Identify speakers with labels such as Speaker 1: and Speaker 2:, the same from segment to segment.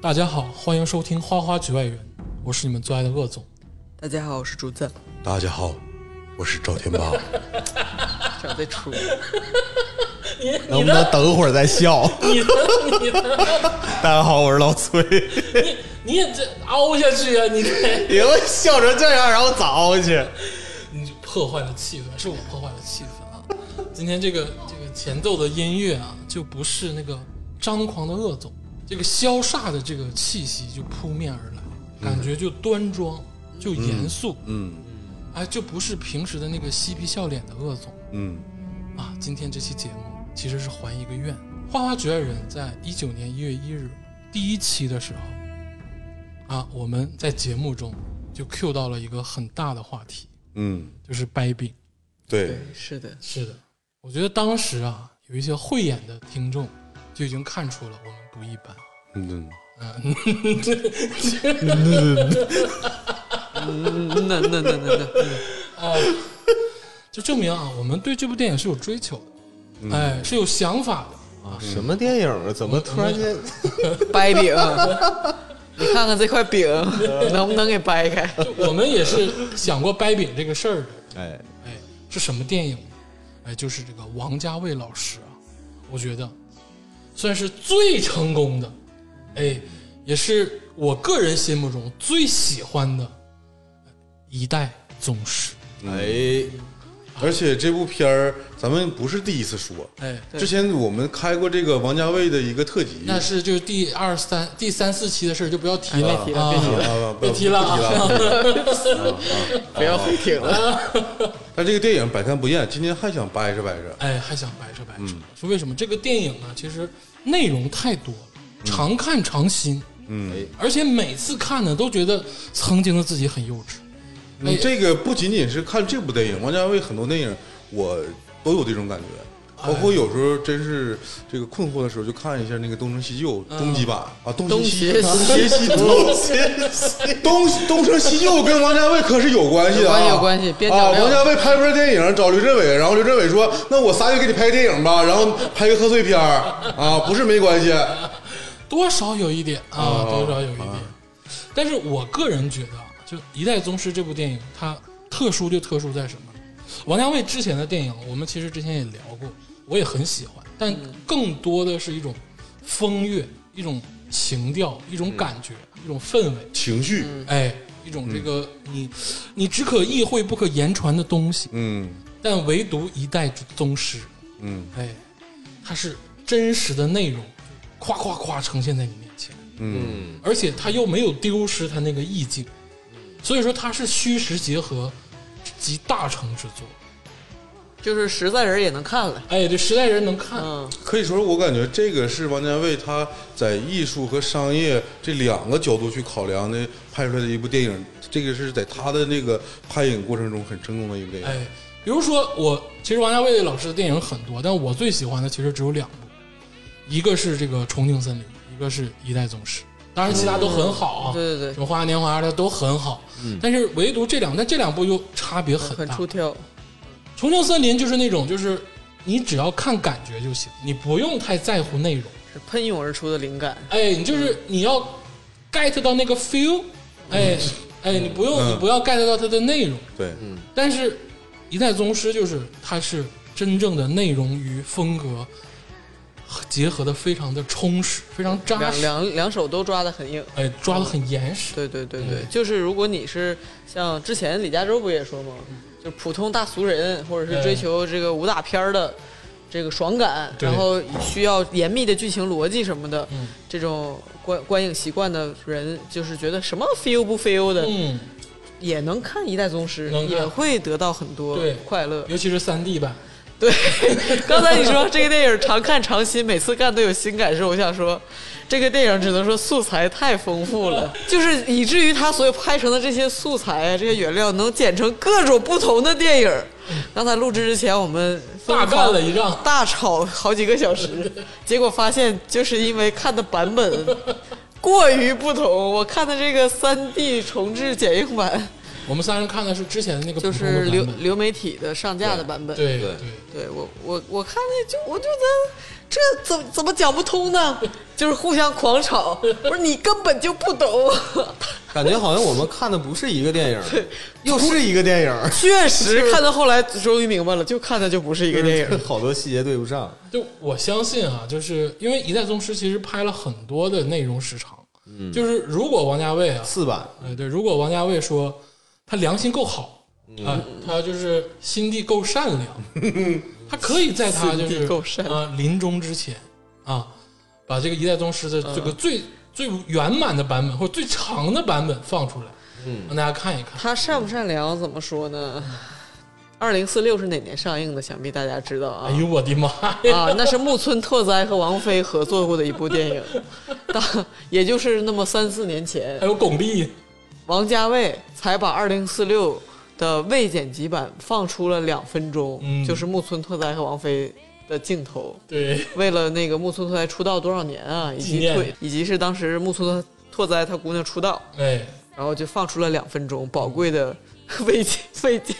Speaker 1: 大家好，欢迎收听《花花局外人》，我是你们最爱的鄂总。
Speaker 2: 大家好，我是竹子，
Speaker 3: 大家好，我是赵天 霸，
Speaker 2: 长得出。
Speaker 3: 能不能等会儿再 笑？
Speaker 1: 你的你的
Speaker 3: 大家好，我是老崔。
Speaker 1: 你也这凹下去啊！你这
Speaker 3: 你们笑成这样，然后咋熬去？
Speaker 1: 你就破坏了气氛，是我破坏了气氛啊！今天这个这个前奏的音乐啊，就不是那个张狂的鄂总，这个萧飒的这个气息就扑面而来，感觉就端庄，就严肃，
Speaker 3: 嗯
Speaker 1: 哎，就不是平时的那个嬉皮笑脸的鄂总。
Speaker 3: 嗯，
Speaker 1: 啊，今天这期节目其实是还一个愿。花花局外人在一九年一月一日第一期的时候，啊，我们在节目中就 Q 到了一个很大的话题，
Speaker 3: 嗯，
Speaker 1: 就是掰饼。
Speaker 3: 对
Speaker 2: 对，，是的，
Speaker 1: 是的，我觉得当时啊，有一些慧眼的听众就已经看出了我们不一般。
Speaker 3: 嗯，
Speaker 2: 嗯，那那那那那，
Speaker 1: 就证明啊，我们对这部电影是有追求的，哎，是有想法的啊。
Speaker 3: 什么电影啊？怎么突然间？
Speaker 2: 掰饼，啊你看看这块饼能不能给掰开？
Speaker 1: 就我们也是想过掰饼这个事儿的，
Speaker 3: 哎，
Speaker 1: 哎，是什么电影呢？哎，就是这个王家卫老师啊，我觉得算是最成功的，哎，也是我个人心目中最喜欢的一代宗师。
Speaker 3: 哎，而且这部片儿咱们不是第一次说，
Speaker 1: 哎，
Speaker 2: 对
Speaker 3: 之前我们开过这个王家卫的一个特辑，
Speaker 1: 那是就是第二三、第三四期的事儿就不要提了，
Speaker 2: 别提了
Speaker 1: 啊
Speaker 2: 别提
Speaker 3: 啊啊不
Speaker 1: 别提了啊
Speaker 3: 不提了。
Speaker 2: 不要回听了，
Speaker 3: 但这个电影百看不厌，今天还想掰扯掰扯。
Speaker 1: 哎，还想掰扯掰扯，
Speaker 3: 嗯
Speaker 1: 说为什么这个电影呢？啊其实内容太多了，常看常新，哎
Speaker 3: 嗯，
Speaker 1: 而且每次看呢都觉得曾经的自己很幼稚。
Speaker 3: 你这个不仅仅是看这部电影，王家卫很多电影我都有这种感觉，
Speaker 2: 哎
Speaker 3: 包括有时候真是这个困惑的时候，就看一下那个《东成西就》终极版啊，东成西
Speaker 2: 嗯
Speaker 3: 啊
Speaker 2: 东邪
Speaker 3: 邪西就， 东东成西就跟王家卫可是有关系的、啊，
Speaker 2: 有关系有关系边角
Speaker 3: 啊，
Speaker 2: 料
Speaker 3: 王家卫拍不出来电影，找刘镇伟，然后刘镇伟说：“那我仨月给你拍个电影吧，然后拍个贺岁片儿啊，不是没关系。”
Speaker 1: 多少有一点啊，
Speaker 3: 哦
Speaker 1: 多少有一点。但是我个人觉得啊，就《一代宗师》这部电影，它特殊就特殊在什么？王家卫之前的电影，我们其实之前也聊过，我也很喜欢，但更多的是一种风月，一种情调，一
Speaker 3: 嗯
Speaker 1: 种感觉，一种氛围，
Speaker 3: 情绪，
Speaker 1: 哎，一种这个你你只可意会不可言传的东西。
Speaker 3: 嗯
Speaker 1: 但唯独《一代宗师》，
Speaker 3: 嗯
Speaker 1: 哎，它是真实的内容，夸夸夸呈现在你面前。
Speaker 3: 嗯
Speaker 1: 而且他又没有丢失他那个意境，所以说他是虚实结合集大成之作。
Speaker 2: 就是实在人也能看了。
Speaker 1: 哎，这时代人能看，
Speaker 2: 嗯，
Speaker 3: 可以说，我感觉这个是王家卫他在艺术和商业这两个角度去考量的拍出来的一部电影，这个是在他的那个拍影过程中很成功的一部电影。
Speaker 1: 哎，比如说我，其实王家卫老师的电影很多，但我最喜欢的其实只有两部，一个是这个《重庆森林》，一个是一代宗师。当然，其他都很好啊，
Speaker 2: 嗯对对对
Speaker 1: 什么《花样年华》的都很好，但是唯独这两，但这两部又差别很
Speaker 2: 很
Speaker 1: 大。
Speaker 2: 出挑，
Speaker 1: 重庆森林》就是那种，就是你只要看感觉就行，你不用太在乎内容。
Speaker 2: 是喷涌而出的灵感。
Speaker 1: 哎，你就是你要 get 到那个 feel，哎哎，你不用、
Speaker 3: 嗯
Speaker 1: 你不要 get 到它的内容，
Speaker 3: 对，
Speaker 1: 但是《一代宗师》就是它是真正的内容与风格结合的非常的充实，非常扎
Speaker 2: 两
Speaker 1: 实，
Speaker 2: 两两手都抓得很硬。
Speaker 1: 哎，抓的很严实。
Speaker 2: 对对对
Speaker 1: 嗯
Speaker 2: 对，就是如果你是像之前李佳洲不也说吗？
Speaker 1: 嗯
Speaker 2: 就普通大俗人，或者是追求这个武打片儿的这个爽感，
Speaker 1: 对
Speaker 2: 然后需要严密的剧情逻辑什么的，
Speaker 1: 嗯
Speaker 2: 这种观观影习惯的人，就是觉得什么 feel 不 feel 的，
Speaker 1: 嗯，
Speaker 2: 也能看《一代宗师
Speaker 1: 能》，看
Speaker 2: 也会得到很多
Speaker 1: 对
Speaker 2: 快乐。
Speaker 1: 尤其是三 D 版，
Speaker 2: 对，刚才你说这个电影常看常新，每次看都有新感受。我想说，这个电影只能说素材太丰富了，就是以至于它所有拍成的这些素材啊，这些原料能剪成各种不同的电影。刚才录制之前，我们疯
Speaker 1: 大
Speaker 2: 狂
Speaker 1: 干了一仗
Speaker 2: 大吵好几个小时，结果发现就是因为看的版本过于不同。我看的这个三 D 重置剪映版
Speaker 1: 我们三人看的是之前的那个
Speaker 2: 就
Speaker 1: 普通的
Speaker 2: 是
Speaker 1: 版
Speaker 2: 流
Speaker 1: 本
Speaker 2: 流媒体的上架的版本。
Speaker 1: 对
Speaker 3: 对
Speaker 2: 对我我我看那就我就得这怎么怎么讲不通呢？就是互相狂吵，我说你根本就不懂，
Speaker 4: 感觉好像我们看的不是一个电影，又是一个电影，
Speaker 2: 确实看到后来终于明白了，就看的就不是一个电影。
Speaker 4: 好多细节对不上。
Speaker 1: 就我相信啊，就是因为《一代宗师》其实拍了很多的内容时长，嗯，就是如果王家卫啊，
Speaker 4: 四版
Speaker 1: 哎对，如果王家卫说他良心够好啊，他就是心地够善 良，他可以在他就
Speaker 2: 心
Speaker 1: 是
Speaker 2: 地够善良
Speaker 1: 啊临终之前啊，把这个《一代宗师》的这个最最圆满的版本或者最长的版本放出来，嗯，让大家看一看。
Speaker 2: 他善不善良怎么说呢？二零四六是哪年上映的？想必大家知道啊。
Speaker 1: 哎呦我的妈呀！
Speaker 2: 啊，那是木村拓哉和王菲合作过的一部电影， 当也就是那么三四年前
Speaker 1: 还，有巩俐，
Speaker 2: 王家卫才把二零四六的未剪辑版放出了两分钟，
Speaker 1: 嗯
Speaker 2: 就是木村拓哉和王菲的镜头。
Speaker 1: 对，
Speaker 2: 为了那个木村拓哉出道多少年啊，以
Speaker 1: 纪
Speaker 2: 及
Speaker 1: 念
Speaker 2: 退，以及是当时木村拓哉他姑娘出道，
Speaker 1: 哎，
Speaker 2: 然后就放出了两分钟宝贵的
Speaker 1: 嗯
Speaker 2: 未剪未剪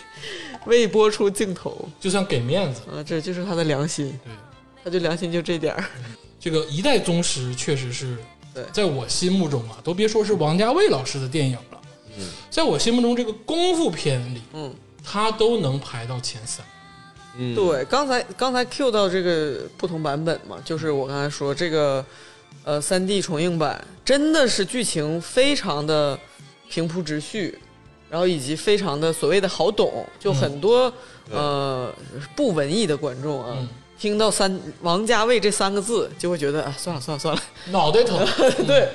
Speaker 2: 未播出镜头
Speaker 1: 就算给面子，
Speaker 2: 啊，这就是他的良心，
Speaker 1: 对。
Speaker 2: 他就良心就这点儿。
Speaker 1: 这个一代宗师确实是
Speaker 2: 对，
Speaker 1: 在我心目中啊，都别说是王家卫老师的电影了，在我心目中这个功夫片里，
Speaker 2: 嗯，
Speaker 1: 他都能排到前三。
Speaker 4: 嗯，
Speaker 2: 对，刚才刚才 Q 到这个不同版本嘛，就是我刚才说这个，呃，三 D 重映版真的是剧情非常的平铺直叙，然后以及非常的所谓的好懂，就很多、呃不文艺的观众啊，
Speaker 1: 嗯
Speaker 2: 听到三王家卫这三个字就会觉得啊，算了算了算了，
Speaker 1: 脑袋疼，
Speaker 2: 对，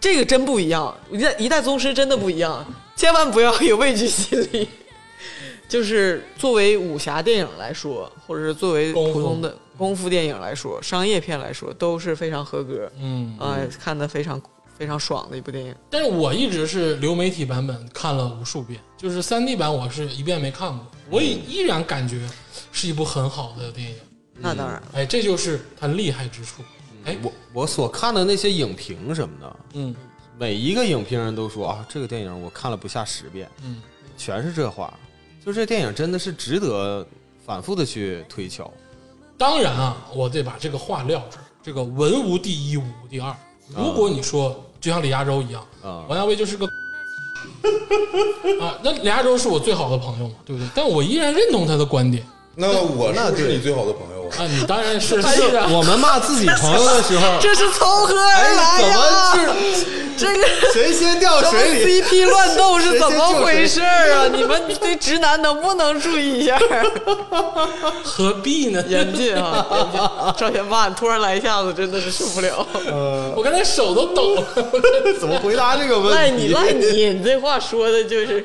Speaker 2: 这个真不一样，一代一代宗师真的不一样，千万不要有畏惧心理。 就是作为武侠电影来说，或者是作为
Speaker 1: 功夫
Speaker 2: 普通的功夫电影来说，商业片来说，都是非常合格，
Speaker 1: 嗯，
Speaker 2: 啊、看的非常非常爽的一部电影。
Speaker 1: 但是我一直是流媒体版本看了无数遍，就是三 D 版我是一遍没看过，
Speaker 2: 嗯
Speaker 1: 我也依然感觉是一部很好的电影。
Speaker 2: 那当然，
Speaker 1: 哎，这就是它厉害之处。
Speaker 2: 嗯
Speaker 1: 哎，
Speaker 4: 我我所看的那些影评什么的，
Speaker 1: 嗯
Speaker 4: 每一个影评人都说啊，这个电影我看了不下十遍，
Speaker 1: 嗯，
Speaker 4: 全是这话。就这电影真的是值得反复的去推敲
Speaker 1: 当然啊，我得把这个话撂这儿。这个文无第一，武无第二。如果你说就像李亚洲一样，
Speaker 4: 啊、
Speaker 1: 王家卫就是个 啊，那李亚洲是我最好的朋友嘛，对不对？但我依然认同他的观点
Speaker 3: 那我是
Speaker 4: 那
Speaker 3: 不是
Speaker 4: 对
Speaker 3: 你最好的朋友啊？
Speaker 1: 啊，你当然
Speaker 4: 哎
Speaker 1: 是是啊，
Speaker 4: 我们骂自己朋友的 时候，
Speaker 2: 这哎是从何而来
Speaker 4: 怎
Speaker 2: 呀、
Speaker 4: 么是
Speaker 2: 这个
Speaker 4: 谁先掉
Speaker 2: 什么
Speaker 4: 水里？
Speaker 2: CP 乱斗是怎么回
Speaker 4: 谁
Speaker 2: 事儿啊？你们对直男能不能注意一下？
Speaker 1: 何必呢？
Speaker 2: 严禁啊，严禁！赵元霸突然来一下子，真的是受不了。
Speaker 1: 我刚才手都抖了。
Speaker 4: 怎么回答这个
Speaker 2: 赖
Speaker 4: 问
Speaker 2: 你
Speaker 4: 题？
Speaker 2: 赖你，你这话说的就是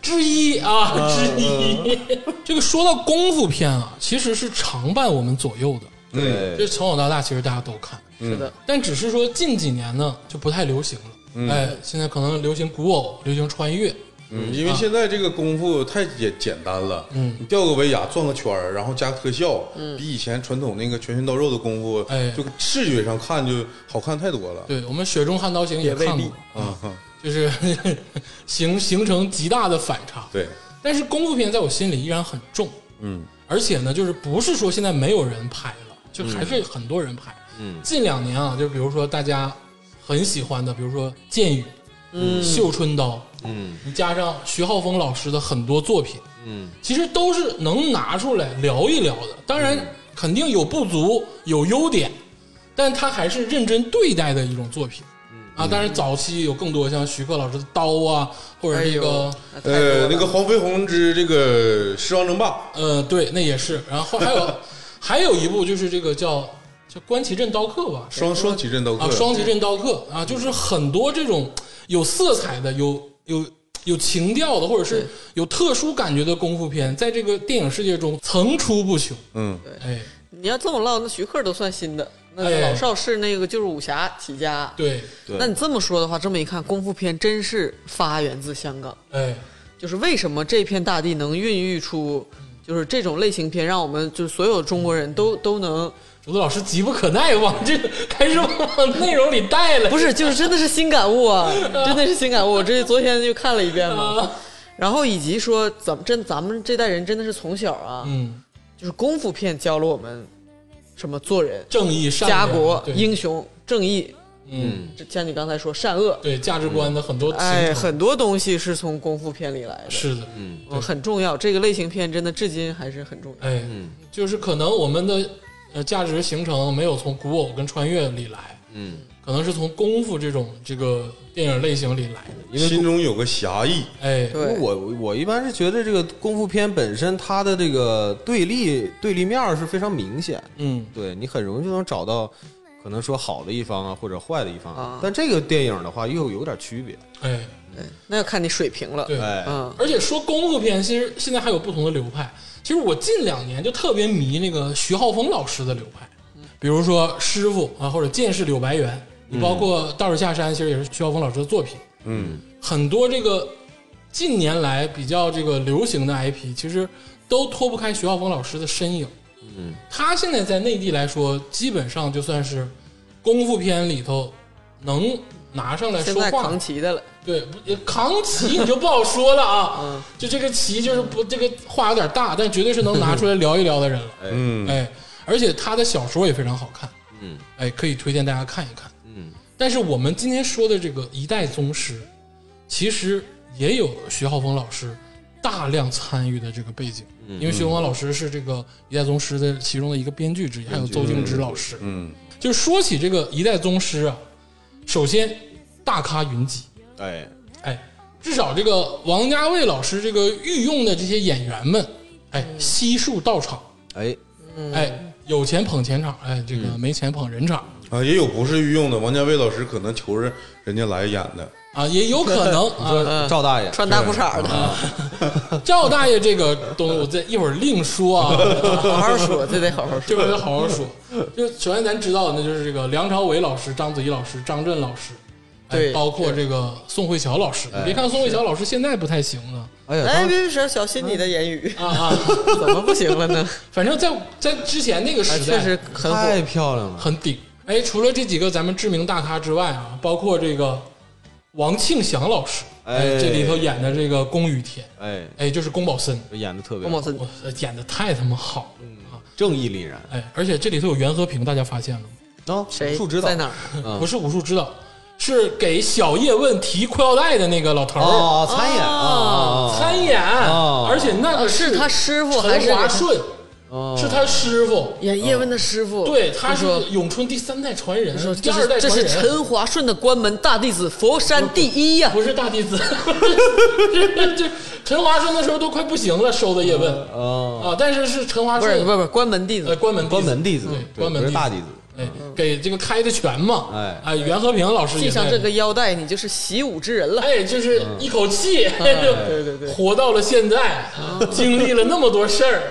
Speaker 1: 之一啊，之一。 这个说到功夫片啊，其实是常伴我们左右的，
Speaker 4: 对，
Speaker 1: 这从小到大其实大家都看，
Speaker 2: 是的，
Speaker 1: 但只是说近几年呢就不太流行了。哎，现在可能流行古偶，流行穿越，
Speaker 3: 嗯，因为现在这个功夫太简简单了，嗯，你吊个威亚，转个圈儿，然后加特效，嗯，比以前传统那个拳拳到肉的功夫，
Speaker 1: 哎
Speaker 3: 就视觉上看就好看太多了。
Speaker 1: 对我们《雪中悍刀行》也看过，
Speaker 3: 啊，
Speaker 1: 就是 形形成极大的反差。
Speaker 3: 对，
Speaker 1: 但是功夫片在我心里依然很重，
Speaker 3: 嗯，
Speaker 1: 而且呢，就是不是说现在没有人拍了，就还是很多人拍。
Speaker 4: 嗯
Speaker 1: 近两年啊，就比如说大家很喜欢的，比如说《剑雨》、《绣春刀》，
Speaker 4: 嗯
Speaker 1: 你加上徐浩峰老师的很多作品，
Speaker 4: 嗯，
Speaker 1: 其实都是能拿出来聊一聊的。当然，
Speaker 4: 嗯
Speaker 1: 肯定有不足，有优点，但他还是认真对待的一种作品。
Speaker 4: 嗯
Speaker 1: 啊，当然早期有更多像徐克老师的《刀》啊，或者这
Speaker 4: 哎
Speaker 1: 个、
Speaker 2: 那太多
Speaker 3: 呃
Speaker 2: 了，
Speaker 3: 那个黄飞鸿之这个狮王争霸，
Speaker 1: 呃，对，那也是。然后还有 还有一部就是这个叫叫《观其镇刀客》吧，
Speaker 3: 双双旗阵刀
Speaker 1: 啊，
Speaker 3: 客，
Speaker 1: 双旗镇刀客啊，就是很多这种有色彩的、有有有情调的，或者是有特殊感觉的功夫片，在这个电影世界中层出不穷。
Speaker 3: 嗯，
Speaker 1: 哎，
Speaker 2: 你要这么唠，那徐克都算新的，那
Speaker 1: 哎
Speaker 2: 老邵氏那个就是武侠起家。
Speaker 1: 对，
Speaker 4: 对
Speaker 2: 那你这么说的话，这么一看，功夫片真是发源自香港。
Speaker 1: 哎，
Speaker 2: 就是为什么这片大地能孕育出就是这种类型片，让我们就是所有中国人都都能
Speaker 1: 竹子老师急不可耐，往这个开始往内容里带了。
Speaker 2: 不是，就是真的是新感悟啊，真的是新感悟。我这昨天就看了一遍嘛，然后以及说咱们真咱们这代人真的是从小啊，
Speaker 1: 嗯，
Speaker 2: 就是功夫片教了我们什么做人、
Speaker 1: 正义善
Speaker 2: 家
Speaker 1: 良
Speaker 2: 国、
Speaker 1: 对
Speaker 2: 英雄、正义，
Speaker 1: 嗯，
Speaker 2: 这像你刚才说善恶，
Speaker 1: 对价值观的很多
Speaker 2: 哎，
Speaker 1: 形成，
Speaker 2: 很多东西是从功夫片里来的，
Speaker 1: 是的，
Speaker 4: 嗯
Speaker 2: 嗯很重要。这个类型片真的至今还是很重要。
Speaker 1: 哎，
Speaker 4: 嗯
Speaker 1: 就是可能我们的呃价值形成没有从古偶跟穿越里来，
Speaker 4: 嗯，
Speaker 1: 可能是从功夫这种这个电影类型里来的。
Speaker 4: 因为
Speaker 3: 心中有个侠义，
Speaker 1: 哎，
Speaker 4: 因为
Speaker 2: 对，
Speaker 4: 我我一般是觉得这个功夫片本身它的这个对立对立面儿是非常明显，
Speaker 1: 嗯，
Speaker 4: 对你很容易就能找到，可能说好的一方啊或者坏的一方
Speaker 2: 啊
Speaker 4: 但这个电影的话又有点区别，
Speaker 1: 哎，
Speaker 2: 那要看你水平了。
Speaker 1: 对，
Speaker 4: 哎，
Speaker 2: 嗯，
Speaker 1: 而且说功夫片，其实现在还有不同的流派。其实我近两年就特别迷那个徐浩峰老师的流派，比如说师傅啊，或者剑士柳白猿，你包括道士下山，其实也是徐浩峰老师的作品。
Speaker 3: 嗯，
Speaker 1: 很多这个近年来比较这个流行的 IP，其实都脱不开徐浩峰老师的身影。
Speaker 4: 嗯，
Speaker 1: 他现在在内地来说，基本上就算是功夫片里头能拿上来
Speaker 2: 现
Speaker 1: 说
Speaker 2: 在
Speaker 1: 话
Speaker 2: 扛，旗的了。
Speaker 1: 对，不也扛旗你就不好说了啊。
Speaker 2: 嗯，
Speaker 1: 就这个旗就是不这个话有点大，但绝对是能拿出来聊一聊的人了。
Speaker 3: 嗯，
Speaker 1: 哎，而且他的小说也非常好看，
Speaker 4: 嗯
Speaker 1: 哎，可以推荐大家看一看。
Speaker 4: 嗯
Speaker 1: 但是我们今天说的这个一代宗师，其实也有徐浩峰老师大量参与的这个背景，
Speaker 4: 嗯
Speaker 1: 因为徐浩峰老师是这个一代宗师的其中的一个编剧之一，还有邹静之老师。
Speaker 3: 嗯，
Speaker 1: 就说起这个一代宗师啊，首先大咖云集，
Speaker 4: 哎，
Speaker 1: 哎，至少这个王家卫老师这个御用的这些演员们，哎，悉数到场，
Speaker 4: 哎，
Speaker 2: 嗯
Speaker 1: 哎，有钱捧钱场，哎，这个没钱捧人场
Speaker 3: 啊，也有不是御用的，王家卫老师可能求着人家来演的，
Speaker 1: 啊，也有 可能啊。
Speaker 2: 嗯
Speaker 4: 赵大爷，
Speaker 2: 穿大裤衩的，
Speaker 1: 赵大爷这个东西，我再一会儿另说啊，
Speaker 2: 好好说，这得好好说。
Speaker 1: 这会儿得好好说。就首先咱知道，那就是这个梁朝伟老师、章子怡老师、张震老师。哎
Speaker 2: 对
Speaker 1: 包括这个宋慧乔老师，你别看宋慧乔老师现在不太行了
Speaker 4: 哎呀，
Speaker 2: 哎，
Speaker 4: 当
Speaker 2: 别别别，小心你的言语，
Speaker 1: 啊 啊，
Speaker 2: 怎么不行 了呢？
Speaker 1: 反正在在之前那个时
Speaker 2: 哎，
Speaker 1: 代，
Speaker 2: 确实很火。
Speaker 4: 太漂亮了，
Speaker 1: 很顶。哎，除了这几个咱们知名大咖之外啊，包括这个王庆祥老师，
Speaker 4: 哎
Speaker 1: 这里头演的这个宫雨天，
Speaker 4: 哎，
Speaker 1: 哎，就是宫保森，
Speaker 4: 演的特别
Speaker 2: 郭茂
Speaker 4: 好，
Speaker 2: 森
Speaker 1: 哇，演的太他妈好
Speaker 4: 嗯
Speaker 1: 了啊！
Speaker 4: 正义凛然
Speaker 1: 哎，而且这里头有袁和平，大家发现了吗？
Speaker 4: 啊，
Speaker 2: 谁
Speaker 4: 武术指导
Speaker 2: 在哪儿？
Speaker 4: 嗯
Speaker 1: 不是武术指导，是给小叶问提裤腰带的那个老头儿
Speaker 4: 哦，参演啊，
Speaker 1: 参演，
Speaker 4: 哦
Speaker 1: 而且那个
Speaker 2: 是他师傅还是
Speaker 1: 陈华顺，
Speaker 4: 哦
Speaker 1: 是他师傅。
Speaker 2: 演叶问的师傅？
Speaker 1: 对，他是
Speaker 2: 说
Speaker 1: 咏春第三代传人，
Speaker 2: 说
Speaker 1: 第
Speaker 2: 这
Speaker 1: 二代
Speaker 2: 是这
Speaker 1: 传
Speaker 2: 是
Speaker 1: 人，
Speaker 2: 陈华顺的关门大弟子，佛山第一呀、
Speaker 1: 不是大弟子， 这陈华顺那时候都快不行了，收的叶问
Speaker 4: 哦，
Speaker 1: 啊，但是是陈华
Speaker 2: 不是不
Speaker 1: 顺
Speaker 2: 是不是关门弟
Speaker 1: 呃
Speaker 2: 子，
Speaker 1: 关门
Speaker 4: 关门弟子
Speaker 1: 对，
Speaker 4: 对
Speaker 1: 关门
Speaker 4: 不是大
Speaker 1: 弟
Speaker 4: 弟
Speaker 1: 子，
Speaker 4: 子，
Speaker 1: 哎，给这个开的拳嘛，
Speaker 4: 哎
Speaker 1: 哎，袁和平老师
Speaker 2: 系
Speaker 1: 也
Speaker 2: 上
Speaker 1: 在
Speaker 2: 这个，腰带，你就是习武之人了。
Speaker 1: 哎，就是
Speaker 4: 嗯
Speaker 1: 一口气 就
Speaker 2: 对对对
Speaker 1: 活到了现在，
Speaker 2: 嗯
Speaker 1: 啊经历了那么多事儿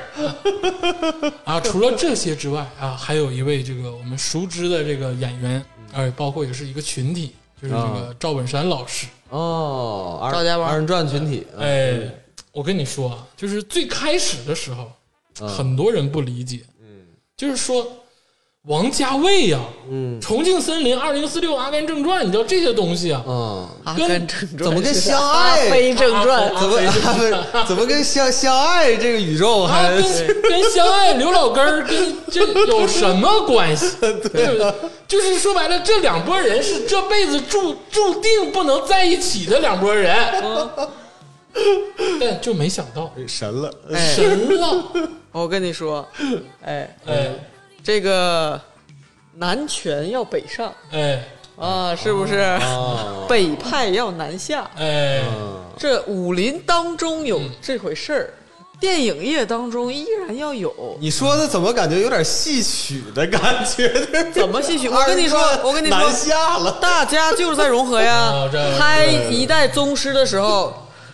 Speaker 1: 啊，除了这些之外啊，还有一位这个我们熟知的这个演员，
Speaker 4: 嗯
Speaker 1: 哎，包括也是一个群体，就是
Speaker 4: 啊
Speaker 1: 这个赵本山老师。
Speaker 4: 哦，二
Speaker 2: 赵家湾
Speaker 4: 二人转群体，嗯
Speaker 1: 哎，我跟你说啊，就是最开始的时候，很多人不理解，嗯，就是说王家卫呀、
Speaker 4: 嗯
Speaker 1: 重庆森林》《二零四六》《阿甘正传》，你知道这些东西啊，
Speaker 4: 嗯，
Speaker 2: 啊，
Speaker 1: 跟
Speaker 2: 跟正传
Speaker 4: 怎么跟
Speaker 2: 是
Speaker 4: 相
Speaker 2: 阿
Speaker 4: 爱
Speaker 2: 飞正传
Speaker 1: 啊
Speaker 4: 怎么 怎么跟相相爱这个宇宙
Speaker 1: 啊，
Speaker 4: 还
Speaker 1: 跟 跟相爱刘老根儿 跟这有什么关系？对不 对？就是说白了，这两拨人是这辈子注注定不能在一起的两拨人，嗯但就没想到
Speaker 4: 神了？
Speaker 2: 哎，
Speaker 1: 神了，
Speaker 2: 我跟你说，哎，
Speaker 1: 哎
Speaker 2: 这个南拳要北上
Speaker 1: 哎
Speaker 2: 啊，是不是？
Speaker 4: 哦嗯
Speaker 2: 北派要南下，
Speaker 1: 哎，
Speaker 2: 这武林当中有这回事儿，电影业当中依然要有。
Speaker 4: 你说的怎么感觉有点戏曲的感觉？
Speaker 2: 怎么戏曲？我跟你说，我跟你说，
Speaker 4: 南下了，
Speaker 2: 大家就是在融合
Speaker 1: 哦
Speaker 2: 呀
Speaker 1: 这样。
Speaker 2: 拍《一代宗师》的时候，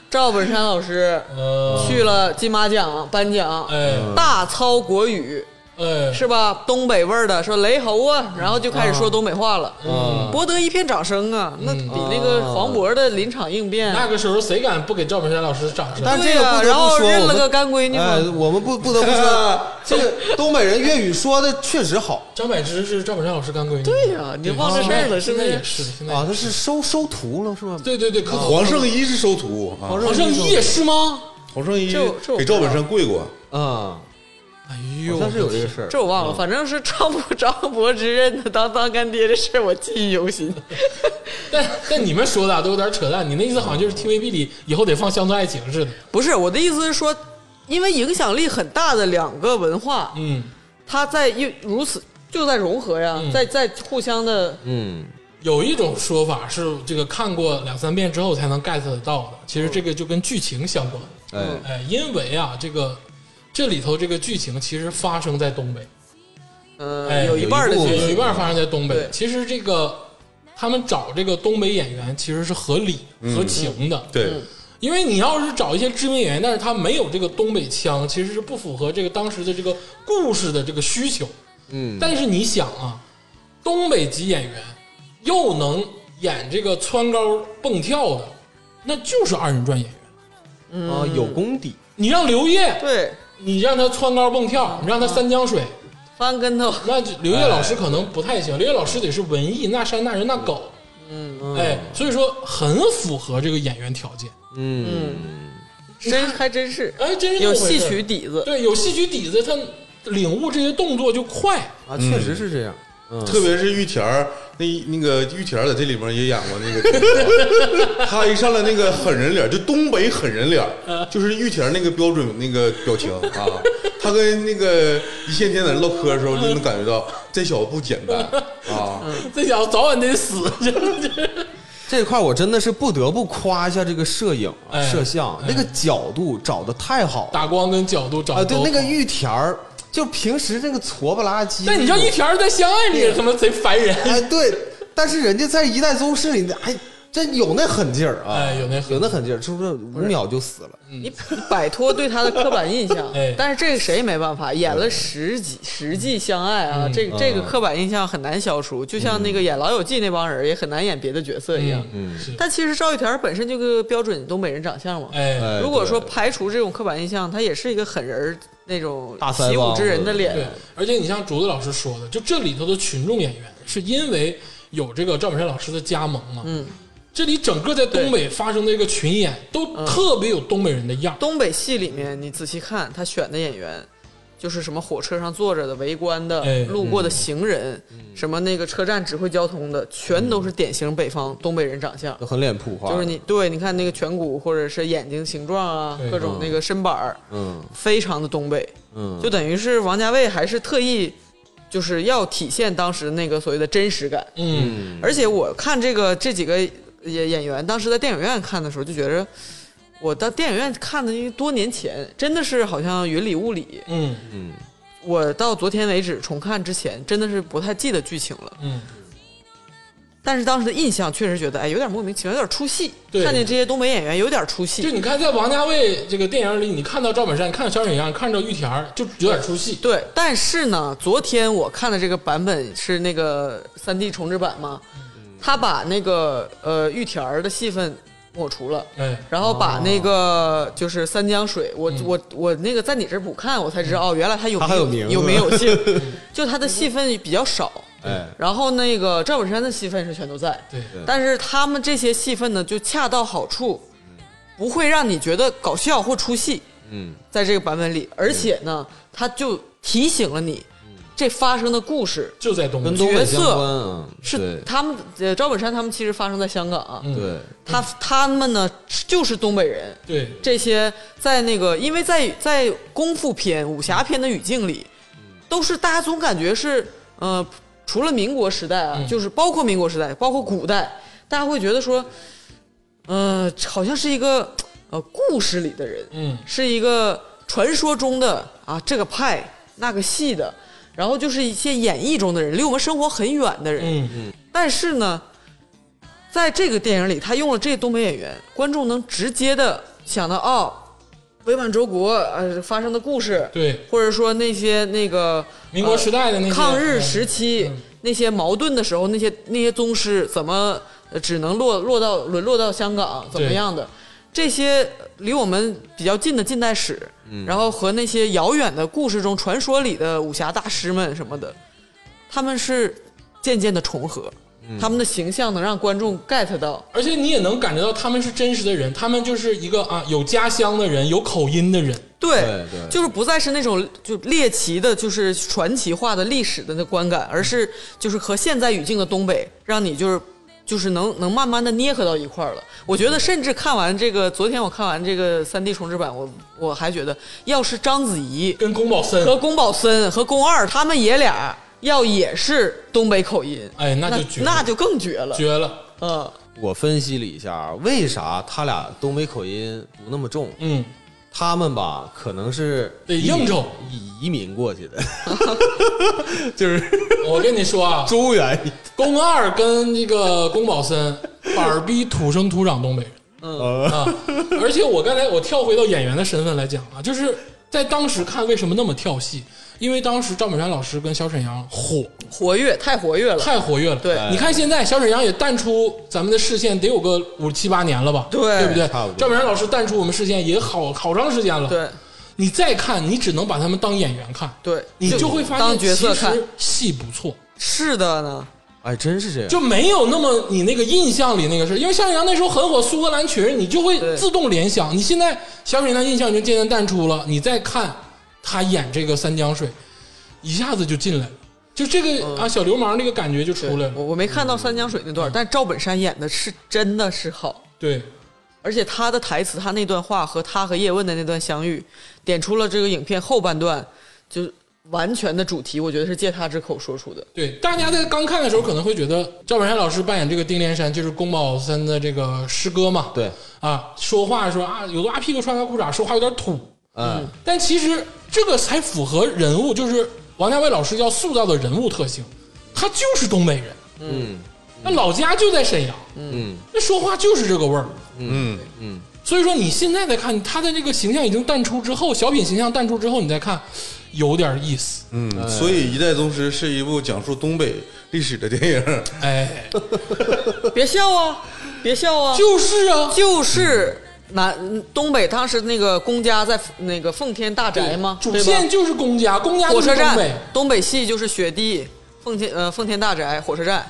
Speaker 2: 赵本山老师
Speaker 4: 嗯
Speaker 1: 呃，
Speaker 2: 去了金马奖颁奖，
Speaker 1: 哎。
Speaker 2: 大操国语，
Speaker 1: 哎，
Speaker 2: 是吧？东北味儿的，说雷猴啊，然后就开始说东北话了，
Speaker 4: 嗯，
Speaker 2: 博得一片掌声啊！那比那个
Speaker 4: 哦
Speaker 2: 黄渤的临场应变，
Speaker 1: 那个时候谁敢不给赵本山老师掌声？
Speaker 4: 但
Speaker 2: 对
Speaker 4: 这个
Speaker 2: 啊
Speaker 4: 不得
Speaker 2: 然
Speaker 4: 不
Speaker 2: 后
Speaker 4: 说
Speaker 2: 认
Speaker 4: 我
Speaker 2: 了
Speaker 4: 们
Speaker 2: 个干闺女
Speaker 4: 哎，
Speaker 2: 嘛。
Speaker 4: 我们不不得不 说，这个东北人粤语说的确实好
Speaker 1: 张柏芝是赵本山老师干闺女，
Speaker 2: 对呀你忘这事儿了是
Speaker 1: 现
Speaker 2: 不
Speaker 1: 在
Speaker 2: 是哦
Speaker 1: 也是，现在
Speaker 4: 啊，他是收收徒了是吧？
Speaker 1: 对对对，可
Speaker 3: 黄圣依是收徒啊，
Speaker 1: 黄圣依也是吗？
Speaker 3: 黄圣依
Speaker 2: 这我这我
Speaker 3: 给赵本山跪过，
Speaker 2: 嗯
Speaker 4: 啊，
Speaker 1: 哎
Speaker 4: 好
Speaker 1: 呦，
Speaker 4: 像是有这个事儿。
Speaker 2: 这我忘了，反正是张博张柏芝认他当当干爹的事儿，我记忆犹新。
Speaker 1: 但但你们说的啊都有点扯淡，你那意思好像就是 TVB 里以后得放《乡村爱情》似的。
Speaker 2: 不是我的意思是说，因为影响力很大的两个文化，
Speaker 1: 嗯，
Speaker 2: 它在又如此就在融合呀，在在互相的
Speaker 4: 嗯，
Speaker 1: 有一种说法是这个看过两三遍之后才能 get 得到的，其实这个就跟剧情相关。
Speaker 4: 哎，
Speaker 1: 哎，因为啊，这个这里头这个剧情其实发生在东北，哎
Speaker 2: 呃有一半儿的
Speaker 4: 有一部
Speaker 2: 剧
Speaker 4: 分
Speaker 1: 有
Speaker 2: 情
Speaker 1: 一半发生在东北
Speaker 2: 对。
Speaker 1: 其实这个他们找这个东北演员其实是合理、合情的，
Speaker 2: 嗯
Speaker 3: 对，
Speaker 1: 因为你要是找一些知名演员，但是他没有这个东北腔，其实是不符合这个当时的这个故事的这个需求。
Speaker 4: 嗯，
Speaker 1: 但是你想啊，东北籍演员又能演这个蹿高蹦跳的，那就是二人转演员。嗯
Speaker 4: 啊，有功底，
Speaker 1: 你让刘烨，
Speaker 2: 对
Speaker 1: 你让他蹿高蹦跳，你让他三江水，
Speaker 2: 翻跟头，
Speaker 1: 那就刘烨老师可能不太行。刘烨老师得是文艺，那山那人那狗，
Speaker 2: 嗯，
Speaker 1: 哎，所以说很符合这个演员条件。
Speaker 4: 嗯，
Speaker 2: 真还真是
Speaker 1: 哎，真是这
Speaker 2: 有
Speaker 1: 么回
Speaker 2: 戏
Speaker 1: 事儿
Speaker 2: 曲底子。
Speaker 1: 对，有戏曲底子，他领悟这些动作就快。
Speaker 4: 啊，确实是这样。嗯，
Speaker 3: 特别是玉田儿，那那个玉田儿在这里面也演过那个， 他一上来那个狠人脸儿，就东北狠人脸儿，
Speaker 2: 嗯
Speaker 3: 就是玉田儿那个标准那个表情啊，他跟那个一线天在那唠嗑的时候就能感觉到这小子不简单
Speaker 2: 嗯
Speaker 3: 啊，
Speaker 1: 这小子早晚得死， 真的就是
Speaker 4: 这块我真的是不得不夸一下这个摄影啊，
Speaker 1: 哎
Speaker 4: 摄像那个角度找的太好了
Speaker 1: 打光跟角度找
Speaker 4: 啊！
Speaker 1: 得
Speaker 4: 对
Speaker 1: 都，
Speaker 4: 那个
Speaker 1: 好
Speaker 4: 玉田儿，就平时那个矬不拉几，
Speaker 1: 但你知道一条在相爱里也他妈贼烦人，
Speaker 4: 哎，对，但是人家在一代宗师里，哎，真有那狠劲儿啊，
Speaker 1: 哎有那狠劲儿嗯
Speaker 4: 有那狠劲儿，是不是五秒就死了？
Speaker 2: 你摆脱对他的刻板印 象
Speaker 1: 哎，
Speaker 2: 但是这个谁也没办法，演了十几十季相爱啊，
Speaker 1: 嗯
Speaker 2: 这个这个刻板印象很难消除，就像那个演《老友记》那帮人也很难演别的角色一样。
Speaker 1: 嗯，是，
Speaker 2: 但其实赵玉田本身就个标准东北人长相嘛，
Speaker 1: 哎，
Speaker 4: 哎
Speaker 2: 如果说
Speaker 4: 对
Speaker 2: 排除这种刻板印象，他也是一个狠人儿那种
Speaker 4: 大腮
Speaker 2: 习武
Speaker 4: 帮
Speaker 2: 之人的
Speaker 1: 对
Speaker 2: 脸。，
Speaker 1: 而且你像竹子老师说的，就这里头的群众演员，是因为有这个赵本山老师的加盟嘛，
Speaker 2: 嗯，
Speaker 1: 这里整个在东北发生的一个群演，都特别有东北人的样儿，
Speaker 2: 东北戏里面，你仔细看他选的演员，就是什么火车上坐着的、围观的、
Speaker 1: 哎
Speaker 2: 路过的行人，什么那个车站指挥交通的，全都是典型北方东北人长相。
Speaker 4: 就很脸谱化，
Speaker 2: 就是你对，你看那个颧骨或者是眼睛形状啊
Speaker 1: 对，
Speaker 2: 各种那个身板儿，
Speaker 4: 嗯
Speaker 2: 非常的东北，
Speaker 4: 嗯，
Speaker 2: 就等于是王家卫还是特意就是要体现当时那个所谓的真实感。
Speaker 1: 嗯，
Speaker 2: 而且我看这个这几个演演员，当时在电影院看的时候就觉着，我到电影院看的因为多年前，真的是好像云里雾里。
Speaker 1: 嗯
Speaker 2: 我到昨天为止重看之前，真的是不太记得剧情了，
Speaker 1: 嗯，
Speaker 2: 但是当时的印象确实觉得，哎，有点莫名其妙，有点出戏。
Speaker 1: 对
Speaker 2: 看见这些东北演员有点出
Speaker 1: 就
Speaker 2: 戏。
Speaker 1: 你看在王家卫这个电影里，你看到赵本山，看到小沈阳，看到玉田儿，就有点出戏，
Speaker 2: 对，但是呢，昨天我看的这个版本是那个三 D 重制版嘛，他把那个呃玉田儿的戏份抹除了。
Speaker 1: 哎，
Speaker 2: 然后把那
Speaker 4: 哦
Speaker 2: 个就是三江水，我我我那个在你这儿补看，我才知道哦，原来他有
Speaker 4: 嗯他还有名字
Speaker 2: 有没有 姓，就他的戏份比较少。
Speaker 4: 哎，
Speaker 2: 然后那个赵本山的戏份是全都在，
Speaker 1: 对，
Speaker 2: 但是他们这些戏份呢，就恰到好处，不会让你觉得搞笑或出戏。
Speaker 4: 嗯，嗯
Speaker 2: 在这个版本里，而且呢，他就提醒了你，这发生的故事
Speaker 1: 就在东北
Speaker 4: 跟，东北
Speaker 2: 角
Speaker 4: 相
Speaker 2: 色
Speaker 4: 关啊，
Speaker 2: 是
Speaker 4: 对
Speaker 2: 他们呃赵本山他们其实发生在香港啊，
Speaker 1: 嗯
Speaker 4: 对，
Speaker 2: 他他们呢就是东北人，
Speaker 1: 对，
Speaker 2: 这些在那个，因为在在功夫片、武侠片的语境里，都是大家总感觉是，呃，除了民国时代啊，就是包括民国时代，包括古代，大家会觉得说，呃，好像是一个呃故事里的人，
Speaker 1: 嗯
Speaker 2: 是一个传说中的啊这个派那个系的，然后就是一些演绎中的人，离我们生活很远的人，
Speaker 1: 嗯嗯，
Speaker 2: 但是呢，在这个电影里，他用了这东北演员，观众能直接的想到哦，伪满洲国呃发生的故事，
Speaker 1: 对，
Speaker 2: 或者说那些那个
Speaker 1: 民国时代的那些嗯哎
Speaker 2: 抗日时期、那些矛盾的时候，那些那些宗师怎么呃只能落落到沦落到香港，怎么
Speaker 1: 对
Speaker 2: 样的？这些离我们比较近的近代史，然后和那些遥远的故事中传说里的武侠大师们什么的，他们是渐渐的重合，他们的形象能让观众 get 到。
Speaker 1: 而且你也能感觉到他们是真实的人，他们就是一个啊有家乡的人，有口音的人。
Speaker 2: 对
Speaker 4: 对对
Speaker 2: 就是不再是那种就猎奇的，就是传奇化的历史的那观感，而是就是和现在语境的东北，让你就是就是能能慢慢的捏合到一块儿了。我觉得，甚至看完这个，昨天我看完这个三 D 重制版，我我还觉得，要是章子怡
Speaker 1: 跟宫保森，
Speaker 2: 和宫保森和宫二他们爷俩要也是东北口音，
Speaker 1: 哎，那
Speaker 2: 那
Speaker 1: 就绝了
Speaker 2: 那就更绝了，
Speaker 1: 绝了。
Speaker 2: 嗯。
Speaker 4: 我分析了一下，为啥他俩东北口音不那么重？
Speaker 1: 嗯，
Speaker 4: 他们吧，可能是
Speaker 1: 得
Speaker 4: 移民
Speaker 1: 应酬
Speaker 4: 移移民过去的， 就是
Speaker 1: 我跟你说啊，
Speaker 4: 中原
Speaker 1: 宫二跟那个宫保森，板儿逼土生土长东北人。嗯啊，而且我刚才我跳回到演员的身份来讲啊，就是在当时看为什么那么跳戏，因为当时赵本山老师跟小沈阳火，
Speaker 2: 活跃太活跃了，
Speaker 1: 太活跃了。
Speaker 2: 对
Speaker 1: 你看现在小沈阳也淡出咱们的视线，得有个五七八年了吧？
Speaker 2: 对
Speaker 1: 对不对
Speaker 4: 差不？多
Speaker 1: 赵本山老师淡出我们视线也好好长时间了。，
Speaker 2: 对
Speaker 1: 你再看，你只能把他们当演员看，
Speaker 2: 对，
Speaker 1: 你就会发
Speaker 2: 当
Speaker 1: 现
Speaker 2: 角色
Speaker 1: 其
Speaker 2: 看
Speaker 1: 实，戏不错。
Speaker 2: 是的呢，
Speaker 4: 哎，真是这样。
Speaker 1: 就没有那么你那个印象里那个事儿，因为小沈阳那时候很火，苏格兰裙，你就会
Speaker 2: 对
Speaker 1: 自动联想。你现在小沈阳的印象已经渐渐淡出了，你再看他演这个三江水，一下子就进来了，就这个、啊小流氓那个感觉就出来了。嗯
Speaker 2: 我我没看到三江水那段，但赵本山演的是真的是好，
Speaker 1: 对，
Speaker 2: 而且他的台词，他那段话和他和叶问的那段相遇，点出了这个影片后半段就是完全的主题，我觉得是借他之口说出的。
Speaker 1: 对，大家在刚看的时候可能会觉得赵本山老师扮演这个丁连山就是宫保森的这个师哥嘛，
Speaker 4: 对，
Speaker 1: 啊，说话说啊有个阿屁股穿个裤衩，说话有点土，
Speaker 4: 嗯，
Speaker 1: 但其实这个才符合人物，就是王家卫老师要塑造的人物特性，他就是东北人，
Speaker 4: 嗯，
Speaker 1: 那老家就在沈阳，嗯，那说话就是这个味儿，
Speaker 3: 嗯，
Speaker 1: 所以说你现在再看他的这个形象已经淡出之后，小品形象淡出之后，你再看有点意思，
Speaker 3: 嗯，所以《一代宗师》是一部讲述东北历史的电影。
Speaker 1: 哎，
Speaker 2: 别笑啊，别笑啊，
Speaker 1: 就是啊，
Speaker 2: 就是南东北当时那个公家在那个奉天大宅嘛，
Speaker 1: 主
Speaker 2: 对吧
Speaker 1: 线就是公家，公家
Speaker 2: 火
Speaker 1: 就是
Speaker 2: 车
Speaker 1: 东
Speaker 2: 站
Speaker 1: 北，，
Speaker 2: 东北系就是雪地、奉天呃奉天大宅、火车站，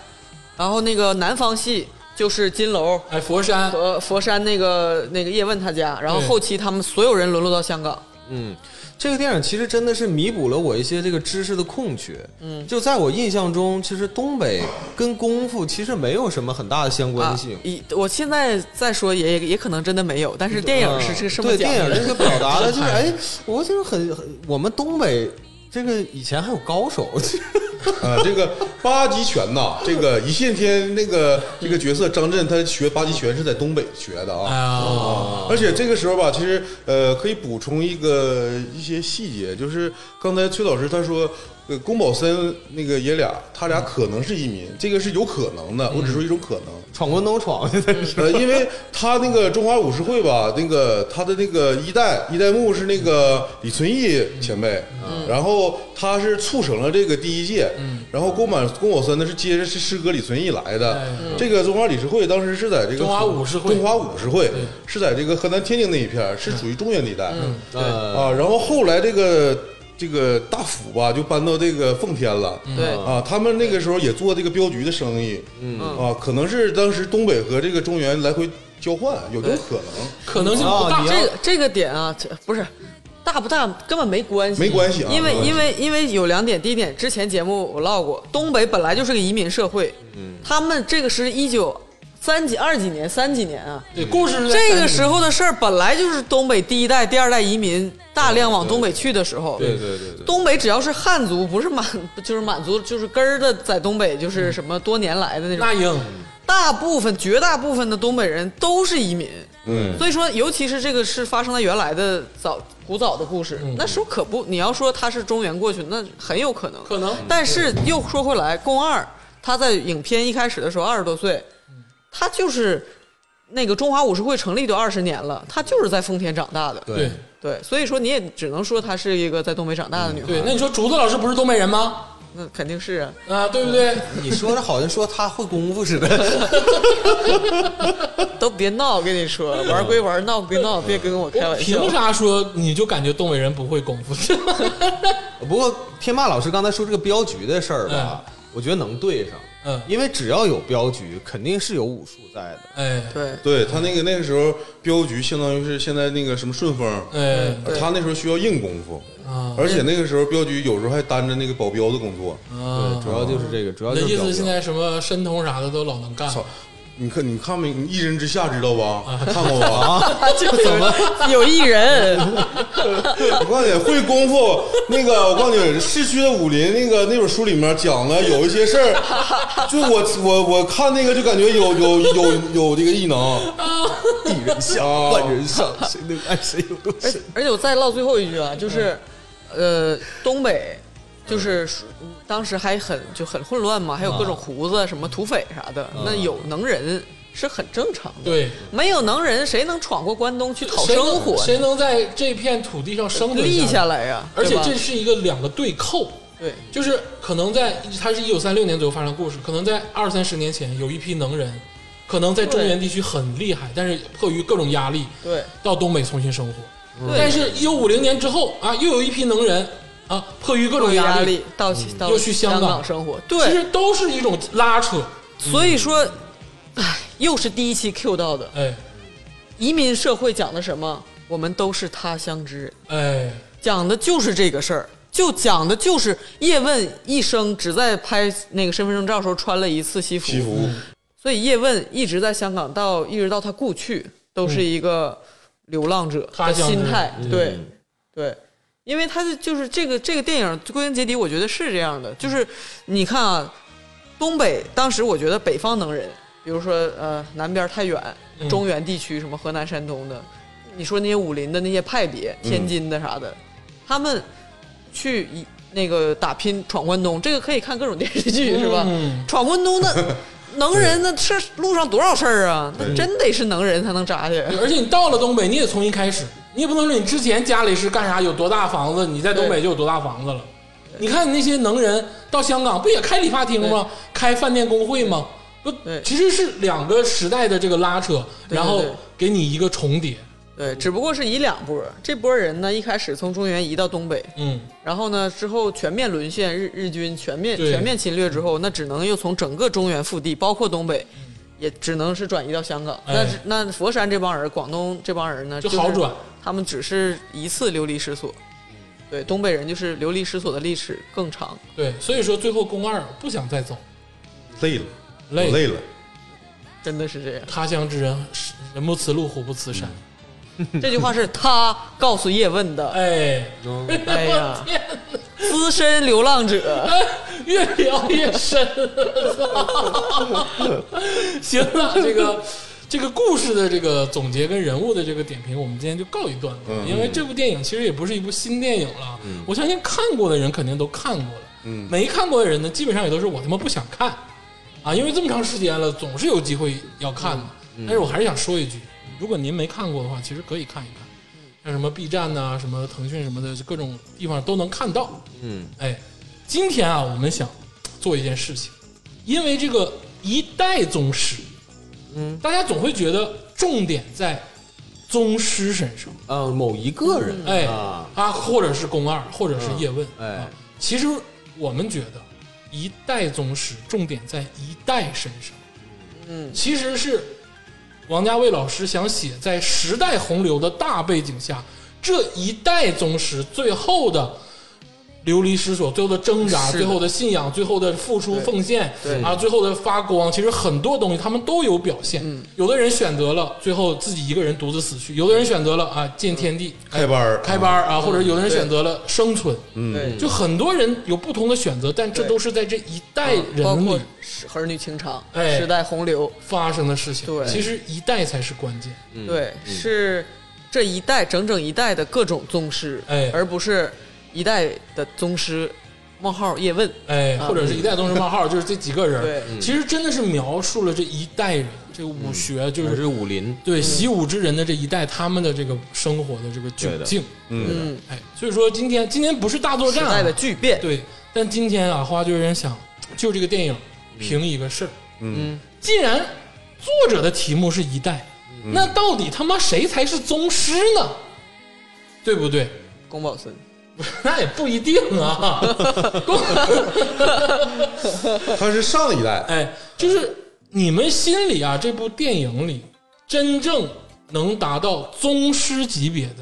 Speaker 2: 然后那个南方系就是金楼
Speaker 1: 哎，佛山，
Speaker 2: 和佛山那个那个叶问他家，然后
Speaker 1: 对
Speaker 2: 后期他们所有人沦落到香港，
Speaker 4: 嗯，这个电影其实真的是弥补了我一些这个知识的空缺。嗯，就在我印象中，其实东北跟功夫其实没有什么很大的相关
Speaker 2: 啊
Speaker 4: 性。，
Speaker 2: 一我现在再说也也可能真的没有，但是电影是这个这么
Speaker 4: 嗯对
Speaker 2: 讲
Speaker 4: 电影这
Speaker 2: 的，
Speaker 4: 个表达的就是，哎，我就是很很，我们东北这个以前还有高手，
Speaker 3: 啊，这个八极拳呐，这个一线天那个这个角色张震，他学八极拳是在东北学的
Speaker 4: 哦
Speaker 1: 啊、
Speaker 3: 啊。而且这个时候吧，其实呃，可以补充一个一些细节，就是刚才崔老师他说，呃，宫保森那个爷俩，他俩可能是移民，这个是有可能的，我只说一种可能。
Speaker 4: 闯关东闯去
Speaker 2: 嗯
Speaker 4: 的。
Speaker 3: 呃，因为他那个中华武士会吧，那个他的那个一代一代目是那个李存义前辈，
Speaker 1: 嗯
Speaker 3: 然后他是促成了这个第一届，然后宫满宫保森呢是接着是师哥李存义来的，
Speaker 1: 哎
Speaker 3: 这个中华理事会当时是在这个
Speaker 1: 中华武士会嗯
Speaker 3: 中华武士会是在这个河南天津那一片儿，是属于中原地带，
Speaker 4: 呃，
Speaker 3: 啊，然后后来这个这个大府吧，就搬到这个奉天了。
Speaker 2: 对
Speaker 3: 啊，他们那个时候也做这个镖局的生意，嗯啊，可能是当时东北和这个中原来回交换，有这种可能，
Speaker 1: 可能性不
Speaker 4: 啊
Speaker 1: 大
Speaker 4: 你，要
Speaker 2: 这个这个点啊，这不是大不大根本没关系，
Speaker 3: 没关系啊
Speaker 2: 因为
Speaker 3: 没关系
Speaker 2: 因为因为有两点，第一点，之前节目我唠过，东北本来就是个移民社会，嗯，他们这个是一九三几二几年三几年啊，
Speaker 1: 对，故事是在
Speaker 2: 这个
Speaker 1: 山里
Speaker 2: 时候的事儿本来就是东北第一代、第二代移民大量往东北去的时候，
Speaker 4: 对对对对，
Speaker 2: 东北只要是汉族，不是满 就是满族，就是根儿的，在东北就是什么多年来的那种
Speaker 1: 嗯那，英，
Speaker 2: 大部分绝大部分的东北人都是移民，
Speaker 3: 嗯，
Speaker 2: 所以说，尤其是这个是发生在原来的早古早的故事，
Speaker 1: 嗯
Speaker 2: 那时候可不，你要说他是中原过去，那很有可能。
Speaker 1: 可能
Speaker 2: 但是又说
Speaker 1: 嗯
Speaker 2: 回来，宫二他在影片一开始的时候二十多岁，他就是那个中华武术会成立都二十年了，她就是在丰田长大的，
Speaker 1: 对
Speaker 2: 对，所以说你也只能说她是一个在东北长大的女孩，
Speaker 1: 对，那你说竹子老师不是东北人吗？
Speaker 2: 那肯定是啊。
Speaker 1: 啊，对不对？
Speaker 4: 你说的好像说他会功夫似的，
Speaker 2: 都别闹，我跟你说，玩归玩，闹归闹，别跟我开玩笑
Speaker 1: 凭。啥说你就感觉东北人不会功夫？
Speaker 4: 不过天霸老师刚才说这个镖局的事儿吧，我觉得能对上，
Speaker 1: 嗯
Speaker 4: 因为只要有镖局，肯定是有武术在的。
Speaker 1: 哎，
Speaker 2: 对，
Speaker 3: 对他那个那个时候镖局相当于是现在那个什么顺丰，
Speaker 4: 嗯
Speaker 1: 哎，
Speaker 2: 对
Speaker 3: 他那时候需要硬功夫，
Speaker 1: 啊
Speaker 3: 而且那个时候镖局有时候还担着那个保镖的工作。
Speaker 1: 啊！
Speaker 4: 主要就是这个，主要
Speaker 1: 你
Speaker 4: 就
Speaker 1: 的
Speaker 4: 是
Speaker 1: 意
Speaker 4: 镖
Speaker 1: 思
Speaker 4: 局
Speaker 1: 现在什么申通啥的都老能干了
Speaker 3: 操，你看你看没？你一人之下知道吧？
Speaker 4: 啊
Speaker 3: 看过 吧？
Speaker 2: 他就是有艺人，
Speaker 3: 我告诉你，会功夫那个，我告诉你，市区的武林那个那本书里面讲的有一些事儿，就我我我看那个就感觉有有有有这个异能，
Speaker 4: 一人下
Speaker 3: 啊
Speaker 4: 万人上，谁能爱谁有多
Speaker 2: 而
Speaker 4: 深？
Speaker 2: 而且我再唠最后一句啊，就是，
Speaker 1: 嗯
Speaker 2: 呃，东北就是属当时还很就很混乱嘛，还有各
Speaker 1: 嗯
Speaker 2: 种胡子、什么土匪啥的，那有能人是很正常的。
Speaker 1: 对，
Speaker 2: 没有能人，谁能闯过关东去讨
Speaker 1: 谁
Speaker 2: 生
Speaker 1: 能
Speaker 2: 活呢？啊
Speaker 1: 谁能在这片土地上生存
Speaker 2: 立
Speaker 1: 下
Speaker 2: 下
Speaker 1: 来？
Speaker 2: 来呀？
Speaker 1: 而且
Speaker 2: 对吧
Speaker 1: 这是一个两个对扣，
Speaker 2: 对
Speaker 1: 就是可能在它是一九三六年左右发生的故事，可能在二三十年前有一批能人，可能在中原地区很厉害，但是迫于各种压力
Speaker 2: 对
Speaker 1: 到东北重新生活。
Speaker 2: 对，
Speaker 1: 嗯但是，一九五零年之后啊，又有一批能人啊，迫于各种
Speaker 2: 压
Speaker 1: 力，嗯
Speaker 2: 力到到
Speaker 1: 又去香
Speaker 2: 香
Speaker 1: 港
Speaker 2: 港生活，对，
Speaker 1: 其实都是一种拉扯。
Speaker 2: 所以说，唉，又是第一期 Q 到的
Speaker 1: 哎
Speaker 2: 移民社会讲的什么？我们都是他乡之人，
Speaker 1: 哎，
Speaker 2: 讲的就是这个事儿，就讲的就是叶问一生只在拍那个身份证照时候穿了一次西服，
Speaker 3: 西服
Speaker 2: 所以叶问一直在香港到一直到他故去都是一个流浪者
Speaker 1: 他
Speaker 2: 的
Speaker 1: 乡之人
Speaker 2: 心态，对对。因为他的就是这个这个电影，归根结底，我觉得是这样的，就是你看啊，东北当时我觉得北方能人，比如说呃南边太远，中原地区什么河南、山东的，你说那些武林的那些派别，天津的啥的，他们去一那个打拼闯关东，这个可以看各种电视剧、是
Speaker 1: 嗯
Speaker 2: 吧？闯关东 那能人那是路上多少事儿啊，那真得是能人才能扎去。
Speaker 1: 而且你到了东北，你也从一开始，你也不能说你之前家里是干啥有多大房子，你在东北就有多大房子了。你看你那些能人到香港不也开理发厅吗？开饭店工会吗？不
Speaker 2: 对，
Speaker 1: 其实是两个时代的这个拉扯，
Speaker 2: 对
Speaker 1: 然后
Speaker 2: 对
Speaker 1: 给你一个重叠。
Speaker 2: 对，只不过是以两波，这波人呢一开始从中原移到东北，
Speaker 1: 嗯，
Speaker 2: 然后呢，之后全面沦陷，日日军全面
Speaker 1: 对
Speaker 2: 全面侵略之后，那只能又从整个中原腹地，包括东北，也只能是转移到香港。
Speaker 1: 嗯哎
Speaker 2: 那是那佛山这帮人，广东这帮人呢，
Speaker 1: 就是好转，嗯
Speaker 2: 他们只是一次流离失所。对，东北人就是流离失所的历史更长。
Speaker 1: 对，所以说最后宫二不想再走，
Speaker 3: 累了，
Speaker 1: 累，
Speaker 3: 我累了。
Speaker 2: 真的是这样
Speaker 1: 他乡之人，人不辞路，虎不辞山。
Speaker 2: 这句话是他告诉叶问的。
Speaker 1: 哎，
Speaker 2: 哎
Speaker 1: 我
Speaker 2: 呀，
Speaker 1: 天哪！
Speaker 2: 资深流浪者，
Speaker 1: 越聊越深。 行了，这个这个故事的这个总结跟人物的这个点评，我们今天就告一段落。因为这部电影其实也不是一部新电影了，我相信看过的人肯定都看过了。
Speaker 3: 嗯
Speaker 1: 没看过的人呢，基本上也都是我他妈不想看啊，因为这么长时间了，总是有机会要看的。但是我还是想说一句，如果您没看过的话，其实可以看一看。像什么 B 站呐、什么腾讯什么的，就各种地方都能看到。
Speaker 4: 嗯，
Speaker 1: 哎，今天啊，我们想做一件事情，因为这个一代宗师，嗯，大家总会觉得重点在宗师身上，
Speaker 4: 啊，某一个人，
Speaker 1: 哎
Speaker 4: 啊，
Speaker 1: 或者是宫二，或者是叶问，
Speaker 4: 嗯哎
Speaker 1: 啊其实我们觉得一代宗师重点在一代身上，
Speaker 2: 嗯，
Speaker 1: 其实是王家卫老师想写在时代洪流的大背景下，这一代宗师最后的流离失所、最后的挣扎、
Speaker 2: 是的
Speaker 1: 最后的信仰、最后的付出奉献，
Speaker 2: 对
Speaker 1: 啊，最后的发光，其实很多东西他们都有表现。
Speaker 2: 嗯
Speaker 1: 有的人选择了最后自己一个人独自死去，有的人选择了啊
Speaker 2: 嗯
Speaker 1: 见天地、
Speaker 3: 开班儿，
Speaker 1: 开班儿啊，或者有的人
Speaker 2: 对
Speaker 1: 选择了生存。
Speaker 2: 对，
Speaker 1: 就很多人有不同的选择，但这
Speaker 2: 对
Speaker 1: 都是在这一代
Speaker 2: 啊包
Speaker 1: 人
Speaker 2: 括
Speaker 1: 里
Speaker 2: 儿女情长、
Speaker 1: 哎
Speaker 2: 时代洪流，
Speaker 1: 发生的事情。
Speaker 2: 对嗯
Speaker 1: 其实一代才是关键。
Speaker 4: 嗯
Speaker 2: 对，是这一代整整一代的各种宗师，
Speaker 1: 哎
Speaker 2: 而不是一代的宗师冒号也问，
Speaker 1: 哎，
Speaker 2: 啊
Speaker 1: 或者是一代宗师冒号，就是这几个人，嗯
Speaker 2: 对，嗯
Speaker 1: 其实真的是描述了这一代人，这个武学就
Speaker 4: 还
Speaker 1: 是
Speaker 4: 是武林，
Speaker 1: 对习武之人的这一代，他们的这个生活的这个
Speaker 4: 对
Speaker 1: 窘
Speaker 4: 的
Speaker 1: 境。
Speaker 3: 嗯，
Speaker 2: 嗯，
Speaker 1: 哎，所以说今天今天不是大作
Speaker 2: 时
Speaker 1: 战
Speaker 2: 代的
Speaker 1: 啊，
Speaker 2: 巨变，
Speaker 1: 对，但今天啊，花就有点想就这个电影评一个事儿，
Speaker 3: 嗯，
Speaker 1: 既然作者的题目是一代，那到底他妈谁才是宗师呢？对不对？
Speaker 2: 宫保森，
Speaker 1: 那也不一定啊。
Speaker 3: 他是上一代，
Speaker 1: 哎，就是你们心里啊，这部电影里真正能达到宗师级别的，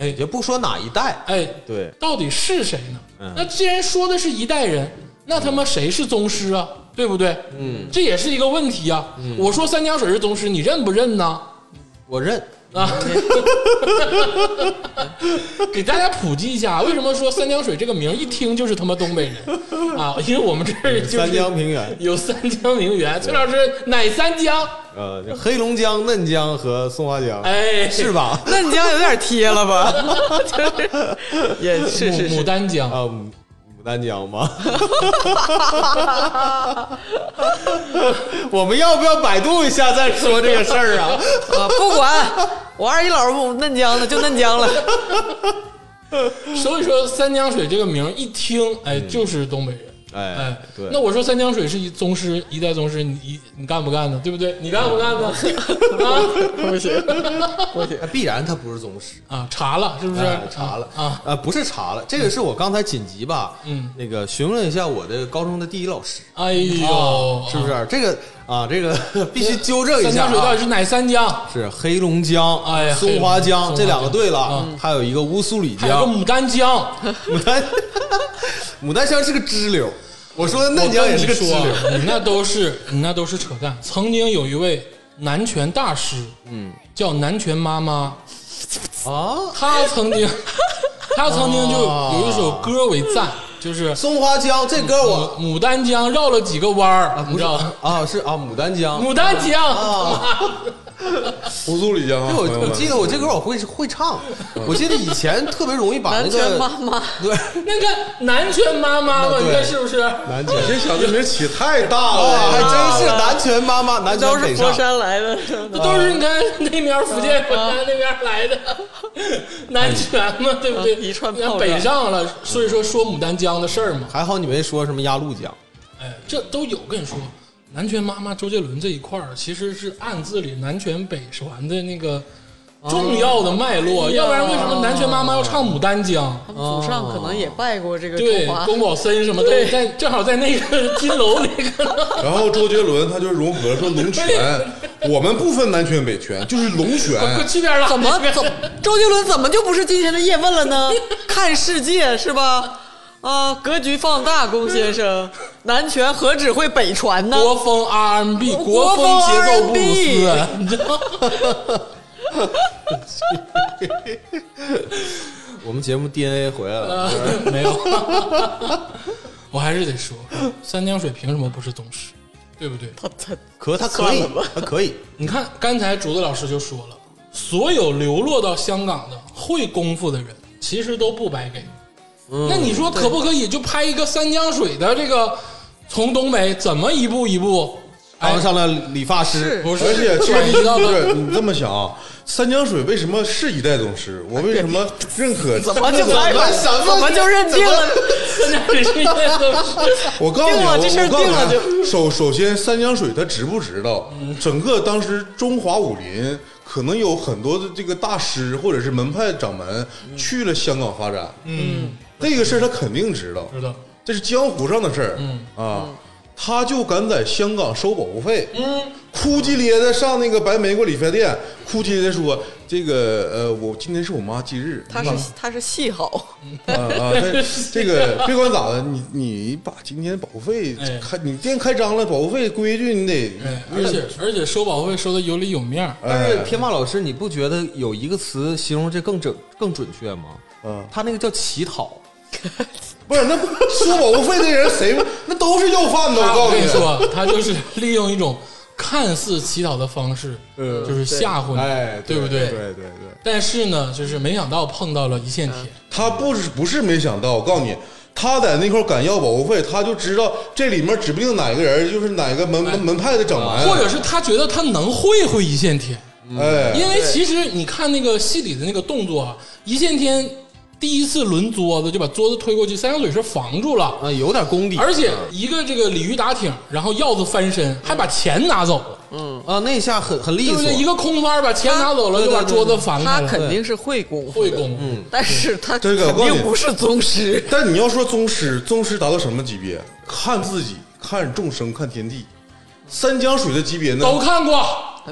Speaker 1: 哎
Speaker 4: 也不说哪一代，
Speaker 1: 哎，
Speaker 4: 对，
Speaker 1: 到底是谁呢？
Speaker 4: 嗯
Speaker 1: 那既然说的是一代人，那他妈谁是宗师啊？对不对？嗯，这也是一个问题啊。
Speaker 4: 嗯
Speaker 1: 我说三江水是宗师，你认不认呢？
Speaker 4: 我认，
Speaker 1: 啊，给大家普及一下，啊为什么说三江水这个名儿一听就是他妈东北人啊？因为我们这儿就是
Speaker 4: 三江平 原，
Speaker 1: 有三江名媛，崔老师哪三江？
Speaker 4: 呃，黑龙江、嫩江和松花江，
Speaker 1: 哎，
Speaker 4: 是吧？
Speaker 2: 那你这样有点贴了 吧？就是也是是
Speaker 1: 牡牡
Speaker 2: 是，
Speaker 1: 丹江，
Speaker 4: 啊，牡牡丹江 吗？我们要不要百度一下再说这个事儿啊？
Speaker 2: 啊，不管我二姨姥儿不嫩江的就嫩江了，
Speaker 1: 所以说三江水这个名儿一听，哎，
Speaker 4: 嗯
Speaker 1: 就是东北人。哎
Speaker 4: 哎，，对，
Speaker 1: 那我说三江水是一宗师，一代宗师，你你你干不干呢？对不对？你干不干 呢？啊
Speaker 2: 不行，
Speaker 4: 那哎必然他不是宗师。
Speaker 1: 啊，查了是不是
Speaker 4: 哎？查了
Speaker 1: 啊，
Speaker 4: 呃，不是查了，这个是我刚才紧急吧，
Speaker 1: 嗯，
Speaker 4: 那个询问一下我的高中的地理老师，
Speaker 1: 哎呦，
Speaker 4: 是不是这个啊？这 个必须纠正一
Speaker 1: 三
Speaker 4: 下
Speaker 1: 江水到
Speaker 4: 啊
Speaker 1: 底，是哪三江？
Speaker 4: 是黑龙江、
Speaker 1: 哎呀
Speaker 4: 松花江
Speaker 1: 黑龙江
Speaker 4: 这两个对
Speaker 1: 松花
Speaker 4: 了
Speaker 1: 江，
Speaker 4: 还有一个乌苏里
Speaker 1: 还有个
Speaker 4: 江，
Speaker 1: 牡丹江，
Speaker 4: 牡丹牡丹江是个支流，我说的
Speaker 1: 我
Speaker 4: 嫩
Speaker 1: 跟
Speaker 4: 江也
Speaker 1: 你
Speaker 4: 是个支
Speaker 1: 说啊
Speaker 4: 流，
Speaker 1: 你那都是你那都是扯淡。曾经有一位南拳大师，嗯，叫南拳妈妈，
Speaker 4: 啊，
Speaker 1: 她曾 经她曾经就
Speaker 4: 哦
Speaker 1: 有一首歌为赞，就是
Speaker 4: 松花江这歌我
Speaker 1: 牡牡丹江绕了几个弯儿，你知
Speaker 4: 不是
Speaker 1: 道吗？
Speaker 4: 啊，是啊，牡丹 江，
Speaker 1: 牡丹江，
Speaker 2: 啊
Speaker 3: 胡苏里江啊，
Speaker 4: 这哎我
Speaker 3: 朋友
Speaker 4: 我
Speaker 3: 们
Speaker 4: 记得我这歌我会会 唱，我记得以前特别容易把那
Speaker 2: 南拳
Speaker 4: 个
Speaker 2: 妈妈，
Speaker 4: 对
Speaker 1: 那个南拳妈妈嘛，
Speaker 4: 那对
Speaker 1: 你看是不是？
Speaker 4: 南拳。
Speaker 3: 这小子名儿起太大
Speaker 4: 哦，还
Speaker 3: 了，
Speaker 4: 真是南拳妈妈，南
Speaker 2: 都
Speaker 4: 拳
Speaker 2: 是
Speaker 4: 北
Speaker 2: 佛
Speaker 4: 上。
Speaker 2: 山来 的，
Speaker 1: 这都是你看那边福建本
Speaker 2: 啊
Speaker 1: 山那边来的 南拳嘛，对不对？
Speaker 2: 啊一串炮仗嗯
Speaker 1: 人家北上了，所以说说牡丹江的事儿嘛，
Speaker 4: 还好你没说什么鸭绿江，
Speaker 1: 哎，这都有。跟你说，南拳妈妈、周杰伦这一块儿，其实是暗自里南拳北传的那个
Speaker 2: 哦
Speaker 1: 重要的脉
Speaker 2: 哎
Speaker 1: 络，要不然为什么南拳妈妈要唱牡丹江？
Speaker 2: 他们祖上可能也拜过这个
Speaker 1: 对
Speaker 2: 啊中华，，
Speaker 1: 宫保森什么都在，正好在那个金楼那个，
Speaker 3: 然后周杰伦他就融合了说龙泉，我们不分南拳北拳，就是龙泉。
Speaker 1: 快 去边儿了。
Speaker 2: 哎怎 么怎么周杰伦怎么就不是今天的叶问了 呢？看世界是吧？啊，格局放大，龚先 生，南拳何止会北传呢？
Speaker 1: 国风 R&B，
Speaker 2: 国
Speaker 1: 国
Speaker 2: 风
Speaker 1: 风节奏布鲁
Speaker 2: R&B
Speaker 1: 斯，你知道吗？
Speaker 4: 我们节目 DNA 回来了。
Speaker 1: 呃没有， 我还是得说，三江水凭什么不是宗师？对不对？
Speaker 2: 他他
Speaker 4: 可他 可以
Speaker 2: 算了吧，
Speaker 4: 他可以，
Speaker 1: 你看刚才竹子老师就说了，所有流落到香港的会功夫的人，其实都不白给。
Speaker 3: 嗯
Speaker 1: 那你说可不可以就拍一个三江水的这个从东北怎么一步一步？哎
Speaker 4: 当，上了理发师。
Speaker 1: 不哎是，
Speaker 3: 而且其实
Speaker 1: 转
Speaker 3: 你
Speaker 1: 移到
Speaker 3: 不
Speaker 1: 了
Speaker 3: 是你这么想啊，三江水为什么是一代宗师？我为 什么认可？
Speaker 2: 怎么就拍了？
Speaker 4: 怎么
Speaker 2: 怎么就认定了？
Speaker 1: 三江水是一代宗师。
Speaker 3: 我告诉你，
Speaker 2: 定了
Speaker 3: 我
Speaker 2: 这事儿
Speaker 3: 我告诉
Speaker 2: 定了
Speaker 3: 你啊，首首先，三江水它知不知道？整个当时中华武林可能有很多的这个大师或者是门派掌门
Speaker 2: 嗯
Speaker 3: 去了香港发展，
Speaker 1: 嗯，
Speaker 3: 这个事儿他肯定知道，
Speaker 1: 知道。
Speaker 3: 这是江湖上的事儿。
Speaker 1: 嗯
Speaker 3: 啊，他就敢在香港收保护费。嗯，哭唧咧的上那个白玫瑰理发店，哭唧咧的说：“这个呃，我今天是我妈忌日，
Speaker 2: 他
Speaker 3: 啊
Speaker 2: 是他是戏好，
Speaker 3: 啊啊，这这个别管咋的，你你把今天保护费
Speaker 1: 哎
Speaker 3: 开，你店开张了，保护费规矩你得，
Speaker 1: 哎，而且而且收保护费收的有理有面儿，
Speaker 4: 但是
Speaker 3: 哎，
Speaker 4: 天霸老师，你不觉得有一个词形容这更准更准确吗？
Speaker 3: 啊，
Speaker 4: 他那个叫乞讨，
Speaker 3: 不是那收保护费的人谁那都是要饭的，
Speaker 1: 他
Speaker 3: 告
Speaker 1: 我
Speaker 3: 诉
Speaker 1: 跟
Speaker 3: 你
Speaker 1: 你， 说，他就是利用一种看似乞讨的方 式，
Speaker 3: 嗯
Speaker 1: 就是吓唬你，
Speaker 4: 哎，
Speaker 1: 呃对不
Speaker 4: 对？
Speaker 1: 对？
Speaker 4: 对对，
Speaker 2: 嗯
Speaker 1: 但是呢，就是没想到碰到了一线铁，
Speaker 3: 他不是不是没想到，我告诉你，他在那块儿敢要保护费，他就知道这里面指不定哪个人就是哪个门门门派的掌门，
Speaker 1: 或者是他觉得他能会会一线天，
Speaker 3: 哎，
Speaker 1: 因为其实你看那个戏里的那个动作啊，一线天第一次抡桌子就把桌子推过去，三张嘴是防住了，
Speaker 4: 啊，有点功底，
Speaker 1: 而且一个这个鲤鱼打挺，然后鹞子翻身，还把钱拿走了，
Speaker 4: 啊，那一下很很利
Speaker 1: 对不对？一
Speaker 4: 索，
Speaker 1: 个空翻把钱拿走了，
Speaker 2: 他
Speaker 1: 就把桌子翻开
Speaker 2: 他
Speaker 1: 了，
Speaker 2: 肯定是会功夫
Speaker 1: 会
Speaker 2: 的，
Speaker 1: 功。嗯，
Speaker 2: 但是他
Speaker 3: 这
Speaker 2: 肯
Speaker 3: 个我告诉你
Speaker 2: 定不是宗师。
Speaker 3: 但你要说宗师，宗师达到什么级别？看自己，看众生，看天地。三江水的级别呢？哎
Speaker 1: 都看过。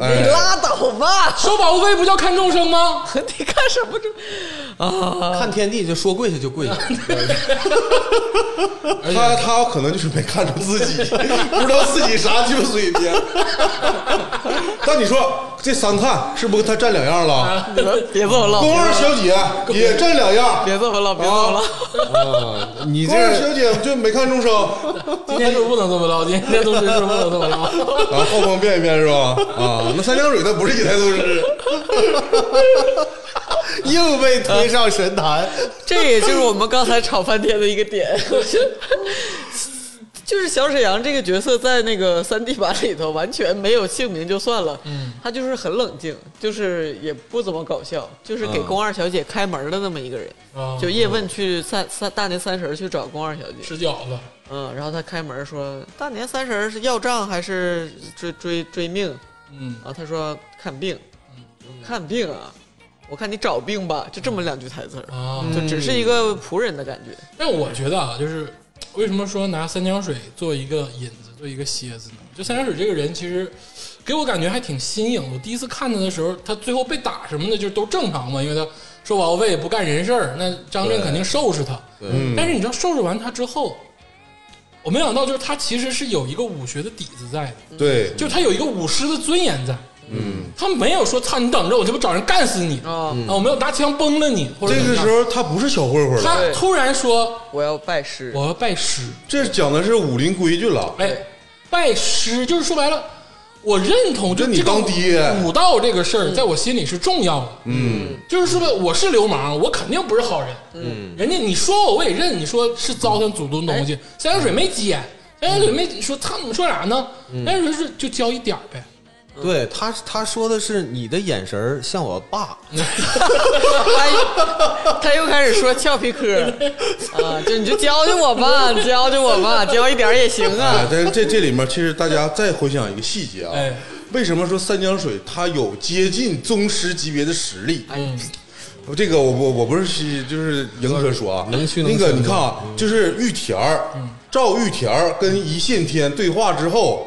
Speaker 1: 哎
Speaker 2: 你拉倒吧！
Speaker 1: 收保护费不叫看众生吗？
Speaker 2: 你看什么这啊？
Speaker 4: 看天地就说跪下 就跪下，
Speaker 3: 他他可能就是没看出自己， 不知道自己啥鸡巴水平。 但你说这三探是不是他占两样了？
Speaker 2: 你们别这么唠，
Speaker 3: 啊宫二小姐也占两样，
Speaker 2: 别这么唠，别这么唠。
Speaker 4: 啊， 你
Speaker 3: 宫二
Speaker 4: 这
Speaker 3: 小姐就没看众生，
Speaker 1: 今天就是不能这么唠，今天都是不能这么唠。
Speaker 3: 然啊后后方变一变是吧？啊，那三江水它不是一台宗 师，
Speaker 4: 硬被推上神坛，
Speaker 2: 这也就是我们刚才吵翻天的一个点， 就是小沈阳这个角色在那个三 D 版里头完全没有姓名就算了，嗯，他就是很冷静，就是也不怎么搞笑，就是给宫二小姐开门的那么一个人，
Speaker 1: 啊
Speaker 2: 就叶问去三三大年三十儿去找宫二小姐，
Speaker 1: 吃饺子，
Speaker 2: 嗯，然后他开门说大年三十儿是要账还是追追追命？
Speaker 1: 嗯，
Speaker 2: 然后他说看病，看病啊，我看你找病吧，就这么两句台词儿
Speaker 1: 啊
Speaker 2: 就只是一个仆人的感觉。
Speaker 1: 但我觉得啊，就是为什么说拿三江水做一个引子，做一个蝎子呢？就三江水这个人，其实给我感觉还挺新颖。我第一次看他的时候，他最后被打什么的，就都正常嘛，因为他收保护费也不干人事儿，那张震肯定收拾他。
Speaker 3: 嗯
Speaker 1: 但是你知道，收拾完他之后，我没想到就是他其实是有一个武学的底子在的，
Speaker 3: 对，
Speaker 1: 就是他有一个武师的尊严在。
Speaker 3: 嗯。
Speaker 1: 他没有说操你等着我，这不找人干死你啊！
Speaker 2: 哦，
Speaker 1: 我没有拿枪崩了你，或者
Speaker 3: 这
Speaker 1: 怎么样
Speaker 3: 个时候他不是小混混了，
Speaker 1: 他突然说
Speaker 2: 我要拜师。
Speaker 1: 我要拜师，
Speaker 3: 这讲的是武林规矩了。
Speaker 1: 哎，拜师就是说白了，我认同就
Speaker 3: 这你
Speaker 1: 这个
Speaker 3: 当爹
Speaker 1: 武道这个事儿，在我心里是重要的。嗯，就是说白了我是流氓，我肯定不是好人。嗯，人家你说我我也认，你说是糟蹋祖宗
Speaker 3: 哎
Speaker 1: 东西，三江水没奸，
Speaker 3: 嗯
Speaker 1: 三江水没你说他你说啥呢？三江水是就教一点儿呗。
Speaker 4: 对他他说的是你的眼神儿像我爸，
Speaker 2: 他他又开始说俏皮嗑 啊，就你就教教我吧，你教教我吧，教一点儿也行
Speaker 3: 哎
Speaker 1: 嗯
Speaker 2: 啊，。
Speaker 3: 但是这这里面其实大家再回想一个细节啊，
Speaker 1: 哎
Speaker 3: 为什么说三江水他有接近宗师级别的实力？
Speaker 1: 嗯，
Speaker 3: 哦这个我我我不是虚就是迎合说啊，
Speaker 4: 能虚能
Speaker 3: 那
Speaker 4: 行
Speaker 3: 个你看啊，就是玉田儿，赵玉田儿跟一线天对话之后。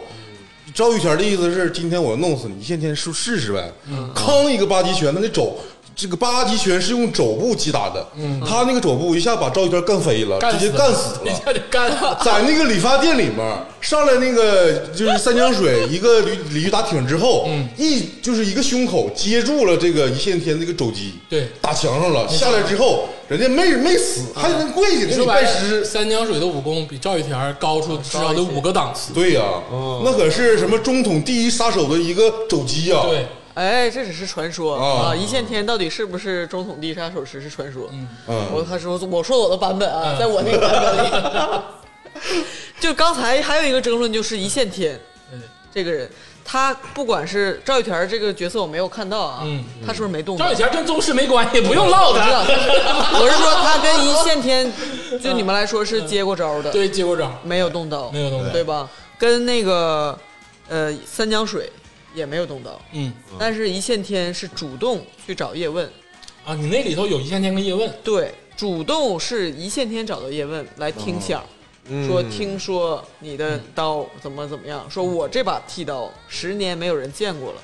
Speaker 3: 赵玉田的意思是，今天我要弄死你，一线天试试试呗，康一个八极拳，他那肘，这个八极拳是用肘部击打的，他那个肘部一下把赵玉田干飞了，
Speaker 1: 干
Speaker 3: 直接干死
Speaker 1: 一
Speaker 3: 了，
Speaker 1: 下就干死了。
Speaker 3: 在那个理发店里面上来那个就是三江水一个鲤鲤鱼打挺之后，
Speaker 1: 嗯
Speaker 3: 一就是一个胸口接住了这个一线天这个肘击，
Speaker 1: 对嗯
Speaker 3: 打墙上了。下来之后，人家没没死，还能跪下给
Speaker 1: 说
Speaker 3: 你
Speaker 1: 白
Speaker 3: 拜
Speaker 1: 了，
Speaker 3: 师。
Speaker 1: 三江水的武功比赵玉田高出至少得五个档次。
Speaker 3: 对呀、啊
Speaker 1: 哦
Speaker 3: 那可是什么中统第一杀手的一个肘击啊呀、
Speaker 1: 对，
Speaker 2: 哎，这只是传说
Speaker 3: 啊
Speaker 1: 哦
Speaker 2: 啊！一线天到底是不是中统第一杀手只是传说？嗯
Speaker 3: 嗯
Speaker 2: 我他说我说我的版本
Speaker 1: 嗯
Speaker 2: 啊，在我那个版本 里，就刚才还有一个争论就是一线天
Speaker 1: 嗯
Speaker 2: 这个人，他不管是赵玉田儿这个角色我没有看到啊，
Speaker 1: 嗯
Speaker 2: 他是不是没动过？
Speaker 1: 赵玉田跟宗师没关系，不用唠
Speaker 2: 我知道，
Speaker 1: 他。
Speaker 2: 我是说他跟一线天，就你们来说是接过招的，，
Speaker 1: 对，接过招，
Speaker 2: 没有动刀，
Speaker 1: 没有动刀
Speaker 2: 对吧？跟那个呃三江水也没有动刀，
Speaker 1: 嗯
Speaker 2: 但是一线天是主动去找叶问，
Speaker 1: 啊，你那里头有一线天跟叶问，
Speaker 2: 对，主动是一线天找到叶问来听响。
Speaker 4: 哦嗯
Speaker 2: 说听说你的刀怎么怎么样？说我这把剃刀十年没有人见过了，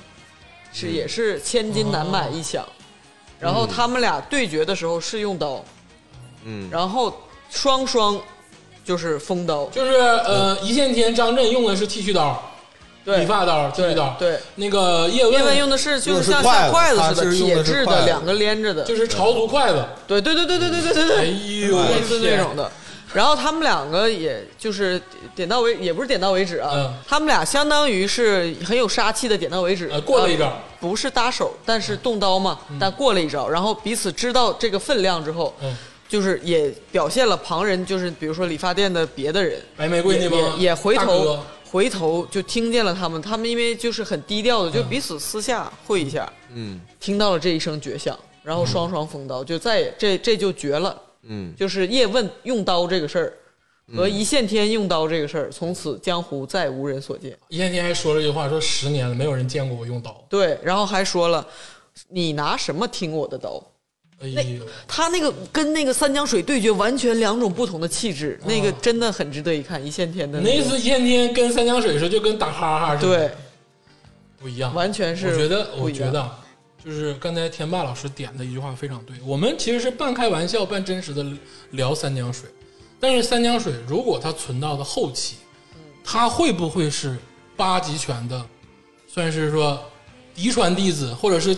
Speaker 2: 是也是千金难买一响。然后他们俩对决的时候是用刀，
Speaker 4: 嗯，
Speaker 2: 然后双双就是封刀，
Speaker 1: 就是呃，一线天张震用的是剃须刀，理
Speaker 2: 对
Speaker 1: 发刀、剃须刀，
Speaker 2: 对，
Speaker 1: 那个叶问
Speaker 2: 叶问用的是就
Speaker 4: 用的是
Speaker 2: 像
Speaker 4: 筷
Speaker 2: 像
Speaker 4: 子
Speaker 2: 筷子似
Speaker 4: 他
Speaker 2: 的
Speaker 4: 是用
Speaker 2: 铁
Speaker 4: 的是
Speaker 2: 制
Speaker 4: 筷
Speaker 2: 的
Speaker 4: 子
Speaker 2: 两个连着的，
Speaker 1: 就是朝族筷子，
Speaker 2: 对对对对对对对对
Speaker 1: 哎
Speaker 2: 对，
Speaker 1: 呦，
Speaker 2: 类似
Speaker 1: 我
Speaker 2: 那
Speaker 1: 天
Speaker 2: 种，的。然后他们两个也就是点到为，也不是点到为止啊，
Speaker 1: 嗯
Speaker 2: 他们俩相当于是很有杀气的点到为止，
Speaker 1: 呃，过了一招嗯
Speaker 2: 啊，不是搭手，但是动刀嘛，但过了一招，然后彼此知道这个分量之后，
Speaker 1: 嗯
Speaker 2: 就是也表现了旁人，就是比如说理发店的别的人，
Speaker 1: 白玫瑰那
Speaker 2: 也
Speaker 1: 帮
Speaker 2: 也也回
Speaker 1: 大
Speaker 2: 头
Speaker 1: 哥
Speaker 2: 回头就听见了他们，他们因为就是很低调的，就彼此私下会一下，
Speaker 4: 嗯
Speaker 2: 听到了这一声绝响，
Speaker 1: 嗯
Speaker 2: 然后双双封刀，就再也这这就绝了。
Speaker 4: 嗯，
Speaker 2: 就是叶问用刀这个事儿
Speaker 1: 嗯
Speaker 2: 和一线天用刀这个事儿，从此江湖再无人所见。
Speaker 1: 一天天还说了一句话，说十年了没有人见过我用刀。
Speaker 2: 对，然后还说了，你拿什么听我的刀？
Speaker 1: 哎呦，
Speaker 2: 他那个跟那个三江水对决，完全两种不同的气质，那个真的很值得一看。一线天的
Speaker 1: 嗯那意
Speaker 2: 个
Speaker 1: 思一天天跟三江水似的，就跟打哈哈似的，
Speaker 2: 对，
Speaker 1: 不一样。
Speaker 2: 完全是
Speaker 1: 我觉得，
Speaker 2: 不
Speaker 1: 我
Speaker 2: 一
Speaker 1: 觉
Speaker 2: 样
Speaker 1: 得啊，就是刚才田霸老师点的一句话非常对。我们其实是半开玩笑、半真实的聊三江水，但是三江水如果它存到的后期，
Speaker 2: 嗯
Speaker 1: 它会不会是八极拳的，算是说嫡传弟子，或者是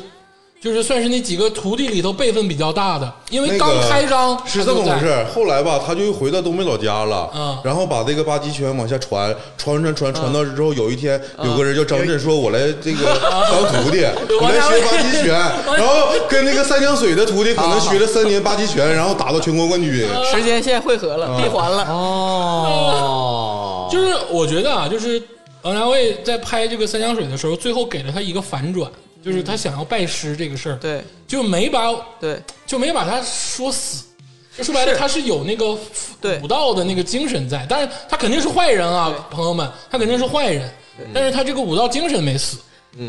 Speaker 1: 就是算是那几个徒弟里头辈分比较大的？因为
Speaker 3: 那
Speaker 1: 刚
Speaker 3: 个
Speaker 1: 开张
Speaker 3: 是这么回事
Speaker 1: 他就在，
Speaker 3: 儿。后来吧，他就又回到东北老家了，
Speaker 1: 嗯
Speaker 3: 然后把这个八极拳往下传，传传传传到之后，有一天有个人叫张震说：“我来这个当徒弟，我来学八极拳。”然后跟那个三江水的徒弟可能学了三年八极拳，然后打到全国冠军。
Speaker 2: 时间线汇合了，闭环了。
Speaker 4: 哦，
Speaker 1: 就是我觉得啊，就是王家卫在拍这个三江水的时候，最后给了他一个反转，就是他想要拜师这个事儿，
Speaker 2: 对
Speaker 1: 就没把
Speaker 2: 对
Speaker 1: 就没把他说死。就说白了，
Speaker 2: 是
Speaker 1: 他是有那个
Speaker 2: 对
Speaker 1: 武道的那个精神在，但是他肯定是坏人啊，朋友们，他肯定是坏人，但是他这个武道精神没死。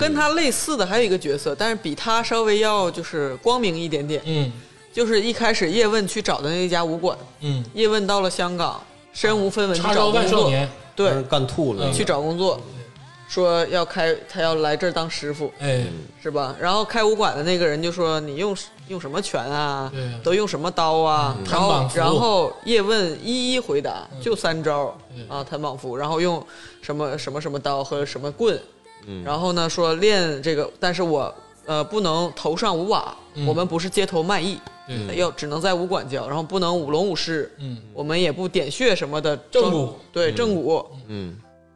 Speaker 2: 跟他类似的还有一个角色，但是比他稍微要就是光明一点点，
Speaker 1: 嗯
Speaker 2: 就是一开始叶问去找的那家武馆，
Speaker 1: 嗯，
Speaker 2: 叶问到了香港，身无分文去
Speaker 1: 叉
Speaker 2: 找
Speaker 1: 烧
Speaker 2: 工
Speaker 1: 万少
Speaker 2: 作，
Speaker 1: 年，
Speaker 4: 让
Speaker 2: 对
Speaker 4: 人，干吐了，
Speaker 1: 嗯
Speaker 2: 去找工作，说要开，他要来这儿当师傅，
Speaker 1: 哎，
Speaker 2: 是吧？然后开武馆的那个人就说：“你用用什么拳啊
Speaker 1: 对啊？嗯
Speaker 2: 都用什么刀啊？”然
Speaker 1: 弹
Speaker 2: 后
Speaker 1: 绑，符嗯
Speaker 2: 然后叶问一一回答，就三招啊，弹绑符，然后用什么什么什么刀和什么棍，然后呢说练这个，但是我呃不能头上无瓦，我们不是街头卖艺，
Speaker 1: 嗯对
Speaker 2: 要只能在武馆教，然后不能舞龙舞狮，
Speaker 1: 嗯，
Speaker 2: 我们也不点穴什么的，
Speaker 1: 正
Speaker 2: 装
Speaker 1: 骨
Speaker 2: 对正骨，
Speaker 4: 嗯，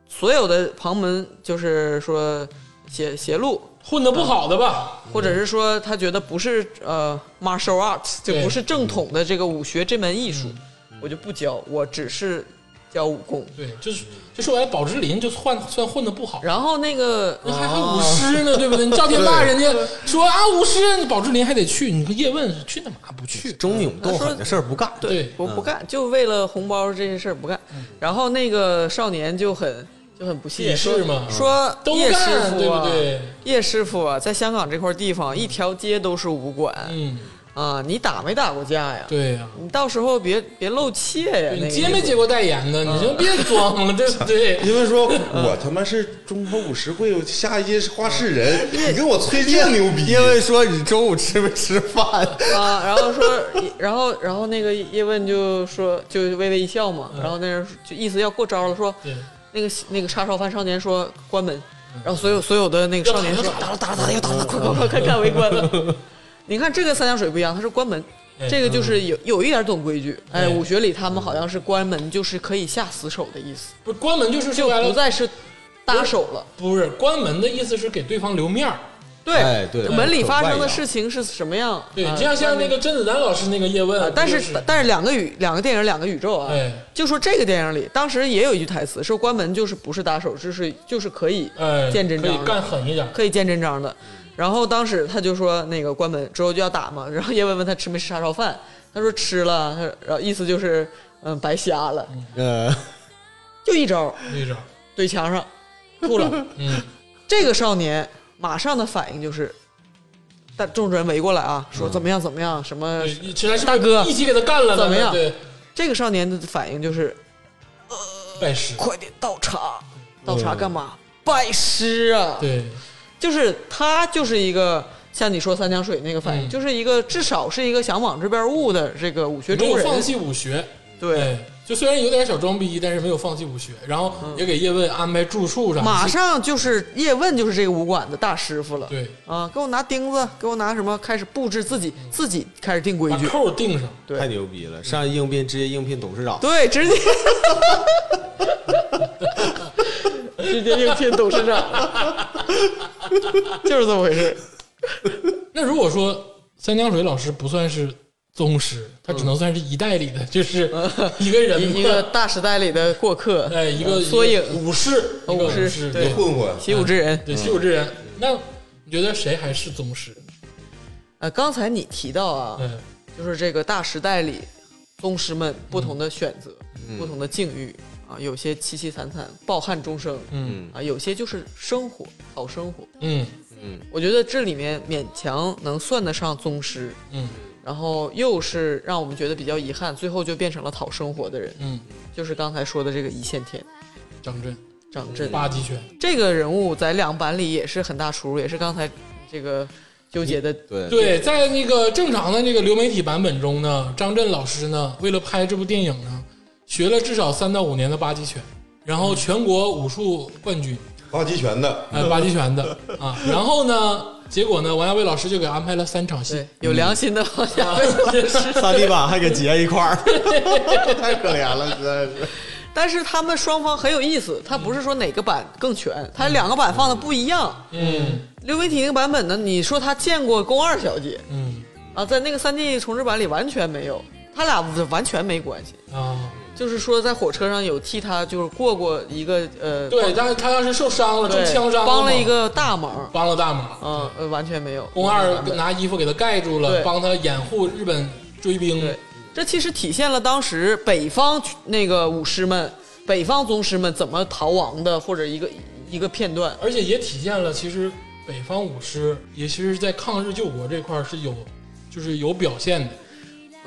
Speaker 2: 所有的旁门就是说邪邪路。
Speaker 1: 混的不好的吧？
Speaker 2: 或者是说他觉得不是呃 martial arts 就
Speaker 1: 对嗯
Speaker 2: 不是正统的这个武学这门艺术，我就不教，我只是教武功。
Speaker 1: 对，就是就说白了，保芝林就算算混的不好，
Speaker 2: 然后那个啊
Speaker 1: 那还还舞狮呢，对不对？你赵天霸人家说啊舞狮，保芝林还得去，你个叶问去那嘛不去？
Speaker 4: 忠勇斗狠的事儿不干，
Speaker 1: 对，
Speaker 2: 我不干，嗯就为了红包这些事儿不干。然后那个少年就很就很不
Speaker 1: 嗯鄙
Speaker 2: 屑，
Speaker 1: 视
Speaker 2: 说
Speaker 1: 嘛嗯
Speaker 2: 说
Speaker 1: 都
Speaker 2: 叶师
Speaker 1: 干对
Speaker 2: 傅
Speaker 1: 不
Speaker 2: 啊，
Speaker 1: 对？
Speaker 2: 叶师傅啊，在香港这块地方，一条街都是武馆
Speaker 1: 嗯，
Speaker 2: 啊，你打没打过架呀？
Speaker 1: 对呀。
Speaker 2: 你到时候别别露怯呀！那
Speaker 1: 你
Speaker 2: 个
Speaker 1: 接
Speaker 2: 意
Speaker 1: 没
Speaker 2: 思
Speaker 1: 接过代言呢？你就别装了，对不对？
Speaker 3: 因为说我他妈是中国五十会下一届是花式人，你跟我吹这牛逼，
Speaker 4: 因为说你中午吃没吃饭，
Speaker 2: 啊，然后说，然后然后那个叶问就说，就微微一笑嘛，然后那人就意思要过招了，说
Speaker 1: 嗯对，嗯
Speaker 2: 那个那个叉烧饭少年说关门，然后所有所有的那个少年说打了打了打了又打了，快快快 快快围 观了。你看这个三江水不一样，它是关门
Speaker 1: 哎，
Speaker 2: 这个就是有有一点懂规矩。哎，
Speaker 1: 对嗯
Speaker 2: 武学里他们好像是关门就是可以下死手的意思，
Speaker 1: 不是关门就是
Speaker 2: 就
Speaker 1: 说白
Speaker 2: 不
Speaker 1: 了，
Speaker 2: 再是搭手了。
Speaker 1: 不是关门的意思是给对方留面儿。
Speaker 4: 哎
Speaker 2: 对
Speaker 4: 对
Speaker 2: 门里发生
Speaker 4: 外
Speaker 2: 的
Speaker 4: 扬
Speaker 2: 事情是什么样？
Speaker 1: 对，
Speaker 2: 啊
Speaker 1: 就像像
Speaker 2: 外面
Speaker 1: 那个甄子丹老师那个叶
Speaker 2: 啊
Speaker 1: 问，，
Speaker 2: 但
Speaker 1: 就是
Speaker 2: 但是两个宇两个电影两个宇宙啊，
Speaker 1: 哎
Speaker 2: 就说这个电影里，当时也有一句台词，说关门就是不是打手，就是就是可以
Speaker 1: 哎，
Speaker 2: 见真
Speaker 1: 可以
Speaker 2: 章
Speaker 1: 干
Speaker 2: 的，
Speaker 1: 狠一点。
Speaker 2: 可以见真章的。然后当时他就说那个关门之后就要打嘛，然后叶问问他吃没吃叉烧饭，他说吃了，他然后意思就是嗯白瞎了，
Speaker 4: 呃，
Speaker 2: 就一招
Speaker 1: 队长，
Speaker 2: 怼墙上吐 了。
Speaker 1: 嗯，
Speaker 2: 这个少年马上的反应就是，但众人围过来啊，说怎么样怎么样，什么
Speaker 1: 对你起来是不
Speaker 2: 大
Speaker 1: 是
Speaker 2: 哥
Speaker 1: 一起给他干了呢，
Speaker 2: 怎么样
Speaker 1: 对，
Speaker 2: 这个少年的反应就是
Speaker 1: 拜师。
Speaker 2: 快点倒茶，倒茶干嘛？拜师啊！
Speaker 1: 对，
Speaker 2: 就是他就是一个像你说三江水那个反应，
Speaker 1: 嗯
Speaker 2: 就是一个至少是一个想往这边悟的这个武学
Speaker 1: 没有
Speaker 2: 中人。
Speaker 1: 放弃武学。
Speaker 2: 对，
Speaker 1: 哎，就虽然有点小装逼，但是没有放弃武学，然后
Speaker 2: 嗯
Speaker 1: 也给叶问安排住宿啥的。
Speaker 2: 马上就是叶问就是这个武馆的大师傅了。
Speaker 1: 对，
Speaker 2: 啊，给我拿钉子，给我拿什么？开始布置自己，自己开始定规
Speaker 1: 把
Speaker 2: 矩。
Speaker 1: 扣定上。
Speaker 2: 对
Speaker 4: 太牛逼了，上一应聘直接应聘董事长，
Speaker 2: 对，直 接直接应聘董事长， 就是这么回事。
Speaker 1: 那如果说三江水老师不算是宗师，他只能算是一代里的，就是一个人
Speaker 2: 嗯一一个大时代里的过客，嗯
Speaker 1: 哎一个
Speaker 2: 缩影
Speaker 1: 一个武士，
Speaker 2: 哦
Speaker 1: 一个
Speaker 2: 武士
Speaker 1: 士，
Speaker 2: 对嗯
Speaker 1: 对
Speaker 3: 混混，
Speaker 2: 习武之人。
Speaker 1: 对，习武之人。那你觉得谁还是宗师？
Speaker 2: 呃，刚才你提到啊，
Speaker 1: 嗯
Speaker 2: 就是这个大时代里，宗师们不同的选择、不同的境遇啊，有些凄凄惨惨、抱憾终生
Speaker 1: 嗯
Speaker 2: 啊，有些就是生活、讨生活。
Speaker 1: 嗯
Speaker 2: 我觉得这里面勉强能算得上宗师，
Speaker 1: 嗯
Speaker 2: 然后又是让我们觉得比较遗憾，最后就变成了讨生活的人，
Speaker 1: 嗯，
Speaker 2: 就是刚才说的这个一线天
Speaker 1: 张震
Speaker 2: 张震。
Speaker 1: 八极拳，
Speaker 2: 这个人物在两版里也是很大出入，也是刚才这个纠结的
Speaker 4: 对
Speaker 1: 对，在那个正常的那个流媒体版本中呢，张震老师呢，为了拍这部电影呢，学了至少三到五年的八极拳，然后全国武术冠军，
Speaker 3: 八极拳的，
Speaker 1: 哎，八极拳的啊。然后呢，结果呢，王家卫老师就给安排了三场戏
Speaker 2: 对，有良心的王家卫 真是。
Speaker 4: 三地板还给结一块儿，太可怜了，实在是。
Speaker 2: 但是他们双方很有意思，他不是说哪个版更全，他两个版放的不一样。
Speaker 1: 嗯
Speaker 2: 流媒体那个版本呢，你说他见过宫二小姐
Speaker 1: 嗯
Speaker 2: 啊，在那个三 D 重置版里完全没有，他俩完全没关系。
Speaker 1: 啊，
Speaker 2: 就是说在火车上有替他就是过过一个呃，
Speaker 1: 对，但是他当时受伤了，
Speaker 2: 对
Speaker 1: 中枪伤
Speaker 2: 帮
Speaker 1: 嘛
Speaker 2: 了一，个大忙，
Speaker 1: 帮了大忙。
Speaker 2: 嗯、呃，完全没有。
Speaker 1: 宫二拿衣服给他盖住了，
Speaker 2: 对
Speaker 1: 帮他掩护日本追兵。
Speaker 2: 对，这其实体现了当时北方那个武师们、北方宗师们怎么逃亡的，或者一个一个片段。
Speaker 1: 而且也体现了其实北方武师，也其实在抗日救国这块儿是有，就是有表现的。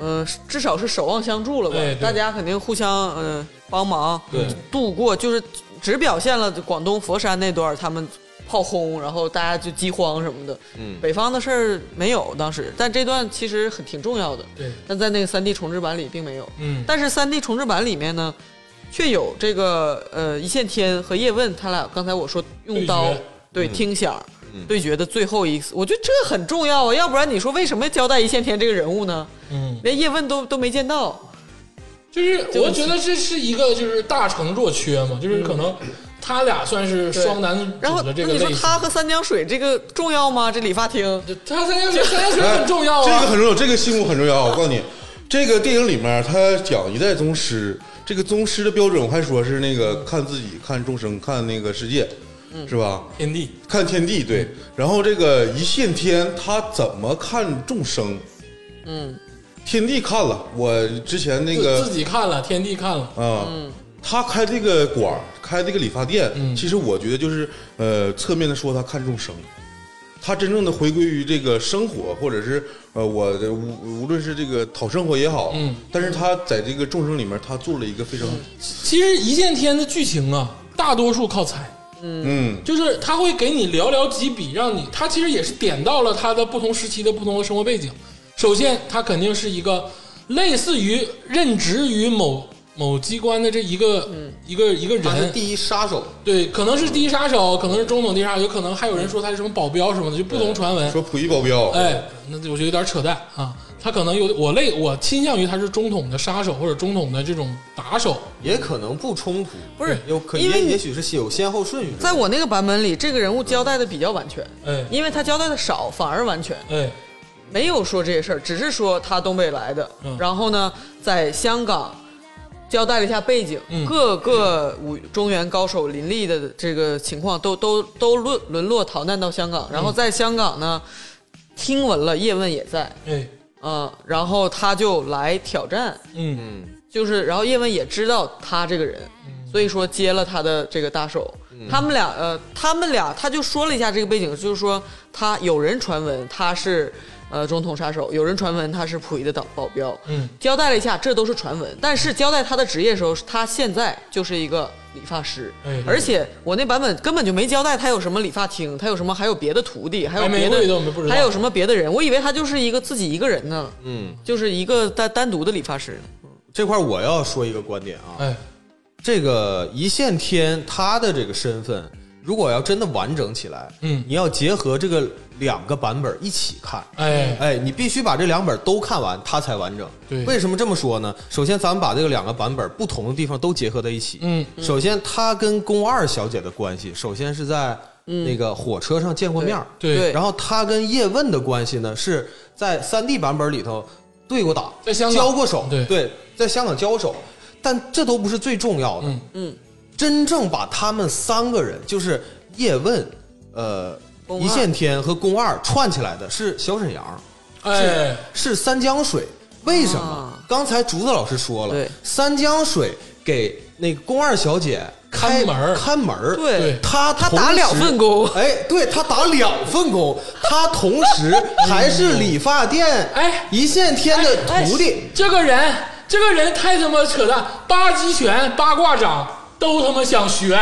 Speaker 2: 嗯、至少是守望相助了吧？
Speaker 1: 哎对
Speaker 2: 大家肯定互相嗯、呃帮忙，
Speaker 4: 对
Speaker 2: 度过就是只表现了广东佛山那段儿他们炮轰，然后大家就饥荒什么的。
Speaker 4: 嗯
Speaker 2: 北方的事儿没有当时，但这段其实很挺重要的，
Speaker 1: 对，
Speaker 2: 但在那个三 D 重置版里并没有。
Speaker 1: 嗯，
Speaker 2: 但是三 D 重置版里面呢，却有这个呃一线天和叶问他俩刚才我说用刀
Speaker 1: 对决
Speaker 2: 对听响、对决的最后一次，我觉得这很重要啊，要不然你说为什么交代一线天这个人物呢？
Speaker 1: 嗯，
Speaker 2: 连叶问都都没见到，
Speaker 1: 就是
Speaker 2: 这个
Speaker 1: 我觉得这是一个就是大成若缺嘛，就是可能他俩算是双男
Speaker 2: 嗯然后
Speaker 1: 主的这
Speaker 2: 那
Speaker 1: 个
Speaker 2: 你说
Speaker 1: 类型。
Speaker 2: 他和三江水这个重要吗？这理发厅
Speaker 1: 他三江水，三江水很重要啊。
Speaker 3: 哎这个很重要，这个信物很重要。我告诉你，这个电影里面他讲一代宗师，这个宗师的标准，我还说是那个看自己、看众生、看那个世界，
Speaker 1: 嗯
Speaker 3: 是吧？
Speaker 1: 天地，
Speaker 3: 看天地，对。然后这个一线天，他怎么看众生？
Speaker 2: 嗯，
Speaker 3: 天地看了，我之前那个
Speaker 1: 自自己看了，天地看了，
Speaker 3: 啊，他开这个馆儿，开这个理发店，其实我觉得就是呃，侧面的说他看重生，他真正的回归于这个生活，或者是呃，我的无无论是这个讨生活也好，
Speaker 1: 嗯，
Speaker 3: 但是他在这个众生里面，他做了一个非常
Speaker 1: 其实《一线天》的剧情啊，大多数靠猜，
Speaker 3: 嗯
Speaker 1: 就是他会给你寥寥几笔，让你他其实也是点到了他的不同时期的不同的生活背景。首先，他肯定是一个类似于任职于某某机关的这一个、一个一个
Speaker 4: 嗯他是
Speaker 1: 人，
Speaker 4: 第一杀手，
Speaker 1: 对，可能是第一杀手，可能是中等第一杀手，有可能还有人说他是什么保镖什么的，就不同传闻。
Speaker 3: 嗯说溥仪保镖，
Speaker 4: 嗯
Speaker 1: 哎，那我觉得有点扯淡啊。他可能有我类，我倾向于他是中统的杀手或者中统的这种打手。
Speaker 4: 也可能不冲突，
Speaker 2: 不是
Speaker 4: 有可
Speaker 2: 因为
Speaker 4: 也
Speaker 2: 你
Speaker 4: 也许是有先后顺序的。
Speaker 2: 在我那个版本里，这个人物交代的比较完全，
Speaker 1: 哎
Speaker 2: 因为他交代的少，反而完全。
Speaker 1: 哎，
Speaker 2: 没有说这些事儿，只是说他东北来的，
Speaker 1: 嗯
Speaker 2: 然后呢，在香港交代了一下背景，
Speaker 1: 嗯
Speaker 2: 各个武中原高手林立的这个情况都都都沦沦落逃难到香港，
Speaker 1: 嗯
Speaker 2: 然后在香港呢，听闻了叶问也在，
Speaker 1: 哎，
Speaker 2: 嗯、然后他就来挑战，
Speaker 1: 嗯
Speaker 2: 就是然后叶问也知道他这个人，所以说接了他的这个大手。
Speaker 1: 嗯
Speaker 2: 他们俩呃，他们俩他就说了一下这个背景，就是说他有人传闻他是呃中统杀手，有人传闻他是溥仪的保保镖，
Speaker 1: 嗯，
Speaker 2: 交代了一下，这都是传闻。但是交代他的职业的时候，他现在就是一个理发师，
Speaker 1: 哎对
Speaker 2: 而且我那版本根本就没交代他有什么理发厅，他有什么还有别的徒弟，还有
Speaker 1: 白玫
Speaker 2: 别的
Speaker 1: 瑰都哎没不知道
Speaker 2: 还有什么别的人，我以为他就是一个自己一个人呢，
Speaker 4: 嗯，
Speaker 2: 就是一个单单独的理发师。
Speaker 4: 这块儿我要说一个观点啊，
Speaker 1: 哎，
Speaker 4: 这个一线天他的这个身份，如果要真的完整起来，
Speaker 1: 嗯
Speaker 4: 你要结合这个两个版本一起看。
Speaker 1: 哎，
Speaker 4: 哎，你必须把这两本都看完，它才完整。
Speaker 1: 对
Speaker 4: 为什么这么说呢？首先，咱们把这个两个版本不同的地方都结合在一起。
Speaker 1: 嗯，
Speaker 4: 首先，他跟宫二小姐的关系，首先是在那个火车上见过面儿。
Speaker 1: 嗯对
Speaker 2: 对
Speaker 4: 然后他跟叶问的关系呢，是在三 D 版本里头。对过打，
Speaker 1: 在香港
Speaker 4: 交过手，
Speaker 1: 对
Speaker 4: 在香港交手，但这都不是最重要的。
Speaker 1: 嗯
Speaker 2: 嗯，
Speaker 4: 真正把他们三个人，就是叶问、呃
Speaker 2: 宫二
Speaker 4: 一线天和宫二串起来的是小沈阳，
Speaker 1: 哎，
Speaker 4: 是三江水。为什么？
Speaker 2: 啊
Speaker 4: 刚才竹子老师说了
Speaker 2: 对，
Speaker 4: 三江水给那个宫二小姐开
Speaker 1: 看门儿
Speaker 4: 看门儿
Speaker 2: 对
Speaker 1: 对
Speaker 4: 他
Speaker 2: 他打两份工
Speaker 4: 哎，对他打两 份工，他同时还是理发店
Speaker 1: 哎
Speaker 4: 一线天的徒弟。
Speaker 1: 这个人，这个人太他妈扯淡，八极拳、八卦掌都他妈想学，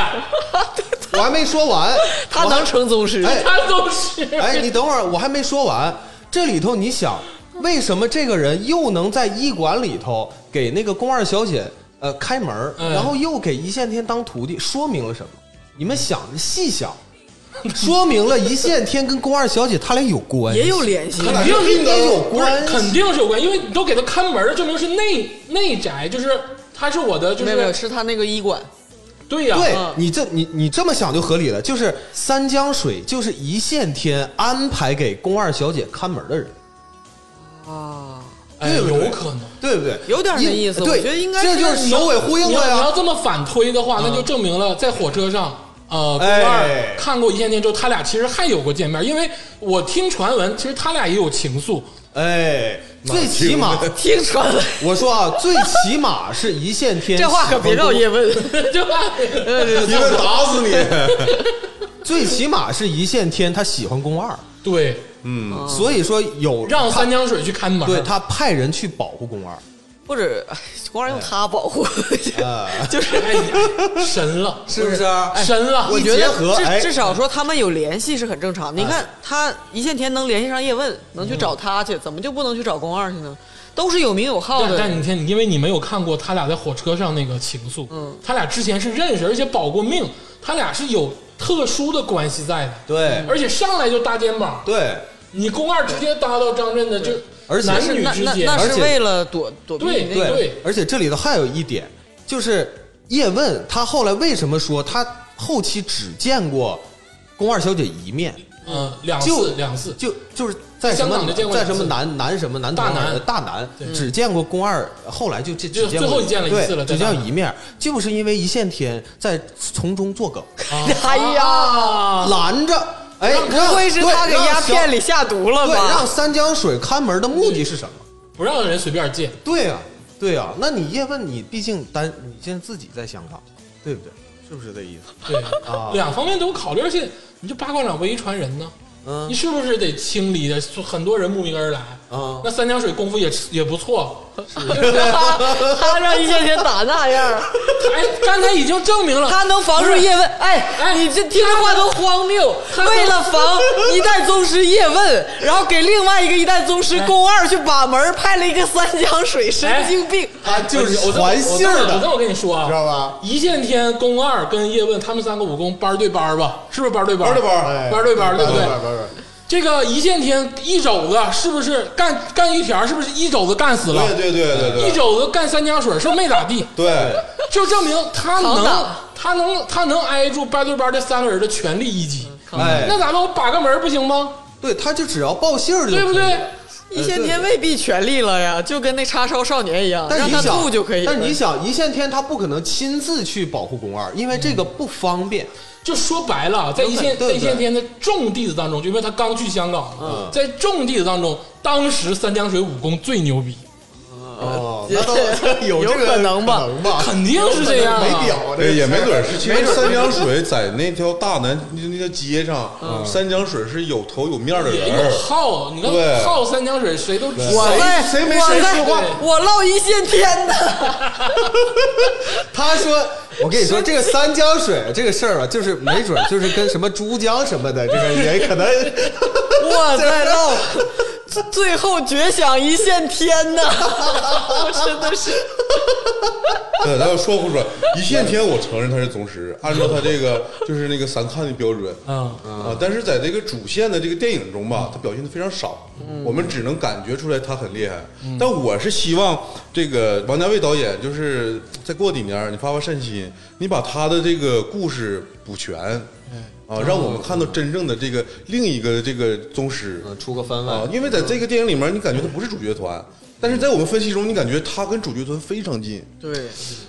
Speaker 4: 我还没 说完，
Speaker 2: 他
Speaker 4: 我还
Speaker 2: 能成宗师，
Speaker 4: 哎
Speaker 1: 他都是。
Speaker 4: 哎，你等会儿，我还没说完。这里头你想，为什么这个人又能在医馆里头给那个宫二小姐呃开门儿，
Speaker 1: 嗯
Speaker 4: 然后又给一线天当徒弟，说明了什么？你们想 细想，说明了一线天跟宫二小姐他俩有关系，
Speaker 2: 也有联系
Speaker 3: 他。俩
Speaker 1: 肯定
Speaker 4: 应该有
Speaker 1: 不是
Speaker 4: 关系，
Speaker 1: 肯定是有关系，因为你都给他看门了，证明是内内宅，就是他是我的，就
Speaker 2: 没有没有，
Speaker 1: 是
Speaker 2: 是他那个医馆，
Speaker 1: 对呀、
Speaker 4: 对
Speaker 2: 嗯
Speaker 4: 你这你你这么想就合理了，就是三江水就是一线天安排给宫二小姐看门的人，
Speaker 1: 哎，
Speaker 4: 对不对
Speaker 1: 有可能。
Speaker 4: 对不对？
Speaker 2: 有点那
Speaker 4: 因
Speaker 2: 意思
Speaker 4: 对，
Speaker 2: 我觉得应该
Speaker 4: 这
Speaker 2: 是
Speaker 4: 就是首尾呼应
Speaker 1: 你要
Speaker 4: 了
Speaker 1: 你要
Speaker 4: 呀。
Speaker 1: 这么嗯反推的话，那就证明了在火车上，呃，宫
Speaker 4: 哎
Speaker 1: 二看过一线天之后，他俩其实还有过见面，因为我听传闻，其实他俩也有情愫。
Speaker 4: 哎，最起码
Speaker 2: 听穿了，
Speaker 4: 我说啊，最起码是一线 天。
Speaker 2: 这话可别让叶问。
Speaker 1: 对吧？
Speaker 3: 一问打死你！
Speaker 4: 最起码是一线天，他喜欢宫二，
Speaker 1: 对，
Speaker 3: 嗯，
Speaker 4: 所以说有
Speaker 1: 让三
Speaker 4: 他
Speaker 1: 江水去看门。
Speaker 4: 对他派人去保护宫二
Speaker 2: 或者哎光让他保护，
Speaker 4: 啊，
Speaker 2: 就是哎
Speaker 1: 哎呀，神了，
Speaker 4: 是不是啊？
Speaker 1: 神了！
Speaker 4: 我
Speaker 2: 我觉
Speaker 4: 结
Speaker 2: 得
Speaker 4: 合哎
Speaker 2: 至至少说他们有联系是很正常的。你看他一线天能联系上叶问，能去找他去，怎么就不能去找宫二去呢？都是有名有号
Speaker 1: 但哦但
Speaker 2: 的，
Speaker 1: 你听，因为你没有看过他俩在火车上那个情愫，
Speaker 2: 嗯，
Speaker 1: 他俩之前是认识，而且保过命，他俩是有特殊的关系在的，
Speaker 4: 对
Speaker 1: 而且上来就搭肩膀，
Speaker 4: 对，
Speaker 2: 哎
Speaker 1: 你宫二直接搭到张震的，就
Speaker 4: 而且
Speaker 1: 男
Speaker 4: 是
Speaker 1: 女
Speaker 2: 那
Speaker 1: 之
Speaker 2: 那
Speaker 1: 间，
Speaker 2: 那
Speaker 4: 而
Speaker 2: 是
Speaker 4: 且
Speaker 2: 为了躲躲避
Speaker 1: 对
Speaker 2: 那
Speaker 1: 对
Speaker 2: 个
Speaker 4: 而且这里头还有一点，就是叶问他后来为什么说他后期只见过宫二小姐一面，
Speaker 1: 嗯，两
Speaker 4: 就
Speaker 1: 次两次，
Speaker 4: 就就是在什
Speaker 1: 香港
Speaker 4: 么
Speaker 1: 就见过
Speaker 4: 在
Speaker 1: 两
Speaker 4: 什么
Speaker 1: 次
Speaker 4: 南南什么南
Speaker 1: 大
Speaker 4: 同行
Speaker 1: 南
Speaker 4: 呃大南
Speaker 1: 对
Speaker 4: 只见过宫二，后来就这
Speaker 1: 就
Speaker 4: 只见
Speaker 1: 最
Speaker 4: 过
Speaker 1: 后见了一
Speaker 4: 对
Speaker 1: 次了在
Speaker 4: 只
Speaker 1: 大
Speaker 4: 见
Speaker 1: 南
Speaker 4: 一面，就是因为一线天在从中作梗，
Speaker 1: 啊
Speaker 2: 哎呀
Speaker 1: 啊
Speaker 4: 拦着，哎，
Speaker 2: 不会是他给
Speaker 4: 人
Speaker 2: 鸦
Speaker 4: 家
Speaker 2: 片里下毒了
Speaker 4: 对，让
Speaker 2: 吧？
Speaker 4: 三江水看门的目的是什么？
Speaker 1: 不让人随便见，
Speaker 4: 对呀、对呀、那你叶问，你毕竟单，你现在自己在香港，对不对？是不是这意思？
Speaker 1: 对，
Speaker 4: 啊
Speaker 1: 两方面都考虑，而且你这八卦掌唯一传人呢，
Speaker 4: 嗯
Speaker 1: 你是不是得清理的？很多人慕名而来，
Speaker 4: 啊
Speaker 1: 那三江水功夫也也不错，
Speaker 2: 他他让一线天打那样，
Speaker 1: 哎，刚才已经证明了，
Speaker 2: 他能防住叶问。哎，
Speaker 1: 哎
Speaker 2: 你这听这话多荒谬！
Speaker 1: 他能
Speaker 2: 为了防一代宗师叶问，然后给另外一个一代宗师宫二去把门，派了一个三江水，神经病。
Speaker 4: 他就是
Speaker 1: 我这么
Speaker 4: 传信儿
Speaker 1: 我这么
Speaker 4: 的，
Speaker 1: 我跟你说啊，
Speaker 4: 知道吧？
Speaker 1: 一线天、宫二跟叶问他们三个武功班儿对班儿吧，是不是班儿对班儿？
Speaker 3: 班儿对班儿
Speaker 1: 班儿对班儿，对不对？
Speaker 4: 班儿班儿班儿
Speaker 1: 这个一线天一肘子是不是干干于田？是不是一肘子干死了？
Speaker 3: 对对对对
Speaker 1: 一
Speaker 3: 对
Speaker 1: 肘子干三江水是不是没咋地，
Speaker 3: 对，
Speaker 1: 就证明他
Speaker 2: 好
Speaker 1: 能
Speaker 2: 打，
Speaker 1: 他能，他能挨住班对班这三个人的全力一击。
Speaker 4: 哎，
Speaker 1: 那咱们我把个门儿不行吗？
Speaker 4: 对，他就只要报信儿就
Speaker 1: 对不
Speaker 4: 可以
Speaker 1: 对？
Speaker 2: 一线天未必全力了呀，就跟那叉烧少年一样，
Speaker 4: 但
Speaker 2: 哦让
Speaker 4: 你
Speaker 2: 他
Speaker 4: 想
Speaker 2: 吐就可以了。
Speaker 4: 但你想，一线天他不可能亲自去保护宫二，因为这个不方便。
Speaker 1: 就说白了，在一线在
Speaker 4: 对对
Speaker 1: 一线天的众弟子当中，就因为他刚去香港，
Speaker 4: 嗯
Speaker 1: 在众弟子当中，当时三江水武功最牛逼，
Speaker 4: 哦，
Speaker 2: 那倒 有这个可能嗯吧可能
Speaker 1: 肯定是这样、啊。
Speaker 4: 没表
Speaker 3: 对，也没准儿是。其实三江水在那条大南那那条街上，嗯三江水是有头有面儿的
Speaker 1: 也
Speaker 3: 人
Speaker 1: 有
Speaker 3: 儿。
Speaker 1: 号，你看
Speaker 3: 对
Speaker 1: 号三江水谁都知道。
Speaker 2: 我在
Speaker 3: 谁没
Speaker 2: 我
Speaker 3: 谁
Speaker 2: 在
Speaker 3: 说话
Speaker 2: 我唠一线天 的，
Speaker 4: 他说，我跟你说，这个三江水这个事儿吧，就是没准儿就是跟什么珠江什么的，这个也可能。
Speaker 2: 我在唠最后绝响一线天呢，我真的是
Speaker 3: 对，咱要说不说一线天，我承认他是宗师，按照他这个就是那个三看的标准
Speaker 1: 嗯，
Speaker 3: 啊，但是在这个主线的这个电影中吧，他表现的非常少，我们只能感觉出来他很厉害。但我是希望这个王家卫导演，就是再过几年你发发善心，你把他的这个故事补全啊，让我们看到真正的这个另一个这个宗师。
Speaker 4: 嗯，出个番外
Speaker 3: 啊，因为在这个电影里面，你感觉他不是主角团，但是在我们分析中，你感觉他跟主角团非常近，
Speaker 2: 对，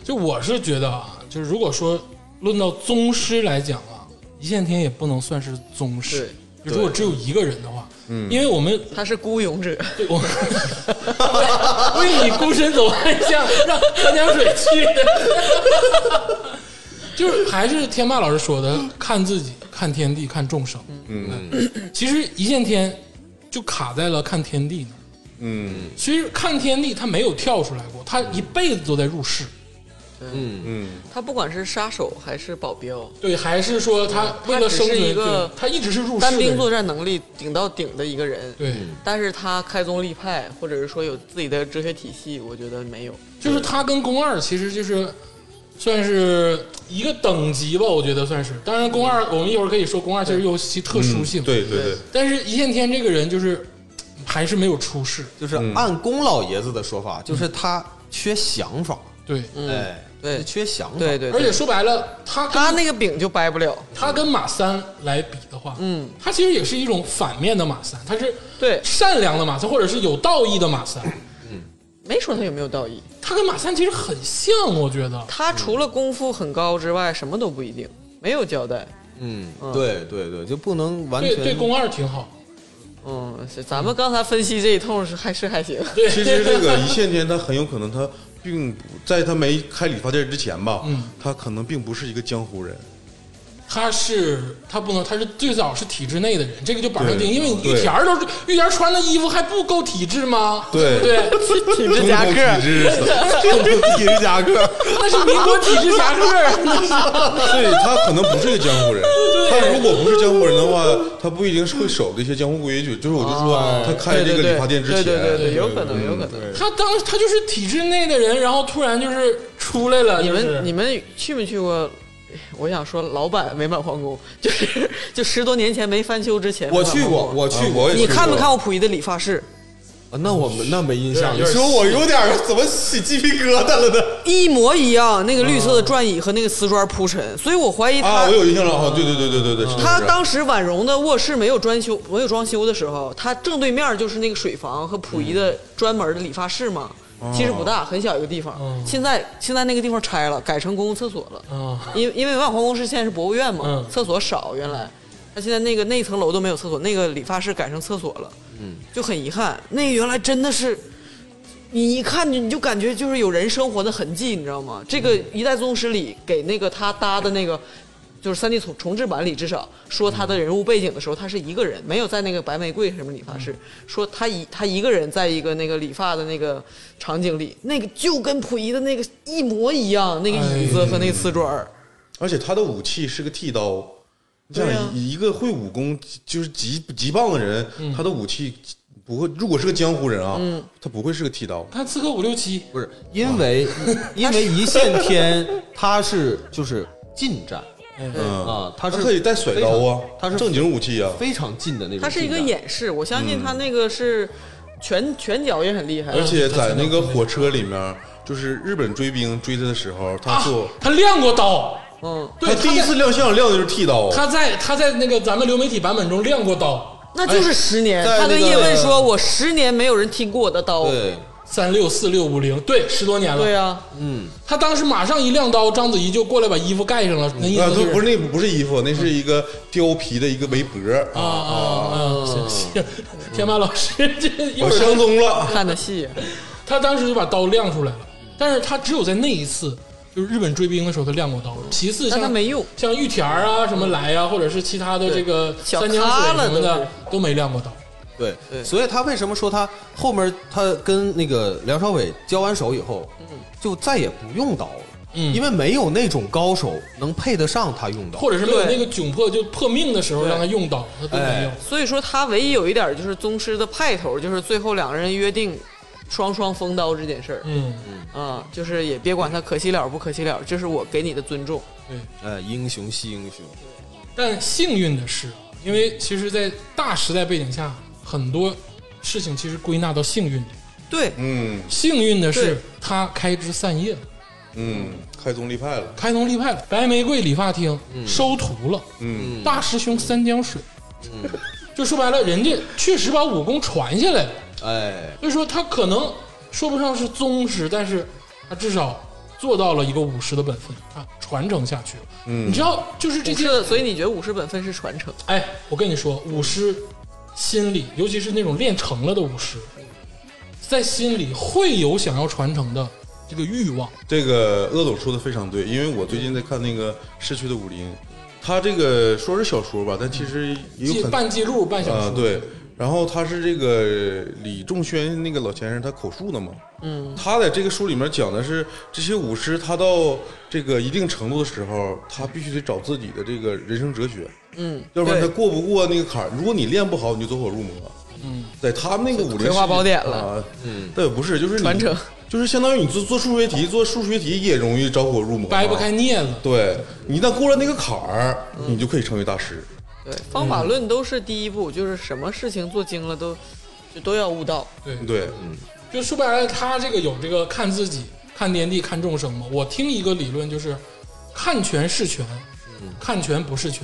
Speaker 1: 就我是觉得啊，就是如果说论到宗师来讲啊，一线天也不能算是宗师。就如果只有一个人的话，嗯，因为我们
Speaker 2: 他是孤勇者，
Speaker 1: 对我 为你孤身走暗巷，让潘江水去的， 就是还是天霸老师说的，看自己，看天地，看众生。
Speaker 3: 嗯
Speaker 1: 其实一线天就卡在了看天地呢。
Speaker 3: 嗯
Speaker 1: 其实看天地他没有跳出来过，他一辈子都在入世。
Speaker 3: 嗯
Speaker 2: 他不管是杀手还是保镖，
Speaker 1: 对，还是说他为了生
Speaker 2: 嗯他只是
Speaker 1: 存，
Speaker 2: 一个
Speaker 1: 对他一直是入世
Speaker 2: 单
Speaker 1: 的
Speaker 2: 兵
Speaker 1: 人。
Speaker 2: 作战能力顶到顶的一个人，
Speaker 1: 对，
Speaker 2: 但是他开宗立派，或者是说有自己的哲学体系，我觉得没有。
Speaker 1: 就是他跟宫二其实就是算是一个等级吧，我觉得算是。当然，宫二我们一会儿可以说宫二其实有其特殊性，
Speaker 3: 嗯对对对
Speaker 2: 对，
Speaker 1: 但是一线天这个人就是还是没有出世，
Speaker 4: 就是按宫老爷子的说法，就是他缺想法，
Speaker 1: 对，
Speaker 2: 嗯，
Speaker 4: 哎，
Speaker 2: 对
Speaker 4: 是缺想法，
Speaker 2: 对对，
Speaker 1: 而
Speaker 2: 对
Speaker 1: 且说白了，他跟
Speaker 2: 他那个饼就掰不了。
Speaker 1: 他跟马三来比的话，嗯，他其实也是一种反面的马三，他是
Speaker 2: 对
Speaker 1: 善良的马三，或者是有道义的马三，
Speaker 2: 没说他有没有道义，
Speaker 1: 他跟马三其实很像，我觉得。
Speaker 2: 他除了功夫很高之外，什么都不一定，没有交代。
Speaker 4: 嗯，对对对，就不能完
Speaker 1: 对
Speaker 4: 全
Speaker 1: 对，宫二挺好，
Speaker 2: 嗯，是咱们刚才分析这一通是还是还行，
Speaker 1: 对，
Speaker 3: 其实这个一 线天，他很有可能他并不在他没开理发店之前吧，
Speaker 1: 嗯
Speaker 3: 他可能并不是一个江湖人，
Speaker 1: 他是他不能，他是最早是体制内的人，这个就板上钉，
Speaker 3: 对
Speaker 1: 因为你玉田儿都是玉田儿穿的衣服还不够体制吗？
Speaker 3: 对
Speaker 1: 不 对，
Speaker 2: 体
Speaker 3: 中
Speaker 2: 制夹
Speaker 3: 国体
Speaker 2: 克，
Speaker 3: 制，体制夹克，
Speaker 1: 那是民国体制侠客啊，那是
Speaker 3: 对他可能不是一个江湖人，他如果不是江湖人的话，他不一定是会守这些江湖规矩。就是我就说，他开这个理发店之前，
Speaker 2: 对对对对对有可能有可能
Speaker 3: 对
Speaker 1: 他当他就是体制内的人，然后突然就是出来了，
Speaker 2: 你
Speaker 1: 就是
Speaker 2: 们你们去没去过？我想说，老版美满皇宫就是就十多年前没翻修之前，
Speaker 4: 我去过，
Speaker 2: 美满皇宫
Speaker 4: 我去过，
Speaker 3: 我也
Speaker 2: 你看没
Speaker 3: 过
Speaker 2: 看过溥仪的理发室？
Speaker 4: 啊那我们那没印象，
Speaker 1: 有点
Speaker 4: 说我有点儿怎么起鸡皮疙瘩了呢？
Speaker 2: 一模一样，那个绿色的转椅和那个瓷砖铺陈，所以我怀疑他
Speaker 3: 啊？我有印象了，啊，对对对对
Speaker 1: 嗯
Speaker 3: 对对，是
Speaker 2: 他
Speaker 3: 是是
Speaker 2: 当时婉容的卧室没有装修，没有装修的时候，他正对面就是那个水房和溥仪的专门的理发室嘛，其实不大，很小一个地方。
Speaker 1: 嗯
Speaker 2: 现在现在那个地方拆了，改成公共厕所了。
Speaker 1: 啊，
Speaker 2: 因因为万皇宫是现在是博物院嘛，
Speaker 1: 嗯
Speaker 2: 厕所少，原来他现在那个那一层楼都没有厕所，那个理发室改成厕所了，嗯，就很遗憾。那个原来真的是，你一看你你就感觉就是有人生活的痕迹，你知道吗？这个《
Speaker 4: 嗯
Speaker 2: 一代宗师》里给那个他搭的那个。就是三 D 重重置版里，至少说他的人物背景的时候，他是一个人，没有在那个白玫瑰什么理发室，说他一他一个人在一个那个理发的那个场景里，那个就跟溥仪的那个一模一样，那个椅子和那个瓷砖儿。
Speaker 3: 而且他的武器是个剃刀。你想
Speaker 2: 对啊
Speaker 3: 一个会武功就是极极棒的人，他的武器不会，如果是个江湖人啊，他不会是个剃刀。
Speaker 1: 看刺客伍六七，
Speaker 4: 不是因 为因为一线天他是就是近战
Speaker 3: 嗯
Speaker 4: 啊，他是
Speaker 3: 可以带甩刀啊，
Speaker 4: 他是
Speaker 3: 正经武器啊。
Speaker 4: 非常近的那种近
Speaker 2: 它
Speaker 4: 战，
Speaker 2: 是一个演示，我相信他那个是
Speaker 4: 嗯
Speaker 2: 拳拳脚也很厉害，
Speaker 3: 而且在那个火车里面，就是日本追兵追他的时候，他
Speaker 1: 啊
Speaker 3: 做、，
Speaker 1: 他亮过刀，
Speaker 2: 嗯，
Speaker 1: 对，
Speaker 3: 他第一
Speaker 1: 在
Speaker 3: 次亮相亮的就是剃刀，
Speaker 1: 他在他在那个咱们流媒体版本中亮过刀，
Speaker 2: 那就是十年。
Speaker 4: 在
Speaker 2: 他跟
Speaker 4: 那个
Speaker 2: 叶问说：“我十年没有人踢过我的刀。”
Speaker 4: 对，
Speaker 1: 三六四六五零，对，十多年了。
Speaker 2: 对啊，
Speaker 1: 他当时马上一亮刀，章子怡就过来把衣服盖上了，那意
Speaker 3: 啊，
Speaker 1: 思
Speaker 3: 都
Speaker 1: 就是
Speaker 3: 不是那不是衣服，那是一个貂皮的一个围脖
Speaker 1: 啊
Speaker 3: 啊。
Speaker 1: 啊啊！行行，天马老师这一
Speaker 3: 我
Speaker 1: 会
Speaker 3: 相
Speaker 1: 儿
Speaker 3: 中了，
Speaker 2: 看的戏，
Speaker 1: 他当时就把刀亮出来了，但是他只有在那一次，就是日本追兵的时候他亮过刀。其次
Speaker 2: 但他
Speaker 1: 像
Speaker 2: 没用。
Speaker 1: 像玉田儿啊什么来呀、或者是其他的这个
Speaker 2: 小
Speaker 1: 三江
Speaker 2: 咖
Speaker 1: 水
Speaker 2: 了
Speaker 1: 什么
Speaker 2: 都
Speaker 1: 的
Speaker 2: 是
Speaker 1: 都没亮过刀。
Speaker 4: 对
Speaker 2: 对
Speaker 4: 所以他为什么说他后面他跟那个梁朝伟交完手以后，
Speaker 2: 嗯
Speaker 4: 就再也不用刀了，
Speaker 1: 嗯
Speaker 4: 因为没有那种高手能配得上他用刀，
Speaker 1: 或者是没有
Speaker 2: 对
Speaker 1: 那个窘迫就破命的时候
Speaker 2: 对
Speaker 1: 让他用刀，他都没有
Speaker 4: 哎。
Speaker 2: 所以说他唯一有一点就是宗师的派头，就是最后两个人约定双双封刀这件事儿
Speaker 1: 嗯，
Speaker 2: 啊，就是也别管他可惜了不可惜了，这是我给你的尊重。
Speaker 1: 对。
Speaker 4: 呃，英雄惜英雄，
Speaker 1: 但幸运的是，因为其实，在大时代背景下，很多事情其实归纳到幸运里。
Speaker 2: 对，
Speaker 3: 嗯
Speaker 1: 幸运的
Speaker 2: 对
Speaker 1: 是，他开枝散叶了，
Speaker 3: 嗯，开宗立派了，
Speaker 1: 开宗立派了。白玫瑰理发厅收徒了，
Speaker 3: 嗯
Speaker 1: 大师兄三江水，
Speaker 2: 嗯
Speaker 1: 就说白了，人家确实把武功传下来了。
Speaker 4: 哎，
Speaker 1: 所以说他可能说不上是宗师，但是他至少做到了一个武士的本分啊，传承下去了。
Speaker 3: 嗯
Speaker 1: 你知道，就是这
Speaker 2: 武士
Speaker 1: 些，
Speaker 2: 的，所以你觉得武士本分是传承？
Speaker 1: 哎，我跟你说，武师心里，尤其是那种练成了的武师，在心里会有想要传承的这个欲望。
Speaker 3: 这个鄂总说的非常对，因为我最近在看那个《逝去的武林》，它这个说是小说吧，但其实也
Speaker 1: 记
Speaker 3: 有很
Speaker 1: 半记录半小
Speaker 3: 啊、
Speaker 1: 说，
Speaker 3: 对。然后他是这个李仲轩那个老先生，他口述的嘛，嗯，他在这个书里面讲的是这些武师，他到这个一定程度的时候，他必须得找自己的这个人生哲学，
Speaker 2: 嗯，
Speaker 3: 要不然他
Speaker 2: 对
Speaker 3: 过不过那个坎儿。如果你练不好，你就走火入魔。嗯，在他们那个武林
Speaker 2: 葵花
Speaker 3: 世界
Speaker 2: 宝典了
Speaker 3: 啊，嗯，但也不是，就是你
Speaker 2: 传承，
Speaker 3: 就是相当于你做做数学题，做数学题也容易着火入魔，啊
Speaker 1: 掰不开。镊子。
Speaker 3: 对你一旦过了那个坎儿，你就可以成为大师。
Speaker 2: 对，
Speaker 1: 嗯
Speaker 2: 方法论都是第一步，就是什么事情做精了都就都要悟道。
Speaker 1: 对，
Speaker 3: 对，
Speaker 1: 就说白了，他这个有这个看自己、看天地、看众生嘛。我听一个理论就是，看全是全，看全不是全，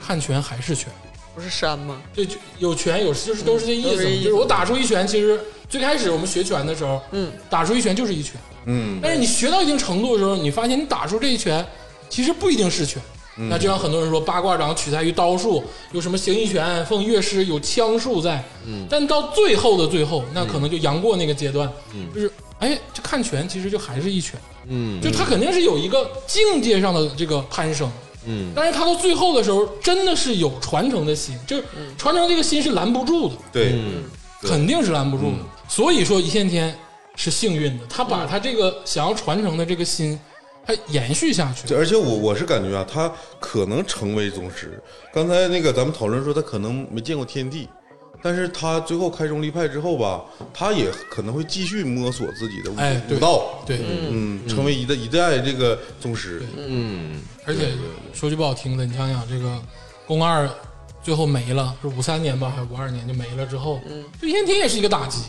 Speaker 1: 看全还是全。
Speaker 2: 不是山吗？
Speaker 1: 这就有拳有势就是都是这意思
Speaker 2: 都
Speaker 1: 嘛，
Speaker 2: 是意思
Speaker 1: 就是我打出一拳，其实最开始我们学拳的时候，
Speaker 2: 嗯，
Speaker 1: 打出一拳就是一拳，
Speaker 3: 嗯，
Speaker 1: 但是你学到一定程度的时候，你发现你打出这一拳其实不一定是拳。那就像很多人说，八卦掌取材于刀术，有什么形意拳、奉月师，有枪术在。嗯，但到最后的最后，那可能就杨过那个阶段，嗯、就是哎，这看拳其实就还是一拳，
Speaker 4: 嗯
Speaker 1: 就他肯定是有一个境界上的这个攀升。
Speaker 4: 嗯，
Speaker 1: 但是他到最后的时候，真的是有传承的心，就是传承这个心是拦不住的，
Speaker 3: 对，
Speaker 4: 嗯
Speaker 3: 对
Speaker 1: 肯定是拦不住的。所以说，一线天是幸运的，他把他这个想要传承的这个心，他延续下去
Speaker 3: 对。而且我我是感觉啊，他可能成为宗师。刚才那个咱们讨论说，他可能没见过天地，但是他最后开宗立派之后吧，他也可能会继续摸索自己的武
Speaker 1: 哎对
Speaker 3: 武道，
Speaker 1: 对，
Speaker 3: 嗯，成为一代一代这个宗师。
Speaker 1: 而且说句不好听的，你想想这个宫二最后没了，是五三年吧，还是五二年就没了之后，对一线天也是一个打击。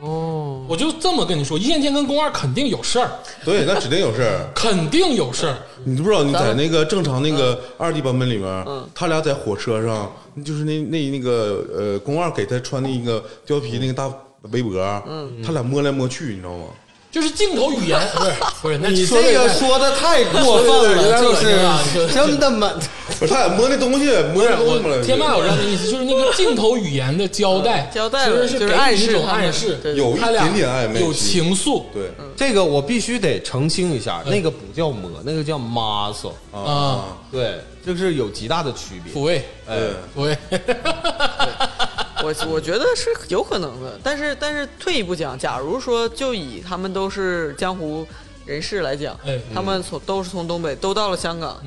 Speaker 2: 哦，
Speaker 1: 我就这么跟你说，一线天跟宫二肯定有事儿，
Speaker 3: 对，那指定有事儿。
Speaker 1: 肯定有事儿。
Speaker 3: 你知不知道你在那个正常那个二 D 版本里面，他俩在火车上，就是那那那个呃，宫二给他穿那个貂皮那个大围脖，他俩摸来摸去，你知道吗？
Speaker 1: 就是镜头语言，不是不是，那
Speaker 4: 你
Speaker 1: 说
Speaker 4: 这
Speaker 1: 得
Speaker 4: 个
Speaker 1: 太
Speaker 4: 说的太过分了，
Speaker 1: 说
Speaker 4: 就
Speaker 1: 得有点恶心啊
Speaker 4: 是真的吗？
Speaker 3: 不是，他俩摸那东西，摸那东西摸来摸
Speaker 1: 我
Speaker 3: 去
Speaker 1: 天霸老师的意思就是那个镜头语言的交代，
Speaker 2: 嗯交代
Speaker 1: 其
Speaker 2: 了
Speaker 1: 实
Speaker 2: 就是
Speaker 1: 给
Speaker 2: 暗
Speaker 1: 你一
Speaker 2: 示
Speaker 1: 种
Speaker 2: 他们
Speaker 1: 暗示，
Speaker 2: 对
Speaker 3: 有一
Speaker 1: 他俩
Speaker 3: 点点暧昧，
Speaker 1: 有情愫，
Speaker 3: 对
Speaker 4: 这个我必须得澄清一下，那个不叫摸，那个叫 muscle，
Speaker 1: 啊，哎
Speaker 4: 对，就是有极大的区别哎
Speaker 1: 抚。慰
Speaker 3: 对，
Speaker 1: 抚慰，
Speaker 2: 我我觉得是有可能的，但是但是退一步讲，假如说就以他们都是江湖人士来讲，
Speaker 1: 哎嗯
Speaker 2: 他们从都是从东北都到了香港，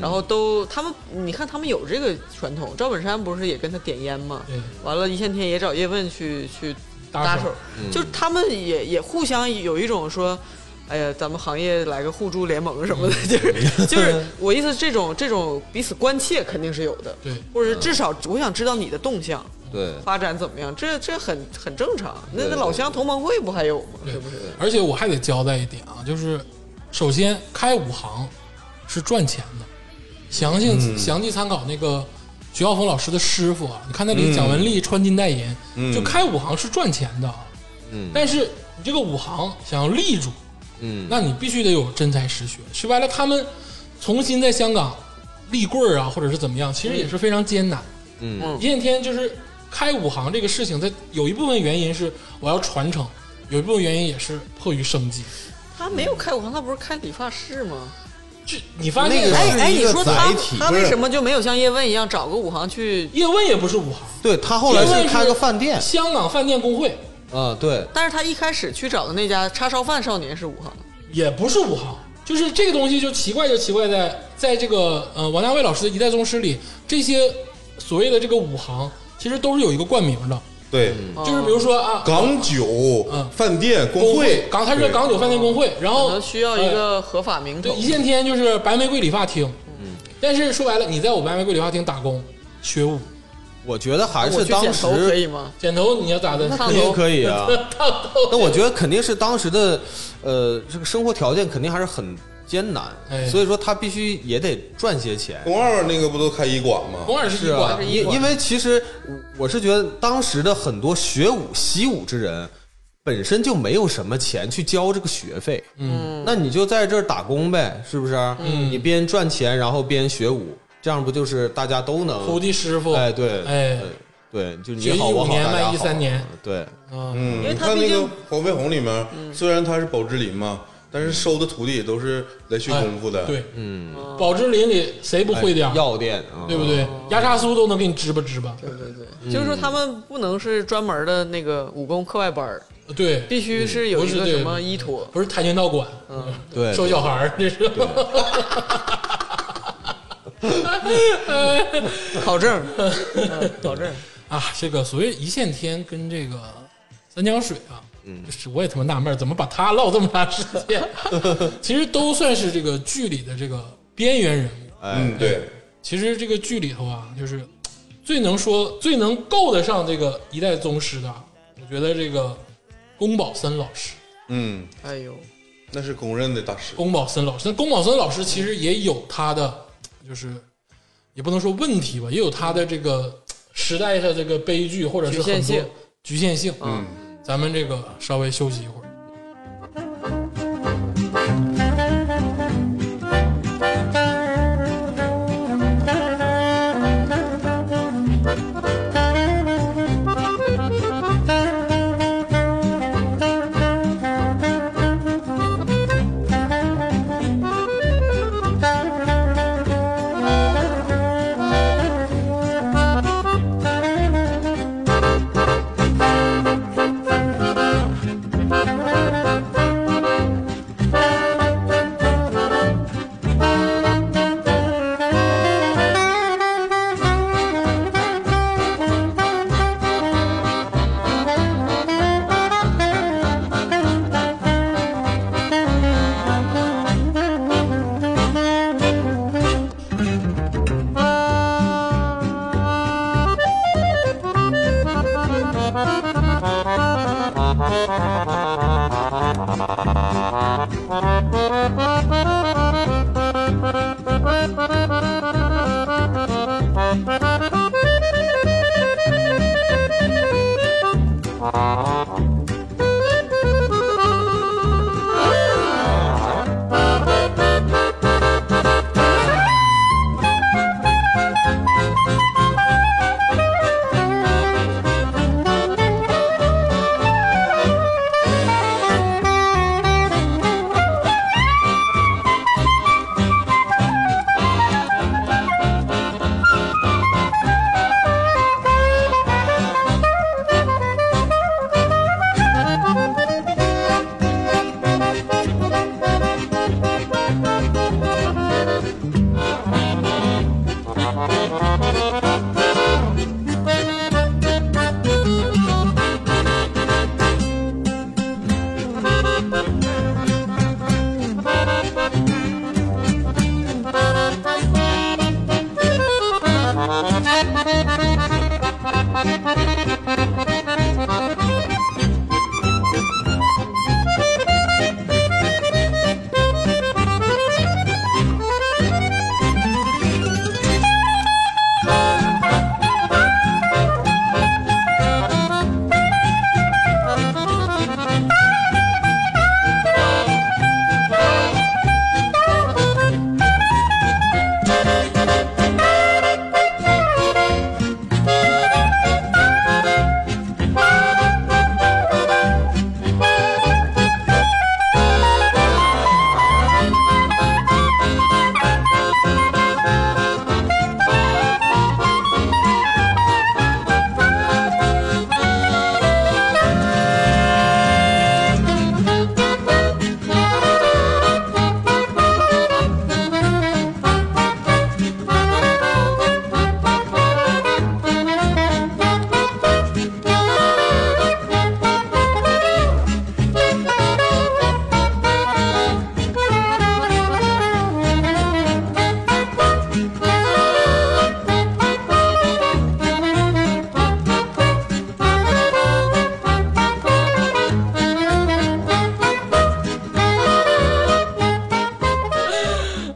Speaker 2: 然后都他们你看他们有这个传统，赵本山不是也跟他点烟吗？
Speaker 1: 对
Speaker 2: 完了，一线天也找叶问去去
Speaker 1: 搭
Speaker 2: 搭
Speaker 1: 手
Speaker 2: 手，就是他们也也互相有一种说。哎呀，咱们行业来个互助联盟什
Speaker 1: 嗯
Speaker 2: 么的， 就是就是我意思，这种这种彼此关切肯定是有的，
Speaker 1: 对
Speaker 2: 或者是至少我想知道你的动向，
Speaker 4: 对，
Speaker 2: 发展怎么样，这这很很正常。那
Speaker 4: 对
Speaker 2: 那
Speaker 4: 对
Speaker 2: 老乡同盟会不还有吗？是不是？
Speaker 1: 而且我还得交代一点啊，就是首先开武行是赚钱的，详细、
Speaker 3: 嗯
Speaker 1: 详细参考那个徐浩峰老师的师傅啊，你看那里蒋雯丽穿金戴银，
Speaker 3: 嗯
Speaker 1: 就开武行是赚钱的啊，
Speaker 4: 嗯
Speaker 1: 但是你这个武行想要立住，
Speaker 4: 嗯
Speaker 1: 那你必须得有真才实学。说白了，他们重新在香港立棍儿啊，或者是怎么样，其实也是非常艰难。
Speaker 2: 嗯
Speaker 1: 一线天就是开武行这个事情，它有一部分原因是我要传承，有一部分原因也是迫于生计。
Speaker 2: 他没有开武行，他不是开理发室吗？
Speaker 1: 这你发现
Speaker 4: 嗯那个
Speaker 2: 哎
Speaker 4: 是
Speaker 2: 哎，
Speaker 4: 一
Speaker 2: 你
Speaker 4: 个
Speaker 2: 说他
Speaker 4: 载体
Speaker 2: 他
Speaker 3: 不
Speaker 2: 为
Speaker 3: 是
Speaker 2: 什么就没有像叶问一样找个武行去？
Speaker 1: 叶问也不是武行，
Speaker 4: 对他后来
Speaker 1: 叶问
Speaker 4: 是开个饭店，
Speaker 1: 香港饭店工会
Speaker 4: 啊，对，
Speaker 2: 但是他一开始去找的那家叉烧饭少年是武行，
Speaker 1: 也不是武行。就是这个东西就奇怪，就奇怪在在这个呃王家卫老师的《一代宗师》里，这些所谓的这个武行，其实都是有一个冠名的，
Speaker 3: 对，
Speaker 4: 哦
Speaker 1: 就是比如说啊，
Speaker 3: 港酒
Speaker 1: 嗯
Speaker 3: 饭店
Speaker 1: 工
Speaker 3: 工
Speaker 1: 港，他是
Speaker 3: 对
Speaker 1: 港酒饭店工会，
Speaker 4: 嗯
Speaker 1: 然
Speaker 2: 哦可
Speaker 1: 后
Speaker 2: 能需要一
Speaker 1: 呃
Speaker 2: 个合法名
Speaker 1: 对
Speaker 2: 头
Speaker 1: 一。线天就是白玫瑰理发厅，嗯，但是说白了，你在我白玫瑰理发厅打工学武
Speaker 4: 我觉得还
Speaker 2: 我去
Speaker 4: 是
Speaker 2: 剪
Speaker 4: 当
Speaker 2: 头可
Speaker 4: 时
Speaker 2: 以吗？
Speaker 1: 剪头，你要咋的？
Speaker 2: 烫
Speaker 4: 肯定可以啊。
Speaker 1: 烫头，
Speaker 4: 但我觉得肯定是当时的，呃，这个生活条件肯定还是很艰难，
Speaker 1: 哎
Speaker 4: 所以说他必须也得赚些钱。
Speaker 3: 宫二那个不都开医馆吗？
Speaker 1: 红耳是
Speaker 4: 是
Speaker 1: 一
Speaker 4: 啊
Speaker 1: 馆，，
Speaker 2: 是一
Speaker 4: 呃因因为其实我我是觉得当时的很多学武习武之人，本身就没有什么钱去交这个学费，嗯，那你就在这儿打工呗，是不是？嗯，你边赚钱然后边学舞，这样不就是大家都能？
Speaker 1: 徒弟师傅，
Speaker 4: 哎，对，
Speaker 1: 哎
Speaker 4: 呃，对，就你
Speaker 1: 学
Speaker 4: 好
Speaker 1: 15
Speaker 4: 我好
Speaker 1: 年
Speaker 4: 大家
Speaker 1: 卖
Speaker 4: 好，
Speaker 1: 13年
Speaker 4: 对，
Speaker 1: 嗯，
Speaker 3: 嗯，
Speaker 2: 因为
Speaker 3: 你
Speaker 2: 他
Speaker 3: 看
Speaker 2: 毕
Speaker 3: 那
Speaker 2: 竟
Speaker 3: 个《黄飞鸿》里面，虽然他是宝芝林嘛，但是收的徒弟都是来学
Speaker 1: 哎
Speaker 3: 功夫的。，
Speaker 1: 对，嗯，宝芝林里谁不会点儿，
Speaker 4: 药店啊，
Speaker 1: 对不对？压榨酥都能给你支吧支吧，
Speaker 2: 对对对，嗯就是说他们不能是专门的那个武功课外班儿，
Speaker 1: 对，
Speaker 2: 必须是有
Speaker 1: 不
Speaker 2: 一
Speaker 1: 是
Speaker 2: 个
Speaker 1: 这个
Speaker 2: 什么依托。
Speaker 1: 不是跆拳道馆，
Speaker 4: 哎对，
Speaker 1: 收小孩儿，这是。 哎
Speaker 2: 考证，嗯考证，
Speaker 1: 啊，这个所谓一线天跟这个三江水啊，嗯，就是我也他妈纳闷儿，怎么把他唠这么长时间？啊 其实都算是这个剧里的这个边缘人物。
Speaker 4: 哎，
Speaker 3: 嗯，对，
Speaker 1: 其实这个剧里头啊，就是最能说、最能够得上这个一代宗师的啊，我觉得这个宫保森老师。
Speaker 3: 嗯，
Speaker 2: 哎呦，
Speaker 3: 那是公认的大师。
Speaker 1: 宫保森老师，但宫保森老师其实也有他的，就是也不能说问题吧，也有他的这个时代的这个悲剧，或者是
Speaker 2: 局限
Speaker 1: 很多
Speaker 2: 性
Speaker 1: 局限性。
Speaker 2: 嗯，
Speaker 1: 咱们这个稍微休息一会儿。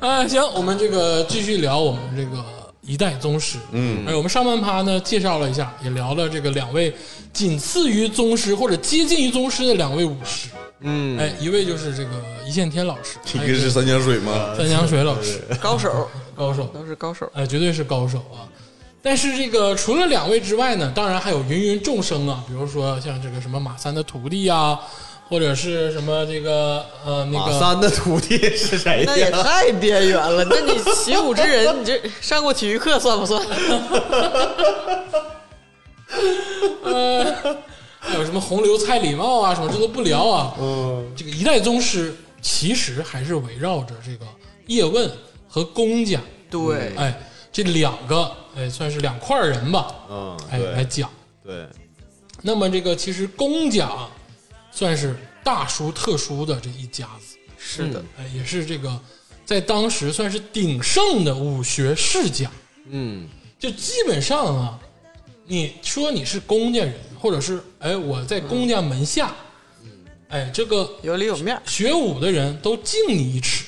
Speaker 1: 啊，行，我们这个继续聊我们这个一一代宗师。
Speaker 3: 嗯
Speaker 1: 哎，我们上半趴呢介绍了一下，也聊了这个两位仅次于宗师或者接近于宗师的两位武师。
Speaker 4: 嗯，
Speaker 1: 哎，一位就是这个一线天老师，
Speaker 3: 一
Speaker 1: 还
Speaker 3: 个
Speaker 1: 有
Speaker 3: 是三江水嘛，
Speaker 1: 三江水老师，
Speaker 2: 高手
Speaker 1: 高手，
Speaker 2: 都是高手。
Speaker 1: 哎，绝对是高手啊。但是这个除了两位之外呢，当然还有芸芸众生啊，比如说像这个什么马三的徒弟啊，或者是什么这个呃那
Speaker 4: 马
Speaker 1: 个
Speaker 4: 三的徒弟是谁
Speaker 2: 那 也
Speaker 4: 呀？
Speaker 2: 太边缘了。那你习武之人，你这上过体育课算不算？
Speaker 1: 还有什么洪流、蔡礼茂啊，什么这都不聊啊。嗯，这个一代宗师其实还是围绕着这个叶问和公家，
Speaker 2: 对，
Speaker 1: 哎，这两个哎算是两块人吧，
Speaker 4: 嗯，
Speaker 1: 哎来讲。
Speaker 4: 对，
Speaker 1: 那么这个其实公家啊，算是大叔特叔的这一家子，
Speaker 2: 是的，
Speaker 1: 哎，也是这个在当时算是鼎盛的武学世家。
Speaker 4: 嗯，
Speaker 1: 就基本上啊，你说你是公家人，或者是哎我在公家门下，
Speaker 2: 嗯
Speaker 1: 哎这个
Speaker 2: 有里有面儿。
Speaker 1: 学武的人都敬你一尺。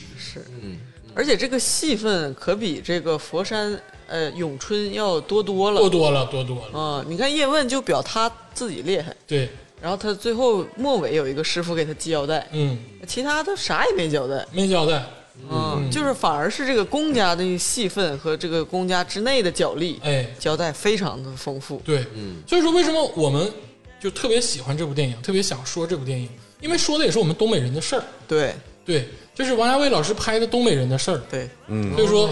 Speaker 2: 而且这个戏份可比这个佛山呃咏春要多多了
Speaker 1: 多多了，多多了。
Speaker 2: 啊、你看叶问就表他自己厉害，
Speaker 1: 对，
Speaker 2: 然后他最后末尾有一个师傅给他系腰带，
Speaker 1: 嗯，
Speaker 2: 其他都啥也没交代。
Speaker 1: 没交代。
Speaker 2: 嗯，就是反而是这个公家的戏份和这个公家之内的角力，
Speaker 1: 哎，
Speaker 2: 交代非常的丰富。
Speaker 1: 对，
Speaker 3: 嗯
Speaker 1: 所以说为什么我们就特别喜欢这部电影，特别想说这部电影，因为说的也是我们东北人的事儿。
Speaker 2: 对
Speaker 1: 对，这是王家卫老师拍的东北人的事儿，
Speaker 2: 对
Speaker 3: 嗯
Speaker 1: 所以
Speaker 2: 哦
Speaker 1: 说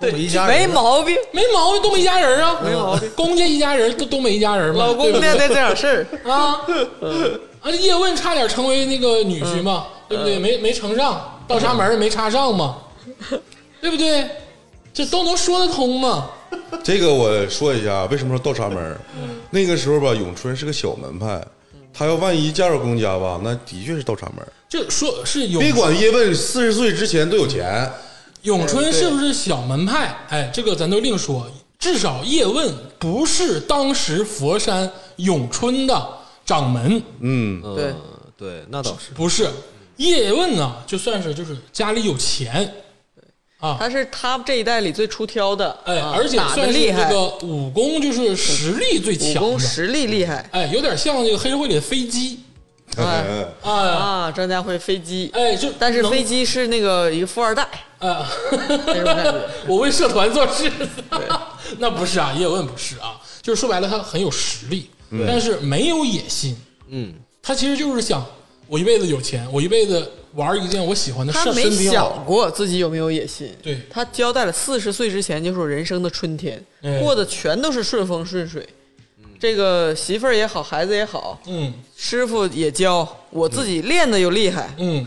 Speaker 4: 我们一家
Speaker 2: 没
Speaker 4: 人
Speaker 2: 毛病，
Speaker 1: 没毛病，东北一家人啊，
Speaker 2: 没毛病，
Speaker 1: 公家一家人都东北一家人嘛，
Speaker 2: 老公
Speaker 1: 对不对
Speaker 2: 家的这点事儿，
Speaker 1: 啊，
Speaker 2: 嗯
Speaker 1: 啊，叶问差点成为那个女婿嘛，对不对？没没成上，倒插门儿没插上嘛，
Speaker 2: 嗯
Speaker 1: 对不对？这都能说得通嘛？
Speaker 3: 这个我说一下，为什么说倒插门儿？那个时候吧，咏春是个小门派，他要万一嫁入公家吧，那的确是倒插门儿。
Speaker 1: 这说是咏
Speaker 3: 别管叶问四十岁之前都有钱，
Speaker 1: 咏春
Speaker 2: 对
Speaker 1: 是不是小门派？哎，这个咱都另说。至少叶问不是当时佛山咏春的掌门，
Speaker 3: 嗯，
Speaker 4: 嗯
Speaker 2: 对
Speaker 4: 对，那倒是，
Speaker 1: 不是。叶问呢，就算是就是家里有钱，
Speaker 2: 他是他这一代里最出挑的，
Speaker 1: 啊哎，
Speaker 2: 啊
Speaker 1: 而且
Speaker 2: 打的
Speaker 1: 算是
Speaker 2: 厉
Speaker 1: 这
Speaker 2: 害，
Speaker 1: 个武功就是实力最
Speaker 2: 武
Speaker 1: 强
Speaker 2: 功
Speaker 1: 的，
Speaker 2: 实力厉害
Speaker 1: 哎，有点像那个黑社会里的飞机，
Speaker 2: 哎
Speaker 1: 啊，
Speaker 2: 啊！张家辉飞机，
Speaker 1: 哎，就
Speaker 2: 但是
Speaker 1: 能
Speaker 2: 飞机是那个一个富二代，
Speaker 1: 啊
Speaker 2: 种感觉，
Speaker 1: 我为社团做事， 那不是啊，叶问不是啊，就是说白了，他很有实力，
Speaker 2: 嗯
Speaker 1: 但是没有野心，
Speaker 4: 嗯，
Speaker 1: 他其实就是想，我一辈子有钱，我一辈子玩一件我喜欢的事
Speaker 2: 他
Speaker 1: 儿，
Speaker 2: 没
Speaker 1: 身边有
Speaker 2: 想过自己有没有野心。
Speaker 1: 对
Speaker 2: 他交代了，四十岁之前就是我人生的春天，
Speaker 1: 哎
Speaker 2: 过得全都是顺风顺水。这个媳妇儿也好，孩子也好，
Speaker 1: 嗯
Speaker 2: 师傅也教，我自己练的又厉害，
Speaker 1: 嗯，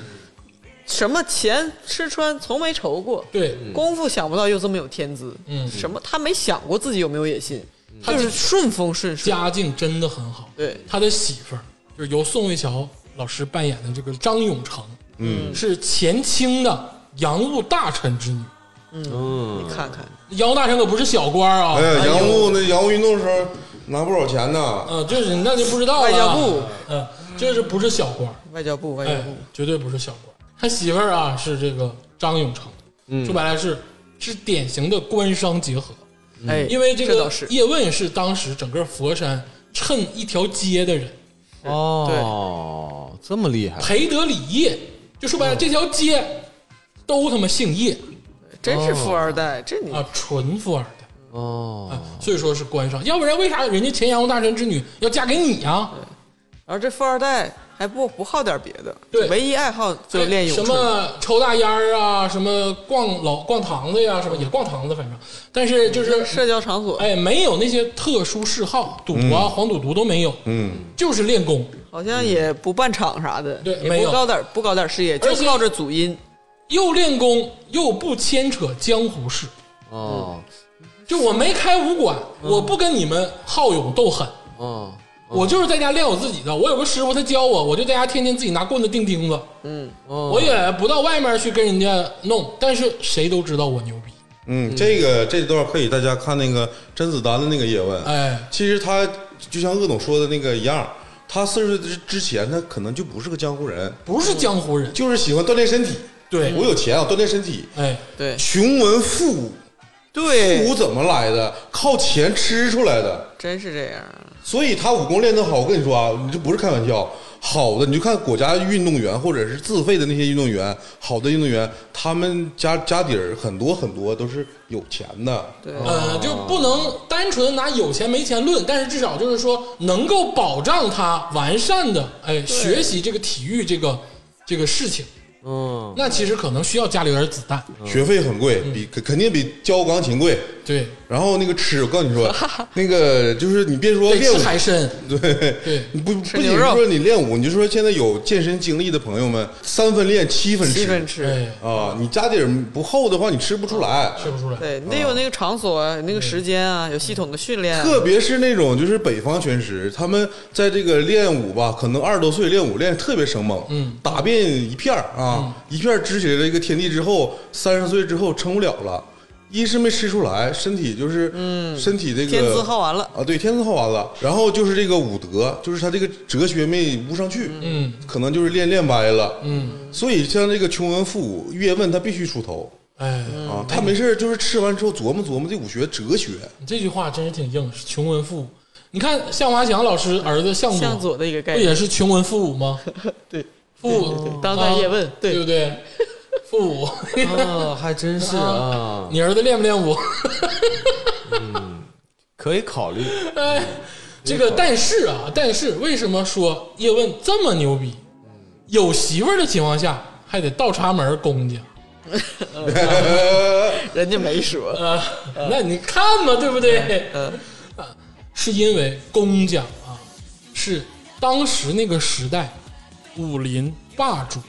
Speaker 2: 什么钱吃穿从没愁过。
Speaker 1: 对，
Speaker 2: 功夫想不到又这么有天资，
Speaker 1: 嗯
Speaker 2: 什么他没想过自己有没有野心，他
Speaker 1: 他
Speaker 2: 就是顺风顺水，
Speaker 1: 家境真的很好，
Speaker 2: 对
Speaker 1: 他的媳妇儿就是由宋慧乔老师扮演的这个张永成，嗯，是前清的洋务大臣之女。
Speaker 4: 嗯，
Speaker 2: 看看
Speaker 1: 洋务大臣可不是小官儿啊，
Speaker 3: 哎呀，洋务那洋务运动时候拿不少钱呢。
Speaker 1: 嗯、就是那就不知道了。
Speaker 2: 外交部，
Speaker 1: 嗯、就是不是小官儿，
Speaker 2: 外交部，外交
Speaker 1: 哎
Speaker 2: 部，，
Speaker 1: 绝对不是小官儿。他媳妇儿啊是这个张永成，说白了是是典型的官商结合，
Speaker 2: 哎，
Speaker 1: 嗯因为这
Speaker 2: 倒
Speaker 1: 个
Speaker 2: 是
Speaker 1: 叶问是当时整个佛山趁一条街的人，
Speaker 4: 哦，这么厉害，
Speaker 1: 裴德里叶，就说白了、这条街都他妈姓叶
Speaker 2: 真是富二代，这你
Speaker 1: 哦啊，纯富二代。
Speaker 4: 哦，
Speaker 1: 所以说是官商，要不然为啥人家前洋务大臣之女要嫁给你啊？
Speaker 2: 然后这富二代还不不好点别的，
Speaker 1: 对
Speaker 2: 唯一爱好就练咏
Speaker 1: 哎什
Speaker 2: 春，
Speaker 1: 么抽大烟儿啊，什么逛老逛堂子呀，什么也逛堂子，反正，但是就是
Speaker 2: 社交场所，
Speaker 1: 哎，没有那些特殊嗜好，赌啊、黄赌毒都没有，
Speaker 3: 嗯，
Speaker 1: 就是练功。
Speaker 2: 好像也不办场啥的，
Speaker 1: 对没
Speaker 2: 也
Speaker 1: 有
Speaker 2: 不搞点不搞点事业，
Speaker 1: 而
Speaker 2: 就
Speaker 1: 且
Speaker 2: 靠着祖荫，
Speaker 1: 又练功，又不牵扯江湖事，
Speaker 4: 哦，
Speaker 1: 就我没开武馆，我不跟你们好勇斗狠，
Speaker 4: 哦，
Speaker 1: 我就是在家练我自己的。我有个师傅，他教我，我就在家天天自己拿棍子钉钉子，
Speaker 2: 嗯，
Speaker 1: 我也不到外面去跟人家弄，但是谁都知道我牛逼。
Speaker 3: 嗯，这个这段可以大家看那个甄子丹的那个叶问，
Speaker 1: 哎，
Speaker 3: 其实他就像鄂总说的那个一样，他四十岁之之前，他可能就不是个江湖人，
Speaker 1: 不是江湖
Speaker 3: 嗯
Speaker 1: 人，
Speaker 3: 就是喜欢锻炼身体。
Speaker 1: 对
Speaker 3: 我有钱啊，锻炼身体，
Speaker 1: 哎，
Speaker 2: 对，
Speaker 3: 穷文富武，
Speaker 2: 对，
Speaker 3: 武怎么来的？靠钱吃出来的。
Speaker 2: 真是这样啊。
Speaker 3: 所以他武功练得好，我跟你说啊，你这不是开玩笑。好的，你就看国家运动员或者是自费的那些运动员，好的运动员，他们家家底儿很多很多都是有钱的。
Speaker 2: 对，
Speaker 1: 呃，就不能单纯拿有钱没钱论，但是至少就是说能够保障他完善的哎学习这个体育这个这个事情，
Speaker 4: 嗯，
Speaker 1: 那其实可能需要家里有点子弹，
Speaker 3: 学费很贵，
Speaker 2: 嗯
Speaker 3: 比肯肯定比教钢琴贵。
Speaker 1: 对，
Speaker 3: 然后那个吃，我告诉你说，那个就是你别说
Speaker 1: 得
Speaker 3: 练
Speaker 1: 吃
Speaker 3: 武，嗯
Speaker 1: 海参，
Speaker 3: 对
Speaker 1: 对
Speaker 3: 你不不
Speaker 2: 吃
Speaker 3: 仅
Speaker 2: 牛
Speaker 3: 是
Speaker 2: 肉
Speaker 3: 说你练武，你就说现在有健身经历的朋友们，三分练七分吃，
Speaker 2: 七分吃。
Speaker 1: 哎，
Speaker 3: 啊，你家底儿不厚的话，你吃不出来。
Speaker 1: 吃不出来，
Speaker 2: 对，你得有那个场所啊，有那个时间啊，有系统的训练啊。
Speaker 3: 特别是那种就是北方拳师，他们在这个练武吧，可能二十多岁练武练得特别生猛，
Speaker 1: 嗯，
Speaker 3: 打遍一片儿啊，一片儿支起来这个天地之后，三十岁之后撑不了了，一是没吃出来，身体就是，嗯，身体这个
Speaker 2: 天资耗完了，
Speaker 3: 啊，对，天资耗完了，然后就是这个武德，就是他这个哲学没悟上去，
Speaker 1: 嗯
Speaker 3: 可能就是练练歪了，
Speaker 1: 嗯，
Speaker 3: 所以像这个穷文富武，岳问他必须出头
Speaker 1: 哎，
Speaker 3: 啊，他没事儿就是吃完之后琢磨琢磨这武学哲学，
Speaker 1: 你这句话真是挺硬，是穷文富武。你看向华强老师儿子向佐，
Speaker 2: 向左的一个概
Speaker 1: 不
Speaker 2: 念。
Speaker 1: 也是穷文富武吗？
Speaker 2: 对，
Speaker 1: 富武
Speaker 2: 当代叶问
Speaker 1: 啊
Speaker 2: 对
Speaker 1: 对不 对？富武，
Speaker 4: 啊，还真是啊，
Speaker 1: 你儿子练不练武？
Speaker 4: 可以考虑。
Speaker 1: 这个，但是啊，但是为什么说叶问这么牛逼？
Speaker 2: 嗯
Speaker 1: 有媳妇儿的情况下，还得倒插门儿公家。
Speaker 2: 人家没说，
Speaker 1: 呃，那你看嘛，对不对？
Speaker 2: 嗯，
Speaker 1: 是因为公家啊，是当时那个时代武林霸主。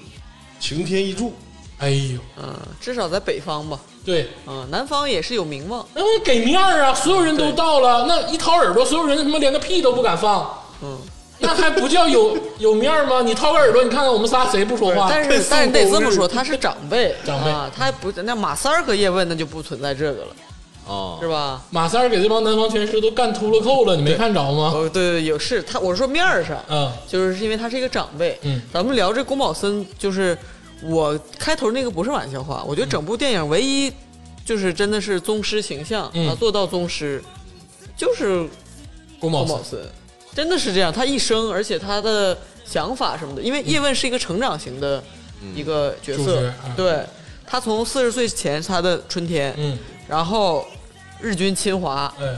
Speaker 3: 晴天一柱。
Speaker 1: 哎呦，
Speaker 2: 嗯，至少在北方吧，
Speaker 1: 对，
Speaker 2: 嗯，南方也是有名望，
Speaker 1: 那我给面儿啊，所有人都到了，那一掏耳朵，所有人他妈连个屁都不敢放，
Speaker 2: 嗯，
Speaker 1: 那还不叫 有有面儿吗？你掏个耳朵，你看看我们仨谁不说话？
Speaker 2: 但是
Speaker 3: 宋
Speaker 2: 但是得这么
Speaker 3: 公是
Speaker 2: 说，他是长辈，
Speaker 1: 长辈
Speaker 2: 啊，他不那马三儿和叶问那就不存在这个了，
Speaker 1: 哦
Speaker 4: 啊
Speaker 2: 是，吧？
Speaker 1: 马三儿给这帮南方拳师都干秃噜扣了，你没看着吗？
Speaker 2: 哦，对对，有是他，我是说面儿上，
Speaker 1: 嗯
Speaker 2: 就是是因为他是一个长辈。
Speaker 1: 嗯
Speaker 2: 咱们聊这宫保森，就是我开头那个不是玩笑话，我觉得整部电影唯一就是真的是宗师形象，
Speaker 1: 嗯
Speaker 2: 他做到宗师，就是
Speaker 1: 宫保
Speaker 2: 宫保
Speaker 1: 森，
Speaker 2: 森，真的是这样。他一生，而且他的想法什么的，因为叶问是一个成长型的一个角
Speaker 1: 嗯主角
Speaker 2: 色，
Speaker 1: 嗯
Speaker 2: 对他从四十岁前是他的春天，
Speaker 1: 嗯，
Speaker 2: 然后日军侵华，
Speaker 1: 哎，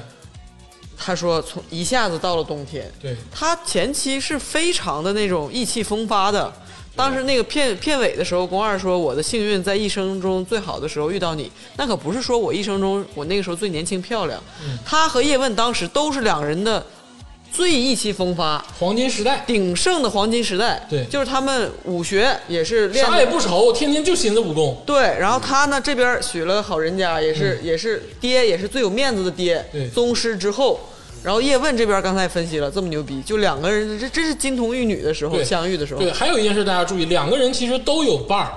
Speaker 2: 他说从一下子到了冬天，
Speaker 1: 对，
Speaker 2: 他前期是非常的那种意气风发的。当时那个片片尾的时候，宫二说：“我的幸运在一生中最好的时候遇到你。”那可不是说我一生中我那个时候最年轻漂亮。
Speaker 1: 嗯
Speaker 2: 他和叶问当时都是两人的最意气风发、
Speaker 1: 黄金时代，
Speaker 2: 鼎盛的黄金时代。
Speaker 1: 对
Speaker 2: 就是他们武学也是练得
Speaker 1: 啥也不愁，天天就寻思武功，
Speaker 2: 对，然后他呢这边娶了好人家，也
Speaker 4: 嗯
Speaker 2: 是、也是爹，也是最有面子的爹
Speaker 1: 对，
Speaker 2: 宗师之后。然后叶问这边刚才分析了，这么牛逼，就两个人，这这是金童玉女的时候
Speaker 1: 对
Speaker 2: 相遇的时候，
Speaker 1: 对，还有一件事大家注意，两个人其实都有伴儿，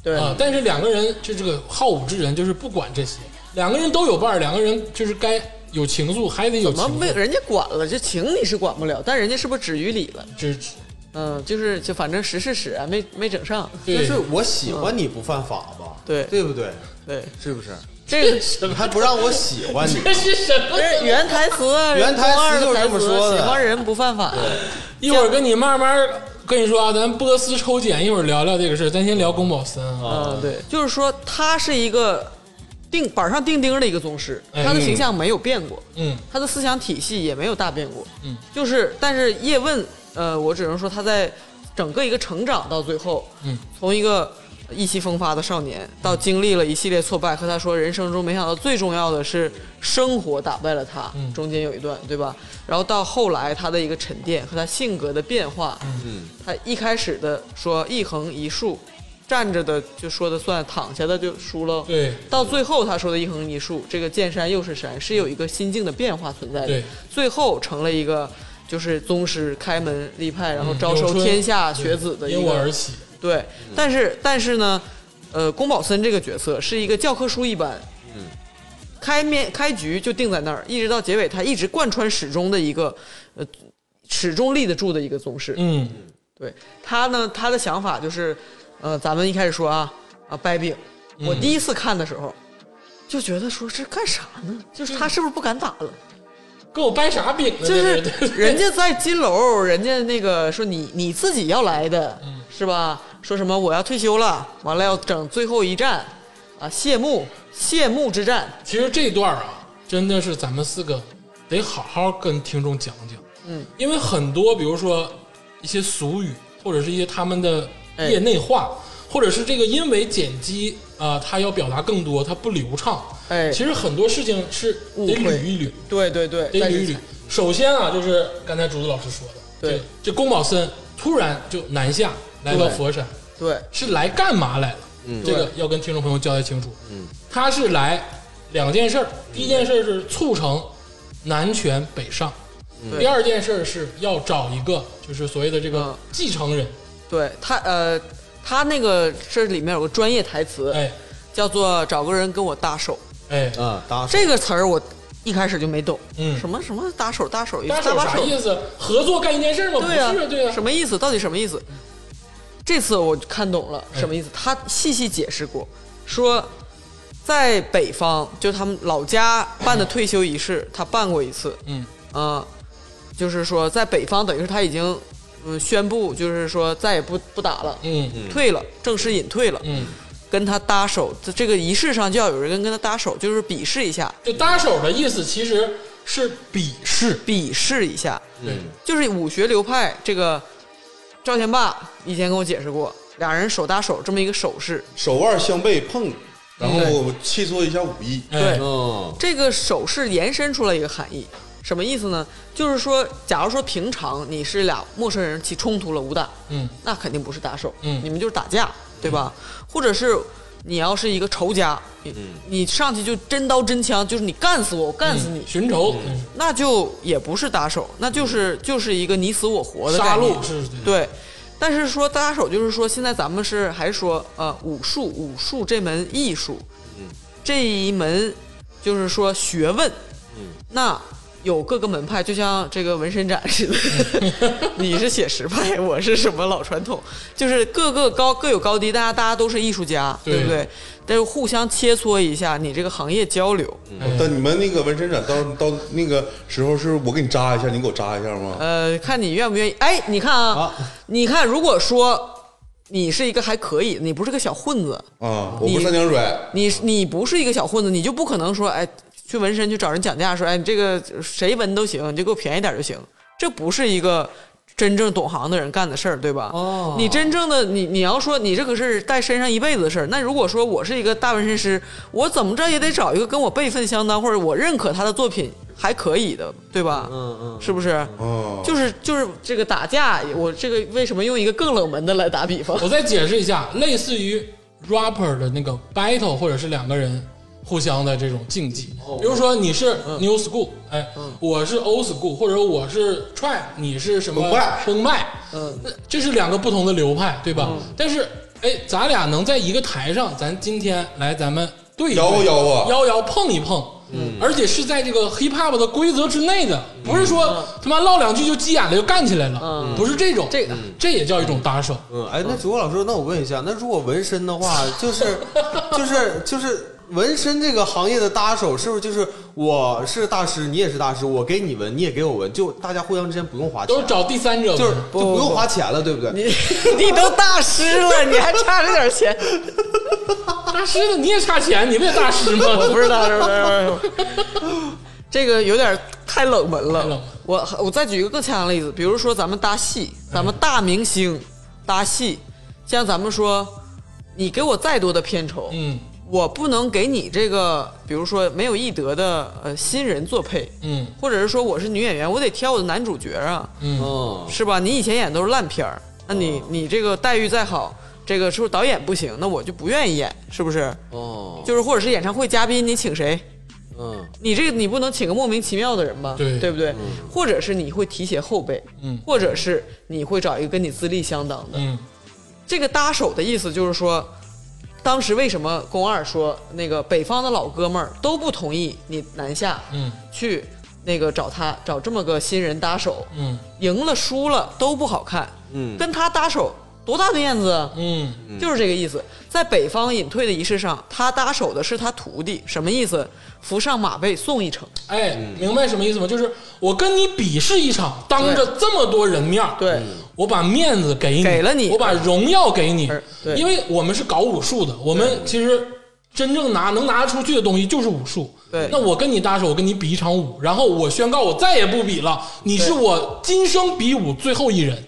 Speaker 2: 对
Speaker 1: 啊，但是两个人就这个好武之人就是不管这些，两个人都有伴儿，两个人就是该有情愫还得有
Speaker 2: 怎
Speaker 1: 情
Speaker 2: 么没
Speaker 1: 愫，
Speaker 2: 人家管了？这情你是管不了，但人家是不是止于礼了？
Speaker 1: 只
Speaker 2: 嗯，就是就反正实是使啊，没没整上。
Speaker 1: 对
Speaker 4: 就是我喜欢你不犯法吧？
Speaker 2: 对
Speaker 4: 对不对？
Speaker 2: 对，
Speaker 4: 是不是？
Speaker 2: 这 个
Speaker 4: 你还不让我喜欢你？
Speaker 1: 这是什么？
Speaker 2: 这原台词啊，
Speaker 4: 原台词就是这么
Speaker 2: 人
Speaker 4: 说的
Speaker 2: 喜欢啊人不犯法。啊
Speaker 1: 一会儿跟你慢慢儿跟你说啊，咱波斯抽检一会儿聊聊这个事儿，咱先聊宫保森啊。
Speaker 2: 嗯，对，就是说他是一个定板上钉钉的一个宗师，
Speaker 1: 哎
Speaker 2: 他的形象没有变过，
Speaker 1: 嗯
Speaker 2: 他的思想体系也没有大变过。
Speaker 1: 嗯，
Speaker 2: 就是但是叶问，呃，我只能说他在整个一个成长到最后，
Speaker 1: 嗯，
Speaker 2: 从一个意气风发的少年，到经历了一系列挫败，和他说人生中没想到最重要的是生活打败了他，
Speaker 1: 嗯
Speaker 2: 中间有一段对吧？然后到后来他的一个沉淀和他性格的变化，
Speaker 4: 嗯，
Speaker 2: 他一开始的说一横一竖，站着的就说的算，躺下的就输了。
Speaker 1: 对
Speaker 2: 到最后他说的一横一竖，这个见山又是山，是有一个心境的变化存在的。
Speaker 1: 对，
Speaker 2: 最后成了一个就是宗师开门立派，然后
Speaker 1: 嗯有
Speaker 2: 招收
Speaker 1: 春
Speaker 2: 天下学子的一
Speaker 1: 因我而
Speaker 2: 个。
Speaker 1: 起。
Speaker 2: 对，但是但是呢，呃，宫保森这个角色是一个教科书一般，嗯，开面开局就定在那儿，一直到结尾，他一直贯穿始终的一个呃始终立得住的一个宗师。
Speaker 1: 嗯
Speaker 2: 对他呢，他的想
Speaker 1: 嗯
Speaker 2: 法就是，呃，咱们一开始说啊啊掰饼，我第一次看的时候，就觉得说这干啥呢？就是
Speaker 1: 嗯
Speaker 2: 他是不是不敢打了？
Speaker 1: 跟我掰啥饼呢？
Speaker 2: 就
Speaker 1: 这
Speaker 2: 是人家在金楼，人家那个说你你自己要来的，
Speaker 1: 嗯
Speaker 2: 是吧？说什么我要退休了，完了要整最后一战，啊，谢幕，谢幕之战。
Speaker 1: 其实这段啊，真的是咱们四个得好好跟听众讲讲，嗯，因为很多比如说一些俗语，或者是一些他们的
Speaker 2: 哎
Speaker 1: 业内话，或者是这个因为剪辑啊、他要表达更多，他不流畅，
Speaker 2: 哎
Speaker 1: 其实很多事情是得
Speaker 2: 误会
Speaker 1: 捋一捋，
Speaker 2: 对对对，
Speaker 1: 得
Speaker 2: 但
Speaker 1: 捋
Speaker 2: 是
Speaker 1: 一捋。首先啊，就是刚才竹子老师说的，
Speaker 2: 对
Speaker 1: 这，这宫保森突然就南下来到
Speaker 2: 对
Speaker 1: 佛山，
Speaker 2: 对
Speaker 1: 是来干嘛来了？嗯，这个要跟听众朋友交代清楚。嗯，他是来两件事儿，
Speaker 2: 嗯
Speaker 1: 第一件事儿是促成南权北上，
Speaker 2: 嗯对
Speaker 1: 第二件事儿是要找一个就是所谓的这个
Speaker 2: 嗯
Speaker 1: 继承人。
Speaker 2: 对，他呃，他那个这里面有个专业台词，
Speaker 1: 哎
Speaker 2: 叫做“找个人跟我搭手
Speaker 1: 哎，
Speaker 4: 啊，搭”
Speaker 2: 这个词儿，我一开始就没懂，
Speaker 1: 嗯
Speaker 2: 什么什么搭手搭手，
Speaker 1: 搭手
Speaker 2: 把
Speaker 1: 啥意思？合作干一件事儿吗？不
Speaker 2: 对呀、
Speaker 1: 是，对呀，
Speaker 2: 什么意思？到底什么意思？这次我看懂了
Speaker 1: 哎
Speaker 2: 什么意思，他细细解释过，说在北方，就他们老家办的退休仪式，他办过一次，
Speaker 1: 嗯
Speaker 2: 啊，就是说在北方，等于是他已经嗯宣布，就是说再也不不打了，
Speaker 1: 嗯嗯
Speaker 2: 退了，正式隐退了，
Speaker 1: 嗯，
Speaker 2: 跟他搭手，在这个仪式上就要有人跟他搭手，就是比试一下，
Speaker 1: 这搭手的意思其实是鄙视。
Speaker 2: 比试一下，
Speaker 1: 对，
Speaker 2: 就是武学流派这个，赵天霸以前跟我解释过，俩人手搭手这么一个手势，
Speaker 3: 手腕相背碰，然后
Speaker 1: 嗯
Speaker 3: 切磋一下武艺。
Speaker 1: 哎
Speaker 2: 对
Speaker 4: 嗯，
Speaker 2: 这个手势延伸出来一个含义，什么意思呢？就是说，假如说平常你是俩陌生人起冲突了武打，
Speaker 1: 嗯
Speaker 2: 那肯定不是搭手，
Speaker 1: 嗯
Speaker 2: 你们就是打架，对吧？或者是你要是一个仇家，你、
Speaker 1: 嗯
Speaker 2: 你上去就真刀真枪，就是你干死我，我干死你，
Speaker 1: 寻仇、嗯
Speaker 2: 那就也不是搭手，那就是就是一个你死我活的概
Speaker 1: 杀
Speaker 2: 念
Speaker 1: 戮是对
Speaker 2: 对，但是说搭手就是说，现在咱们是还是说呃武术，武术这门艺术，这一门就是说学问，那有各个门派，就像这个纹身展似的，你是写实派，我是什么老传统，就是各个高各有高低，大家大家都是艺术家，对不
Speaker 1: 对
Speaker 2: 对？但是互相切磋一下，你这个行业交流，
Speaker 1: 哎
Speaker 3: 但你们那个纹身展到到那个时候，是我给你扎一下，你给我扎一下吗？
Speaker 2: 呃，看你愿不愿意。哎，你看啊，你看，如果说你是一个还可以，你不是个小混子，
Speaker 3: 啊，我不
Speaker 2: 你
Speaker 3: 三江水，
Speaker 2: 你你不是一个小混子，你就不可能说，哎，去纹身去找人讲价，说，哎，你这个谁纹都行，你就给我便宜点就行。这不是一个真正懂行的人干的事儿，对吧？
Speaker 4: 哦
Speaker 2: 你真正的你你要说你这可是带身上一辈子的事儿，那如果说我是一个大纹身师，我怎么着也得找一个跟我辈分相当，或者我认可他的作品还可以的，对吧？
Speaker 4: 嗯嗯
Speaker 2: 是不是？
Speaker 3: 啊，
Speaker 2: 就是就是这个打架，我这个为什么用一个更冷门的来打比方？
Speaker 1: 我再解释一下，类似于 rapper 的那个 battle，或者是两个人互相的这种竞技。
Speaker 2: 哦
Speaker 1: 比如说你是
Speaker 2: 嗯
Speaker 1: new school，、哎，我是 old school，或者我是 trap，你是什么
Speaker 3: 崩麦
Speaker 1: 崩麦，
Speaker 2: 嗯，
Speaker 1: 那这是两个不同的流派，对吧？但是哎，咱俩能在一个台上，咱今天来咱们对一对
Speaker 3: 摇晃摇晃
Speaker 1: 摇摇碰一碰。嗯，而且是在这个 hip hop 的规则之内的，不是说他妈唠两句就急眼了就干起来了，
Speaker 2: 嗯
Speaker 1: 不是这种，
Speaker 2: 这个
Speaker 1: 这也叫一种搭手。
Speaker 4: 嗯，哎，那主播老师，那我问一下，那如果纹身的话， 就是就是就是纹身这个行业的搭手，是不是就是我是大师，你也是大师，我给你纹，你也给我纹，就大家互相之间不用花钱
Speaker 1: 都是，找第三者，
Speaker 4: 就是就
Speaker 2: 不
Speaker 4: 不
Speaker 2: 不
Speaker 4: 用花钱了，对不对？
Speaker 2: 你你都大师了，你还差这点钱？
Speaker 1: 大师的，你也差钱，你不也大师吗？
Speaker 2: 我不是大师，不是不是 这个有点太冷门
Speaker 1: 太冷门
Speaker 2: 了。我我再举一个更恰当的例子，比如说咱们搭戏，咱们大明星搭戏，像咱们说，你给我再多的片酬，
Speaker 1: 嗯
Speaker 2: 我不能给你这个，比如说没有艺德的呃新人做配，
Speaker 1: 嗯
Speaker 2: 或者是说我是女演员，我得挑我的男主角啊，
Speaker 1: 嗯，
Speaker 4: 嗯，
Speaker 2: 是吧？你以前演都是烂片儿，那你
Speaker 1: 哦
Speaker 2: 你这个待遇再好，这个是不是导演不行？那我就不愿意演，是不是？
Speaker 4: 哦，
Speaker 2: 就是或者是演唱会嘉宾，你请谁？
Speaker 4: 嗯，
Speaker 2: 你这个你不能请个莫名其妙的人吧？
Speaker 1: 对
Speaker 2: 不对？或者是你会提携后辈，
Speaker 1: 嗯
Speaker 2: 或者是你会找一个跟你资历相当的。
Speaker 1: 嗯
Speaker 2: 这个搭手的意思就是说，当时为什么宫二说那个北方的老哥们儿都不同意你南下
Speaker 1: 嗯
Speaker 2: 去那个找他找这么个新人搭手，
Speaker 1: 嗯，
Speaker 2: 赢了输了都不好看，
Speaker 4: 嗯
Speaker 2: 跟他搭手多大的面子？
Speaker 1: 嗯，
Speaker 2: 就是这个意思。在北方隐退的仪式上，他搭手的是他徒弟，什么意思？扶上马背送一程。
Speaker 1: 哎，明白什么意思吗？就是我跟你比试一场，当着这么多人面儿
Speaker 2: 对，
Speaker 1: 我把面子给你，
Speaker 2: 给了你
Speaker 1: 我把荣耀给你
Speaker 2: 是，对
Speaker 1: 因为我们是搞武术的，我们其实真正拿能拿得出去的东西就是武术。
Speaker 2: 对
Speaker 1: 那我跟你搭手，我跟你比一场武，然后我宣告我再也不比了，你是我今生比武最后一人，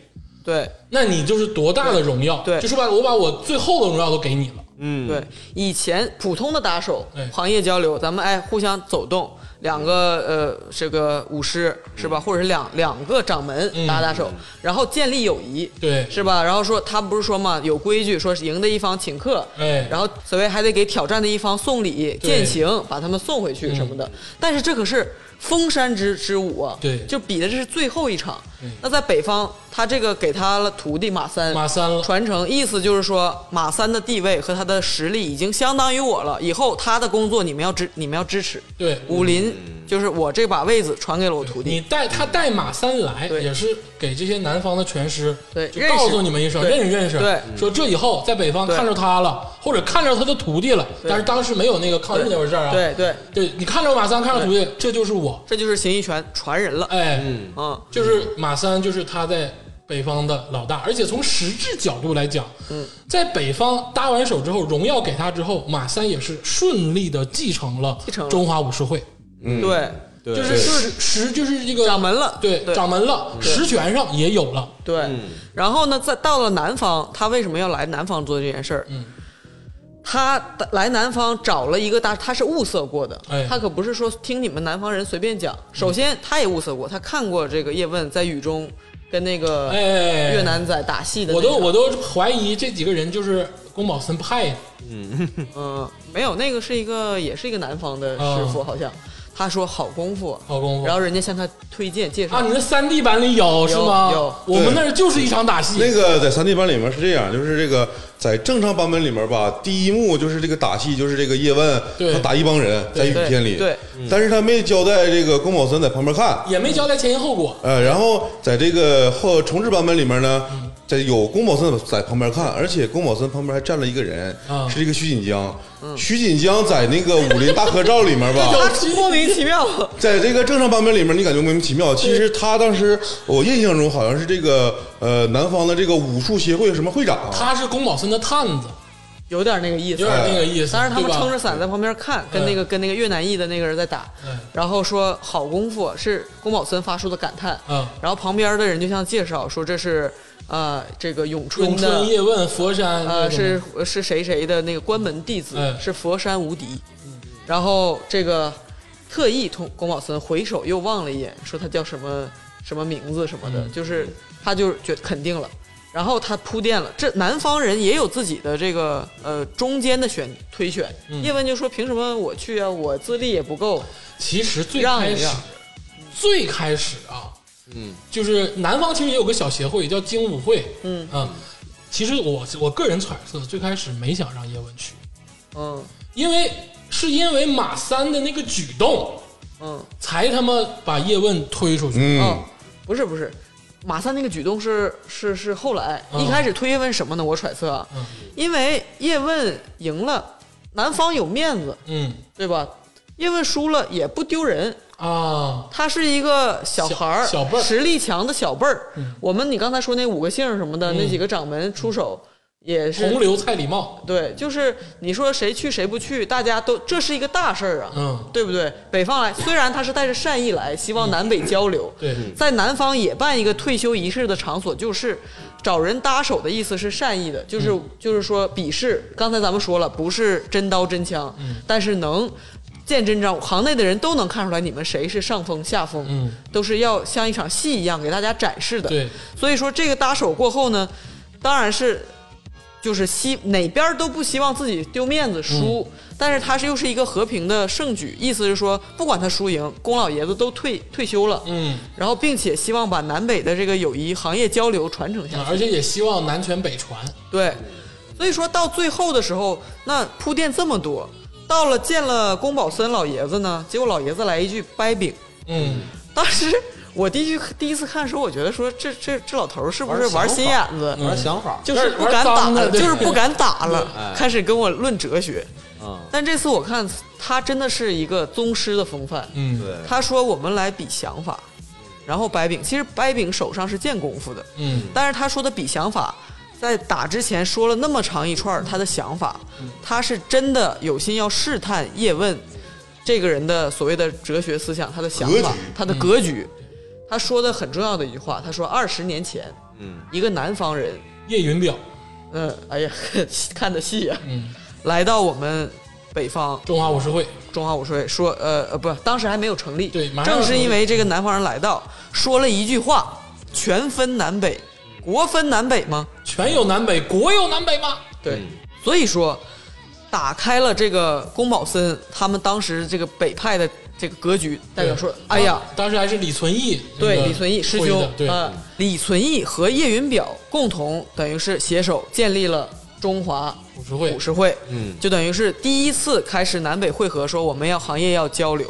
Speaker 2: 对，
Speaker 1: 那你就是多大的荣耀？
Speaker 2: 对对
Speaker 1: 就说白了，我把我最后的荣耀都给你了。
Speaker 4: 嗯，
Speaker 2: 对，以前普通的打手
Speaker 1: 哎、
Speaker 2: 行业交流，咱们哎互相走动，两个呃这个舞狮是
Speaker 1: 嗯
Speaker 2: 吧，或者是两两个掌门打打手，然后建立友谊，
Speaker 1: 对
Speaker 2: 是吧？然后说他们不是说嘛，有规矩，说是赢的一方请客，
Speaker 1: 哎
Speaker 2: 然后所谓还得给挑战的一方送礼、
Speaker 1: 对嗯
Speaker 2: 践行，把他们送回去什么的。但是这可是封山之之舞啊，
Speaker 1: 对嗯
Speaker 2: 就比的这是最后一场
Speaker 1: 对。
Speaker 2: 那在北方，他这个给他了徒弟马三，
Speaker 1: 马三了
Speaker 2: 传承，意思就是说马三的地位和他的实力已经相当于我了，以后他的工作你们要支，你们要支持。
Speaker 1: 对，
Speaker 2: 武林就是我这把位子传给了我徒弟，嗯
Speaker 1: 你带他带马三来，
Speaker 2: 对
Speaker 1: 也是给这些南方的拳师，
Speaker 2: 对
Speaker 1: 就
Speaker 2: 认识
Speaker 1: 告诉你们一声，
Speaker 2: 对
Speaker 1: 认识认识，
Speaker 2: 对
Speaker 1: 说这以后在北方
Speaker 2: 对
Speaker 1: 看着他了，或者看着他的徒弟了，
Speaker 2: 对
Speaker 1: 但是当时没有那个抗日那回事儿啊，
Speaker 2: 对对，
Speaker 1: 对，你看着马三，看着徒弟，这就是我，
Speaker 2: 这就是形意拳传人了。
Speaker 1: 哎，
Speaker 2: 嗯，
Speaker 1: 就是马三就是他在北方的老大，而且从实质角度来讲，嗯，在北方搭完手之后，荣耀给他之后，马三也是顺利的继承了
Speaker 2: 继承了
Speaker 1: 中华武术会，
Speaker 2: 对，
Speaker 4: 对
Speaker 1: 就是实实就是这个
Speaker 2: 掌门了，
Speaker 1: 对，
Speaker 2: 对
Speaker 1: 掌门了，实权上也有了，
Speaker 2: 对，然后呢，再到了南方，他为什么要来南方做这件事儿？
Speaker 1: 嗯，
Speaker 2: 他来南方找了一个大，他是物色过的，
Speaker 1: 哎
Speaker 2: 他可不是说听你们南方人随便讲。首先，他也物色过，他看过这个叶问在雨中跟那个
Speaker 1: 哎，
Speaker 2: 越，南仔打戏的那
Speaker 1: 我
Speaker 2: 个、
Speaker 1: 都我都怀疑这几个人就是宫保森派的，
Speaker 2: 嗯、没有那个是一个也是一个南方的师傅，
Speaker 1: 嗯
Speaker 2: 好像他说好功夫，
Speaker 1: 好功夫
Speaker 2: 然后人家向他推荐介绍，
Speaker 1: 啊！你那三 D 版里有是吗？
Speaker 2: 有
Speaker 1: 我们那儿就是一场打戏，
Speaker 3: 那个在三 D 版里面是这样，就是这个在正常版本里面吧，第一幕就是这个打戏，就是这个叶问
Speaker 1: 对
Speaker 3: 他打一帮人在雨天里，
Speaker 2: 对对
Speaker 3: 但是他没交代这个宫保森在旁边看，
Speaker 1: 也没交代前因后果，
Speaker 3: 呃，然后在这个后重置版本里面呢，在有宫保森在旁边看，而且宫保森旁边还站了一个人，
Speaker 1: 啊
Speaker 3: 是这个徐锦江。
Speaker 2: 嗯
Speaker 3: 徐锦江在那个武林大合照里面吧，
Speaker 2: 他莫名其妙，
Speaker 3: 在这个正常版本里面，你感觉莫名其妙。其实他当时我印象中好像是这个呃南方的这个武术协会什么会长，
Speaker 1: 他是宫保森的探子，
Speaker 2: 有点那个意思，
Speaker 1: 有点那个意思。
Speaker 2: 当时他们
Speaker 1: 对吧
Speaker 2: 撑着伞在旁边看，跟那个跟那个越南裔的那个人在打
Speaker 1: 嗯，
Speaker 2: 然后说好功夫是宫保森发出的感叹，
Speaker 1: 嗯
Speaker 2: 然后旁边的人就像介绍说这是呃这个咏春
Speaker 1: 咏
Speaker 2: 的
Speaker 1: 春、叶问、佛山
Speaker 2: 呃
Speaker 1: 这种
Speaker 2: 是是谁谁的那个关门弟子
Speaker 1: 嗯
Speaker 2: 是佛山无敌，然后这个特意通宫保森回首又望了一眼，说他叫什么什么名字什么的，
Speaker 1: 嗯
Speaker 2: 就是他就觉得肯定了。然后他铺垫了，这南方人也有自己的这个呃中间的选推选。
Speaker 1: 嗯
Speaker 2: 叶问就说：“凭什么我去啊？我资历也不够。
Speaker 1: 其实最
Speaker 2: 让
Speaker 1: 开
Speaker 2: 一
Speaker 1: 始
Speaker 2: 让，
Speaker 1: 最开始啊，嗯，就是南方其实也有个小协会叫精武会，
Speaker 2: 嗯
Speaker 1: 啊，其实我我个人揣测，最开始没想让叶问去，”
Speaker 2: 嗯
Speaker 1: 因为是因为马三的那个举动，
Speaker 2: 嗯
Speaker 1: 才他妈把叶问推出去。
Speaker 3: 嗯，
Speaker 2: 哦，不是不是，马三那个举动是是是后来，
Speaker 1: 嗯
Speaker 2: 一开始推叶问什么呢？我揣测啊，
Speaker 1: 嗯
Speaker 2: 因为叶问赢了，南方有面子，
Speaker 1: 嗯
Speaker 2: 对吧？叶问输了也不丢人，
Speaker 1: 啊，
Speaker 2: 他是一个小孩儿，
Speaker 1: 小小辈儿嗯
Speaker 2: 实力强的小辈儿。我们你刚才说那五个姓儿什么的，那几个掌门出手也是
Speaker 1: 嗯红刘蔡李茂，
Speaker 2: 对，就是你说谁去谁不去，大家都这是一个大事儿啊，
Speaker 1: 嗯
Speaker 2: 对不对？北方来，虽然他是带着善意来，希望南北交流，
Speaker 1: 对
Speaker 2: 在南方也办一个退休仪式的场所，就是找人搭手的意思是善意的，就是、
Speaker 1: 嗯
Speaker 2: 就是说比试。刚才咱们说了，不是真刀真枪，
Speaker 1: 嗯
Speaker 2: 但是能见真章，行内的人都能看出来你们谁是上风下风，
Speaker 1: 嗯
Speaker 2: 都是要像一场戏一样给大家展示的。
Speaker 1: 对，
Speaker 2: 所以说这个搭手过后呢，当然是就是希哪边儿都不希望自己丢面子
Speaker 1: 嗯
Speaker 2: 输，但是他是又是一个和平的胜举，意思是说不管他输赢，宫老爷子都退退休了，
Speaker 1: 嗯，
Speaker 2: 然后并且希望把南北的这个友谊、行业交流传承下去。
Speaker 1: 而且也希望南拳北传。
Speaker 2: 对，所以说到最后的时候，那铺垫这么多，到了见了宫保森老爷子呢，结果老爷子来一句掰饼，
Speaker 1: 嗯，
Speaker 2: 当时我第一第一次看的时候，我觉得说这这这老头儿是不是
Speaker 4: 玩
Speaker 2: 玩心眼子？
Speaker 4: 玩想法，
Speaker 2: 就是不
Speaker 1: 玩
Speaker 2: 敢打
Speaker 1: 脏的
Speaker 2: 了，
Speaker 1: 对
Speaker 2: 就是不敢打
Speaker 4: 哎
Speaker 2: 了，开始跟我论哲学。
Speaker 4: 嗯，
Speaker 2: 但这次我看他真的是一个宗师的风范。
Speaker 1: 嗯，
Speaker 4: 对，
Speaker 2: 他说我们来比想法，然后白丙其实白丙手上是见功夫的，
Speaker 1: 嗯，
Speaker 2: 但是他说的比想法，在打之前说了那么长一串儿他的想法，他是真的有心要试探叶问这个人的所谓的哲学思想，他的想
Speaker 3: 格
Speaker 2: 法
Speaker 3: 局，嗯
Speaker 2: 他的格局。他说的很重要的一句话，他说二十年前，
Speaker 4: 嗯，
Speaker 2: 一个南方人，
Speaker 1: 叶云表，
Speaker 2: 嗯，哎呀， 看的细呀、
Speaker 1: 嗯，
Speaker 2: 来到我们北方，
Speaker 1: 中华武士会，
Speaker 2: 中华武术会说，呃呃，不，当时还没有成立，
Speaker 1: 对马上要
Speaker 2: 正
Speaker 1: 成
Speaker 2: 是
Speaker 1: 立
Speaker 2: 因为这个南方人来到，说了一句话，全分南北，国分南北吗？
Speaker 1: 全有南北，国有南北吗？
Speaker 2: 对，所以说打开了这个宫保森他们当时这个北派的这个格局，代表说
Speaker 1: 对，
Speaker 2: 哎呀，
Speaker 1: 当当时还是李存义，那
Speaker 2: 对
Speaker 1: 个
Speaker 2: 李存义师
Speaker 1: 会的
Speaker 2: 兄，
Speaker 1: 对，嗯
Speaker 2: 呃李存义和叶云表共同等于是携手建立了中华
Speaker 1: 武士会
Speaker 2: 武，士会，
Speaker 4: 嗯
Speaker 2: 就等于是第一次开始南北汇合，说我们要行业要交流。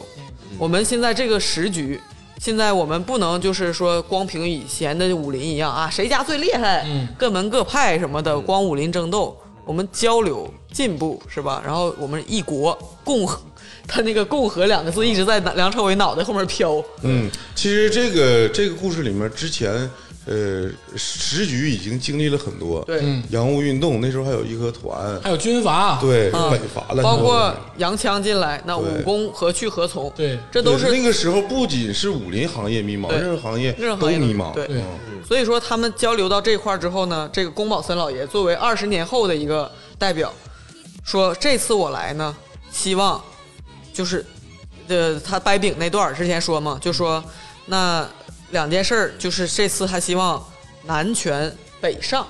Speaker 2: 我们现在这个时局，现在我们不能就是说光凭以前的武林一样啊，谁家最厉害，
Speaker 1: 嗯
Speaker 2: 各门各派什么的，光武林争斗，我们交流进步是吧？然后我们一国共和， 他那个“共和”两个字一直在梁朝伟脑袋后面飘，
Speaker 3: 嗯，其实这个这个故事里面，之前呃时局已经经历了很多，
Speaker 2: 对，
Speaker 1: 嗯
Speaker 3: 洋务运动那时候还有义和团，
Speaker 1: 还有军阀，
Speaker 3: 对
Speaker 2: 啊
Speaker 3: 北伐了，
Speaker 2: 包括洋枪进来，那
Speaker 3: 嗯对
Speaker 2: 武功何去何从？
Speaker 1: 对
Speaker 2: 这都
Speaker 3: 对
Speaker 2: 是
Speaker 3: 那个时候不仅是武林行业迷茫，
Speaker 2: 对
Speaker 3: 任何行业
Speaker 2: 任何
Speaker 3: 都
Speaker 2: 行业
Speaker 3: 迷茫，
Speaker 2: 对
Speaker 1: 对
Speaker 3: 嗯
Speaker 2: 所以说他们交流到这块儿之后呢，这个宫保森老爷作为二十年后的一个代表，说这次我来呢，希望就是，呃，他掰饼那段儿之前说嘛，就说那两件事儿，就是这次他希望南拳北上，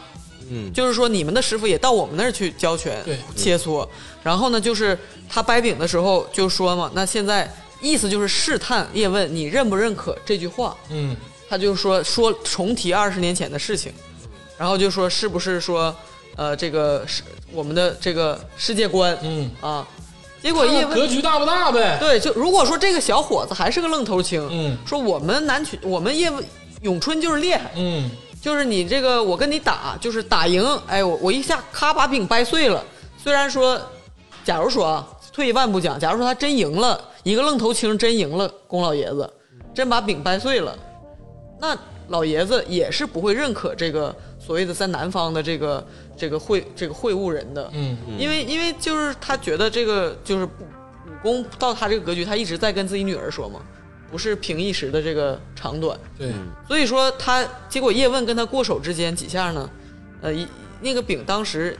Speaker 4: 嗯，
Speaker 2: 就是说你们的师傅也到我们那儿去教拳
Speaker 1: 对、
Speaker 2: 切磋。然后呢，就是他掰饼的时候就说嘛，那现在意思就是试探叶问你认不认可这句话。
Speaker 1: 嗯，
Speaker 2: 他就说说重提二十年前的事情，然后就说是不是说，呃，这个是我们的这个世界观，
Speaker 1: 嗯
Speaker 2: 啊，结果
Speaker 1: 看
Speaker 2: 叶
Speaker 1: 看格
Speaker 2: 问
Speaker 1: 局大不大呗？
Speaker 2: 对，就如果说这个小伙子还是个愣头青，
Speaker 1: 嗯
Speaker 2: 说我们南区我们叶问咏春就是厉害，
Speaker 1: 嗯，
Speaker 2: 就是你这个我跟你打就是打赢，哎，我我一下咔把饼掰碎了，虽然说，假如说啊，退一万步讲，假如说他真赢了，一个愣头青真赢了宫老爷子，真把饼掰碎了。那老爷子也是不会认可这个所谓的在南方的这个这个会这个会悟人的，
Speaker 1: 嗯，
Speaker 2: 因为因为就是他觉得这个就是不武功到他这个格局，他一直在跟自己女儿说嘛，不是凭一时的这个长短，
Speaker 1: 对，
Speaker 2: 所以说他结果叶问跟他过手之间几下呢，呃，一那个饼当时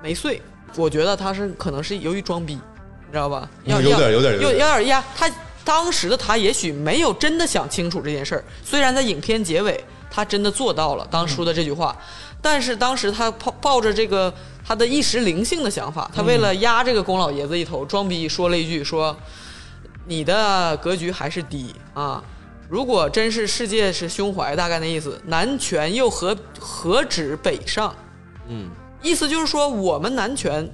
Speaker 2: 没碎，我觉得他是可能是由于装逼，你知道吧？
Speaker 3: 嗯
Speaker 2: 要
Speaker 3: 有点
Speaker 2: 要
Speaker 3: 有点有
Speaker 2: 有
Speaker 3: 点
Speaker 2: 点压他。当时的他也许没有真的想清楚这件事儿，虽然在影片结尾他真的做到了当初的这句话，
Speaker 3: 嗯
Speaker 2: 但是当时他抱抱着这个他的一时灵性的想法，他为了
Speaker 3: 嗯
Speaker 2: 压这个宫老爷子一头，装逼说了一句说：“你的格局还是低啊。如果真是世界是胸怀，大概那意思，南拳又何何止北上？
Speaker 4: 嗯，
Speaker 2: 意思就是说，我们南拳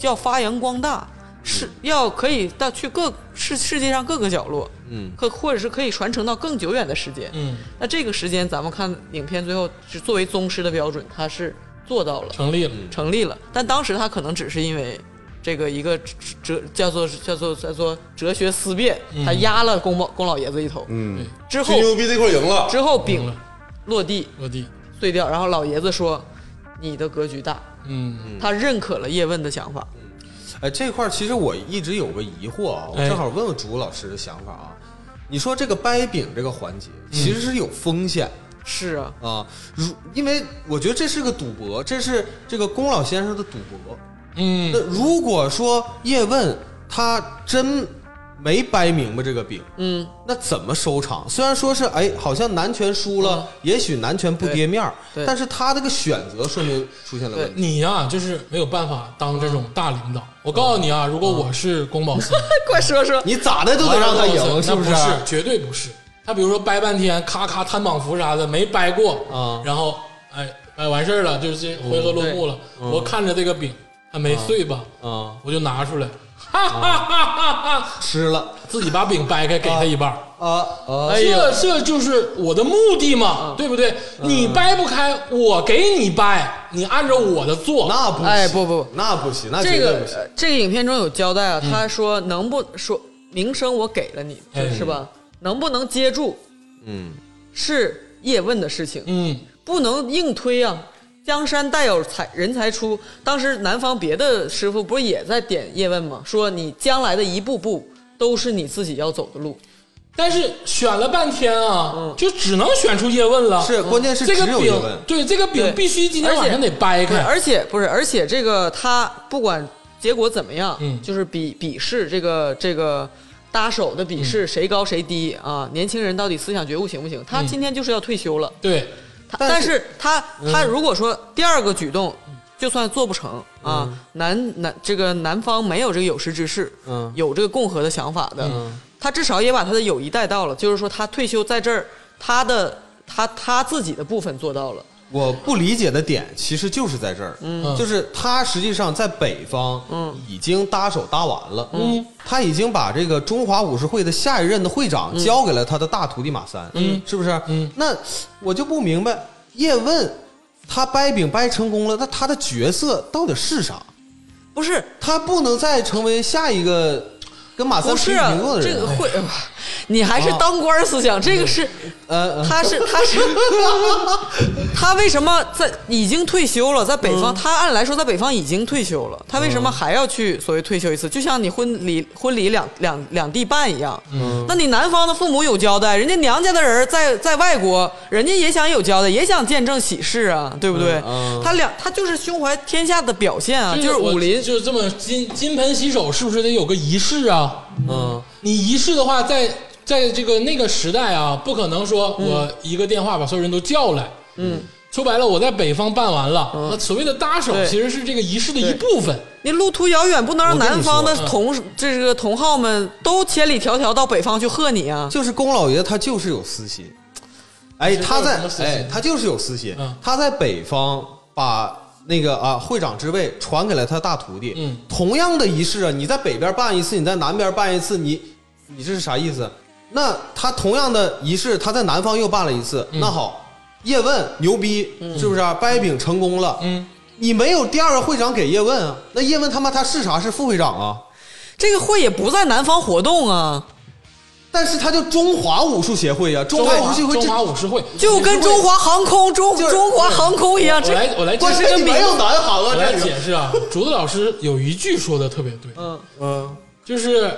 Speaker 2: 要发扬光大，
Speaker 1: 嗯
Speaker 2: 是要可以到去各世世界上各个角落，
Speaker 4: 嗯，
Speaker 2: 可或者是可以传承到更久远的时间。
Speaker 1: 嗯，
Speaker 2: 那这个时间，咱们看影片最后是作为宗师的标准，他是做到了。
Speaker 1: 成立了，
Speaker 2: 成立了，但当时他可能只是因为这个一个哲叫做叫做叫做哲学思辨，
Speaker 1: 嗯
Speaker 2: 他压了宫保宫老爷子一头。
Speaker 3: 嗯，
Speaker 2: 之后
Speaker 3: 吹牛逼这块赢了，
Speaker 2: 之后
Speaker 1: 赢
Speaker 2: 饼
Speaker 1: 了
Speaker 2: 落地
Speaker 1: 落地，
Speaker 2: 碎掉，然后老爷子说：“你的格局大。
Speaker 1: 嗯，”
Speaker 2: 他认可了叶问的想法。
Speaker 4: 哎，这块儿其实我一直有个疑惑啊，我
Speaker 1: 哎
Speaker 4: 正好问问朱老师的想法啊。你说这个掰饼这个环节其实是有风险
Speaker 2: 是啊，
Speaker 4: 啊，如因为我觉得这是个赌博，这是这个龚老先生的赌博。
Speaker 1: 嗯
Speaker 4: 那，如果说叶问他真没掰明白这个饼，
Speaker 2: 嗯，
Speaker 4: 那怎么收场？虽然说是哎，好像南拳输了，也许南拳不跌面儿
Speaker 2: 嗯对对
Speaker 4: 但是他这个选择说明出现了问题。
Speaker 1: 你呀、就是没有办法当这种大领导。我告诉你啊，如果我是宫保森，
Speaker 2: 快说 说，
Speaker 4: 你咋的都得让他赢，
Speaker 1: 那
Speaker 4: 不
Speaker 1: 不
Speaker 4: 是？啊
Speaker 1: 是，绝对不是。他比如说掰半天，咔咔摊绑服啥的，没掰过
Speaker 4: 啊
Speaker 1: 然后哎哎完事儿了，就是这回合落幕了。我看着这个饼，它没碎吧，
Speaker 4: 嗯啊
Speaker 1: 我就拿出来，哈
Speaker 4: 吃了
Speaker 1: 自己把饼掰开给他一半儿，
Speaker 4: 啊啊
Speaker 2: 哎呦
Speaker 1: 这这就是我的目的
Speaker 4: 嗯
Speaker 1: 嘛，对不对？你掰不开，我给你掰，你按照我的做。
Speaker 4: 那不行
Speaker 2: 哎不不不
Speaker 4: 那不行，那
Speaker 2: 这
Speaker 4: 绝对
Speaker 2: 个
Speaker 4: 不行。嗯
Speaker 2: 呃这个影片中有交代啊，他说能不说名声我给了你
Speaker 1: 哎
Speaker 2: 是吧？能不能接住
Speaker 4: 嗯，
Speaker 2: 是叶问的事情，
Speaker 1: 嗯，
Speaker 2: 不能硬推啊。江山代有才人才出，当时南方别的师傅不是也在点叶问吗？说你将来的一步步都是你自己要走的路。
Speaker 1: 但是选了半天啊，就只能选出叶问了。
Speaker 4: 嗯是，关键是
Speaker 1: 这个
Speaker 4: 只有
Speaker 1: 饼
Speaker 4: 叶问，，
Speaker 1: 对这个饼
Speaker 2: 对
Speaker 1: 必须今天晚上得掰
Speaker 4: 哎
Speaker 2: 对，
Speaker 1: 开。
Speaker 2: 而且不是，而且这个他不管结果怎么样，
Speaker 1: 嗯
Speaker 2: 就是比比试这个这个搭手的
Speaker 4: 嗯
Speaker 2: 比试谁高谁低啊？年轻人到底思想觉悟行不行？他
Speaker 1: 嗯
Speaker 2: 今天就是要退休了，
Speaker 1: 对，
Speaker 2: 他
Speaker 4: 但
Speaker 2: 但
Speaker 4: 是嗯
Speaker 2: 是他他如果说第二个举动。就算做不成啊，南南这个南方没有这个有识之士，
Speaker 4: 嗯
Speaker 2: 有这个共和的想法的，
Speaker 4: 嗯
Speaker 2: 他至少也把他的友谊带到了，就是说他退休在这儿，他的他他自己的部分做到了，
Speaker 4: 我不理解的点其实就是在这儿，
Speaker 1: 嗯
Speaker 4: 就是他实际上在北方，
Speaker 2: 嗯
Speaker 4: 已经搭手搭完了，
Speaker 1: 嗯，
Speaker 4: 他已经把这个中华武士会的下一任的会长
Speaker 2: 嗯
Speaker 4: 交给了他的大徒弟马三，
Speaker 1: 嗯
Speaker 4: 是不是？
Speaker 1: 嗯，
Speaker 4: 那我就不明白，叶问他掰饼掰成功了，那他的角色到底是啥？
Speaker 2: 不是
Speaker 4: 他不能再成为下一个跟马三
Speaker 2: 不
Speaker 4: 平
Speaker 2: 是
Speaker 4: 起
Speaker 2: 啊
Speaker 4: 平坐的人
Speaker 2: 这。个会， 你还是当官儿思想，这个是，
Speaker 4: 呃，呃
Speaker 2: 他是他是他为什么在已经退休了，在北方，他按来说在北方已经退休了，他为什么还要去所谓退休一次？就像你婚礼婚礼两两两地办一样，那你南方的父母有交代，人家娘家的人在在外国，人家也想有交代，也想见证喜事啊，对不对
Speaker 4: 嗯嗯？
Speaker 2: 他两他就是胸怀天下的表现啊，就是武林
Speaker 1: 我就是这么金金盆洗手，是不是得有个仪式啊？
Speaker 4: 嗯，
Speaker 1: 你仪式的话，在在这个那个时代啊，不可能说我一个电话把所有人都叫来。嗯，说白了，我在北方办完了，那所谓的搭手
Speaker 2: 嗯对
Speaker 1: 其实是这个仪式的一部分。
Speaker 2: 你路途遥远，不能让
Speaker 4: 我跟你嗯
Speaker 2: 南方的
Speaker 1: 说
Speaker 2: 同这个同好们都千里迢迢到北方去贺你啊！
Speaker 4: 就是宫老爷他就是有私心，哎，
Speaker 1: 就是
Speaker 4: 他在
Speaker 1: 有私心
Speaker 4: 哎他就是有私心
Speaker 1: 嗯，
Speaker 4: 他在北方把那个啊会长之位传给了他大徒弟，
Speaker 1: 嗯，
Speaker 4: 同样的仪式啊，你在北边办一次，你在南边办一次，你你这是啥意思？那他同样的仪式，他在南方又办了一次，
Speaker 1: 嗯
Speaker 4: 那好，叶问牛逼是不是啊、掰饼成功了，
Speaker 1: 嗯，
Speaker 4: 你没有第二个会长给叶问啊，那叶问他妈他是啥？是副会长啊？
Speaker 2: 这个会也不在南方活动啊，
Speaker 4: 但是他叫中华武术协会呀、中华武术协会
Speaker 1: 中
Speaker 4: 这
Speaker 1: 华武士会
Speaker 2: 就跟中华航空、中
Speaker 4: 就是
Speaker 2: 中华航空一样。
Speaker 1: 我
Speaker 2: 这
Speaker 1: 来我来
Speaker 4: 关
Speaker 1: 解
Speaker 4: 键
Speaker 1: 释
Speaker 4: 是没有南航啊，
Speaker 1: 我
Speaker 4: 这
Speaker 1: 来
Speaker 4: 里
Speaker 1: 解释啊，竹子老师有一句说的特别对，
Speaker 2: 嗯，
Speaker 4: 嗯
Speaker 1: 就是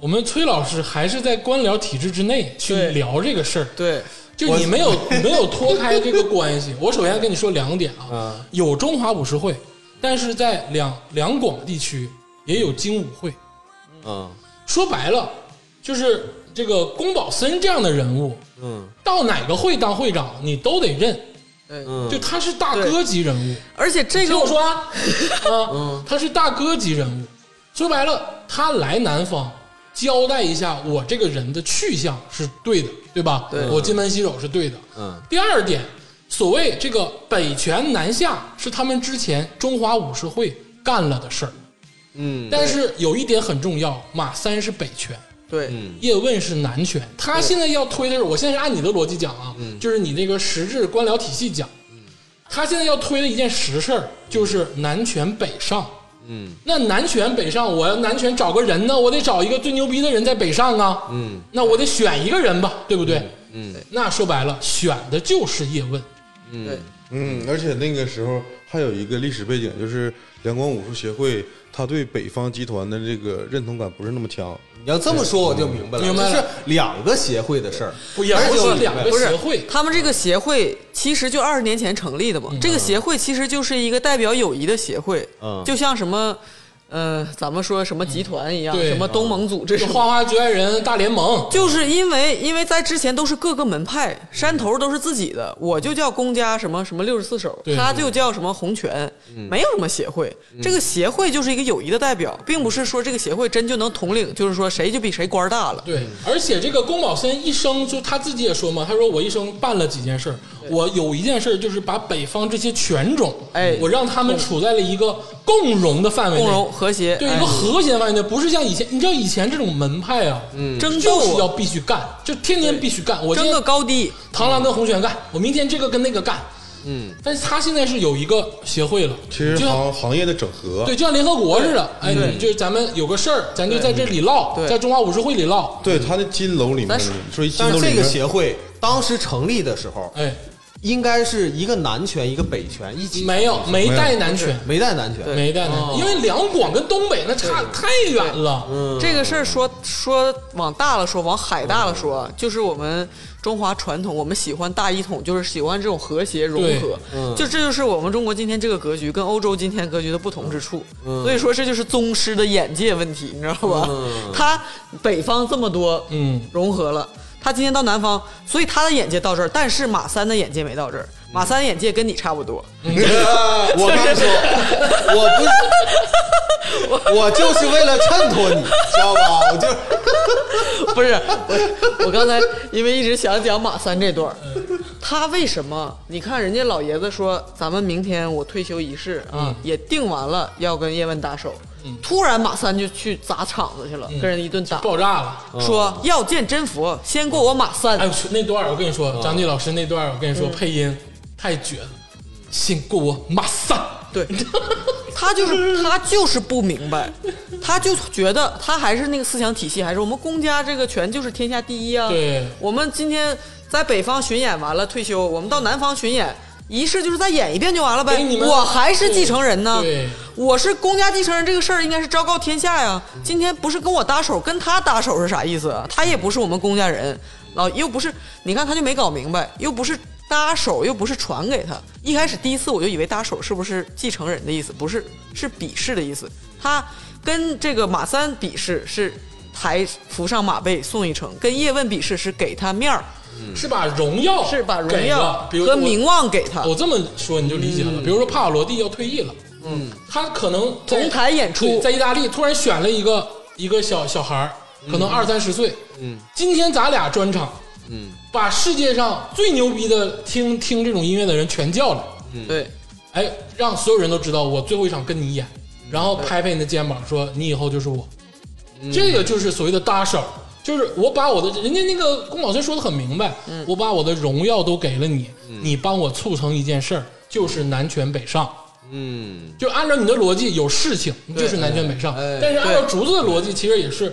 Speaker 1: 我们崔老师还是在官僚体制之内去
Speaker 2: 对
Speaker 1: 聊这个事儿。
Speaker 2: 对，
Speaker 1: 就你没有 你没有脱开这个关系。我首先跟你说两点啊
Speaker 4: 嗯，
Speaker 1: 有中华武士会，但是在两两广地区也有精武会。
Speaker 4: 嗯
Speaker 1: 说白了，就是这个宫保森这样的人物，
Speaker 4: 嗯
Speaker 1: 到哪个会当会长你都得认，
Speaker 4: 嗯，
Speaker 1: 就他是大哥级人物。
Speaker 2: 而且这
Speaker 1: 听
Speaker 2: 个
Speaker 1: 我 说啊，
Speaker 4: 嗯
Speaker 1: 啊，他是大哥级人物。说白了，他来南方交代一下我这个人的去向是对的，对吧？
Speaker 2: 对
Speaker 1: 我金盆洗手是对的。
Speaker 4: 嗯
Speaker 1: 第二点，所谓这个北拳南下是他们之前中华武士会干了的事儿，
Speaker 4: 嗯，
Speaker 1: 但是有一点很重要，马三是北拳，
Speaker 2: 对，
Speaker 4: 嗯
Speaker 1: 叶问是南拳。他现在要推的是，我现在是按你的逻辑讲啊，
Speaker 4: 嗯
Speaker 1: 就是你那个实质官僚体系讲，他现在要推的一件实事儿就是南拳北上。
Speaker 4: 嗯
Speaker 1: 那南拳北上，我要南拳找个人呢，我得找一个最牛逼的人在北上啊。
Speaker 4: 嗯
Speaker 1: 那我得选一个人吧，对不对？
Speaker 4: 嗯
Speaker 1: 那说白了，选的就是叶问。
Speaker 2: 对
Speaker 4: 嗯，
Speaker 3: 嗯，而且那个时候还有一个历史背景，就是两广武术协会，他对北方集团的这个认同感不是那么强。
Speaker 4: 你要这么说我就明白了，
Speaker 1: 明白了
Speaker 4: 这是两个协会的事儿，
Speaker 1: 不也
Speaker 4: 而
Speaker 1: 不
Speaker 4: 且我
Speaker 1: 是
Speaker 4: 明
Speaker 1: 两
Speaker 4: 白
Speaker 1: 个
Speaker 4: 了
Speaker 2: 不是
Speaker 1: 协会，
Speaker 2: 他们这个协会其实就二十年前成立的嘛。这个协会其实就是一个代表友谊的协会，
Speaker 4: 嗯
Speaker 2: 就像什么呃，咱们说什么集团一样，
Speaker 1: 嗯对
Speaker 2: 什么东盟组这
Speaker 1: 这
Speaker 2: 种
Speaker 1: 个。花花局爱人大联盟，
Speaker 2: 就是因为因为在之前都是各个门派，山头都是自己的，我就叫公家什么什么六十四手
Speaker 1: 对，嗯
Speaker 2: 他就叫什么洪拳，没有什么协会。这个协会就是一个友谊的代表，并不是说这个协会真就能统领，就是说谁就比谁官儿大了。
Speaker 1: 对，而且这个宫保森一生就他自己也说嘛，他说我一生办了几件事儿，我有一件事儿就是把北方这些犬种，
Speaker 2: 哎
Speaker 1: 我让他们处在了一个共荣的范围内，
Speaker 2: 共荣和谐，
Speaker 1: 对
Speaker 2: 哎
Speaker 1: 一个和谐的完全，不是像以前，你知道以前这种门派啊，
Speaker 2: 争斗
Speaker 1: 就是要
Speaker 2: 啊，
Speaker 1: 必须干，就天天必须干。我今
Speaker 2: 争
Speaker 1: 天
Speaker 2: 个高低，
Speaker 1: 螳螂跟红犬干，我明天这个跟那个干。
Speaker 4: 嗯，
Speaker 1: 但是他现在是有一个协会了，
Speaker 3: 其实
Speaker 1: 就像
Speaker 3: 行行业的整合，
Speaker 1: 对，就像联合国似的，哎，
Speaker 2: 对
Speaker 1: 就是咱们有个事儿，咱就在这里唠，
Speaker 2: 对
Speaker 1: 在中华武士会里唠，
Speaker 3: 对，他的金楼里面
Speaker 2: 但是，
Speaker 3: 说一金
Speaker 4: 但
Speaker 3: 楼
Speaker 4: 是
Speaker 3: 里
Speaker 4: 这个
Speaker 3: 面，
Speaker 4: 协会当时成立的时候，
Speaker 1: 哎，
Speaker 4: 应该是一个南拳一个北拳一起，
Speaker 1: 没有没带男权，
Speaker 4: 没带南拳，
Speaker 2: 对
Speaker 1: 没带男
Speaker 2: 哦
Speaker 1: 权，因为两广跟东北那差太远了，
Speaker 4: 嗯，
Speaker 2: 这个事儿说说往大了说，往海大了
Speaker 4: 嗯
Speaker 2: 说，就是我们中华传统，我们喜欢大一统，就是喜欢这种和谐融合。
Speaker 4: 嗯
Speaker 2: 就这就是我们中国今天这个格局跟欧洲今天格局的不同之处。
Speaker 4: 嗯
Speaker 2: 所以说这就是宗师的眼界问题，你知道吧？
Speaker 4: 嗯
Speaker 2: 他北方这么多
Speaker 1: 嗯
Speaker 2: 融合了。他今天到南方，所以他的眼界到这儿，但是马三的眼界没到这儿。马三的眼界跟你差不多，
Speaker 4: 我跟你说，我不是，我就是为了衬托你，知道吧？我 就
Speaker 2: 不是，我我刚才因为一直想讲马三这段儿，他为什么？你看人家老爷子说，咱们明天我退休仪式啊，也定完了，要跟叶问打手。突然马三就去砸场子去了，跟人一顿打，
Speaker 1: 爆炸了。
Speaker 2: 说要见真佛，先过我马三。
Speaker 1: 哎呦，那段儿我跟你
Speaker 2: 嗯
Speaker 1: 说，张继老师那段儿我跟你说，配音太绝了，先过我马三，
Speaker 2: 对，他 就是他就是不明白，他就觉得他还是那个思想体系，还是我们公家这个权就是天下第一啊。
Speaker 1: 对
Speaker 2: 我们今天在北方巡演完了退休，我们到南方巡演。仪式就是再演一遍就完了呗
Speaker 1: 给你，们
Speaker 2: 我还是继承人呢
Speaker 1: 对对。
Speaker 2: 我是公家继承人，这个事儿应该是昭告天下呀。今天不是跟我搭手，跟他搭手是啥意思啊？他也不是我们公家人，老又不是，你看他就没搞明白，又不是搭手，又不是传给他。一开始第一次我就以为搭手是不是继承人的意思，不是，是鄙视的意思。他跟这个马三比试是抬扶上马背送一程，跟叶问比试是给他面儿，
Speaker 1: 是把荣耀
Speaker 2: 嗯是把荣
Speaker 1: 给
Speaker 2: 耀
Speaker 1: 了比如
Speaker 2: 和
Speaker 1: 我
Speaker 2: 名嗯望给他。
Speaker 1: 我这么说你就理解了。比如说帕瓦罗蒂要退役了，嗯，他可能在
Speaker 2: 同台演出
Speaker 1: 对在意大利突然选了一个一个小小孩儿，可能二三十岁，嗯，今天咱俩专场，嗯，把世界上最牛逼的听听这种音乐的人全叫来，
Speaker 2: 对，
Speaker 1: 哎，让所有人都知道我最后一场跟你演，然后拍拍你的肩膀说你以后就是我，这个就是所谓的搭手。就是我把我的人家那个龚老师说的很明白，我把我的荣耀都给了你，你帮我促成一件事儿，就是南拳北上。
Speaker 4: 嗯，
Speaker 1: 就按照你的逻辑，有事情就是南拳北上
Speaker 4: 哎。
Speaker 1: 但是按照竹子的逻辑，其实也是，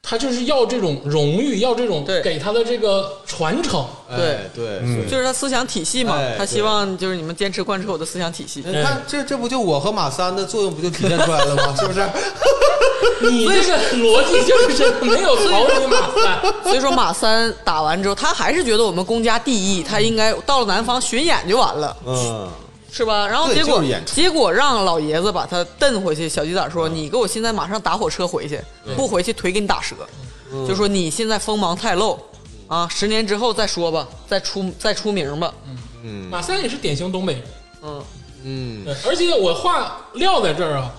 Speaker 1: 他就是要这种荣誉，要这种
Speaker 2: 对
Speaker 1: 给他的这个传 承。
Speaker 4: 哎对，
Speaker 3: 嗯，
Speaker 2: 就是他思想体系嘛，
Speaker 4: 哎
Speaker 2: 他希望就是你们坚持贯彻我的思想体系。
Speaker 4: 你看这这不就我和马三的作用不就体现出来了吗？是不是？
Speaker 1: 你这个逻辑 就是没有草你马三。
Speaker 2: 所以说马三打完之后，他还是觉得我们公家第一，他应该到了南方巡演就完了，
Speaker 4: 嗯，
Speaker 2: 是吧？然后
Speaker 4: 对
Speaker 2: 结果、
Speaker 4: 就是演出嗯
Speaker 2: 结果让老爷子把他蹬回去。小鸡仔说：“你给我现在马上打火车回去，不回去腿给你打折。
Speaker 4: 嗯
Speaker 2: 就说你现在锋芒太露啊，十年之后再说吧，再出再出名吧。
Speaker 4: 嗯
Speaker 1: 马三也是典型东北人。
Speaker 2: 嗯，
Speaker 1: 对，而且我话撂在这儿啊，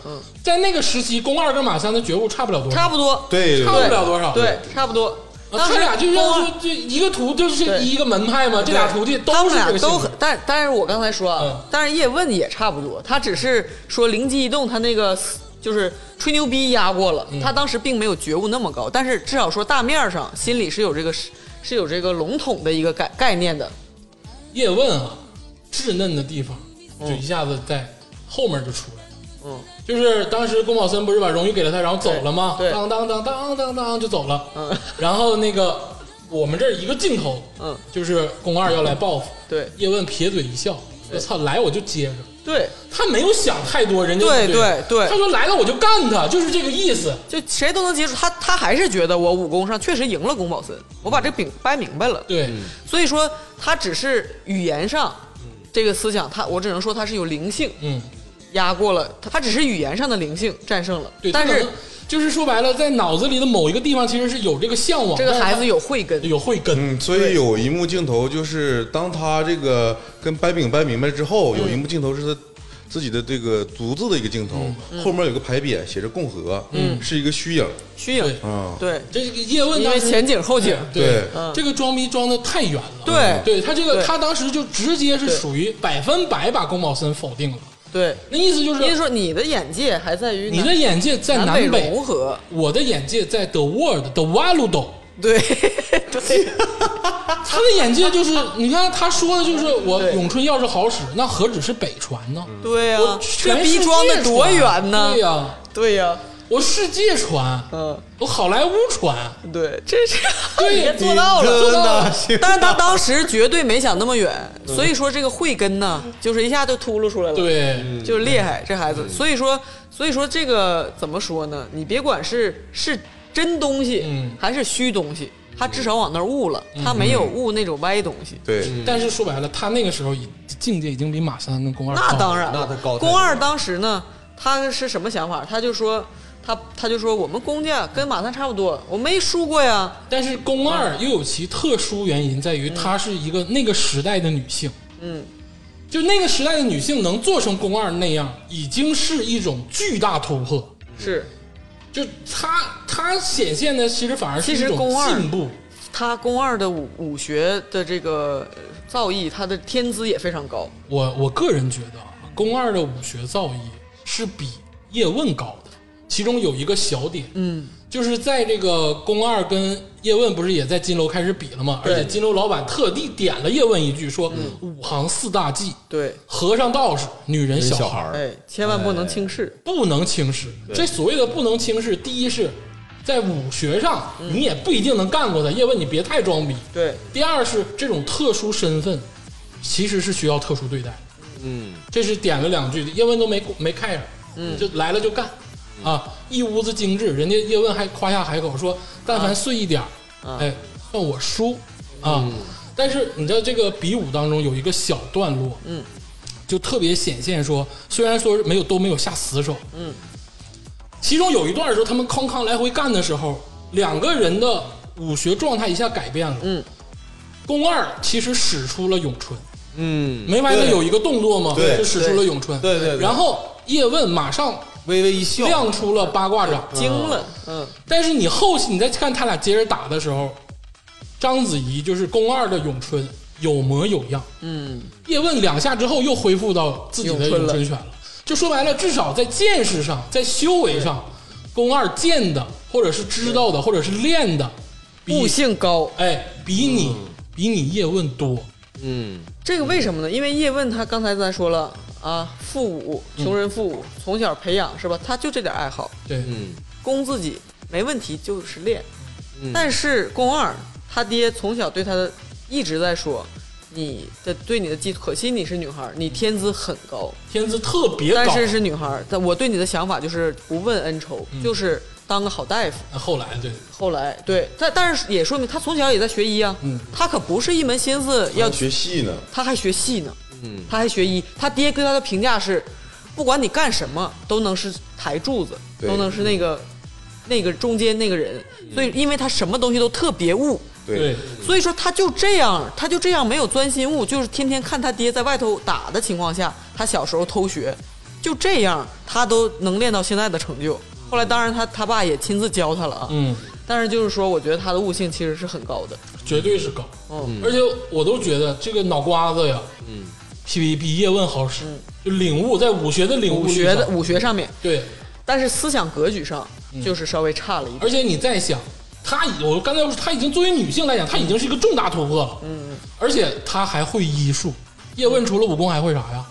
Speaker 1: 在那个时期，宫二跟马三的觉悟差不了多
Speaker 2: 嗯差
Speaker 1: 少，
Speaker 2: 不多，
Speaker 3: 对
Speaker 1: 差
Speaker 3: 对
Speaker 1: 不了多少。
Speaker 2: 对，差不多。
Speaker 1: 啊，他俩就
Speaker 2: 当
Speaker 1: 像
Speaker 2: 时
Speaker 1: 说这一个徒就是
Speaker 2: 对
Speaker 1: 一个门派嘛，这俩徒弟
Speaker 2: 他
Speaker 1: 都
Speaker 2: 们
Speaker 1: 是
Speaker 2: 俩
Speaker 1: 这个性
Speaker 2: 都
Speaker 1: 格
Speaker 2: 很，但但是我刚才说啊
Speaker 1: 嗯，
Speaker 2: 但是叶问也差不多，他只是说灵机一动，他那个就是吹牛逼压过了，
Speaker 1: 嗯
Speaker 2: 他当时并没有觉悟那么高，但是至少说大面上心里是有这个是是有这个笼统的一个概概念的，
Speaker 1: 叶问啊，稚嫩的地方就一下子在后面就出来了。
Speaker 2: 嗯，
Speaker 1: 就是当时宫保森不是把荣誉给了他，然后走了吗？
Speaker 2: 对对
Speaker 1: 当当当当当当就走了。
Speaker 2: 嗯，
Speaker 1: 然后那个我们这儿一个镜头，
Speaker 2: 嗯，
Speaker 1: 就是宫二要来报复，
Speaker 2: 对
Speaker 1: 叶问撇嘴一笑，我操，来我就接着。
Speaker 2: 对，
Speaker 1: 他没有想太多，人家
Speaker 2: 对
Speaker 1: 就
Speaker 2: 对对
Speaker 1: 他说来了我就干他，就是这个意思。
Speaker 2: 就谁都能接触他，他还是觉得我武功上确实赢了宫保森，我把这饼掰明白了，
Speaker 1: 对，
Speaker 2: 所以说他只是语言上这个思想，他我只能说他是有灵性，
Speaker 1: 嗯，
Speaker 2: 压过了，他他只是语言上的灵性战胜了，
Speaker 1: 对。
Speaker 2: 但
Speaker 1: 他可
Speaker 2: 是
Speaker 1: 能就是说白了，在脑子里的某一个地方其实是有这个向往，
Speaker 2: 这个
Speaker 1: 但是
Speaker 2: 孩
Speaker 1: 他
Speaker 2: 子有慧根，
Speaker 1: 有慧根，
Speaker 3: 嗯，所以有一幕镜头就是当他这个跟白饼掰明白之后，有一
Speaker 2: 嗯
Speaker 3: 幕镜头是他自己的这个独自的一个镜头，
Speaker 2: 嗯
Speaker 3: 后面有个牌匾写着“共和”，嗯，是一个虚影
Speaker 2: 虚影，
Speaker 1: 对
Speaker 3: 啊，
Speaker 2: 对，
Speaker 1: 这个叶问
Speaker 2: 因
Speaker 1: 当
Speaker 2: 为
Speaker 1: 时
Speaker 2: 前景后景，
Speaker 1: 对
Speaker 3: 对，
Speaker 2: 嗯
Speaker 1: 这个装逼装的太远了。
Speaker 2: 对
Speaker 1: 对他这个
Speaker 2: 对
Speaker 1: 他当时就直接是
Speaker 2: 对
Speaker 1: 属于百分百把宫保森否定了。
Speaker 2: 对，
Speaker 1: 那意思就是
Speaker 2: 意思说你的眼界还在于
Speaker 1: 你
Speaker 2: 南
Speaker 1: 的眼界在
Speaker 2: 南
Speaker 1: 南北，
Speaker 2: 融合，
Speaker 1: 我的眼界在 the world the world。
Speaker 2: 对对，
Speaker 1: 他的眼界就是，你看他说的就是我
Speaker 2: 对嗯
Speaker 1: 咏春要是好使，那何止是北传呢？
Speaker 2: 对呀、
Speaker 1: 我
Speaker 2: 这
Speaker 1: 全世
Speaker 2: 逼
Speaker 1: 界
Speaker 2: 装的多
Speaker 1: 传
Speaker 2: 远呢
Speaker 1: 对？呀、
Speaker 2: 对呀、
Speaker 1: 我世界传，
Speaker 2: 嗯，
Speaker 1: 我好莱坞传，
Speaker 2: 对，这是
Speaker 1: 对
Speaker 2: 也做到了，
Speaker 4: 真
Speaker 2: 做到 了。
Speaker 4: 的是
Speaker 2: 但是他当时绝对没想那么远，
Speaker 1: 嗯
Speaker 2: 所以说这个慧根呢，就是一下就秃噜出来了。
Speaker 1: 对，
Speaker 2: 就是厉害这孩子。所以说，所以说这个怎么说呢？你别管是是真东西、
Speaker 1: 嗯
Speaker 2: 还是虚东西，他至少往那儿悟了，他没有悟那种歪东西。
Speaker 3: 对，
Speaker 1: 但是说白了，他那个时候已境界已经比马三跟宫二
Speaker 2: 那
Speaker 1: 高
Speaker 2: 当然
Speaker 4: 那
Speaker 2: 了，
Speaker 4: 他高
Speaker 2: 宫
Speaker 4: 太多
Speaker 2: 二当时呢，他是什么想法？他就说。他他就说我们公家跟马三差不多，我没输过呀。
Speaker 1: 但是宫二
Speaker 2: 嗯
Speaker 1: 又有其特殊原因，在于她是一个那个时代的女性。
Speaker 2: 嗯，
Speaker 1: 就那个时代的女性能做成宫二那样，已经是一种巨大突破。
Speaker 2: 是
Speaker 1: 就她她显现的其实反而是
Speaker 2: 其
Speaker 1: 一
Speaker 2: 实
Speaker 1: 种
Speaker 2: 宫二
Speaker 1: 进步。
Speaker 2: 他宫二的武武学的这个呃造诣，他的天资也非常高。
Speaker 1: 我我个人觉得啊，宫二的武学造诣是比叶问高的。其中有一个小点，
Speaker 2: 嗯，
Speaker 1: 就是在这个宫二跟叶问不是也在金楼开始比了吗？而
Speaker 2: 对嗯
Speaker 1: 且金楼老板特地点了叶问一句，说五行四大忌：
Speaker 2: 对，
Speaker 1: 和尚、道士、女人、
Speaker 4: 小
Speaker 1: 孩儿，
Speaker 4: 孩儿，
Speaker 2: 哎，千万不能轻视。
Speaker 1: 不能轻视。这所谓的不能轻视，第一是在武学上你也不一定能干过他，叶问你别太装逼。
Speaker 2: 对，
Speaker 1: 第二是这种特殊身份其实是需要特殊对待的。
Speaker 4: 嗯，
Speaker 1: 这是点了两句，叶问都没没 care，嗯，就来了就干，
Speaker 2: 嗯
Speaker 1: 啊，一屋子精致，人家叶问还夸下海口说，但凡碎一点儿，
Speaker 2: 啊嗯
Speaker 1: 哎，算我输啊。但是你知道这个比武当中有一个小段落，
Speaker 2: 嗯，
Speaker 1: 就特别显现说，虽然说没有都没有下死手，
Speaker 2: 嗯，
Speaker 1: 其中有一段的时候，他们康康来回干的时候，两个人的武学状态一下改变了，
Speaker 2: 嗯，
Speaker 1: 宫二其实使出了咏春。
Speaker 4: 嗯，
Speaker 1: 梅白的有一个动作嘛，
Speaker 4: 对
Speaker 1: 就使出了咏春，
Speaker 4: 对对对对
Speaker 1: 然后叶问马上
Speaker 4: 微微一笑，
Speaker 1: 亮出了八卦掌，
Speaker 2: 精了，嗯，
Speaker 1: 但是你后期你再看他俩接着打的时候，章子怡就是宫二的咏春有模有样，
Speaker 2: 嗯，
Speaker 1: 叶问两下之后又恢复到自己的咏春拳了。就说白了，至少在见识上，在修为上，宫二见的或者是知道的或者是练的，比
Speaker 2: 悟性高。
Speaker 1: 哎比你、比你叶问多，
Speaker 4: 嗯，
Speaker 2: 这个为什么呢？因为叶问他刚才咱说了啊，复武，穷人复武，从小培养是吧？他就这点爱好，
Speaker 1: 对，
Speaker 4: 嗯，
Speaker 2: 供自己没问题，就是练。但是宫二他爹从小对他的一直在说，你的对你的寄，可惜你是女孩儿，你天资很高，
Speaker 1: 天资特别高。
Speaker 2: 但是是女孩儿。但我对你的想法就是不问恩仇，就是当个好大夫。
Speaker 1: 后来对。
Speaker 2: 后来对，但但是也说明他从小也在学医啊，他可不是一门心思要
Speaker 3: 要学戏呢，
Speaker 2: 他还学戏呢，
Speaker 1: 嗯
Speaker 2: 他还学医，他爹对他的评价是，不管你干什么都能是台柱子，
Speaker 3: 对
Speaker 2: 都能是那个、
Speaker 1: 嗯
Speaker 2: 那个中间那个人，所以因为他什么东西都特别悟，
Speaker 1: 对，
Speaker 2: 所以说他就这样，他就这样没有专心悟，就是天天看他爹在外头打的情况下，他小时候偷学，就这样他都能练到现在的成就。后来当然他他爸也亲自教他了啊，
Speaker 1: 嗯，
Speaker 2: 但是就是说，我觉得他的悟性其实是很高的，
Speaker 1: 绝对是高。
Speaker 2: 嗯，
Speaker 1: 而且我都觉得这个脑瓜子呀，嗯，比比叶问好使，就领悟在武学的领悟
Speaker 2: 嗯武
Speaker 1: 力
Speaker 2: 学的
Speaker 1: 上
Speaker 2: 武学上面。
Speaker 1: 对。
Speaker 2: 但是思想格局上就是稍微差了一点。
Speaker 1: 而且你再想，她已我刚才说她已经作为女性来讲，她已经是一个重大突破了，嗯，而且她还会医术。叶问除了武功还会啥呀？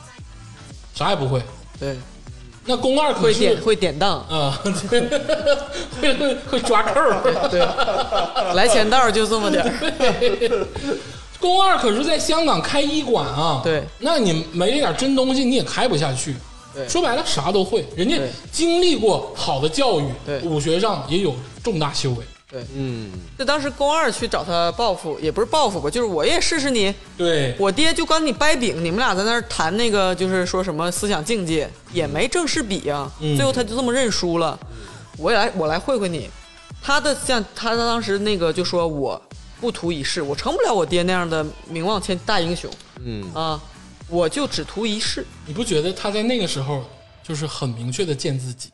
Speaker 1: 啥也不会。
Speaker 2: 对，嗯
Speaker 1: 那宫二可
Speaker 2: 会
Speaker 1: 是
Speaker 2: 典会典 当，
Speaker 1: 啊，对 会会会抓扣儿。
Speaker 2: 对，来钱道就这么点儿。
Speaker 1: 宫二可是在香港开医馆啊，
Speaker 2: 对
Speaker 1: 那你没这点真东西你也开不下去。
Speaker 2: 对
Speaker 1: 说白了啥都会，人家
Speaker 2: 对
Speaker 1: 经历过好的教育，
Speaker 2: 对
Speaker 1: 武学上也有重大修为，
Speaker 2: 就当时宫二去找他报复，也不是报复吧，就是我也试试你。
Speaker 1: 对，
Speaker 2: 我爹就刚你掰饼，你们俩在那儿谈那个，就是说什么思想境界，也没正式比呀、
Speaker 1: 嗯
Speaker 2: 最后他就这么认输了。我也来，我来会会你。他的像他他当时那个就说我不图一世，我成不了我爹那样的名望千大英雄。嗯啊，我就只图一世。
Speaker 1: 你不觉得他在那个时候就是很明确的见自己？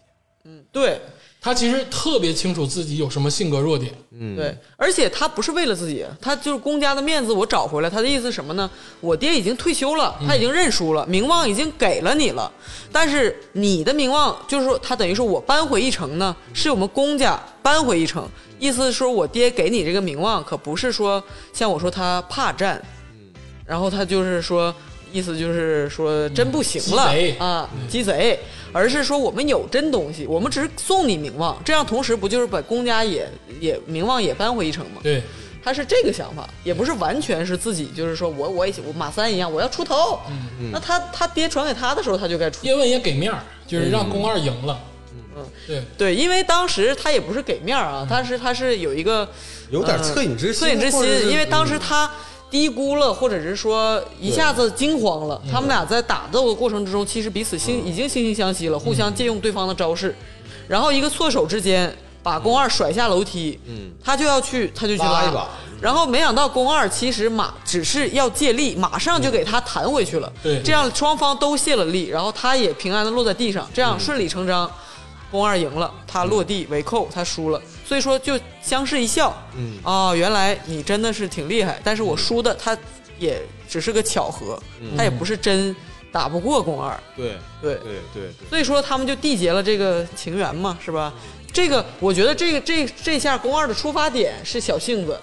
Speaker 2: 对，
Speaker 1: 他其实特别清楚自己有什么性格弱点，
Speaker 2: 对，而且他不是为了自己，他就是公家的面子，我找回来。他的意思是什么呢？我爹已经退休了，他已经认输了，名望已经给了你了，但是你的名望就是说，他等于说我扳回一城呢，是我们公家扳回一城。意思是说我爹给你这个名望，可不是说像我说他怕战，然后他就是说，意思就是说真不行了、
Speaker 1: 鸡贼
Speaker 2: 啊，鸡贼，而是说我们有真东西，我们只是送你名望，这样同时不就是把公家也也名望也扳回一城吗？
Speaker 1: 对，
Speaker 2: 他是这个想法，也不是完全是自己，就是说我我也我马三一样，我要出头。那他他爹传给他的时候，他就该出。
Speaker 1: 叶问也给面儿，就是让宫二赢了，
Speaker 2: 嗯，
Speaker 1: 对，
Speaker 2: 对，因为当时他也不是给面儿啊，当时他是有一个
Speaker 4: 有点恻隐之心，
Speaker 2: 恻隐之
Speaker 4: 或者是嗯
Speaker 2: 心，因为当时他低估了，或者是说一下子惊慌
Speaker 4: 嗯
Speaker 2: 了。他们俩在打斗的过程之中，其实彼此惺已经惺惺相惜了，互相
Speaker 4: 嗯
Speaker 2: 借用对方的招式，然后一个错手之间把宫二甩下楼梯，嗯，他就要去，他就去
Speaker 4: 拉
Speaker 2: 拉
Speaker 4: 一把
Speaker 2: 然后没想到宫二其实马只是要借力，马上就给他弹回去了。
Speaker 1: 对
Speaker 2: 这样双方都卸了力，然后他也平安的落在地上，这样顺理成章，宫二赢了，他落地为扣，他输了。所以说就相视一笑，嗯啊、原来你真的是挺厉害，但是我输的他也只是个巧合，他也不是真打不过宫二。
Speaker 3: 对
Speaker 2: 对，
Speaker 3: 对对对，
Speaker 2: 所以说他们就缔结了这个情缘嘛，是吧？这个我觉得这个这这下宫二的出发点是小性子，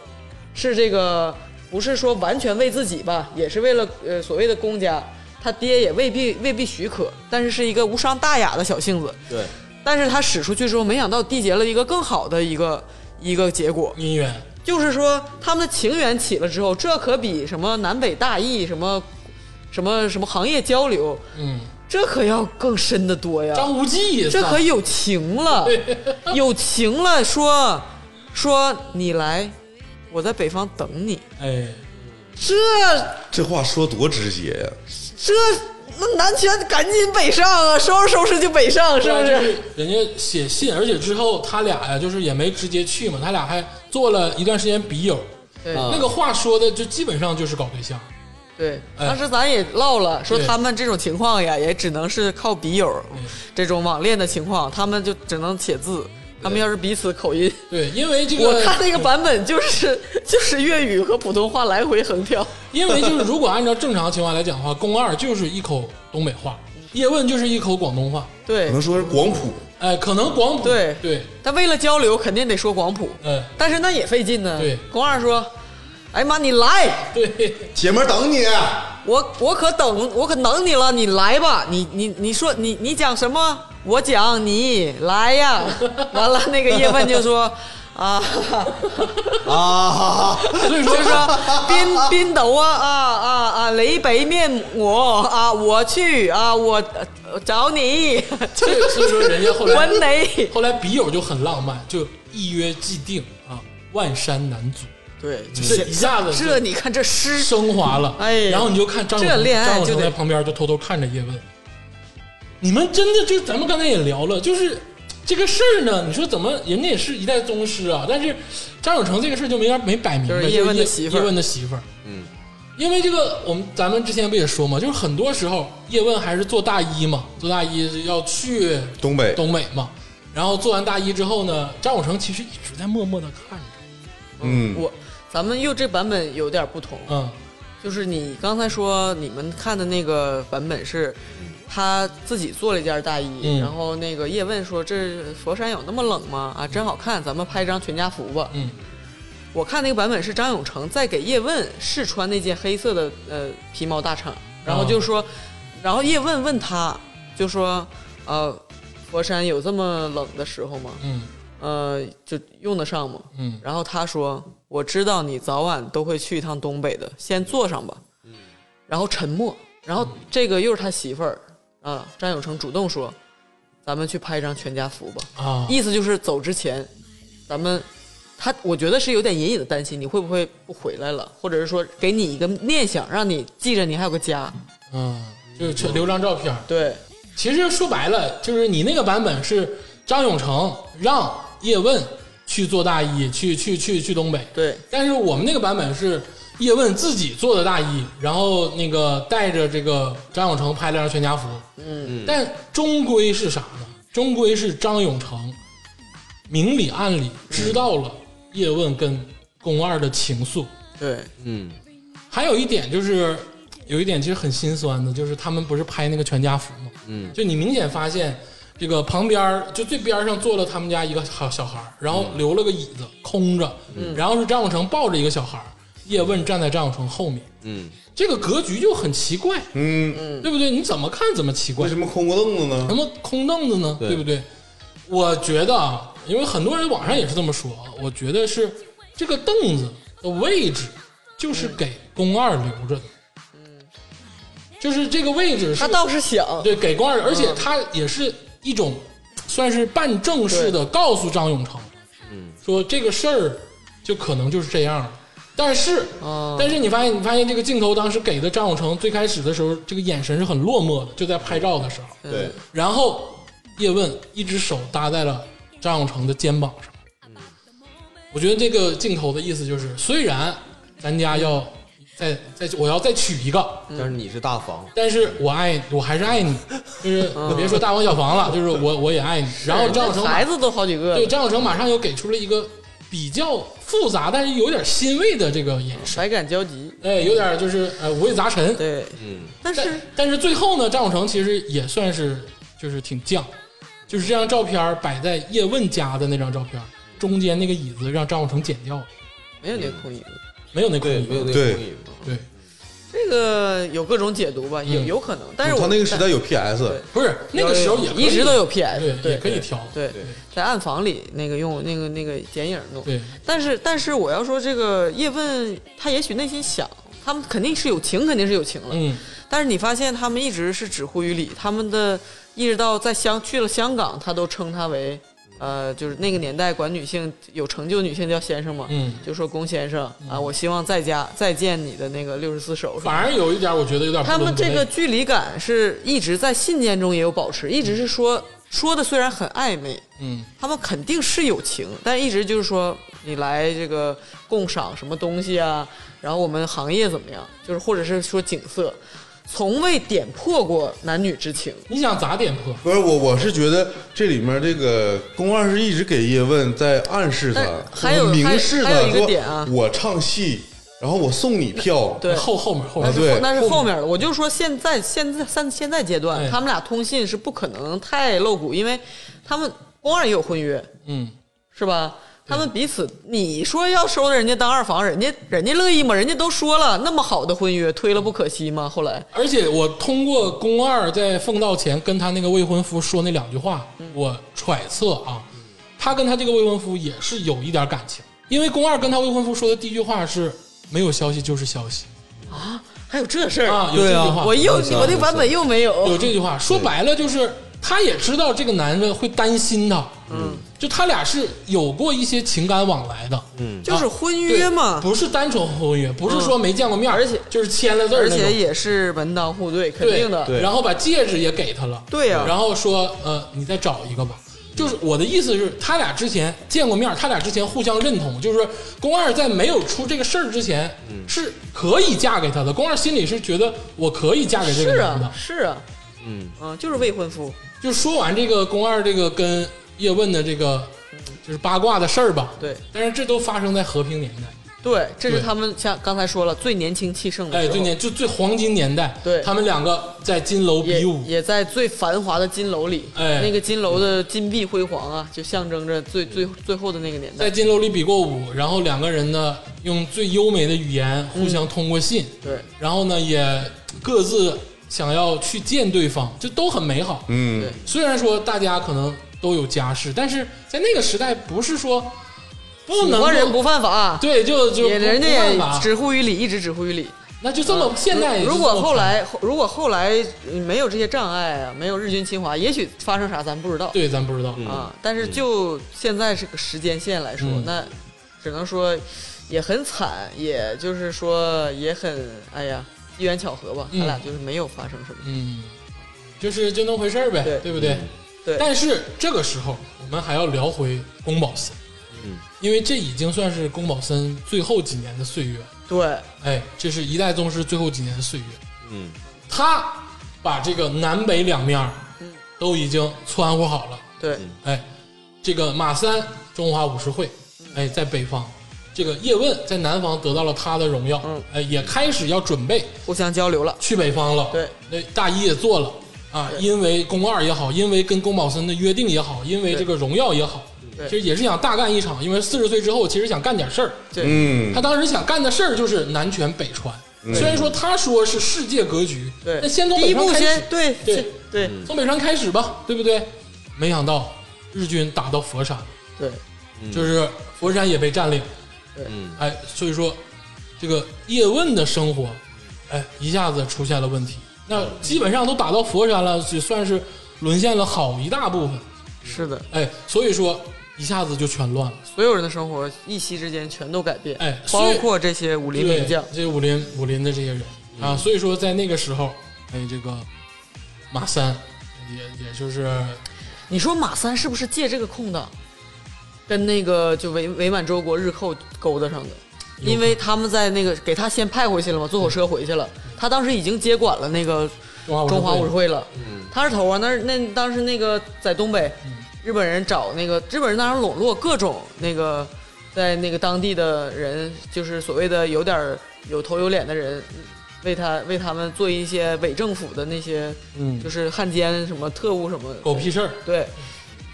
Speaker 2: 是这个不是说完全为自己吧，也是为了呃所谓的公家，他爹也未必未必许可，但是是一个无伤大雅的小性子。
Speaker 4: 对
Speaker 2: 但是他使出去之后，没想到缔结了一个更好的一个一个结果，
Speaker 1: 姻缘，
Speaker 2: 就是说他们的情缘起了之后，这可比什么南北大义什么什么什么行业交流，
Speaker 1: 嗯，
Speaker 2: 这可要更深的多呀。
Speaker 1: 张无忌也
Speaker 2: 这
Speaker 1: 算
Speaker 2: 可有情 了，有情了，说说你来，我在北方等你，
Speaker 1: 哎，
Speaker 2: 这
Speaker 3: 这话说多直接呀！
Speaker 2: 这那南拳赶紧北上啊，收拾收拾就北上，是不？
Speaker 1: 对啊就是是人家写信，而且之后他俩呀，就是也没直接去嘛，他俩还做了一段时间笔友，
Speaker 2: 对
Speaker 4: 啊
Speaker 1: 那个话说的就基本上就是搞对象，
Speaker 2: 对，
Speaker 1: 哎
Speaker 2: 当时咱也唠了，说
Speaker 1: 对嗯
Speaker 2: 他们这种情况呀，也只能是靠笔友这种网恋的情况，他们就只能写字。他们要是彼此口音，
Speaker 1: 对，因为这个
Speaker 2: 我看那个版本就是就是粤语和普通话来回横跳，
Speaker 1: 因为就是如果按照正常情况来讲的话，宫二就是一口东北话，叶问就是一口广东话，
Speaker 2: 对
Speaker 3: 可能说是广普，
Speaker 1: 哎，可能广普
Speaker 2: 对
Speaker 1: 对，
Speaker 2: 但为了交流，肯定得说广普，
Speaker 1: 嗯
Speaker 2: 但是那也费劲呢。
Speaker 1: 对
Speaker 2: 宫二说：“哎妈，你来，
Speaker 1: 对，
Speaker 3: 姐们儿等你。
Speaker 2: 我我可等我可等你了，你来吧，你你你说你你讲什么？我讲你来呀。” 完了，那个叶问就说：“啊，
Speaker 4: 啊，
Speaker 1: 所以说
Speaker 2: 就说边边斗啊啊啊啊，你北面我啊，我去啊，我呃找你，
Speaker 1: 这个所以说人家后来
Speaker 2: 问你。”
Speaker 1: 后来笔友就很浪漫，就一约既定啊，万山难阻，
Speaker 2: 对，
Speaker 1: 这一下子
Speaker 2: 这你看这诗
Speaker 1: 升华了，
Speaker 2: 哎呀
Speaker 1: 然后你就看张友
Speaker 2: 这
Speaker 1: 成，
Speaker 2: 恋爱
Speaker 1: 张友
Speaker 2: 就
Speaker 1: 成
Speaker 2: 得
Speaker 1: 在旁边就偷偷看着叶问。你们真的就咱们刚才也聊了，就是这个事儿呢，你说怎么人家也是一代宗师啊，但是张友成这个事儿就没法没摆明白，
Speaker 2: 就是
Speaker 1: 就
Speaker 2: 叶问的
Speaker 1: 叶
Speaker 2: 媳妇儿
Speaker 1: 叶问的媳妇儿，
Speaker 3: 嗯，
Speaker 1: 因为这个我们咱们之前不也说嘛，就是很多时候叶问还是做大衣嘛，做大衣要去
Speaker 3: 东北，
Speaker 1: 东北嘛，然后做完大衣之后呢，张友成其实一直在默默的看着，
Speaker 3: 嗯，
Speaker 2: 我咱们又这版本有点不同，
Speaker 1: 嗯，
Speaker 2: 就是你刚才说你们看的那个版本是。他自己做了一件大衣，
Speaker 1: 嗯
Speaker 2: 然后那个叶问说：“这佛山有那么冷吗？啊，真好看，咱们拍张全家福吧。”
Speaker 1: 嗯，
Speaker 2: 我看那个版本是张永成在给叶问试穿那件黑色的呃皮毛大氅，然后就说，然后叶问问他，就说：“呃，佛山有这么冷的时候吗？
Speaker 1: 嗯
Speaker 2: 呃，就用得上吗？”
Speaker 1: 嗯
Speaker 2: 然后他说：“我知道你早晚都会去一趟东北的，先坐上吧。”然后沉默。然后这个又是他媳妇儿啊，张永成主动说：“咱们去拍一张全家福吧。
Speaker 1: 啊”，
Speaker 2: 意思就是走之前，咱们他我觉得是有点隐隐的担心，你会不会不回来了，或者是说给你一个念想，让你记着你还有个家。
Speaker 1: 嗯，就是去留张照片儿。
Speaker 2: 对
Speaker 1: 其实说白了，就是你那个版本是张永成让叶问去做大衣，去去去去东北。
Speaker 2: 对
Speaker 1: 但是我们那个版本是叶问自己做的大衣，然后那个带着这个张永成拍了张全家福。嗯，但终归是啥呢？终归是张永成明里暗里知道了叶问跟宫二的情愫。
Speaker 2: 对，
Speaker 4: 嗯
Speaker 1: 还有一点就是，有一点其实很心酸的，就是他们不是拍那个全家福吗？
Speaker 4: 嗯，
Speaker 1: 就你明显发现，这个旁边儿就最边儿上坐了他们家一个小小孩儿，然后留了个椅子空着，
Speaker 4: 嗯
Speaker 1: 然后是张永成抱着一个小孩儿，叶问站在张永成后面，
Speaker 4: 嗯，
Speaker 1: 这个格局就很奇怪，
Speaker 3: 嗯，
Speaker 1: 对不对？你怎么看怎么奇怪
Speaker 3: 为什，么空个凳子呢
Speaker 1: 什？么空凳子呢？
Speaker 4: 对
Speaker 1: 对不对？我觉得啊，因为很多人网上也是这么说啊，我觉得是这个凳子的位置就是给宫二留着的，就是这个位置是
Speaker 2: 他嗯倒嗯是想，
Speaker 1: 对，给光二，而且他也是一种算是半正式的告诉张永成，嗯，说这个事儿就可能就是这样了。但是，
Speaker 2: 哦
Speaker 1: 但是你发现，你发现这个镜头当时给的张永成最开始的时候，这个眼神是很落寞的，就在拍照的时候。
Speaker 3: 对，
Speaker 1: 然后叶问一只手搭在了张永成的肩膀上。我觉得这个镜头的意思就是，虽然咱家要再再我要再娶一个，
Speaker 4: 但是你是大房，
Speaker 1: 但是我爱你，我还是爱你，就是你别说大房小房 了，就是我我也爱你。然后张小成
Speaker 2: 这
Speaker 1: 马
Speaker 2: 孩子都好几个
Speaker 1: 对
Speaker 2: 了，
Speaker 1: 张小成马上又给出了一个比较复杂，但是有点欣慰的这个眼神，
Speaker 2: 百感交集。
Speaker 1: 哎，有点就是呃五味杂陈。
Speaker 2: 对，
Speaker 4: 嗯，
Speaker 2: 但
Speaker 1: 但
Speaker 2: 是
Speaker 1: 但是最后呢，张小成其实也算是就是挺犟，就是这张照片儿摆在叶问家的那张照片儿中间那个椅子让张小成剪掉了，
Speaker 2: 没有那空椅子，
Speaker 1: 没有那空
Speaker 4: 嗯对，
Speaker 1: 椅
Speaker 4: 没有
Speaker 1: 子。
Speaker 4: 那
Speaker 3: 对
Speaker 4: 个空椅嘛
Speaker 1: 对，
Speaker 2: 这个有各种解读吧，也
Speaker 1: 嗯
Speaker 2: 有可能。但是我
Speaker 3: 他那个时代有
Speaker 2: 对
Speaker 3: PS，
Speaker 1: 不是那个时候也可以
Speaker 2: 一直都有 PS，
Speaker 1: 对也可以调
Speaker 2: 对，
Speaker 4: 对
Speaker 2: 在暗房里那个用那个那个剪影弄。
Speaker 1: 对
Speaker 2: 但是但是我要说，这个叶问他也许内心想，他们肯定是有情，肯定是有情了。
Speaker 1: 嗯
Speaker 2: 但是你发现他们一直是止乎于理，他们的一直到在香去了香港，他都称他为呃，就是那个年代管女性有成就女性叫先生嘛，
Speaker 1: 嗯。
Speaker 2: 就说龚先生啊，我希望在家再见你的那个六十四手什么的
Speaker 1: 反而有一点，我觉得有点不
Speaker 2: 他们
Speaker 1: 伦不类
Speaker 2: 这个距离感是一直在信件中也有保持，一直是说说的虽然很暧昧，
Speaker 1: 嗯
Speaker 2: 他们肯定是有情，但一直就是说你来这个共赏什么东西啊，然后我们行业怎么样，就是或者是说景色，从未点破过男女之情。
Speaker 1: 你想咋点破？
Speaker 3: 不是我，我是觉得这里面这个宫二是一直给叶问在暗示他
Speaker 2: 但，还有
Speaker 3: 或者明示
Speaker 2: 还有还有
Speaker 3: 他
Speaker 2: 一个
Speaker 3: 说
Speaker 2: 点啊
Speaker 3: 我唱戏，然后我送你票，
Speaker 2: 对，
Speaker 1: 后后面哦后
Speaker 3: 哎
Speaker 1: 面
Speaker 3: 对
Speaker 2: 那是后面的。我就说现在现在现现在阶段
Speaker 1: 哎，
Speaker 2: 他们俩通信是不可能太露骨，因为他们光二也有婚约，
Speaker 1: 嗯，
Speaker 2: 是吧？他们彼此，你说要收人家当二房，人家人家乐意吗？人家都说了那么好的婚约，推了不可惜吗？后来
Speaker 1: 而且我通过宫二在奉道前跟他那个未婚夫说那两句话，
Speaker 2: 嗯
Speaker 1: 我揣测啊，他跟他这个未婚夫也是有一点感情，因为宫二跟他未婚夫说的第一句话是“没有消息就是消息
Speaker 2: 还有这事儿”
Speaker 1: 啊，有这句话，
Speaker 2: 我又
Speaker 4: 是啊
Speaker 2: 我那版本又没
Speaker 1: 有
Speaker 2: 有，
Speaker 1: 这句话，说白了就是他也知道这个男的会担心他，
Speaker 2: 嗯，
Speaker 1: 就他俩是有过一些情感往来的，嗯，
Speaker 2: 就是婚约嘛，
Speaker 1: 不是单纯婚约，不是说没见过面儿，
Speaker 2: 而且
Speaker 1: 就是签了字儿那
Speaker 2: 而
Speaker 1: 种，
Speaker 2: 且也是门当户对，肯定的。
Speaker 1: 对然后把戒指也给他了，
Speaker 2: 对呀
Speaker 1: 然后说呃，你再找一个吧。就是我的意思是，他俩之前见过面，他俩之前互相认同，就是宫二在没有出这个事儿之前，
Speaker 2: 嗯
Speaker 1: 是可以嫁给他的。宫二心里是觉得我可以嫁给这个
Speaker 2: 是
Speaker 1: 男的，
Speaker 2: 啊，是啊，嗯啊，就是未婚夫，
Speaker 1: 就说完这个宫二这个跟叶问的这个就是八卦的事儿吧。
Speaker 2: 对
Speaker 1: 但是这都发生在和平年代，
Speaker 2: 对，这是
Speaker 1: 对
Speaker 2: 他们像刚才说了最年轻气盛的
Speaker 1: 哎，
Speaker 2: 时候，
Speaker 1: 最年就最黄金年代，
Speaker 2: 对
Speaker 1: 他们两个在金楼
Speaker 2: 也
Speaker 1: 比武，
Speaker 2: 也在最繁华的金楼里，
Speaker 1: 哎嗯
Speaker 2: 那个金楼的金碧辉煌啊，就象征着最最最后的那个年代
Speaker 1: 在。金楼里比过武，然后两个人呢用最优美的语言互相通过信，
Speaker 2: 对，
Speaker 1: 然后呢也各自想要去见对方，这都很美好。
Speaker 3: 嗯
Speaker 2: 对，
Speaker 1: 虽然说大家可能都有家室，但是在那个时代不是说不能
Speaker 2: 喜
Speaker 1: 够
Speaker 2: 欢人不犯法，啊
Speaker 1: 对就就
Speaker 2: 也人家
Speaker 1: 不办
Speaker 2: 也
Speaker 1: 法
Speaker 2: 止乎于理，一直止乎于理。
Speaker 1: 那就这么、现在也是
Speaker 2: 如
Speaker 1: 这
Speaker 2: 果
Speaker 1: 么
Speaker 2: 后
Speaker 1: 传
Speaker 2: 来如果后来嗯没有这些障碍啊，没有日军侵华，也许发生啥咱不知道
Speaker 1: 对咱不知道，
Speaker 2: 啊。但是就现在这个时间线来说，
Speaker 1: 嗯
Speaker 2: 那只能说也很惨，也就是说也很哎呀，机缘巧合吧，
Speaker 1: 嗯
Speaker 2: 他俩就是没有发生什么。
Speaker 1: 嗯，就是就那么回事儿呗，
Speaker 2: 对嗯
Speaker 1: 不对？
Speaker 2: 对
Speaker 1: 但是这个时候，我们还要聊回宫保森，
Speaker 4: 嗯，
Speaker 1: 因为这已经算是宫保森最后几年的岁月，
Speaker 2: 对，
Speaker 1: 哎，这是一代宗师最后几年的岁月，
Speaker 4: 嗯
Speaker 1: 他把这个南北两面儿
Speaker 2: 嗯
Speaker 1: 都已经撺和好了，
Speaker 2: 对，
Speaker 1: 哎，这个马三中华武术会，
Speaker 2: 嗯
Speaker 1: 哎，在北方，这个叶问在南方得到了他的荣耀，
Speaker 2: 嗯
Speaker 1: 哎，也开始要准备
Speaker 2: 互相交流了。
Speaker 1: 去北方了。
Speaker 2: 对，
Speaker 1: 那大一也做了啊，因为宫二也好，因为跟宫保森的约定也好，因为这个荣耀也好，
Speaker 2: 对
Speaker 1: 其实也是想大干一场，因为四十岁之后其实想干点事儿。
Speaker 2: 对，
Speaker 3: 嗯嗯
Speaker 1: 他，当时想干的事儿就是南拳北川，虽然说他说是世界格局，
Speaker 2: 对
Speaker 1: 那先从
Speaker 2: 第
Speaker 1: 北
Speaker 2: 一
Speaker 1: 川
Speaker 2: 步
Speaker 1: 开始
Speaker 2: 先，对
Speaker 1: 对
Speaker 2: 是对
Speaker 1: 从北川开始吧，对不对？没想到日军打到佛山，
Speaker 2: 对，
Speaker 1: 嗯就是佛山也被占领，
Speaker 4: 嗯，
Speaker 1: 哎，所以说这个叶问的生活，哎，一下子出现了问题。那
Speaker 2: 嗯
Speaker 1: 基本上都打到佛山了，也算是沦陷了好一大部分，
Speaker 2: 是的，
Speaker 1: 哎，所以说一下子就全乱了。
Speaker 2: 所有人的生活一夕之间全都改变，
Speaker 1: 哎所
Speaker 2: 包
Speaker 1: 以
Speaker 2: 括这些武林
Speaker 1: 对，
Speaker 2: 名将，嗯
Speaker 1: 这武林武林的这些人啊，所以说在那个时候，哎，这个马三也也就是
Speaker 2: 你说马三是不是借这个空档，跟那个就伪伪满洲国日寇勾搭上的？
Speaker 1: 有可能
Speaker 2: 因为他们在那个给他先派回去了嘛，坐火车回去了。他当时已经接管了那个中
Speaker 1: 中
Speaker 2: 华
Speaker 1: 华
Speaker 2: 武
Speaker 1: 武
Speaker 2: 术
Speaker 1: 术
Speaker 2: 会了，
Speaker 4: 嗯
Speaker 2: 他是头啊。那那当时那个在东北，日本人找那个日本人当时笼络各种那个在那个当地的人，就是所谓的有点儿有头有脸的人，为他为他们做一些伪政府的那些，
Speaker 1: 嗯
Speaker 2: 就是汉奸什么特务什么
Speaker 1: 狗屁事儿，
Speaker 2: 对，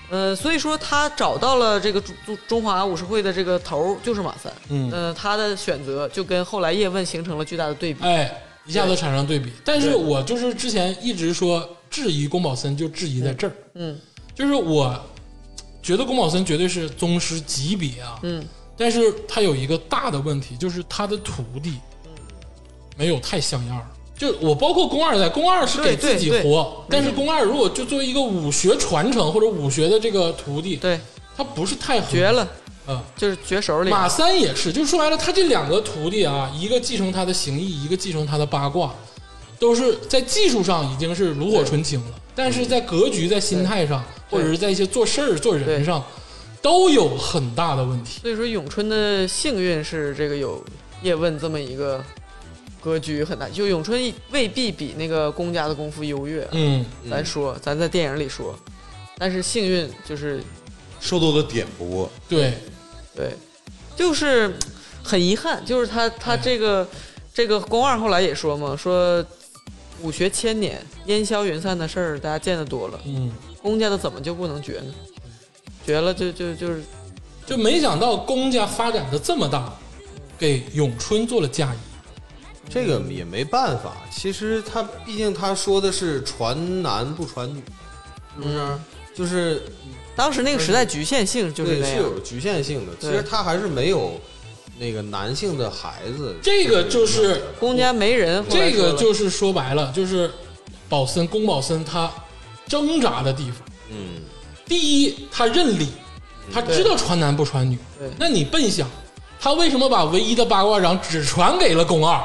Speaker 2: 呃，所以说他找到了这个中中中华武术会的这个头儿就是马三，
Speaker 1: 嗯
Speaker 2: 呃，他的选择就跟后来叶问形成了巨大的对比。
Speaker 1: 哎，一下子产生对比。但是
Speaker 2: 对
Speaker 1: 我就是之前一直说质疑宫保森，就质疑在这儿，
Speaker 2: 嗯
Speaker 1: 就是我觉得宫保森绝对是宗师级别啊，
Speaker 2: 嗯，
Speaker 1: 但是他有一个大的问题，就是他的徒弟
Speaker 2: 嗯
Speaker 1: 没有太像样儿。就我包括宫二在，宫二是给
Speaker 2: 对对
Speaker 1: 自己
Speaker 2: 对嗯
Speaker 1: 活，但是宫二如果就作为一个武学传承或者武学的这个徒弟，
Speaker 2: 对，
Speaker 1: 他不是太合
Speaker 2: 绝了，
Speaker 1: 嗯
Speaker 2: 就是绝手里。
Speaker 1: 马三也是，就是说白了，他这两个徒弟啊，一个继承他的形意，一个继承他的八卦，都是在技术上已经是炉火纯青了，但是在格局、在心态上，
Speaker 2: 对
Speaker 1: 或者是在一些做事儿、做人上，都有很大的问题。
Speaker 2: 所以说咏春的幸运是这个有叶问这么一个格局很大，就咏春未必比那个公家的功夫优越，
Speaker 1: 嗯，
Speaker 2: 咱说咱在电影里说，但是幸运就是
Speaker 3: 受到了点拨，
Speaker 1: 对，
Speaker 2: 对，就是很遗憾，就是他他这个、这个宫二后来也说嘛，说武学千年，烟消云散的事儿大家见得多了，
Speaker 1: 嗯，
Speaker 2: 公家的怎么就不能绝呢？绝了就就就是
Speaker 1: 就没想到公家发展的这么大，给咏春做了嫁衣。
Speaker 4: 这个也没办法。其实他毕竟他说的是传男不传女，是不是？就是
Speaker 2: 嗯当时那个时代局限性就是
Speaker 4: 对
Speaker 2: 那
Speaker 4: 是
Speaker 2: 样，
Speaker 4: 有局限性的。其
Speaker 2: 对
Speaker 4: 实他还是没有那个男性的孩子。
Speaker 1: 这个就是
Speaker 2: 公家没人，后
Speaker 1: 这
Speaker 2: 来
Speaker 1: 个
Speaker 2: 说了
Speaker 1: 就是说白了，就是保森宫保森他挣扎的地方。
Speaker 4: 嗯，
Speaker 1: 第一，他认理，他知道传男不传女
Speaker 2: 嗯对。
Speaker 1: 那你笨想，他为什么把唯一的八卦掌只传给了宫二？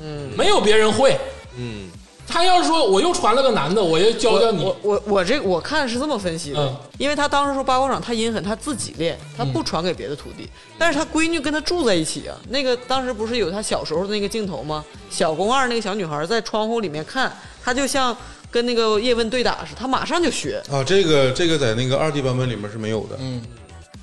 Speaker 1: 嗯，没有别人会。
Speaker 4: 嗯，
Speaker 1: 他要是说我又传了个男的，我又教教你
Speaker 2: 我，我我这我看是这么分析的，
Speaker 1: 嗯
Speaker 2: 因为他当时说八卦掌他阴狠，他自己练，他不传给别的徒弟，但是他闺女跟他住在一起啊。那个当时不是有他小时候的那个镜头吗？小宫二那个小女孩在窗户里面看，他就像跟那个叶问对打似的，他马上就学，
Speaker 3: 啊，这个这个在那个二 D 版本里面是没有的，
Speaker 1: 嗯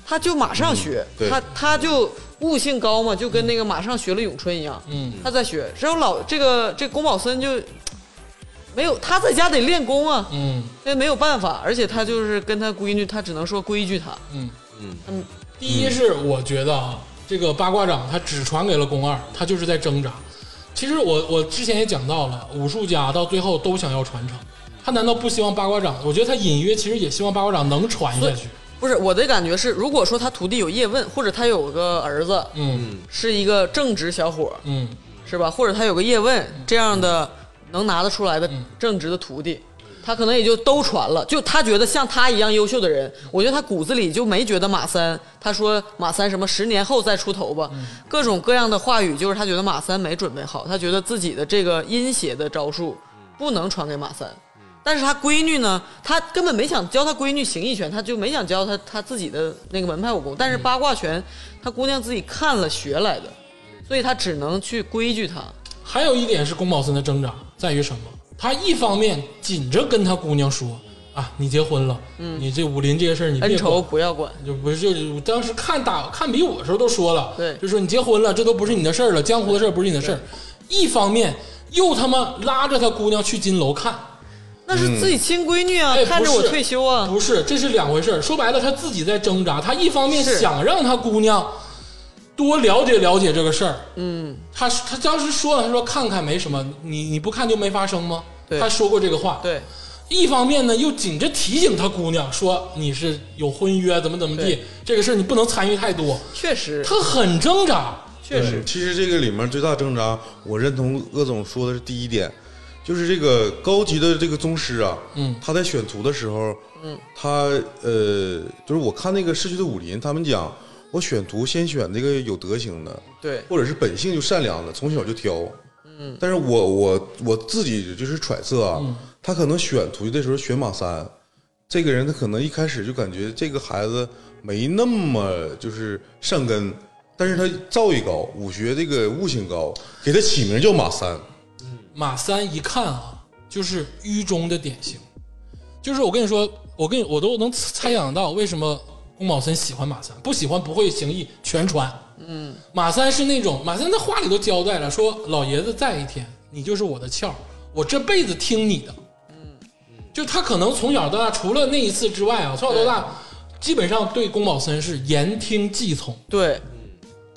Speaker 2: 他就马上学，
Speaker 3: 对
Speaker 2: 他他就悟性高嘛，就跟那个马上学了咏春一样，
Speaker 1: 嗯，
Speaker 2: 他在学。然后老这个这宫保森就没有他在家得练功啊，
Speaker 1: 嗯
Speaker 2: 那没有办法，而且他就是跟他闺女，他只能说规矩他。
Speaker 1: 嗯
Speaker 4: 嗯
Speaker 1: 嗯。第一是我觉得啊，这个八卦掌他只传给了宫二，他就是在挣扎。其实我我之前也讲到了，武术家到最后都想要传承，他难道不希望八卦掌？我觉得他隐约其实也希望八卦掌能传下去。
Speaker 2: 不是我的感觉是，如果说他徒弟有叶问，或者他有个儿子
Speaker 1: 嗯
Speaker 2: 是一个正直小伙儿，
Speaker 1: 嗯
Speaker 2: 是吧？或者他有个叶问这样的能拿得出来的正直的徒弟，他可能也就都传了。就他觉得像他一样优秀的人，我觉得他骨子里就没觉得马三。他说马三什么十年后再出头吧，各种各样的话语，就是他觉得马三没准备好，他觉得自己的这个阴邪的招数不能传给马三。但是他闺女呢，他根本没想教他闺女形意拳，他就没想教他他自己的那个门派武功。但是八卦拳，他姑娘自己看了学来的，所以他只能去规矩他。
Speaker 1: 还有一点是宫保森的挣扎在于什么？他一方面紧着跟他姑娘说，啊，你结婚了，你这武林这些事儿你别
Speaker 2: 恩仇
Speaker 1: 管。
Speaker 2: 不要管。
Speaker 1: 就不是，就是我当时看打看比武的时候都说了，
Speaker 2: 对
Speaker 1: 就说你结婚了，这都不是你的事儿了，江湖的事儿不是你的事儿。一方面又他妈拉着他姑娘去金楼看，
Speaker 2: 那是自己亲闺女啊
Speaker 1: 哎，
Speaker 2: 看着
Speaker 1: 不
Speaker 2: 我
Speaker 1: 是
Speaker 2: 退休啊，
Speaker 1: 不是，这是两回事儿。说白了，他自己在挣扎。他一方面
Speaker 2: 是
Speaker 1: 想让他姑娘多了解了解这个事儿，嗯，他他当时说了，他说看看没什么，你你不看就没发生吗？
Speaker 2: 对
Speaker 1: 他说过这个话。
Speaker 2: 对，
Speaker 1: 一方面呢，又紧着提醒他姑娘说你是有婚约，怎么怎么地
Speaker 2: 对，
Speaker 1: 这个事儿你不能参与太多。
Speaker 2: 确实，
Speaker 1: 他很挣扎，
Speaker 2: 确实
Speaker 3: 嗯，其实这个里面最大挣扎，我认同鄂总说的是第一点，就是这个高级的这个宗师啊，
Speaker 1: 嗯
Speaker 3: 他在选图的时候，嗯，他呃，就是我看那个市区的武林，他们讲，我选图先选这个有德行的，
Speaker 2: 对，
Speaker 3: 或者是本性就善良的，从小就挑。嗯，但是我我我自己就是揣测啊，他可能选徒弟的时候选马三，这个人他可能一开始就感觉这个孩子没那么就是善根，但是他造诣高，武学这个悟性高，给他起名叫马三。
Speaker 1: 马三一看啊，就是狱中的典型，就是我跟你说，我跟你我都能猜想到为什么宫保森喜欢马三，不喜欢不会行义全传。嗯，马三是那种马三在话里都交代了，说老爷子在一天，你就是我的窍，我这辈子听你的。嗯，就他可能从小到大，除了那一次之外啊，从小到大基本上对宫保森是言听计从，
Speaker 2: 对，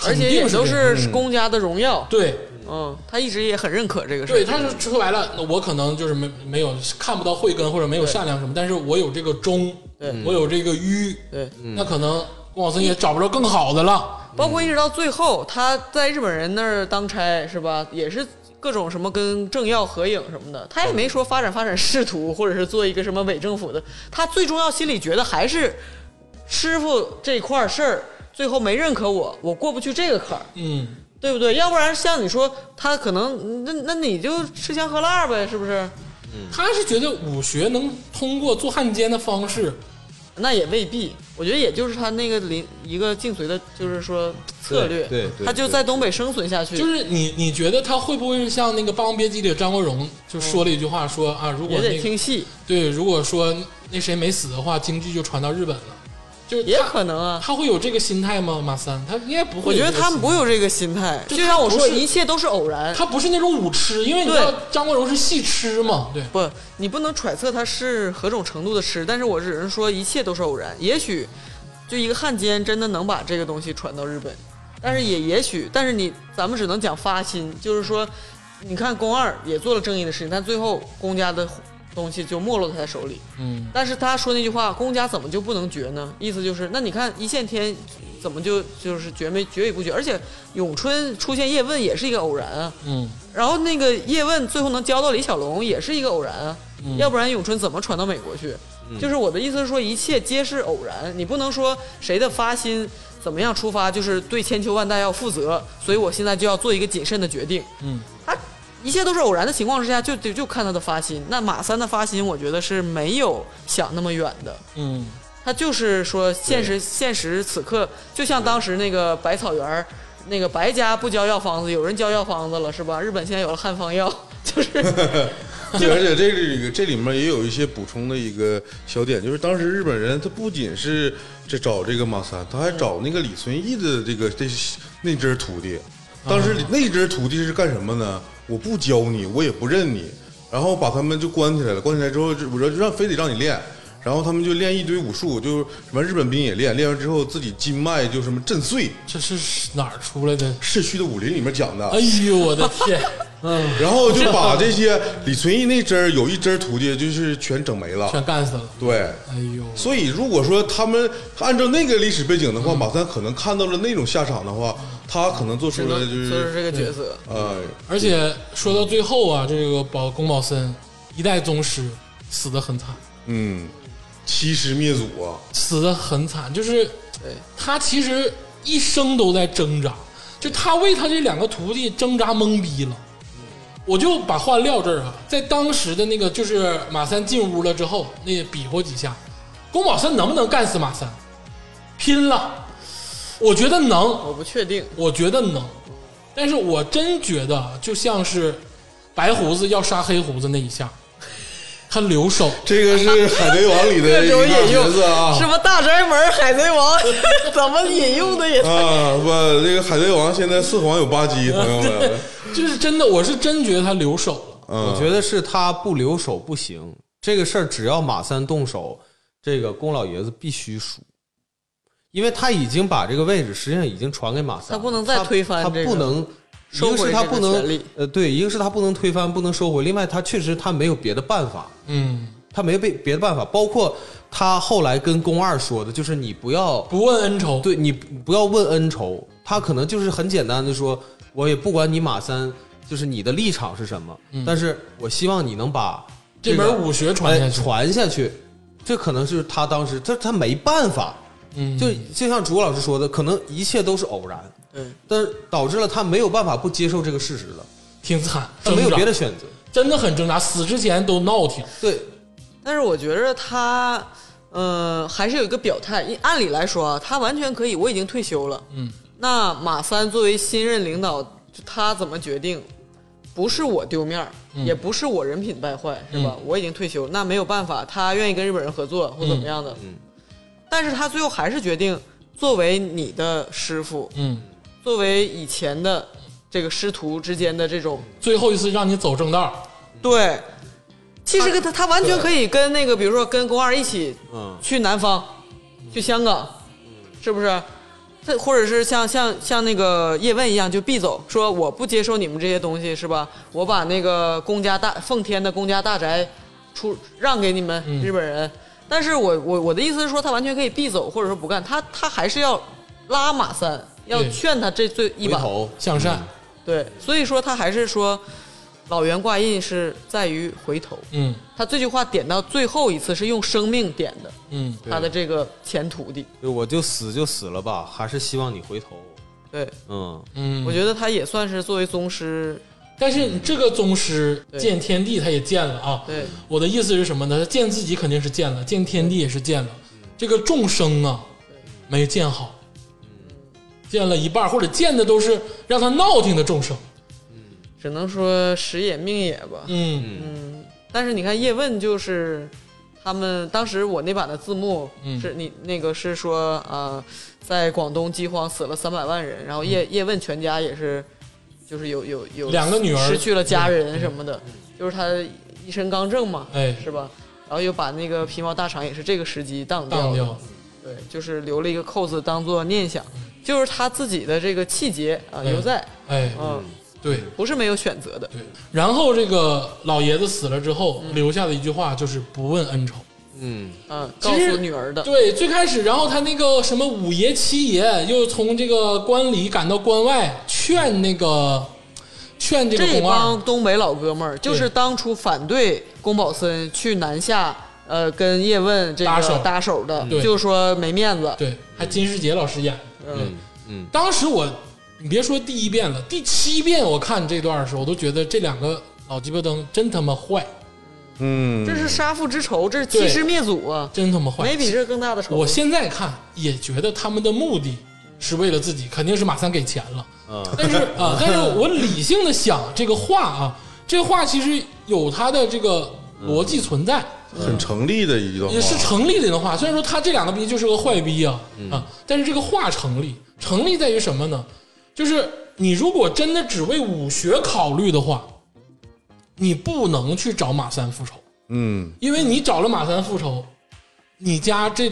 Speaker 2: 而
Speaker 1: 肯
Speaker 2: 且
Speaker 1: 定
Speaker 2: 也都
Speaker 1: 这样嗯
Speaker 2: 是公家的荣耀，
Speaker 1: 对
Speaker 2: 嗯，他一直也很认可这个事儿，
Speaker 1: 对，他是说白了，我可能就是没没有看不到慧根或者没有
Speaker 2: 对
Speaker 1: 善良什么，但是我有这个忠
Speaker 2: 对，嗯
Speaker 1: 我有这个迂，
Speaker 2: 对，
Speaker 1: 那可能郭晓森也找不着更好的了。
Speaker 2: 包括一直到最后，他在日本人那儿当差是吧？也是各种什么跟政要合影什么的，他也没说发展发展仕途，或者是做一个什么伪政府的。他最重要心里觉得还是师傅这块儿事儿，最后没认可我，我过不去这个坎儿，
Speaker 1: 嗯，
Speaker 2: 对不对？要不然像你说，他可能那那你就吃香喝辣呗，是不是？嗯
Speaker 1: 他是觉得武学能通过做汉奸的方式，
Speaker 2: 那也未必，我觉得也就是他那个临一个进随的，就是说策略，
Speaker 4: 对对对
Speaker 2: 他就在东北生存下去，
Speaker 1: 就是你你觉得他会不会是像那个《霸王别姬》里的张国荣就说了一句话说啊，如果
Speaker 2: 哦也得
Speaker 1: 那个
Speaker 2: 听戏，
Speaker 1: 对，如果说那谁没死的话，京剧就传到日本了，就是
Speaker 2: 也
Speaker 1: 他
Speaker 2: 可能啊。
Speaker 1: 他会有这个心态吗？马三他应该不会，
Speaker 2: 我觉得他们不会。有这个心态，
Speaker 1: 就
Speaker 2: 就
Speaker 1: 他
Speaker 2: 像我
Speaker 1: 不
Speaker 2: 说，
Speaker 1: 是
Speaker 2: 一切都是偶然。
Speaker 1: 他不是那种武痴，因为你知道
Speaker 2: 对
Speaker 1: 张国荣是戏痴嘛，对，
Speaker 2: 不，你不能揣测他是何种程度的痴，但是我只是说一切都是偶然。也许就一个汉奸真的能把这个东西传到日本，但是也也许，但是你咱们只能讲发心，就是说，你看宫二也做了正义的事情，但最后宫家的东西就没落在他手里。
Speaker 1: 嗯，
Speaker 2: 但是他说那句话，公家怎么就不能绝呢？意思就是，那你看一线天怎么就就是绝没绝与不绝？而且咏春出现叶问也是一个偶然啊，
Speaker 1: 嗯，
Speaker 2: 然后那个叶问最后能教到李小龙也是一个偶然啊，要不然咏春怎么传到美国去？就是我的意思是说，一切皆是偶然，你不能说谁的发心怎么样出发，就是对千秋万代要负责，所以我现在就要做一个谨慎的决定。
Speaker 1: 嗯，
Speaker 2: 他一切都是偶然的情况之下，就就就看他的发心。那马三的发心，我觉得是没有想那么远的，
Speaker 1: 嗯，
Speaker 2: 他就是说现实现实此刻，就像当时那个百草园儿那个白家不交药方子，有人交药方子了是吧？日本现在有了汉方药， 就是
Speaker 3: 对，而且这里这里面也有一些补充的一个小点，就是当时日本人他不仅是这找这个马三，他还找那个李存义的这个这那支徒弟。当时那支徒弟是干什么呢？我不教你，我也不认你，然后把他们就关起来了。关起来之后，我说让非得让你练，然后他们就练一堆武术，就是什么日本兵也练，练完之后自己筋脉就什么震碎。
Speaker 1: 这是哪儿出来的？
Speaker 3: 市区的武林里面讲的，
Speaker 1: 哎呦我的天！
Speaker 3: 然后就把这些李存义那支儿有一支儿徒弟就是全整没了，
Speaker 1: 全干死了！
Speaker 3: 对，
Speaker 1: 哎呦，
Speaker 3: 所以如果说他们按照那个历史背景的话，马三可能看到了那种下场的话，他可能做
Speaker 2: 只
Speaker 3: 出
Speaker 2: 能
Speaker 3: 来的就
Speaker 2: 就是
Speaker 3: 是
Speaker 2: 这个角色。
Speaker 3: 呃，
Speaker 1: 而且说到最后啊，这个宝宫保森一代宗师死的很惨，
Speaker 3: 嗯，欺师灭祖啊，
Speaker 1: 死的很惨，就是
Speaker 2: 对
Speaker 1: 他其实一生都在挣扎，就他为他这两个徒弟挣扎懵逼了。我就把话撂这儿啊，在当时的那个就是马三进屋了之后，那比划几下，宫保森能不能干死马三？拼了！我觉得能，
Speaker 2: 我不确定，
Speaker 1: 我觉得能，但是啊我真觉得就像是白胡子要杀黑胡子那一下，他留守，
Speaker 3: 这个是《海贼王》里的
Speaker 2: 各
Speaker 3: 一
Speaker 2: 种
Speaker 3: 个
Speaker 2: 引
Speaker 3: 角
Speaker 2: 用
Speaker 3: 色啊，
Speaker 2: 什么大宅门、海贼 王，怎么引用的也
Speaker 3: 啊，不，这个《海贼王》现在四皇有八姬，朋友们，
Speaker 1: 就是真的，我是真觉得他留守了。
Speaker 3: 嗯，
Speaker 4: 我觉得是他不留手不行，这个事儿只要马三动手，这个宫老爷子必须输，因为他已经把这个位置实际上已经传给马三
Speaker 2: 他
Speaker 4: 了，
Speaker 2: 不能再推翻
Speaker 4: 他
Speaker 2: 这个
Speaker 4: 他不能。一
Speaker 2: 收回
Speaker 4: 个是他
Speaker 2: 这个
Speaker 4: 不
Speaker 2: 权
Speaker 4: 能
Speaker 2: 利，
Speaker 4: 呃，对，一个是他不能推翻，不能收回。另外，他确实他没有别的办法，
Speaker 1: 嗯，
Speaker 4: 他没被别的办法。包括他后来跟宫二说的，就是你不要
Speaker 1: 不问恩仇，
Speaker 4: 对你不要问恩仇，他可能就是很简单的说，我也不管你马三，就是你的立场是什么，但是我希望你能把
Speaker 1: 嗯这
Speaker 4: 个
Speaker 1: 门武学传下
Speaker 4: 哎
Speaker 1: 去，
Speaker 4: 传下去，这可能是他当时他他没办法，
Speaker 1: 嗯，
Speaker 4: 就就像朱老师说的，可能一切都是偶然，
Speaker 2: 嗯，
Speaker 4: 但是导致了他没有办法不接受这个事实了，
Speaker 1: 挺惨，
Speaker 4: 他没有
Speaker 1: 挣扎
Speaker 4: 别的选择，
Speaker 1: 真的很挣扎，死之前都闹挺。
Speaker 4: 对，
Speaker 2: 但是我觉着他，呃，还是有一个表态。因按理来说啊，他完全可以，我已经退休了。
Speaker 1: 嗯，
Speaker 2: 那马三作为新任领导，就他怎么决定？不是我丢面儿，也不是我人品败坏，是吧？我已经退休，那没有办法，他愿意跟日本人合作或怎么样的。
Speaker 4: 嗯嗯
Speaker 2: 但是他最后还是决定，作为你的师傅，
Speaker 1: 嗯，
Speaker 2: 作为以前的这个师徒之间的这种
Speaker 1: 最后一次让你走正道，
Speaker 2: 对，其实跟他他完全可以跟那个，比如说跟宫二一起
Speaker 4: 嗯，
Speaker 2: 去南方，去香港，是不是？他或者是像像像那个叶问一样，就必走，说我不接受你们这些东西，是吧？我把那个宫家大奉天的宫家大宅出让给你们
Speaker 1: 嗯
Speaker 2: 日本人。但是我我我的意思是说，他完全可以必走，或者说不干，他他还是要拉马三，要
Speaker 1: 对
Speaker 2: 劝他这最一
Speaker 4: 回
Speaker 2: 把。
Speaker 4: 头，
Speaker 1: 向善。
Speaker 2: 对，所以说他还是说，老袁挂印是在于回头。
Speaker 1: 嗯
Speaker 2: 他这句话点到最后一次是用生命点的
Speaker 1: 嗯，
Speaker 4: 对
Speaker 2: 他的这个前徒弟。
Speaker 4: 就我就死就死了吧，还是希望你回头，
Speaker 2: 对，
Speaker 4: 嗯，
Speaker 1: 嗯，
Speaker 2: 我觉得他也算是作为宗师，
Speaker 1: 但是你这个宗师
Speaker 2: 对
Speaker 1: 见天地，他也见了啊。
Speaker 2: 对
Speaker 1: 我的意思是什么呢？他见自己肯定是见了，见天地也是见了，这个众生啊，没见好，
Speaker 4: 嗯
Speaker 1: 见了一半儿或者见的都是让他闹挺的众生。
Speaker 2: 只能说时也命也吧。
Speaker 1: 嗯
Speaker 2: 但是你看叶问就是。他们当时我那版的字幕
Speaker 1: 嗯
Speaker 2: 是你那个是说呃，在广东饥荒死了三百万人，然后叶叶问全家也是，就是有有有
Speaker 1: 嗯两个女儿嗯
Speaker 2: 失去了家人什么的，就是他一身刚正嘛，
Speaker 1: 哎，
Speaker 4: 嗯
Speaker 2: 是吧？然后又把那个皮毛大厂也是这个时机当掉
Speaker 1: 当
Speaker 2: 了，
Speaker 1: 掉了。
Speaker 2: 对，就是留了一个扣子当做念想，就是他自己的这个气节
Speaker 1: 嗯
Speaker 2: 啊留在，
Speaker 1: 哎，
Speaker 2: 嗯，
Speaker 1: 对
Speaker 2: 不是没有选择的，
Speaker 1: 对。然后这个老爷子死了之后，留下的一句话就是不问恩仇。
Speaker 4: 嗯，
Speaker 2: 嗯，
Speaker 1: 其
Speaker 2: 告
Speaker 1: 实
Speaker 2: 诉女儿的，
Speaker 1: 对，最开始，然后他那个什么五爷七爷又从这个关里赶到关外，劝那个劝这个
Speaker 2: 这
Speaker 1: 宫二
Speaker 2: 帮，东北老哥们儿就是
Speaker 1: 对
Speaker 2: 当初反对宫保森去南下，呃，跟叶问这
Speaker 1: 搭手
Speaker 2: 个搭手的，
Speaker 1: 对
Speaker 2: 就说没面子，
Speaker 1: 对，还金世杰老师演的。
Speaker 2: 嗯，
Speaker 1: 当时我，你别说第一遍了，第七遍我看这段的时候，我都觉得这两个老鸡巴灯真他妈坏，
Speaker 3: 嗯，
Speaker 2: 这是杀父之仇，这是
Speaker 1: 对
Speaker 2: 欺师灭祖啊，
Speaker 1: 真他妈坏。
Speaker 2: 没比这更大的仇。
Speaker 1: 我现在看也觉得他们的目的是为了自己，肯定是马三给钱了。
Speaker 4: 嗯
Speaker 1: 但是啊、但是我理性的想这个话啊，这话其实有它的这个逻辑存在，
Speaker 3: 很成立的一段话，
Speaker 1: 也是成立的话。虽然说他这两个逼就是个坏逼啊、啊，但是这个话成立，成立在于什么呢？就是你如果真的只为武学考虑的话，你不能去找马三复仇，
Speaker 3: 嗯，
Speaker 1: 因为你找了马三复仇，你家这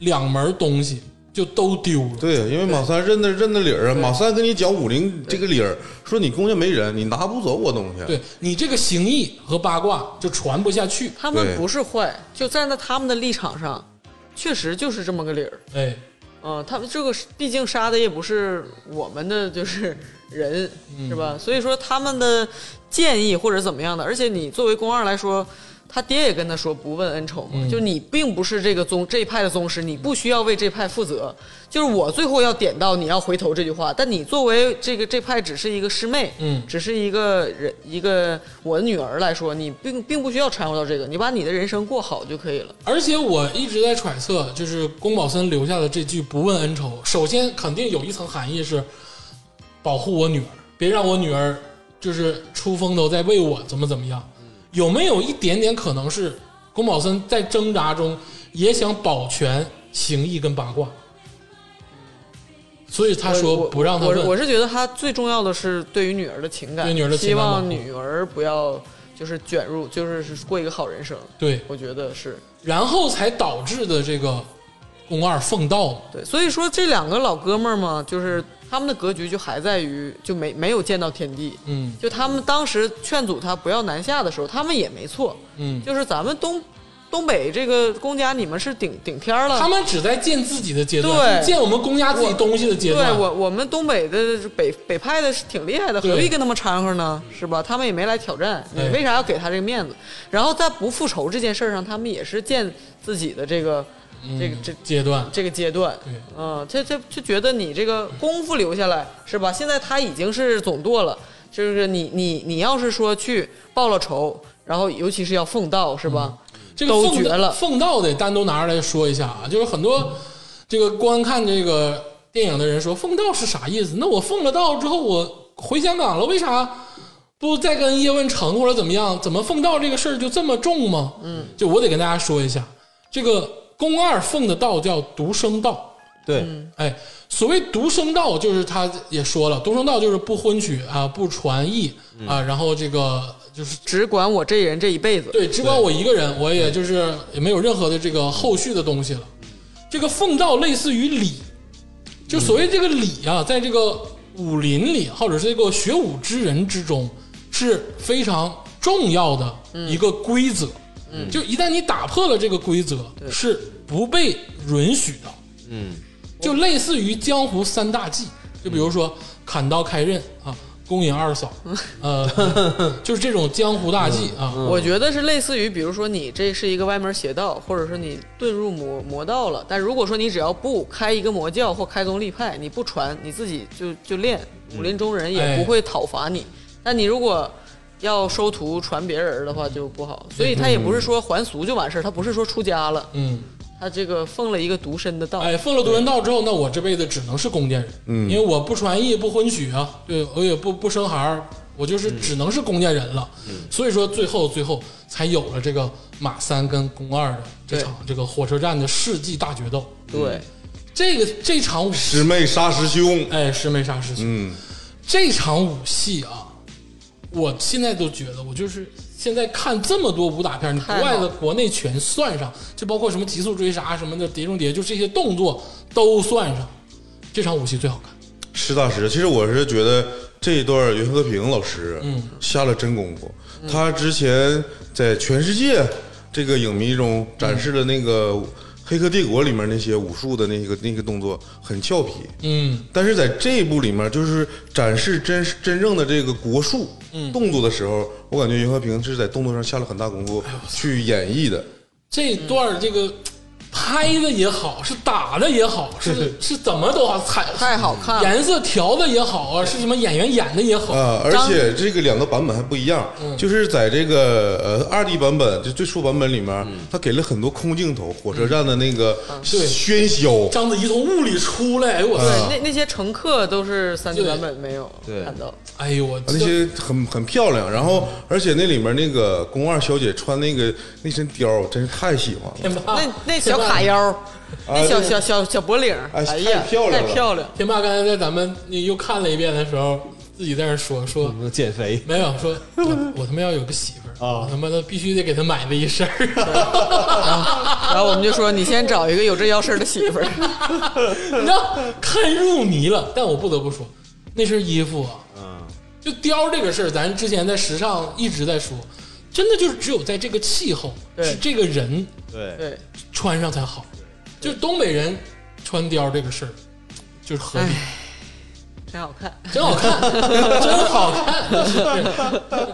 Speaker 1: 两门东西就都丢了。
Speaker 3: 对，因为马三认得认得理儿啊，马三跟你讲武林这个理儿，说你公家没人，你拿不走我东西，
Speaker 1: 对你这个形意和八卦就传不下去，
Speaker 2: 他们
Speaker 3: 对
Speaker 2: 不是坏，就站在他们的立场上，确实就是这么个理儿。
Speaker 1: 哎，
Speaker 2: 嗯、他们这个是毕竟杀的也不是我们的，就是 人，是吧？所以说他们的建议或者怎么样的，而且你作为宫二来说，他爹也跟他说不问恩仇嘛，就你并不是这个宗这一派的宗师，你不需要为这派负责。就是我最后要点到你要回头这句话，但你作为这个这派只是一个师妹，
Speaker 1: 嗯
Speaker 2: 只是一个人一个我的女儿来说，你并并不需要掺和到这个，你把你的人生过好就可以了。
Speaker 1: 而且我一直在揣测，就是宫保森留下的这句“不问恩仇”，首先肯定有一层含义是保护我女儿，别让我女儿就是出风头在为我怎么怎么样。有没有一点点可能是宫保森在挣扎中也想保全情谊跟八卦，所以他说
Speaker 2: 我
Speaker 1: 不让他
Speaker 2: 我是我
Speaker 1: 问。
Speaker 2: 是觉得他最重要的是对于女儿的情感，
Speaker 1: 对女儿的情感
Speaker 2: 希
Speaker 1: 吧
Speaker 2: 望女儿不要就是卷入，就是是过一个好人生。
Speaker 1: 对，
Speaker 2: 我觉得是
Speaker 1: 然后才导致的这个宫二奉道嘛。
Speaker 2: 对，所以说这两个老哥们儿嘛，就是他们的格局就还在于就没没有见到天地。
Speaker 1: 嗯
Speaker 2: 就他们当时劝阻他不要南下的时候，他们也没错，
Speaker 1: 嗯，
Speaker 2: 就是咱们东东北这个公家，你们是顶顶天儿了，
Speaker 1: 他们只在建自己的阶段，
Speaker 2: 嗯对
Speaker 1: 就建我们公家自己东西的阶段。
Speaker 2: 对我，我们东北的北北派的是挺厉害的，
Speaker 1: 对哎
Speaker 2: 何必跟他们掺和呢？是吧？他们也没来挑战，你
Speaker 1: 对
Speaker 2: 为啥要给他这个面子？然后在不复仇这件事儿上，他们也是见自己的这个、这个
Speaker 1: 嗯
Speaker 2: 这
Speaker 1: 阶段，
Speaker 2: 这个阶段。
Speaker 1: 对
Speaker 2: 嗯，这这就觉得你这个功夫留下来是吧？现在他已经是总舵了，就是你你你要是说去报了仇，然后尤其是要奉道是
Speaker 1: 嗯
Speaker 2: 吧？
Speaker 1: 这个
Speaker 2: 都
Speaker 1: 奉
Speaker 2: 绝
Speaker 1: 道
Speaker 2: 了
Speaker 1: 奉道得单独拿出来说一下啊，就是很多这个观看这个电影的人说奉道是啥意思？那我奉了道之后，我回香港了，为啥不再跟叶问成或者怎么样？怎么奉道这个事儿就这么重吗？嗯，就我得跟大家说一下，这个宫二奉的道叫独生道。
Speaker 4: 对，
Speaker 1: 哎，所谓独生道，就是他也说了，独生道就是不婚娶啊，不传艺啊，然后这个就是
Speaker 2: 只管我这人这一辈子。
Speaker 1: 对，只管我一个人，我也就是也没有任何的这个后续的东西了。这个奉道类似于礼，就所谓这个礼啊，在这个武林里，啊或者是这个学武之人之中，是非常重要的一个规则。嗯，就一旦你打破了这个规则，是不被允许的。
Speaker 4: 嗯，
Speaker 1: 就类似于江湖三大忌，就比如说砍刀开刃啊，勾引二嫂， 呃，就是这种江湖大忌啊。
Speaker 2: 我觉得是类似于，比如说你这是一个歪门邪道，或者说你遁入魔魔道了。但如果说你只要不开一个魔教或开宗立派，你不传，你自己就就练，武林中人也不会讨伐你。但你如果要收徒传别人的话就不好，所以他也不是说还俗就完事儿，他不是说出家了，
Speaker 1: 嗯，
Speaker 2: 他这个奉了一个独身的道。
Speaker 1: 哎，奉了独人道之后，那我这辈子只能是宫殿人，嗯，因为我不传艺，不婚娶啊，对我也不不生孩儿，我就是只能是宫殿人了。所以说，最后最后才有了这个马三跟宫二的这场这个火车站的世纪大决斗。
Speaker 2: 对，
Speaker 1: 这个这场武
Speaker 3: 师妹杀师兄，
Speaker 1: 哎师妹杀师兄，
Speaker 3: 嗯，
Speaker 1: 这场武戏啊，我现在都觉得，我就是现在看这么多武打片，你国
Speaker 2: 太好
Speaker 1: 外的、国内全算上，就包括什么《极速追杀》什么的，《碟中谍》，就这些动作都算上，这场武戏最好看。
Speaker 3: 实打实。其实我是觉得这一段袁和平老师，嗯，下了真功夫。他之前在全世界这个影迷中展示了那个《黑客帝国》里面那些武术的那个那个动作很俏皮，
Speaker 1: 嗯，
Speaker 3: 但是在这一部里面，就是展示真真正的这个国术、动作的时候，我感觉袁和平是在动作上下了很大功夫去演绎的。
Speaker 1: 这段儿这个。拍的也好，是打的也好，
Speaker 3: 嗯
Speaker 1: 是是怎么都好，彩
Speaker 2: 太好看了。
Speaker 1: 颜色调的也好啊，是什么演员演的也好，
Speaker 3: 啊，而
Speaker 2: 张
Speaker 3: 且这个两个版本还不一样，就是在这个呃二 D 版本，就最初版本里面，他给了很多空镜头，火车站的那个
Speaker 1: 对
Speaker 3: 喧嚣，
Speaker 1: 章子怡从雾里出来，哎呦我
Speaker 2: 对
Speaker 1: 操，，
Speaker 2: 那那些乘客都是三 D
Speaker 1: 对
Speaker 2: 版本没有
Speaker 4: 对
Speaker 2: 看到，
Speaker 1: 哎呦我
Speaker 3: 那些很很漂亮。然后，而且那里面那个宫二小姐穿那个那身貂儿，真是太喜欢了。
Speaker 1: 天霸
Speaker 2: 那那小卡腰儿，那小小小小脖领儿，
Speaker 3: 哎
Speaker 2: 哎呀，
Speaker 3: 啊太漂亮了
Speaker 2: 太漂亮。
Speaker 1: 天霸刚才在咱们又看了一遍的时候，自己在那儿说说
Speaker 4: 能减肥？
Speaker 1: 没有说，我我他妈要有个媳妇儿
Speaker 4: 啊
Speaker 1: 我他妈的必须得给她买那一身儿。啊
Speaker 2: 然后我们就说，你先找一个有这腰身儿的媳妇儿。
Speaker 1: 你知道，看入迷了。但我不得不说，那身衣服啊，
Speaker 4: 嗯，
Speaker 1: 就貂这个事儿，咱之前在时尚一直在说，真的就是只有在这个气候，
Speaker 2: 对
Speaker 1: 是这个人
Speaker 4: 对，
Speaker 2: 对，
Speaker 1: 穿上才好。就是东北人穿貂这个事儿，就是合理。
Speaker 2: 哎，真好看。
Speaker 1: 真好看，真好看。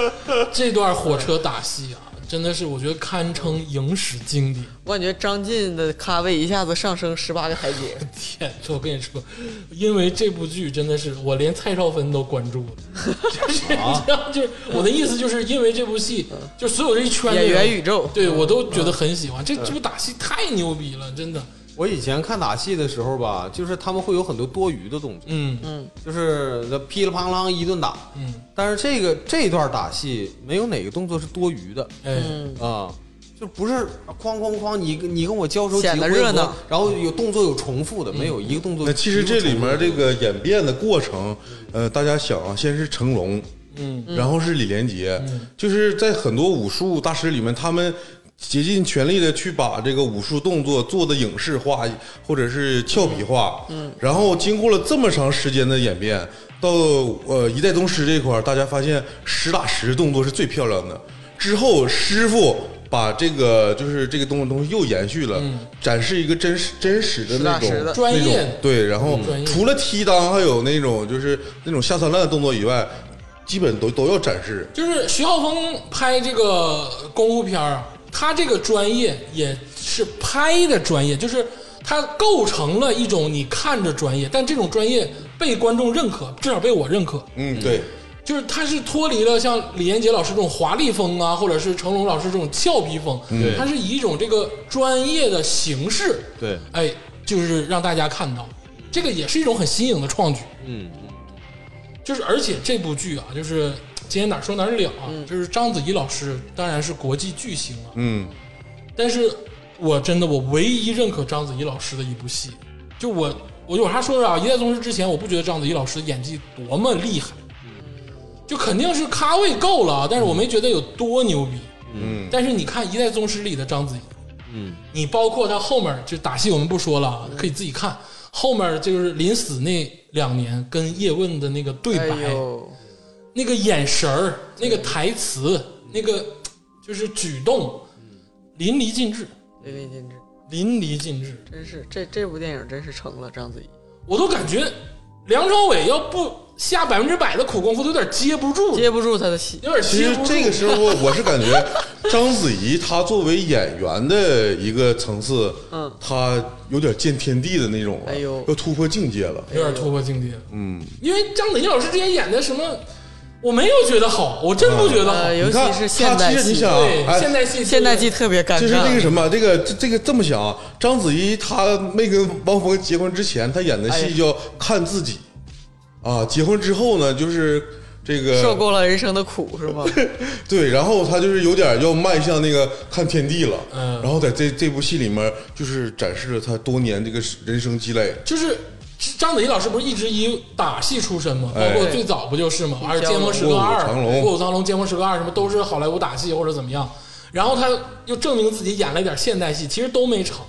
Speaker 1: 这段火车打戏啊，真的是我觉得堪称影史经典。
Speaker 2: 我感觉张晋的咖位一下子上升十八个台 阶。
Speaker 1: 天，我跟你说，因为这部剧真的是我连蔡少芬都关注了，就是这
Speaker 2: 啊
Speaker 1: 样，就是我的意思，就是因为这部戏，就所有这一圈的人
Speaker 2: 演员宇宙
Speaker 1: 对我都觉得很喜欢。这这部打戏太牛逼了，真的。
Speaker 4: 我以前看打戏的时候吧，就是他们会有很多多余的动作，
Speaker 1: 嗯
Speaker 4: 就是那噼里啪啦一顿打。
Speaker 1: 嗯，
Speaker 4: 但是这个这段打戏没有哪个动作是多余的
Speaker 1: 哎，
Speaker 2: 嗯，
Speaker 4: 啊、就不是哐哐哐，你你跟我交手几
Speaker 2: 显
Speaker 4: 回
Speaker 2: 得
Speaker 4: 合，
Speaker 2: 热闹嗯
Speaker 4: 然后有动作有重复的，没有一个动作。
Speaker 3: 那其实这里面这个演变的过程，呃，大家想啊，先是成龙，
Speaker 1: 嗯，
Speaker 3: 然后是李连杰，就是在很多武术大师里面，他们竭尽全力的去把这个武术动作做的影视化，或者是俏皮化，嗯，然后经过了这么长时间的演变，到呃一代宗师这块儿，大家发现实打实动作是最漂亮的。之后师傅把这个就是这个动作东西又延续了，展示一个真实真实的那种
Speaker 2: 实打实的
Speaker 3: 那
Speaker 1: 专
Speaker 3: 种
Speaker 1: 业
Speaker 3: 对，然后
Speaker 2: 嗯
Speaker 1: 专业
Speaker 3: 除了踢裆还有那种就是那种下三滥的动作以外，基本都都要展示。
Speaker 1: 就是徐浩峰拍这个功夫片儿啊，他这个专业也是拍的专业，就是他构成了一种你看着专业，但这种专业被观众认可，至少被我认可。
Speaker 3: 嗯，对，
Speaker 1: 就是他是脱离了像李连杰老师这种华丽风啊，或者是成龙老师这种俏皮风，
Speaker 4: 对
Speaker 1: 他是以一种这个专业的形式，
Speaker 4: 对，
Speaker 1: 哎，就是让大家看到，这个也是一种很新颖的创举。
Speaker 4: 嗯，
Speaker 1: 就是而且这部剧啊，就是今天哪儿说哪儿了啊，就是章子怡老师当然是国际巨星了，
Speaker 3: 嗯，
Speaker 1: 但是我真的我唯一认可章子怡老师的一部戏，就我我有啥说啥，《啊一代宗师》之前我不觉得章子怡老师演技多么厉害，就肯定是咖位够了啊，但是我没觉得有多牛逼，
Speaker 3: 嗯，
Speaker 1: 但是你看《一代宗师》里的章子怡，
Speaker 4: 嗯，
Speaker 1: 你包括她后面就打戏我们不说了啊，可以自己看，后面就是临死那两年跟叶问的那个对白。
Speaker 2: 哎呦，
Speaker 1: 那个眼神儿、那个台词、那个就是举动，淋漓尽致，
Speaker 2: 淋漓尽致，
Speaker 1: 淋漓尽致。
Speaker 2: 真是这这部电影真是成了章子怡。
Speaker 1: 我都感觉梁朝伟要不下百分之百的苦功夫，都有点接不住了，
Speaker 2: 接不住他的戏，
Speaker 1: 有点
Speaker 3: 其
Speaker 1: 接
Speaker 3: 实
Speaker 1: 不住。
Speaker 3: 这个时候我是感觉章子怡她作为演员的一个层次，
Speaker 2: 嗯，
Speaker 3: 她有点见天地的那种了，
Speaker 2: 哎呦
Speaker 3: 要突破境界了。
Speaker 1: 有点突破境界，
Speaker 3: 嗯，
Speaker 1: 因为章子怡老师之前演的什么，我没有觉得好，我真不觉得好。
Speaker 2: 呃，尤
Speaker 3: 你
Speaker 2: 其
Speaker 3: 看
Speaker 2: 是现代
Speaker 3: 她其实你
Speaker 2: 戏
Speaker 3: 想，
Speaker 1: 对，
Speaker 3: 哎
Speaker 1: 现代戏
Speaker 2: 现代戏特别尴
Speaker 3: 就是这个
Speaker 2: 尬。
Speaker 3: 什么，这个这这个这么想啊，章子怡她没跟汪峰结婚之前，她演的
Speaker 2: 哎
Speaker 3: 戏叫《看自己》，啊，结婚之后呢，就是这个
Speaker 2: 受够了人生的苦是 吗？
Speaker 3: 对，然后她就是有点要迈向那个看天地了，
Speaker 1: 嗯
Speaker 3: 然后在这这部戏里面，就是展示了她多年这个人生积累，
Speaker 1: 就是。章子怡老师不是一直以打戏出身吗？包括
Speaker 3: 哎
Speaker 1: 最早不就是吗？还有《
Speaker 2: 江
Speaker 1: 剑锋十个二
Speaker 3: 卧》虎藏龙
Speaker 1: 《卧虎藏龙》《剑锋十个二》什么都是好莱坞打戏或者怎么样。然后他又证明自己演了一点现代戏，其实都没成。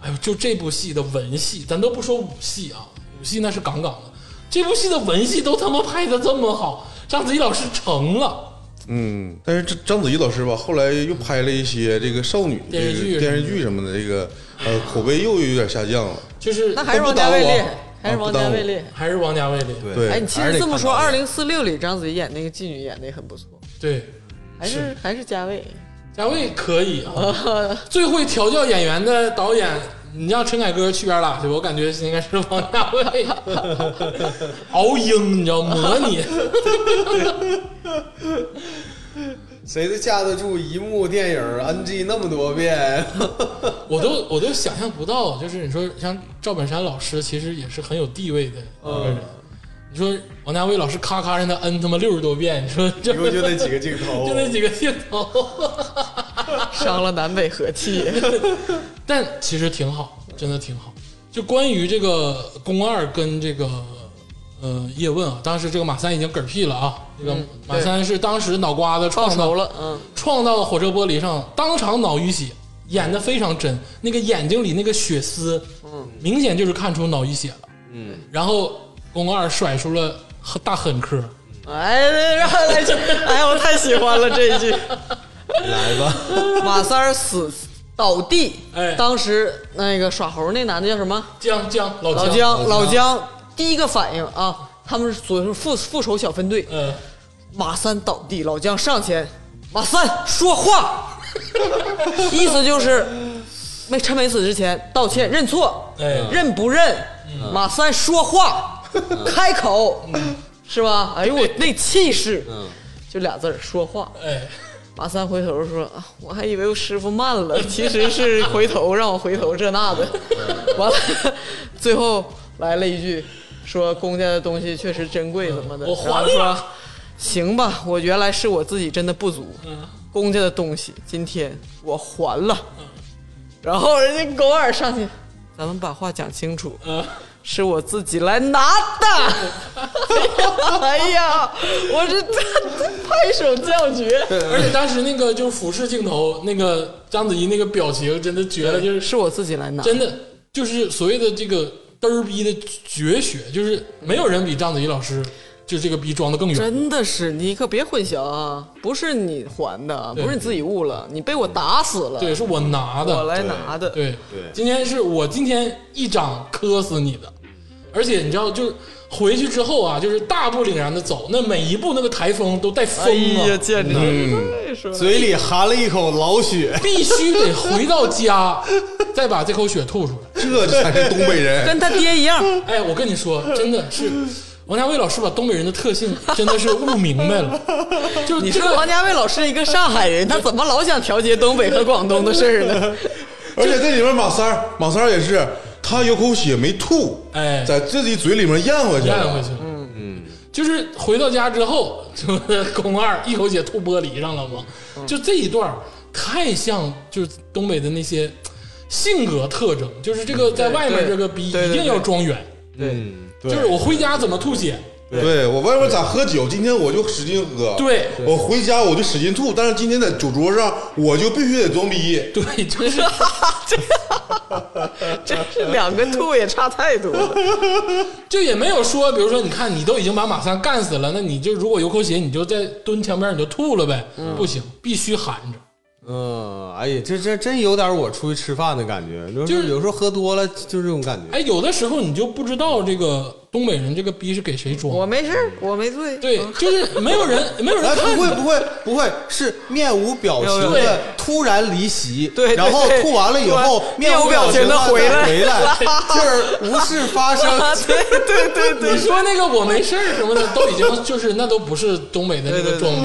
Speaker 1: 哎呦，就这部戏的文戏，咱都不说武戏啊，武戏那是杠杠的。这部戏的文戏都他妈拍的这么好，章子怡老师成了。
Speaker 3: 嗯，但是这章子怡老师吧，后来又拍了一些这个少女这
Speaker 1: 电视剧
Speaker 3: 个电视剧什么的，这个呃口碑又有点下降了，
Speaker 1: 就是
Speaker 2: 那还是王家卫厉害，还是
Speaker 3: 啊
Speaker 2: 王
Speaker 3: 不
Speaker 2: 家
Speaker 3: 耽误
Speaker 2: 卫厉害。
Speaker 1: 还是王家卫厉害。
Speaker 4: 对
Speaker 3: 对
Speaker 2: 哎，你其实这么说，《
Speaker 4: 还
Speaker 2: 二
Speaker 4: 是得看
Speaker 2: 零四六》里章子怡演那个妓女演的也很不错，
Speaker 1: 对，
Speaker 2: 还是还是家卫。
Speaker 1: 贾卫可以啊，最会调教演员的导演，你让陈凯歌去边儿拉去吧，我感觉应该是王家卫， 熬鹰你知道模拟，
Speaker 4: 谁的架得住一幕电影 NG 那么 多遍？
Speaker 1: 我都我都想象不到，啊就是你说像赵本山老师，其实也是很有地位的一个人，你说王家卫老师咔咔让他摁他妈六十多遍，你说这
Speaker 4: 一共就那几个镜头
Speaker 1: 就那几个镜头，
Speaker 2: 伤了南北和气。
Speaker 1: 但其实挺好，真的挺好。就关于这个宫二跟这个呃叶问啊，当时这个马三已经嗝屁了啊，这个马三是当时脑瓜子
Speaker 2: 报
Speaker 1: 撞
Speaker 2: 仇
Speaker 1: 到
Speaker 2: 了，嗯，
Speaker 1: 撞到火车玻璃上，当场脑淤血，演的非常真，那个眼睛里那个血丝，嗯，明显就是看出脑淤血了。嗯，然后宫二甩出了大狠磕，
Speaker 2: 哎，让来去，哎，我太喜欢了这一句。
Speaker 4: 来吧，
Speaker 2: 马三儿死倒地，
Speaker 1: 哎
Speaker 2: 当时那个耍猴那男的叫什么？
Speaker 1: 姜姜老
Speaker 2: 老
Speaker 1: 姜
Speaker 2: 姜，老姜第一个反应啊，他们是左右是复复仇小分队，
Speaker 1: 呃，
Speaker 2: 马三倒地，老姜上前，马三说 话，意思就是没趁没死之前道歉认错，
Speaker 1: 哎
Speaker 2: 认不认？马三说话，开
Speaker 1: 嗯
Speaker 2: 口，是吧？哎呦我那气势，就俩字儿说话，
Speaker 1: 哎，
Speaker 2: 马三回头说：“啊，我还以为我师傅慢了，其实是回头让我回头这那的。”
Speaker 1: 嗯
Speaker 2: 完了，最后来了一句说：“公家的东西确实珍贵，怎么的？”
Speaker 1: 我还了
Speaker 2: 然后说：“行吧，我原来是我自己真的不足，
Speaker 1: 嗯
Speaker 2: 公家的东西今天我还了。”然后人家狗耳上去，咱们把话讲清楚。
Speaker 1: 呃，
Speaker 2: 是我自己来拿 的。哎呀，我这拍手叫绝，
Speaker 1: 而且当时那个就是俯视镜头，那个章子怡那个表情真的绝了，就是
Speaker 2: 是我自己来拿。
Speaker 1: 真的就是所谓的这个嘚儿逼的绝学，就是没有人比章子怡老师就这个逼装的更远。
Speaker 2: 真的是，你可别混淆啊！不是你还的，
Speaker 1: 对
Speaker 2: 不是你自己误了，你被我打死了，
Speaker 1: 对，是我拿
Speaker 2: 我
Speaker 1: 的。
Speaker 2: 来拿的。
Speaker 1: 对
Speaker 4: 对
Speaker 1: 今天是我今天一掌磕死你的，而且你知道，就是回去之后啊，就是大步凛然的走，那每一步那个台风都带风
Speaker 2: 哎
Speaker 1: 啊，
Speaker 2: 呀，简直
Speaker 1: 哎
Speaker 2: 太说了
Speaker 4: 嘴里含了一口老血，
Speaker 1: 必须得回到家，再把这口血吐出来。
Speaker 3: 这才是东 北人。
Speaker 2: 跟他爹一样，
Speaker 1: 哎，我跟你说，真的是王家卫老师把东北人的特性真的是悟明白了，就是
Speaker 2: 你
Speaker 1: 这
Speaker 2: 说
Speaker 1: 个
Speaker 2: 王家卫老师一个上海人，他怎么老想调节东北和广东的事儿呢？
Speaker 3: 而且这里面马三儿，马三儿也是，他有口血没吐，
Speaker 1: 哎
Speaker 3: 在自己嘴里面咽回去了，
Speaker 1: 咽回去了。嗯嗯，就是回到家之后， 就是宫二一口血吐玻璃上了嘛。就这一段儿太像就是东北的那些性格特征，就是这个在外面
Speaker 2: 对
Speaker 1: 这个逼
Speaker 2: 对对
Speaker 1: 一定要装远，
Speaker 2: 对，
Speaker 4: 嗯
Speaker 3: 对
Speaker 1: 就是我回家怎么吐血。
Speaker 3: 对我外面咋喝酒，今天我就使劲喝。
Speaker 1: 对
Speaker 3: 我回家我就使劲吐，但是今天在酒桌上我就必须得装逼。
Speaker 1: 对，就是
Speaker 2: 真是两个兔也差太多了。
Speaker 1: 就也没有说，比如说，你看你都已经把马三干死了，那你就如果有口血，你就在蹲墙边你就吐了呗，不行，必须含着。
Speaker 4: 嗯，哎呀，这这真有点我出去吃饭的感觉，就
Speaker 1: 就是
Speaker 4: 是有时候喝多了就这种感觉。
Speaker 1: 哎，有的时候你就不知道这个东北人这个逼是给谁装
Speaker 2: 我
Speaker 1: 的，
Speaker 2: 没事儿，我没醉。嗯
Speaker 1: 对，就是没有人，没有人
Speaker 4: 哎，
Speaker 1: 看
Speaker 4: 不会
Speaker 1: 着，
Speaker 4: 不会不会，是面无表情
Speaker 1: 对
Speaker 4: 的突然离席，
Speaker 2: 对对
Speaker 4: 然后
Speaker 2: 对
Speaker 4: 吐完了以后
Speaker 2: 突然
Speaker 4: 面
Speaker 2: 面无
Speaker 4: 表
Speaker 2: 表情
Speaker 4: 的
Speaker 2: 地回来
Speaker 4: 回来，就是无事发生。
Speaker 2: 啊，对对对对
Speaker 1: 你说那个我没事儿什么的，都已经就是那都不是东北的那个
Speaker 2: 对对对
Speaker 1: 装逼，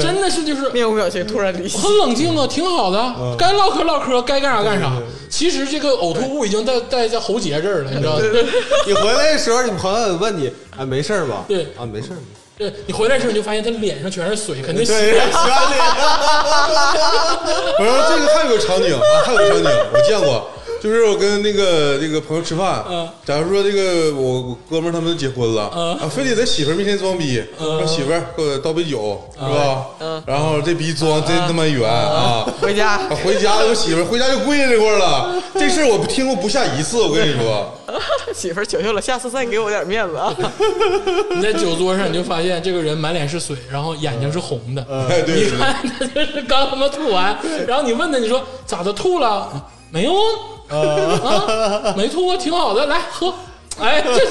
Speaker 1: 真的是就是
Speaker 2: 面无表情，突然离席。
Speaker 1: 很冷静啊，挺好的，该唠嗑唠嗑，该干啥干啥。其实这个呕吐物已经在在在喉结这儿了，你知道吗？
Speaker 4: 你回来的时候，你朋友问你，哎，没事儿吧？
Speaker 1: 对
Speaker 4: 啊，没事儿。
Speaker 1: 对你回来的时候你就发现他脸上全是水，肯定洗
Speaker 4: 对，
Speaker 3: 然后这个还有个场景啊，还有个场景我见过，就是我跟那个这个朋友吃饭，
Speaker 1: 嗯
Speaker 3: 假如说这个我我哥们儿他们都结婚了，
Speaker 1: 嗯
Speaker 3: 啊，非得在媳妇儿面前装逼，
Speaker 1: 嗯
Speaker 3: 让媳妇儿给我倒杯酒，是吧？
Speaker 2: 嗯
Speaker 3: 然后这逼装真他妈远啊！
Speaker 1: 嗯
Speaker 2: 回家
Speaker 3: 啊回家我媳妇儿回家就跪这块儿了，这事儿我听过不下一次，我跟你说。
Speaker 2: 媳妇儿求求了，下次再给我点面子啊！
Speaker 1: 你在酒桌上，你就发现这个人满脸是水，然后眼睛是红的。
Speaker 3: 哎，对
Speaker 1: 嗯你
Speaker 3: 对对，
Speaker 1: 看他 就是刚他妈吐完，然后你问他，你说咋的吐了？没有啊，啊，没吐啊，挺好的，来喝。哎，这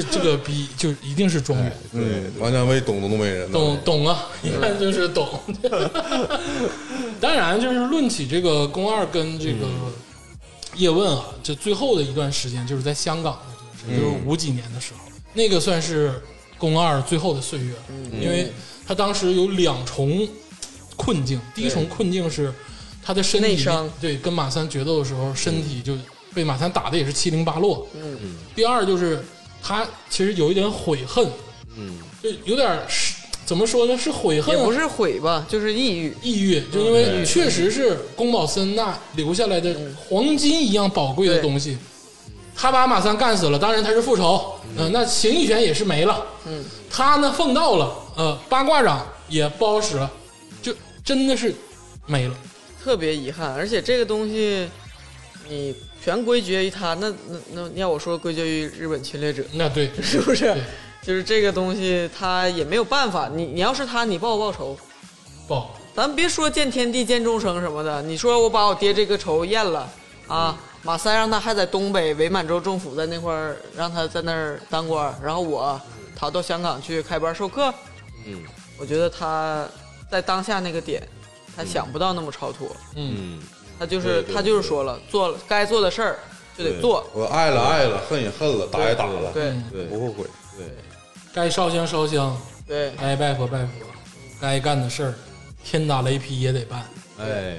Speaker 1: 是，就这个逼，就一定是庄园，
Speaker 3: 嗯，王家卫懂东北人呢，
Speaker 1: 懂懂啊，一看就是懂。当然，就是论起这个宫二跟这个叶问啊，这最后的一段时间就是在香港的这个时间，就是五几年的时候，那个算是宫二最后的岁月，因为他当时有两重困境，第一重困境是他的身体
Speaker 2: 内伤
Speaker 1: 对跟马三决斗的时候，身体就被马三打的也是七零八落，嗯，第二就是他其实有一点悔恨，嗯，就有点儿是怎么说呢，是悔恨
Speaker 2: 也
Speaker 1: 啊
Speaker 2: 不是悔吧，就是抑郁。
Speaker 1: 抑郁，就因为确实是宫保森那留下来的黄金一样宝贵的东西。他把马三干死了，当然他是复仇，嗯、那形意拳也是没了，嗯，他呢奉道了，呃，八卦掌也不好使了，就真的是没了。
Speaker 2: 特别遗憾，而且这个东西你全归结于他，那那那你要我说归结于日本侵略者，
Speaker 1: 那对，
Speaker 2: 是不是？就是这个东西他也没有办法，你你要是他，你报不报仇？
Speaker 1: 不好，
Speaker 2: 咱别说见天地见众生什么的，你说我把我爹这个仇咽了啊，马三让他还在东北伪满洲政府在那块儿让他在那儿当官儿，然后我逃到香港去开班授课，嗯，我觉得他在当下那个点，他想不到那么超脱，
Speaker 1: 嗯，
Speaker 2: 他就是
Speaker 3: 嗯对对
Speaker 2: 他就是说了，做了该做的事儿就得做，
Speaker 3: 我爱嗯了爱了，恨也恨了，打也打了，
Speaker 2: 对
Speaker 3: 不后悔。
Speaker 1: 该烧香烧香，
Speaker 2: 对，
Speaker 1: 该拜佛拜佛，该干的事儿，天打雷劈也得办。
Speaker 4: 哎，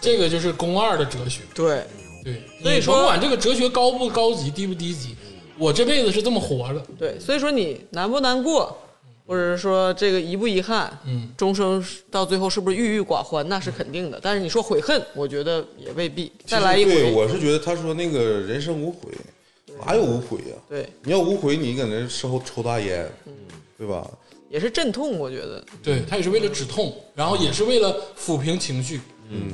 Speaker 1: 这个就是宫二的哲学。
Speaker 2: 对，
Speaker 1: 对，
Speaker 2: 所以
Speaker 1: 你
Speaker 2: 说
Speaker 1: 甭管这个哲学高不高级、低不低级，我这辈子是这么活的。
Speaker 2: 对，所以说你难不难过，或者是说这个遗不遗憾，
Speaker 1: 嗯，
Speaker 2: 终生到最后是不是郁郁寡欢，那是肯定的。但是你说悔恨，我觉得也未必。
Speaker 3: 其
Speaker 2: 再
Speaker 3: 实
Speaker 2: 来一
Speaker 3: 对，
Speaker 2: 回，
Speaker 3: 我是觉得他说那个人生无悔，哪有无悔呀、
Speaker 2: 对，嗯
Speaker 3: 你要无悔，你搁那事后抽大烟，对吧？
Speaker 2: 也是阵痛，我觉得。
Speaker 1: 对他也是为了止痛，然后也是为了抚平情绪。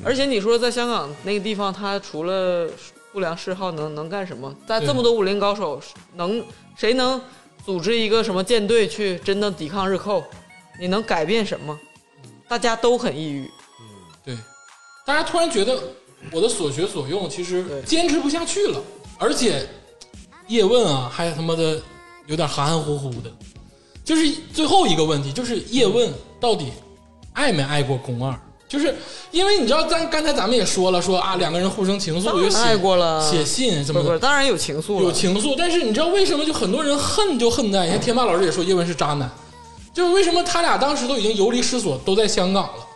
Speaker 2: 而且你说在香港那个地方，他除了不良嗜好能能干什么？在这么多武林高手，能谁能组织一个什么舰队去真的抵抗日寇？你能改变什么？大家都很抑郁，
Speaker 1: 对，大家突然觉得我的所学所用其实
Speaker 2: 对
Speaker 1: 坚持不下去了，而且叶问啊，还他妈的有点含含糊糊的。就是最后一个问题，就是叶问到底爱没爱过宫二？就是因为你知道，咱刚才咱们也说了，说啊两个人互生情愫，
Speaker 2: 当
Speaker 1: 有
Speaker 2: 然
Speaker 1: 写
Speaker 2: 爱过了
Speaker 1: 写信什
Speaker 2: 不
Speaker 1: 么
Speaker 2: 是呃不
Speaker 1: 的
Speaker 2: 是，，当然有情愫
Speaker 1: 有
Speaker 2: 了。
Speaker 1: 情愫，但是你知道为什么就很多人恨就恨在？你看天霸老师也说叶问是渣男，就是为什么他俩当时都已经游离失所，都在香港了，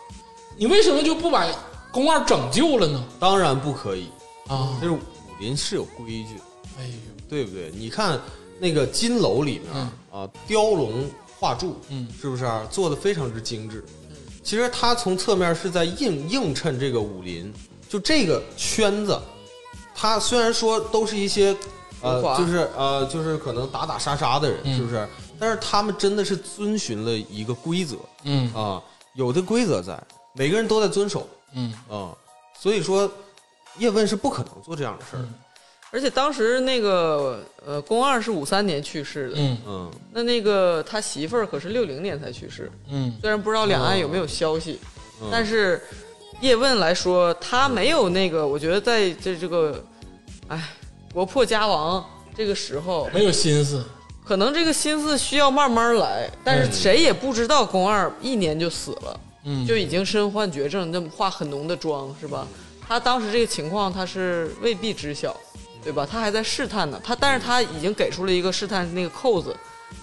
Speaker 1: 你为什么就不把宫二拯救了呢？
Speaker 4: 当然不可以，
Speaker 1: 啊
Speaker 4: 但，是武林是有规矩，
Speaker 1: 哎呦，
Speaker 4: 对不对？你看那个金楼里面、
Speaker 2: 嗯
Speaker 4: 啊，雕龙画柱，
Speaker 1: 嗯
Speaker 4: 是不是啊、做的非常之精致？
Speaker 2: 嗯
Speaker 4: 其实它从侧面是在映映衬这个武林，就这个圈子，它虽然说都是一些
Speaker 2: 浮华
Speaker 4: 呃，就是呃，就是可能打打杀杀的人，
Speaker 1: 嗯
Speaker 4: 是不是？但是他们真的是遵循了一个规则
Speaker 1: 嗯
Speaker 4: 啊，有的规则在，每个人都在遵守
Speaker 1: 嗯
Speaker 4: 啊，所以说叶问是不可能做这样的事儿的，
Speaker 2: 嗯而且当时那个呃，宫二是五三年去世的，
Speaker 1: 嗯
Speaker 4: 嗯。
Speaker 2: 那那个他媳妇儿可是六零年才去世，
Speaker 1: 嗯
Speaker 2: 虽然不知道两岸有没有消息，但是叶问来说，他没有那个，我觉得在这这个，哎，国破家亡这个时候，
Speaker 1: 没有心思，
Speaker 2: 可能这个心思需要慢慢来，但是谁也不知道宫二一年就死了，
Speaker 1: 嗯，
Speaker 2: 就已经身患绝症，那么化很浓的妆是吧？他当时这个情况他是未必知晓，对吧？他还在试探呢，他但是他已经给出了一个试探那个扣子，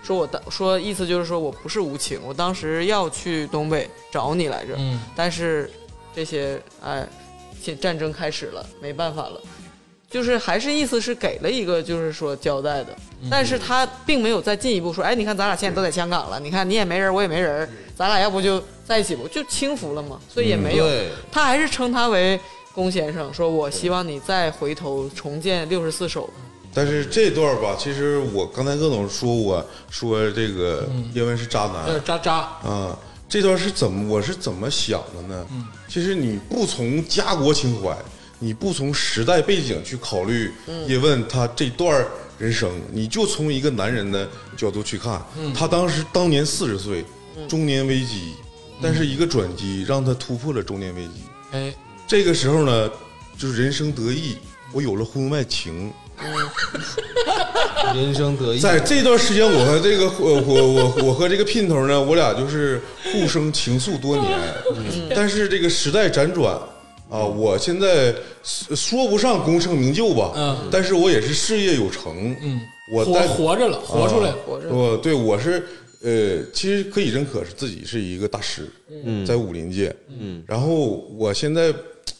Speaker 2: 说我当说意思就是说我不是无情，我当时要去东北找你来着，
Speaker 1: 嗯
Speaker 2: 但是这些哎，现战争开始了，没办法了，就是还是意思是给了一个就是说交代的，但是他并没有再进一步说，哎，你看咱俩现在都在香港了，你看你也没人，我也没人，咱俩要不就在一起不就轻浮了嘛，所以也没有，
Speaker 4: 嗯对
Speaker 2: 他还是称他为龚先生，说我希望你再回头重建六十四首，
Speaker 3: 但是这段吧，其实我刚才鄂总说我说这个
Speaker 2: 嗯
Speaker 3: 叶问是渣男，
Speaker 1: 呃渣渣，
Speaker 3: 啊，这段是怎么我是怎么想的呢？其实你不从家国情怀，你不从时代背景去考虑叶问他这段人生，你就从一个男人的角度去看，他当时当年四十岁，中年危机，但是一个转机让他突破了中年危机。
Speaker 1: 哎，
Speaker 3: 这个时候呢，就是人生得意，我有了婚外情。
Speaker 4: 人生得意，
Speaker 3: 在这段时间，我和这个我我我我和这个姘头呢，我俩就是互生情愫多年。嗯但是这个时代辗转啊，我现在说说不上功成名就吧，
Speaker 1: 嗯
Speaker 3: 但是我也是事业有成。
Speaker 1: 嗯，
Speaker 3: 我
Speaker 1: 活
Speaker 3: 带
Speaker 1: 活着了，哦活出来了，
Speaker 2: 活着
Speaker 3: 我对我是呃，其实可以认可是自己是一个大师，嗯，在武林界，嗯，然后我现在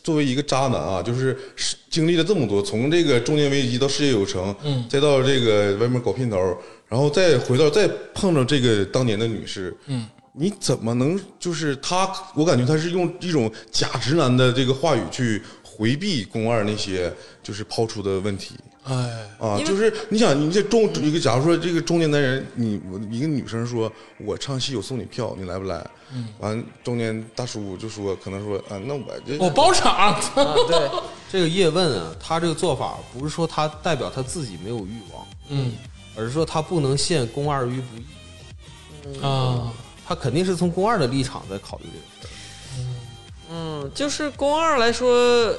Speaker 3: 作为一个渣男啊，就是是经历了这么多，从这个中年危机到事业有成，
Speaker 1: 嗯
Speaker 3: 再到这个外面搞姘头，然后再回到再碰到这个当年的女士，
Speaker 1: 嗯。
Speaker 3: 你怎么能就是他？我感觉他是用一种假直男的这个话语去回避宫二那些就是抛出的问题。
Speaker 1: 哎，
Speaker 3: 啊，
Speaker 2: 因为
Speaker 3: 就是你想，你这中一个，假如说这个中年男人，你我一个女生说，我唱戏我送你票，你来不来？嗯，完中年大叔就说，可能说啊，那我这
Speaker 2: 哦
Speaker 1: 我包场，
Speaker 2: 啊，对，
Speaker 4: 这个叶问啊，他这个做法不是说他代表他自己没有欲望，
Speaker 1: 嗯
Speaker 4: 而是说他不能陷宫二于不义。
Speaker 1: 啊，
Speaker 4: 他肯定是从宫二的立场在考虑这个事儿。
Speaker 2: 嗯，就是宫二来说，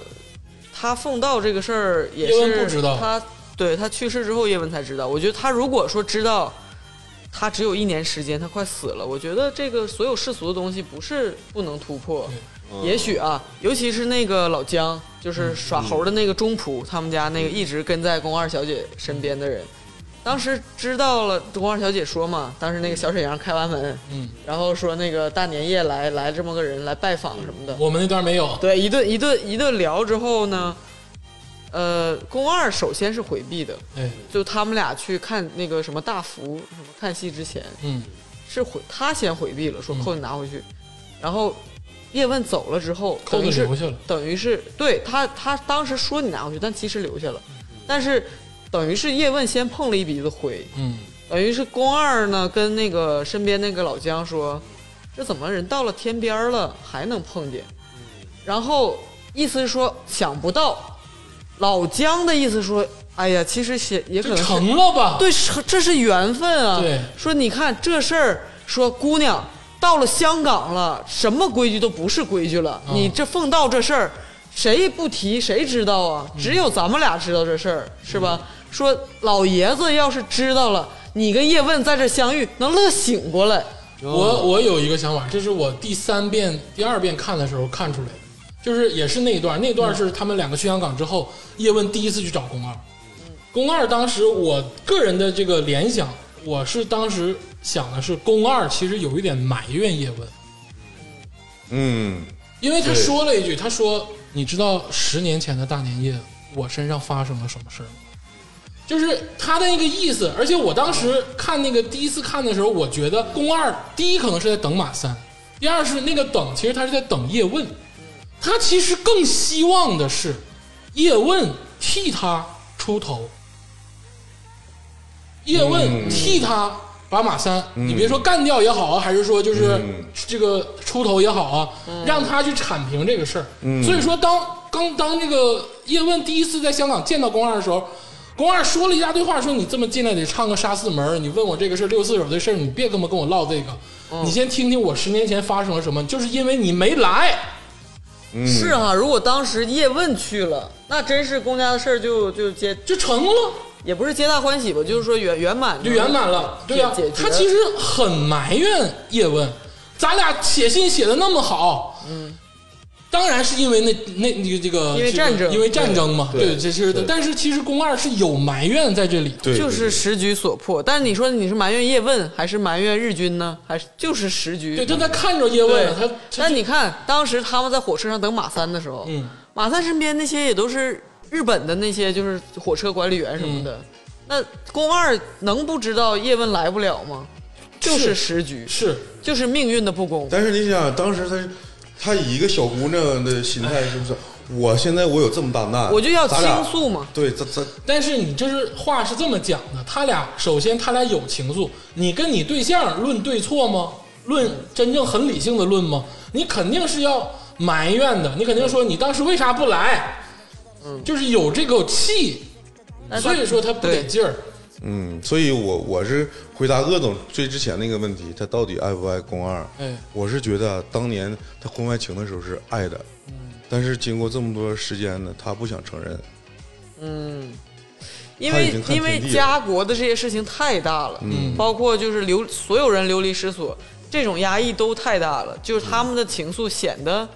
Speaker 2: 他奉道这个事儿也
Speaker 1: 叶问
Speaker 2: 是
Speaker 1: 不知道
Speaker 2: 他对他去世之后，叶问才知道。我觉得他如果说知道他只有一年时间，他快死了，我觉得这个所有世俗的东西不是不能突
Speaker 1: 嗯
Speaker 2: 破。也许啊，尤其是那个老姜，
Speaker 1: 嗯
Speaker 2: 就是耍猴的那个中仆，他们家那个一直跟在宫二小姐身边的人，当时知道了光二小姐说嘛，当时那个小沈阳开完门，
Speaker 1: 嗯，
Speaker 2: 然后说那个大年夜来来这么个人来拜访什么的，
Speaker 1: 我们那段没有，
Speaker 2: 对，一顿一顿一顿聊之后呢，呃，宫二首先是回避的，
Speaker 1: 哎，
Speaker 2: 就他们俩去看那个什么大福什么看戏之前
Speaker 1: 嗯
Speaker 2: 是回他先回避了，说
Speaker 1: 嗯
Speaker 2: 扣你拿回去，然后叶问走了之后，
Speaker 1: 扣
Speaker 2: 等于
Speaker 1: 子
Speaker 2: 是
Speaker 1: 留下了，
Speaker 2: 等于是对他他当时说你拿回去，但其实留下了，但是等于是叶问先碰了一鼻子灰，
Speaker 1: 嗯，
Speaker 2: 等于是宫二呢跟那个身边那个老姜说，这怎么人到了天边儿了还能碰见？然后意思是说想不到，老姜的意思说，哎呀，其实也也可
Speaker 1: 就
Speaker 2: 能是
Speaker 1: 成了吧？
Speaker 2: 对，是这是缘分啊。
Speaker 1: 对
Speaker 2: 说你看这事儿，说姑娘到了香港了，什么规矩都不是规矩了。
Speaker 1: 嗯
Speaker 2: 你这奉道这事儿，谁不提谁知道啊？
Speaker 1: 嗯
Speaker 2: 只有咱们俩知道这事儿，是吧？说老爷子要是知道了，你跟叶问在这相遇，能乐醒过来。
Speaker 1: 我我有一个想法，这是我第三遍、第二遍看的时候看出来的，就是也是那一段，那段是他们两个去香港之后，叶问第一次去找宫二。宫二当时我个人的这个联想，我是当时想的是宫二其实有一点埋怨叶问，
Speaker 3: 嗯，
Speaker 1: 因为他
Speaker 3: 对
Speaker 1: 说了一句，他说：“你知道十年前的大年夜我身上发生了什么事儿吗？”就是他的那个意思，而且我当时看那个第一次看的时候，我觉得宫二第一可能是在等马三，第二是那个等，其实他是在等叶问，他其实更希望的是叶问替他出头，叶问替他把马三，你别说干掉也好啊，还是说就是
Speaker 3: 嗯
Speaker 1: 这个出头也好啊，让他去铲平这个事儿。所以说当，刚当这个叶问第一次在香港见到宫二的时候，宫二说了一大堆话，说你这么进来得唱个杀四门儿，你问我这个事儿六四手的事儿，你别跟我跟我唠这个，你先听听我十年前发生了什么，就是因为你没来，嗯
Speaker 2: 是哈、如果当时叶问去了，那真是公家的事儿就就皆
Speaker 1: 就成了。
Speaker 2: 也不是皆大欢喜吧，就是说圆圆满
Speaker 1: 就圆满了。对呀、
Speaker 2: 解解决
Speaker 1: 他其实很埋怨叶问，咱俩写信写的那么好，嗯，当然是因为那那那个这个
Speaker 2: 因为战争
Speaker 1: 因为战争嘛，
Speaker 3: 对
Speaker 1: 对，这其实
Speaker 3: 对
Speaker 1: 但是其实宫二是有埋怨在这里，
Speaker 3: 对，
Speaker 2: 就是时局所迫。但是你说你是埋怨叶问，还是埋怨日军呢？还是就是时局？
Speaker 1: 对，但他看着叶问
Speaker 2: 对
Speaker 1: 了，他他
Speaker 2: 但你看，当时他们在火车上等马三的时候，
Speaker 1: 嗯，
Speaker 2: 马三身边那些也都是日本的那些，就是火车管理员什么的。
Speaker 1: 嗯
Speaker 2: 那宫二能不知道叶问来不了吗？就是
Speaker 1: 是
Speaker 2: 时局，
Speaker 1: 是
Speaker 2: 就是命运的不公。
Speaker 3: 但是你想，当时他他以一个小姑娘的心态，是不是？我现在我有这么大难，
Speaker 2: 我就要
Speaker 3: 咱俩
Speaker 2: 倾诉嘛。
Speaker 3: 对，咱咱
Speaker 1: 但是你就是话是这么讲的，他俩首先他俩有情愫，你跟你对象论对错吗？论真正很理性的论吗？你肯定是要埋怨的，你肯定说你当时为啥不来？嗯，就是有这口气，
Speaker 2: 那他
Speaker 1: 所以说他不得
Speaker 2: 对
Speaker 1: 劲儿。
Speaker 3: 嗯，所以我我是回答鄂总最之前那个问题，他到底爱不爱宫二？
Speaker 1: 哎
Speaker 3: 我是觉得啊当年他婚外情的时候是爱的，
Speaker 1: 嗯
Speaker 3: 但是经过这么多时间呢，他不想承认。
Speaker 2: 因
Speaker 3: 他已
Speaker 2: 为
Speaker 3: 经看
Speaker 2: 因为
Speaker 3: 天地了
Speaker 2: 家国的这些事情太大了，
Speaker 1: 嗯
Speaker 2: 包括就是流所有人流离失所，这种压抑都太大了，就是他们的情愫显得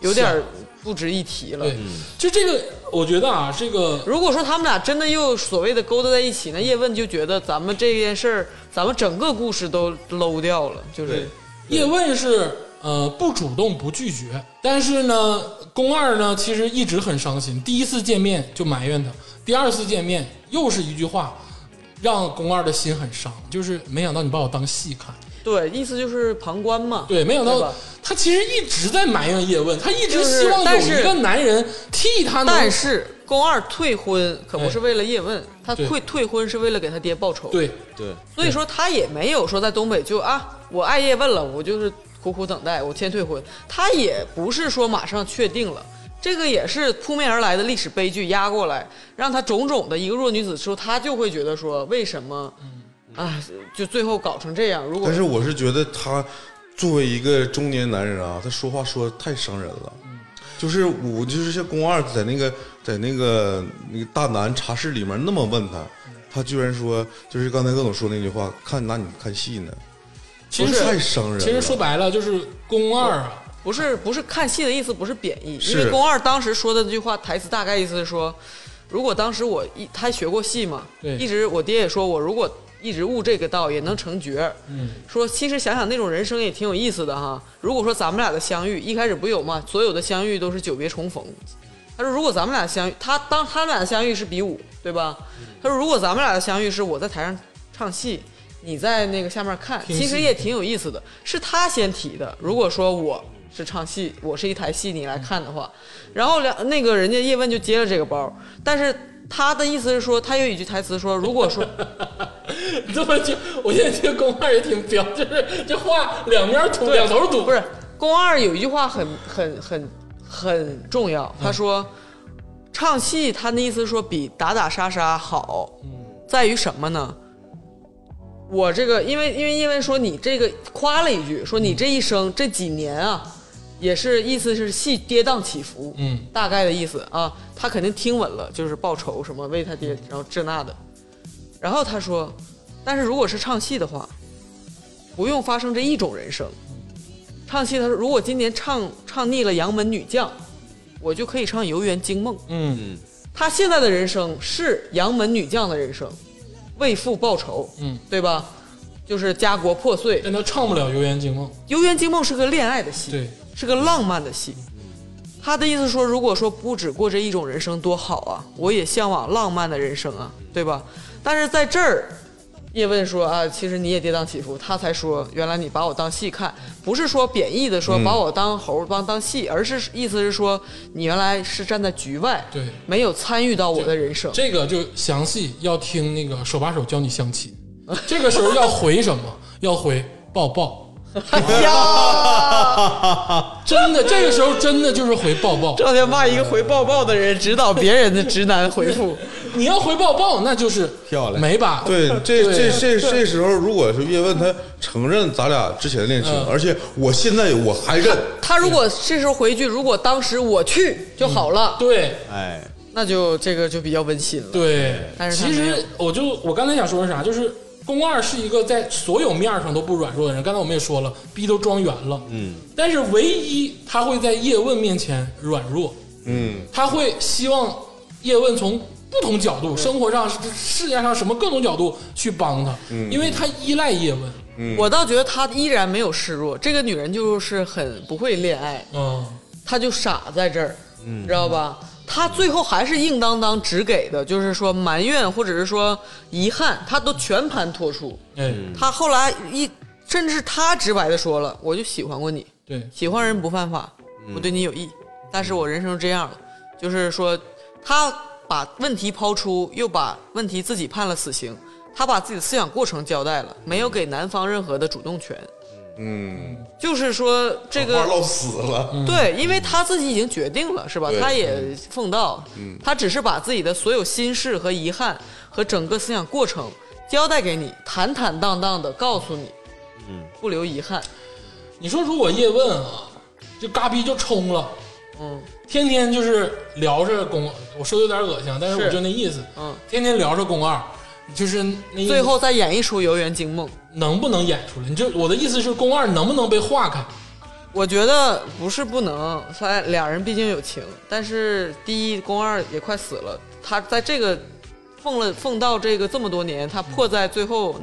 Speaker 2: 有点儿不值一提了。
Speaker 1: 对，就这个，我觉得啊，这个
Speaker 2: 如果说他们俩真的又所谓的勾搭在一起，那叶问就觉得咱们这件事儿，咱们整个故事都 low 掉了，就是
Speaker 1: 叶问是呃不主动不拒绝，但是呢，宫二呢其实一直很伤心。第一次见面就埋怨他，第二次见面又是一句话，让宫二的心很伤，就是没想到你把我当戏看。
Speaker 2: 对，意思就是旁观嘛。
Speaker 1: 对，没想
Speaker 2: 对
Speaker 1: 到
Speaker 2: 吧
Speaker 1: 他其实一直在埋怨叶问，他一直
Speaker 2: 就是
Speaker 1: 希望有
Speaker 2: 但
Speaker 1: 一
Speaker 2: 是
Speaker 1: 个男人替他能。
Speaker 2: 但是宫二退婚可不是为了叶问，他
Speaker 1: 哎对
Speaker 2: 退退婚是为了给他爹报仇。
Speaker 1: 对，
Speaker 4: 对，
Speaker 2: 所以说他也没有说在东北就啊，我爱叶问了，我就是苦苦等待，我先退婚。他也不是说马上确定了，这个也是扑面而来的历史悲剧压过来，让他种种的一个弱女子之后，他就会觉得说为什么，啊，就最后搞成这样。如果
Speaker 3: 但是我是觉得他作为一个中年男人啊，他说话说得太伤人了。就是我就是像宫二在那个在那个那个大南茶室里面那么问他，
Speaker 1: 嗯
Speaker 3: 他居然说就是刚才各总说那句话，看拿你看戏呢，
Speaker 1: 其实
Speaker 3: 不是太伤人了。
Speaker 1: 其实说白了就是宫二啊，
Speaker 2: 不是不是看戏的意思，不是贬义，
Speaker 3: 是
Speaker 2: 因为宫二当时说的这句话台词大概意思是说，如果当时我一他学过戏嘛，
Speaker 1: 对
Speaker 2: 一直我爹也说我如果一直悟这个道也能成角儿，
Speaker 1: 嗯，
Speaker 2: 说其实想想那种人生也挺有意思的哈。如果说咱们俩的相遇，一开始不有嘛，所有的相遇都是久别重逢。他说如果咱们俩相遇，他当他们俩相遇是比武，对吧？他说如果咱们俩的相遇是我在台上唱戏，你在那个下面看，
Speaker 1: 听戏
Speaker 2: 其实也挺有意思的。是他先提的。如果说我是唱戏，我是一台戏，你来看的话，然后两那个人家叶问就接了这个包，但是他的意思是说，他有一句台词说，如果说。
Speaker 1: 你 这么听，我现在听公二也挺彪，就是这话两面堵，两头堵，
Speaker 2: 不是，宫二有一句话很很很很重要，他说、唱戏，他的意思说比打打杀杀好，在于什么呢？我这个，因为因为因为说你这个夸了一句，说你这一生、这几年啊，也是意思是戏跌宕起伏，
Speaker 1: 嗯，
Speaker 2: 大概的意思啊，他肯定听稳了，就是报仇什么为他爹，然后这那的，然后他说，但是如果是唱戏的话，不用发生这一种人生。唱戏，他说如果今年唱唱腻了《杨门女将》，我就可以唱《游园惊梦》。
Speaker 1: 嗯
Speaker 2: 他现在的人生是《杨门女将》的人生，为父报仇，
Speaker 1: 嗯，
Speaker 2: 对吧？就是家国破碎，《
Speaker 1: 但他唱不了《游园惊梦》，
Speaker 2: 游园惊梦》是个恋爱的戏，
Speaker 1: 对，
Speaker 2: 是个浪漫的戏。他的意思说，如果说不只过这一种人生多好啊，我也向往浪漫的人生啊，对吧？但是在这儿，叶问说啊，其实你也跌宕起伏。他才说，原来你把我当戏看，不是说贬义的说
Speaker 1: 嗯
Speaker 2: 把我当猴儿当当戏，而是意思是说你原来是站在局外，
Speaker 1: 对
Speaker 2: 没有参与到我的人生。
Speaker 1: 这个就详细要听那个手把手教你相亲，这个时候要回什么？ 要回抱抱，
Speaker 2: 哎呀，
Speaker 1: 真的，这个时候真的就是回抱抱。
Speaker 2: 赵天霸一个回抱抱的人指导别人的直男回复，
Speaker 1: 你要回抱抱，那就是
Speaker 4: 漂亮
Speaker 1: 没 把
Speaker 3: 对，这
Speaker 1: 对
Speaker 3: 这这这时候，如果是叶问他承认咱俩之前的恋情
Speaker 1: 嗯，
Speaker 3: 而且我现在我还认，
Speaker 2: 他如果这时候回一句，如果当时我去就好了，
Speaker 1: 对
Speaker 4: 哎，
Speaker 2: 那就这个就比较温馨了。
Speaker 1: 对，
Speaker 2: 但是他
Speaker 1: 其
Speaker 2: 没有
Speaker 1: 实我就我刚才想说的是啥，就是宫二是一个在所有面儿上都不软弱的人。刚才我们也说了，逼都装圆了，嗯，但是唯一他会在叶问面前软弱，
Speaker 3: 嗯，
Speaker 1: 他会希望叶问从不同角度，生活上、世界上什么各种角度去帮他，因为他依赖叶问，
Speaker 2: 我倒觉得她依然没有示弱，这个女人就是很不会恋爱，
Speaker 1: 嗯，
Speaker 2: 她就傻在这儿，知道吧？她最后还是硬当当只给的，就是说埋怨或者是说遗憾，她都全盘托出。
Speaker 1: 哎，
Speaker 2: 她后来一甚至她直白的说了，我就喜欢过你，
Speaker 1: 对，
Speaker 2: 喜欢人不犯法，
Speaker 3: 嗯
Speaker 2: 我对你有意，但是我人生这样了，就是说他把问题抛出，又把问题自己判了死刑，他把自己的思想过程交代了，没有给男方任何的主动权。
Speaker 3: 嗯，
Speaker 2: 就是说这
Speaker 3: 话
Speaker 2: 个
Speaker 3: 唠死了，
Speaker 2: 对，因为他自己已经决定了，是吧？
Speaker 3: 对嗯
Speaker 2: 他也奉道，他只是把自己的所有心事和遗憾和整个思想过程交代给你，坦坦荡荡的告诉你，
Speaker 3: 嗯
Speaker 2: 不留遗憾。
Speaker 1: 你说如果叶问啊，就嘎逼就冲了。
Speaker 2: 嗯
Speaker 1: 天天就是聊着宫，我说的有点恶心啊，但是
Speaker 2: 是
Speaker 1: 我就那意思，
Speaker 2: 嗯，
Speaker 1: 天天聊着宫二，就是那意思
Speaker 2: 最后再演一出《游园惊梦》。
Speaker 1: 能不能演出来？你就我的意思是，宫二能不能被化开？
Speaker 2: 我觉得不是不能，他俩人毕竟有情，但是第一宫二也快死了，他在这个奉了奉到这个这么多年，他破在最后，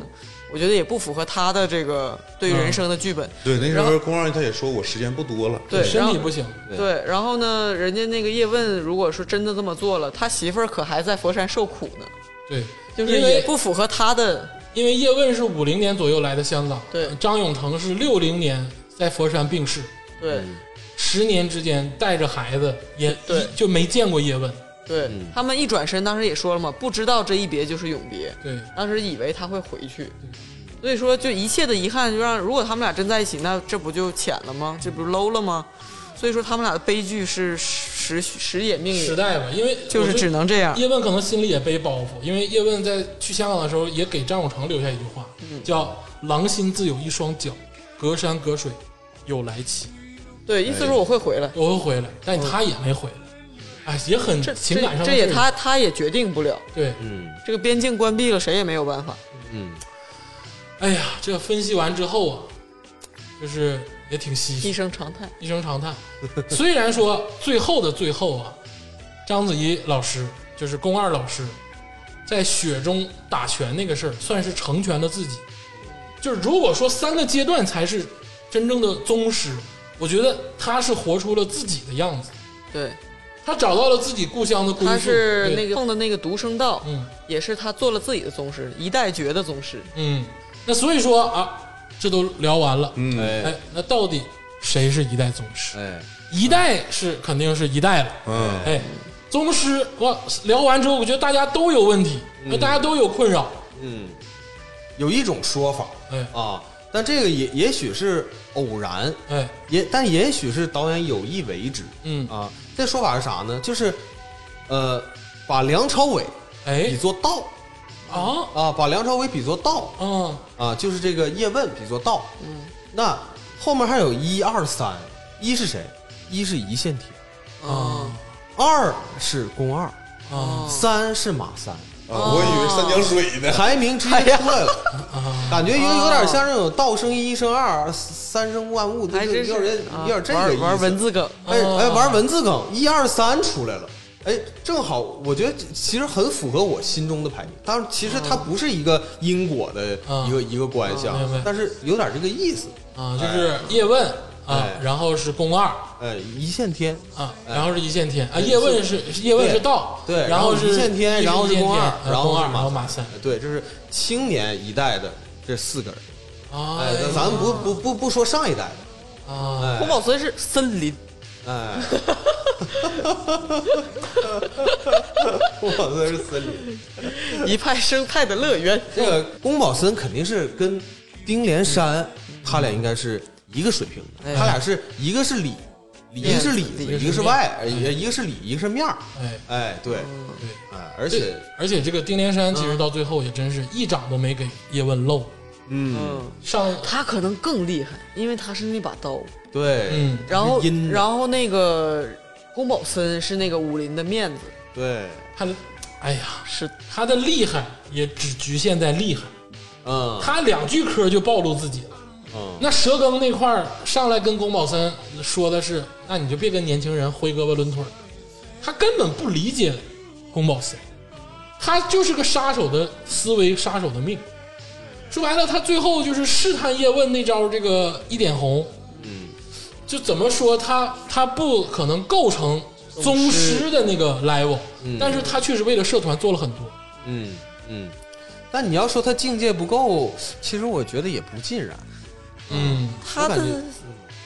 Speaker 2: 我觉得也不符合他的这个对于人生的剧本。
Speaker 3: 对，那时
Speaker 2: 然后
Speaker 3: 候宫二他也说我时间不多了，
Speaker 2: 对，
Speaker 1: 身
Speaker 2: 然后
Speaker 1: 体不行，
Speaker 2: 对，然后呢，人家那个叶问如果说真的这么做了，他媳妇儿可还在佛山受苦呢，
Speaker 1: 对，
Speaker 2: 就是
Speaker 1: 因
Speaker 2: 也
Speaker 1: 为
Speaker 2: 不符合他的。
Speaker 1: 因为叶问是五零年左右来的香港，
Speaker 2: 对
Speaker 1: 张永成是六零年在佛山病逝，
Speaker 2: 对、
Speaker 1: 嗯十年之间带着孩子也
Speaker 2: 对
Speaker 1: 就没见过叶问，
Speaker 2: 对、
Speaker 1: 嗯
Speaker 2: 他们一转身，当时也说了嘛，不知道这一别就是永别。
Speaker 1: 对，
Speaker 2: 当时以为他会回去，所以说就一切的遗憾就让，如果他们俩真在一起，那这不就浅了吗？这不是 low 了吗？所以说他们俩的悲剧是时时也命
Speaker 1: 时
Speaker 2: 也，
Speaker 1: 代吧，因为
Speaker 2: 就是
Speaker 1: 我
Speaker 2: 只能这样。
Speaker 1: 叶问可能心里也背包袱，因为叶问在去香港的时候也给张永成留下一句话，
Speaker 2: 嗯
Speaker 1: 叫“狼心自有一双脚，隔山隔水有来期
Speaker 2: 对，意思说我会回来”，，
Speaker 1: 我会回来，但他也没回来，哎，也很
Speaker 2: 嗯这
Speaker 1: 情感上
Speaker 2: 这
Speaker 1: 的
Speaker 2: 这也
Speaker 1: 坠落
Speaker 2: 他他也决定不了，
Speaker 1: 对，
Speaker 2: 这个边境关闭了，谁也没有办法。
Speaker 1: 哎呀，这分析完之后啊，就是也挺唏
Speaker 2: 一
Speaker 1: 嘘，
Speaker 2: 声长叹，
Speaker 1: 一声长叹。虽然说最后的最后啊，章子怡老师就是宫二老师在雪中打拳那个事儿，算是成全了自己。就是如果说三个阶段才是真正的宗师，我觉得他是活出了自己的样子，
Speaker 2: 对，
Speaker 1: 他找到了自己故乡的归宿。
Speaker 2: 他是
Speaker 1: 对
Speaker 2: 那个碰的那个独生道，
Speaker 1: 嗯
Speaker 2: 也是他做了自己的宗师，一代绝的宗师。
Speaker 1: 嗯，那所以说啊，这都聊完了，
Speaker 3: 嗯，
Speaker 1: 哎
Speaker 4: 哎，
Speaker 1: 那到底谁是一代宗师？
Speaker 4: 哎，
Speaker 1: 一代是肯定是一代了，
Speaker 3: 嗯，
Speaker 1: 哎，宗师我聊完之后，我觉得大家都有问题，大家都有困扰，
Speaker 4: 嗯，有一种说法
Speaker 1: 哎
Speaker 4: 啊，但这个也也许是偶然，
Speaker 1: 哎，
Speaker 4: 也但也许是导演有意为之
Speaker 1: 嗯，
Speaker 4: 啊。这说法是啥呢？就是，呃，把梁朝伟比
Speaker 1: 哎
Speaker 4: 作道
Speaker 1: 啊
Speaker 4: 啊，把梁朝伟比作道
Speaker 1: 啊，
Speaker 4: 啊，就是这个叶问比作道。嗯，那后面还有一二三，一是谁？一是一线铁，
Speaker 1: 啊
Speaker 4: 二是宫二，
Speaker 1: 啊
Speaker 2: 哦
Speaker 4: 三是马三。
Speaker 3: 啊我以为三江水 呢，
Speaker 4: 排名直接出来了，
Speaker 2: 哎
Speaker 1: 啊！
Speaker 4: 感觉有
Speaker 2: 哦
Speaker 4: 有点像那种道生一，一生二，三生万物，就
Speaker 2: 还真
Speaker 4: 是
Speaker 2: 是
Speaker 4: 有点
Speaker 2: 啊
Speaker 4: 有点这个意
Speaker 2: 玩
Speaker 4: 思。
Speaker 2: 玩文字梗，
Speaker 4: 哎
Speaker 1: 哦
Speaker 4: 哎，玩文字梗，一二三出来了，哎，正好，我觉得其实很符合我心中的排名。当然，其实它
Speaker 2: 嗯
Speaker 4: 不是一个因果的
Speaker 1: 嗯
Speaker 4: 一个一个关系啊
Speaker 1: 明白，
Speaker 4: 但是有点这个意思。
Speaker 1: 啊，就是叶问啊
Speaker 4: 哎，
Speaker 1: 然后是宫二
Speaker 4: 哎，一线天，
Speaker 1: 啊，
Speaker 4: 哎
Speaker 1: 然后是一线天啊，叶问是叶问是道，
Speaker 4: 对，
Speaker 1: 然后
Speaker 4: 后
Speaker 1: 是
Speaker 4: 一线天，然后
Speaker 1: 一
Speaker 4: 是
Speaker 1: 线
Speaker 4: 宫
Speaker 1: 天
Speaker 4: 二
Speaker 1: 啊，
Speaker 4: 然后
Speaker 1: 宫
Speaker 4: 是
Speaker 1: 二，然后马三，
Speaker 4: 三对，这是青年一代的这四个人。
Speaker 1: 啊，
Speaker 4: 哎，咱咱们不不不不说上一代的，
Speaker 1: 啊，
Speaker 2: 宫
Speaker 4: 哎
Speaker 2: 保森是森林，
Speaker 4: 哎，宫保森是森林。
Speaker 2: 一派生态的乐园。
Speaker 4: 这个宫保森肯定是跟丁连山，他俩应该是一个水平
Speaker 2: 哎
Speaker 4: 的，他俩是一个是里，一个是里子，
Speaker 2: 一个
Speaker 1: 是
Speaker 4: 一个是外，呃一个是里，一个是面儿。
Speaker 1: 哎，
Speaker 4: 哎，对，
Speaker 1: 对。
Speaker 4: 哎，而
Speaker 1: 而
Speaker 4: 且
Speaker 1: 且而且这个丁连山
Speaker 4: 嗯
Speaker 1: 其实到最后也真是一掌都没给叶问漏，
Speaker 3: 嗯，
Speaker 2: 嗯，
Speaker 1: 上
Speaker 2: 他可能更厉害，因为他是那把刀。
Speaker 4: 对
Speaker 1: 嗯
Speaker 2: 然后
Speaker 4: 是阴，的
Speaker 2: 然后那个宫保森是那个武林的面子，
Speaker 4: 对，
Speaker 1: 他的，哎呀，
Speaker 2: 是
Speaker 1: 他的厉害也只局限在厉害，
Speaker 4: 嗯
Speaker 1: 他两句嗑就暴露自己了。
Speaker 4: 嗯，
Speaker 1: 那蛇羹那块儿上来跟宫保森说的是，那你就别跟年轻人挥胳膊抡腿儿，他根本不理解宫保森，他就是个杀手的思维，杀手的命。说白了，他最后就是试探叶问那招这个一点红，嗯，就怎么说他他不可能构成宗师的那个 level，、但是他确实为了社团做了很多。
Speaker 4: 嗯嗯。但你要说他境界不够，其实我觉得也不尽然。
Speaker 1: 嗯
Speaker 2: 他
Speaker 4: 我感觉
Speaker 2: 的嗯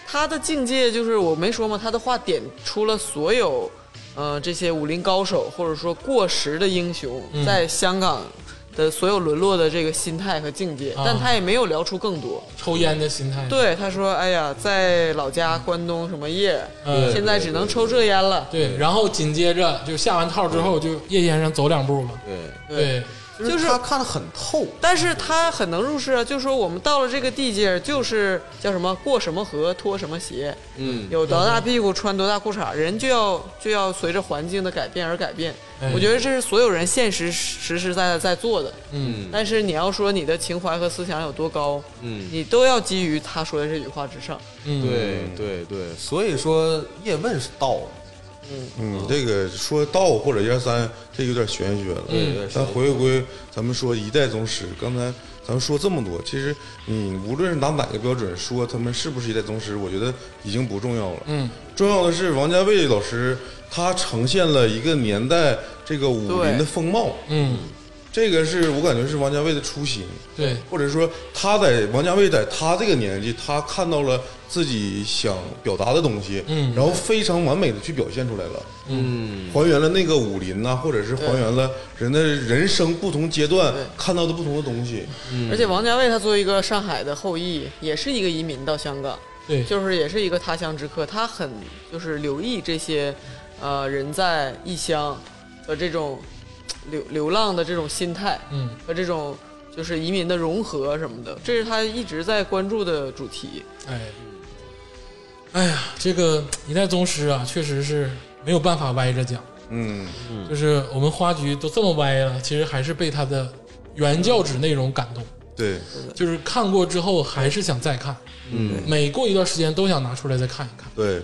Speaker 2: 他的境界就是我没说嘛，他的话点出了所有呃这些武林高手或者说过时的英雄
Speaker 1: 嗯
Speaker 2: 在香港的所有沦落的这个心态和境界，
Speaker 1: 啊
Speaker 2: 但他也没有聊出更多。
Speaker 1: 抽烟的心态，
Speaker 2: 对，他说：“哎呀，在老家关东什么业，
Speaker 1: 嗯
Speaker 2: 现在只能抽这烟了。
Speaker 1: 对，然后紧接着就下完套之后，就叶先生走两步了。
Speaker 4: 对，
Speaker 1: 对，
Speaker 2: 就
Speaker 4: 就是是他看得很透。
Speaker 2: 但是他很能入世啊，就说我们到了这个地界儿，就是叫什么过什么河脱什么鞋，
Speaker 4: 嗯，
Speaker 2: 有多大屁股穿多大裤衩，人就要就要随着环境的改变而改变
Speaker 1: 哎。
Speaker 2: 我觉得这是所有人现实实实在在在做的。
Speaker 1: 嗯
Speaker 2: 但是你要说你的情怀和思想有多高，
Speaker 4: 嗯
Speaker 2: 你都要基于他说的这句话之上。
Speaker 1: 嗯，
Speaker 4: 对对对，所以说叶问是道，
Speaker 3: 嗯，这个说道或者一二三，这有点玄学了。
Speaker 1: 嗯
Speaker 4: 对
Speaker 3: 咱回归咱们说一代宗师，刚才咱们说这么多，其实你无论是拿哪个标准说他们是不是一代宗师，我觉得已经不重要了。
Speaker 1: 嗯，
Speaker 3: 重要的是王家卫老师他呈现了一个年代这个武林的风貌，
Speaker 1: 嗯，
Speaker 3: 这个是我感觉是王家卫的初心。
Speaker 1: 对，
Speaker 3: 或者说他在王家卫在他这个年纪，他看到了自己想表达的东西，
Speaker 1: 嗯
Speaker 3: 然后非常完美的去表现出来了，
Speaker 4: 嗯，
Speaker 3: 还原了那个武林呐、或者是还原了人的人生不同阶段
Speaker 2: 对
Speaker 3: 看到的不同的东西，
Speaker 1: 嗯
Speaker 2: 而且王家卫他作为一个上海的后裔，也是一个移民到香港，
Speaker 1: 对，
Speaker 2: 就是也是一个他乡之客，他很就是留意这些，呃，人在异乡和这种嘖流流浪的这种心态
Speaker 1: 嗯
Speaker 2: 和这种就是移民的融合什么的，这是他一直在关注的主题。
Speaker 1: 哎，哎呀，这个一代宗师啊，确实是没有办法歪着讲。
Speaker 3: 嗯，
Speaker 1: 就是我们花局都这么歪了，其实还是被他的原教旨内容感动，
Speaker 3: 对，
Speaker 1: 就是看过之后还是想再看，
Speaker 3: 嗯，
Speaker 1: 每过一段时间都想拿出来再看一看。
Speaker 3: 对，
Speaker 4: 啊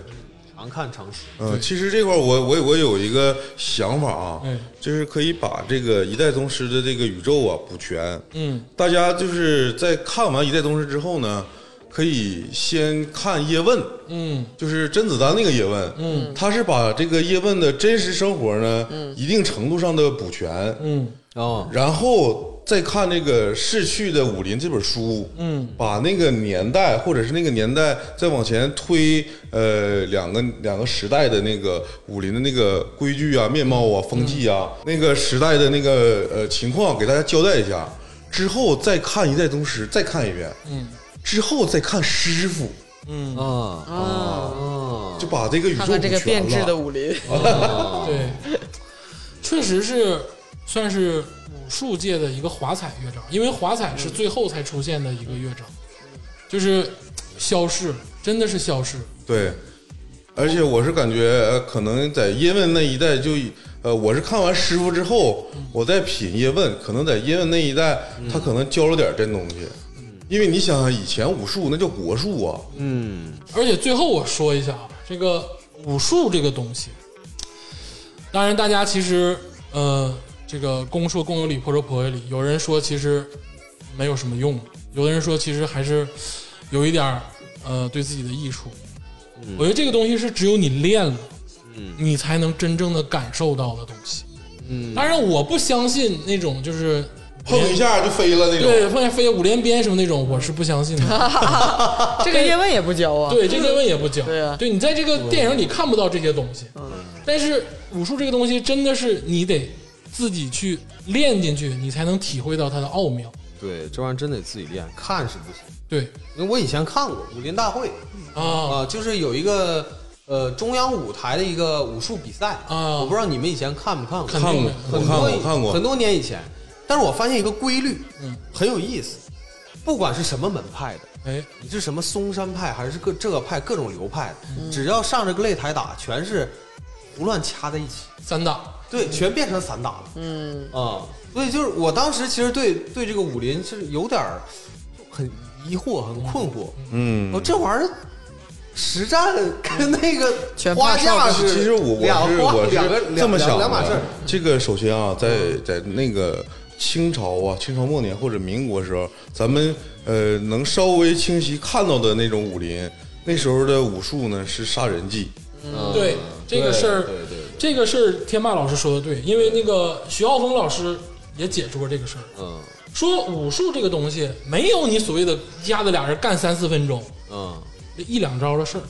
Speaker 4: 常看常新。
Speaker 3: 嗯，其实这块儿我我我有一个想法啊，
Speaker 1: 嗯
Speaker 3: 就是可以把这个一代宗师的这个宇宙啊补全。
Speaker 1: 嗯，
Speaker 3: 大家就是在看完一代宗师之后呢，可以先看叶问，
Speaker 1: 嗯
Speaker 3: 就是甄子丹那个叶问，嗯，他是把这个叶问的真实生活呢，一定程度上的补全，
Speaker 1: 嗯
Speaker 4: 哦，
Speaker 3: 然后再看那个《逝去的武林》这本书，
Speaker 1: 嗯，
Speaker 3: 把那个年代或者是那个年代再往前推，呃，两个两个时代的那个武林的那个规矩啊、面貌啊、风气啊，那个时代的那个呃情况给大家交代一下，之后再看一代宗师，再看一遍，
Speaker 1: 嗯，
Speaker 3: 之后再看师傅，
Speaker 1: 嗯，
Speaker 4: 啊
Speaker 2: 啊，
Speaker 4: 啊，
Speaker 3: 就把这个宇宙
Speaker 2: 看看这个
Speaker 3: 补全
Speaker 2: 变质
Speaker 3: 了
Speaker 2: 的武林，
Speaker 1: 对，确实是算是武术界的一个华彩乐章，因为华彩是最后才出现的一个乐章，就是消逝了，真的是消逝。
Speaker 3: 对，而且我是感觉，呃，可能在叶问那一代就已，呃，我是看完师傅之后，我再品叶问，可能在叶问那一代，
Speaker 4: 嗯
Speaker 3: 他可能教了点真东西。因为你想想，以前武术那叫国术啊，
Speaker 4: 嗯，
Speaker 1: 而且最后我说一下啊，这个武术这个东西，当然大家其实呃，这个公说公有理，婆说婆有理。有人说其实没有什么用，有的人说其实还是有一点儿呃对自己的益处。我觉得这个东西是只有你练了，你才能真正的感受到的东西。嗯，当然我不相信那种就是
Speaker 3: 碰一下就飞了那种。
Speaker 1: 对碰见飞五连鞭什么那种，我是不相信的。
Speaker 2: 这个叶问也不教啊。
Speaker 1: 对，这个问也不讲。
Speaker 2: 对啊嗯
Speaker 1: 你在这个电影里看不到这些东西。但是武术这个东西真的是你得自己去练进去，你才能体会到它的奥妙。
Speaker 4: 对，这玩意儿真得自己练，看是不行。
Speaker 1: 对
Speaker 4: 因为我以前看过武林大会
Speaker 1: 啊，
Speaker 4: 啊，就是有一个呃中央舞台的一个武术比赛
Speaker 1: 啊
Speaker 4: 我不知道你们以前看没看过，
Speaker 1: 看
Speaker 3: 看
Speaker 1: 定
Speaker 3: 过
Speaker 1: 的，
Speaker 3: 我
Speaker 4: 很
Speaker 3: 看
Speaker 4: 多
Speaker 3: 过，看过
Speaker 4: 很。多年以前，但是我发现一个规律，
Speaker 1: 嗯，
Speaker 4: 很有意思，不管是什么门派的。
Speaker 1: 哎，
Speaker 4: 你是什么嵩山派，还是各这个派各种流派的，
Speaker 1: 嗯
Speaker 4: 只要上这个擂台打，全是胡乱掐在一起，
Speaker 1: 散打，
Speaker 4: 对，全变成散打了
Speaker 2: 嗯，
Speaker 4: 啊、所以就是我当时其实对对这个武林是有点儿很疑惑、很困惑。
Speaker 3: 嗯
Speaker 4: 哦，，这玩意儿实战跟那个
Speaker 2: 拳
Speaker 4: 花
Speaker 2: 怕少
Speaker 4: 架是
Speaker 3: 其实我我
Speaker 4: 两
Speaker 3: 是
Speaker 4: 花
Speaker 3: 我
Speaker 4: 两个
Speaker 3: 是这么想的，
Speaker 4: 两两码事儿。嗯
Speaker 3: 这个首先啊，在在那个清朝啊，清朝末年或者民国时候，咱们呃能稍微清晰看到的那种武林，那时候的武术呢是杀人技。
Speaker 4: 嗯
Speaker 1: 对这个事儿
Speaker 4: 对对对，
Speaker 1: 这个事儿天霸老师说的对，因为那个徐浩峰老师也解说过这个事儿，
Speaker 4: 嗯
Speaker 1: 说武术这个东西没有你所谓的压着俩人干三四分钟，
Speaker 4: 嗯，
Speaker 1: 一两招的事儿。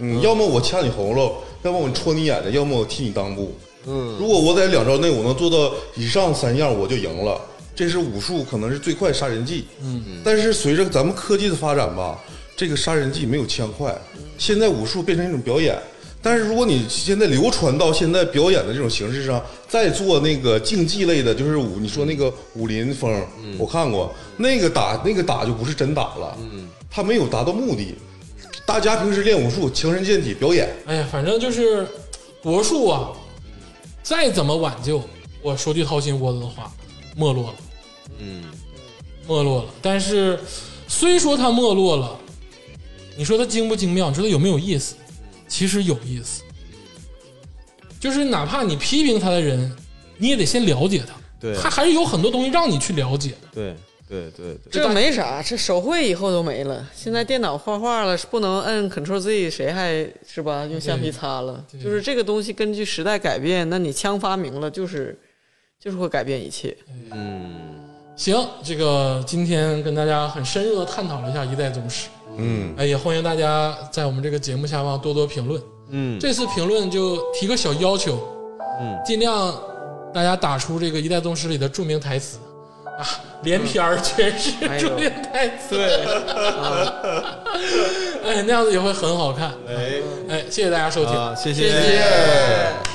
Speaker 3: 嗯，要么我掐你喉咙，要么我戳你眼睛，要么我替你裆部。
Speaker 4: 嗯，
Speaker 3: 如果我在两招内我能做到以上三样，我就赢了。这是武术可能是最快杀人技。嗯，但是随着咱们科技的发展吧，这个杀人技没有枪快。现在武术变成一种表演，但是如果你现在流传到现在表演的这种形式上，再做那个竞技类的，就是武你说那个武林风，我看过那个打那个打就不是真打了，嗯，他没有达到目的。大家平时练武术，强身健体，表演。
Speaker 1: 哎呀，反正就是国术啊，再怎么挽救，我说句掏心窝子的话，没落了，嗯，没落了。但是虽说它没落了，你说它精不精妙？你说它有没有意思？其实有意思，就是哪怕你批评他的人，你也得先了解他，
Speaker 4: 对
Speaker 1: 他还是有很多东西让你去了解。
Speaker 4: 对对对对，
Speaker 2: 这没啥，这手绘以后都没了。现在电脑画画了，是不能摁 Ctrl Z，谁还是吧？用橡皮擦了，
Speaker 1: 对
Speaker 2: 就是这个东西根据时代改变，那你枪发明了，就是就是会改变一切。
Speaker 4: 嗯
Speaker 1: 行，这个今天跟大家很深入的探讨了一下一代宗师，
Speaker 3: 嗯，
Speaker 1: 哎，也欢迎大家在我们这个节目下方多多评论。
Speaker 4: 嗯
Speaker 1: 这次评论就提个小要求，
Speaker 4: 嗯，
Speaker 1: 尽量大家打出这个《一代宗师》里的著名台词啊，连篇儿全是
Speaker 2: 哎呦
Speaker 1: 著名台词，
Speaker 2: 对，
Speaker 1: 哎，那样子也会很好看。
Speaker 4: 哎
Speaker 3: 嗯
Speaker 1: 哎，谢谢大家收听。
Speaker 4: 啊，谢
Speaker 2: 谢
Speaker 4: 谢
Speaker 2: 谢。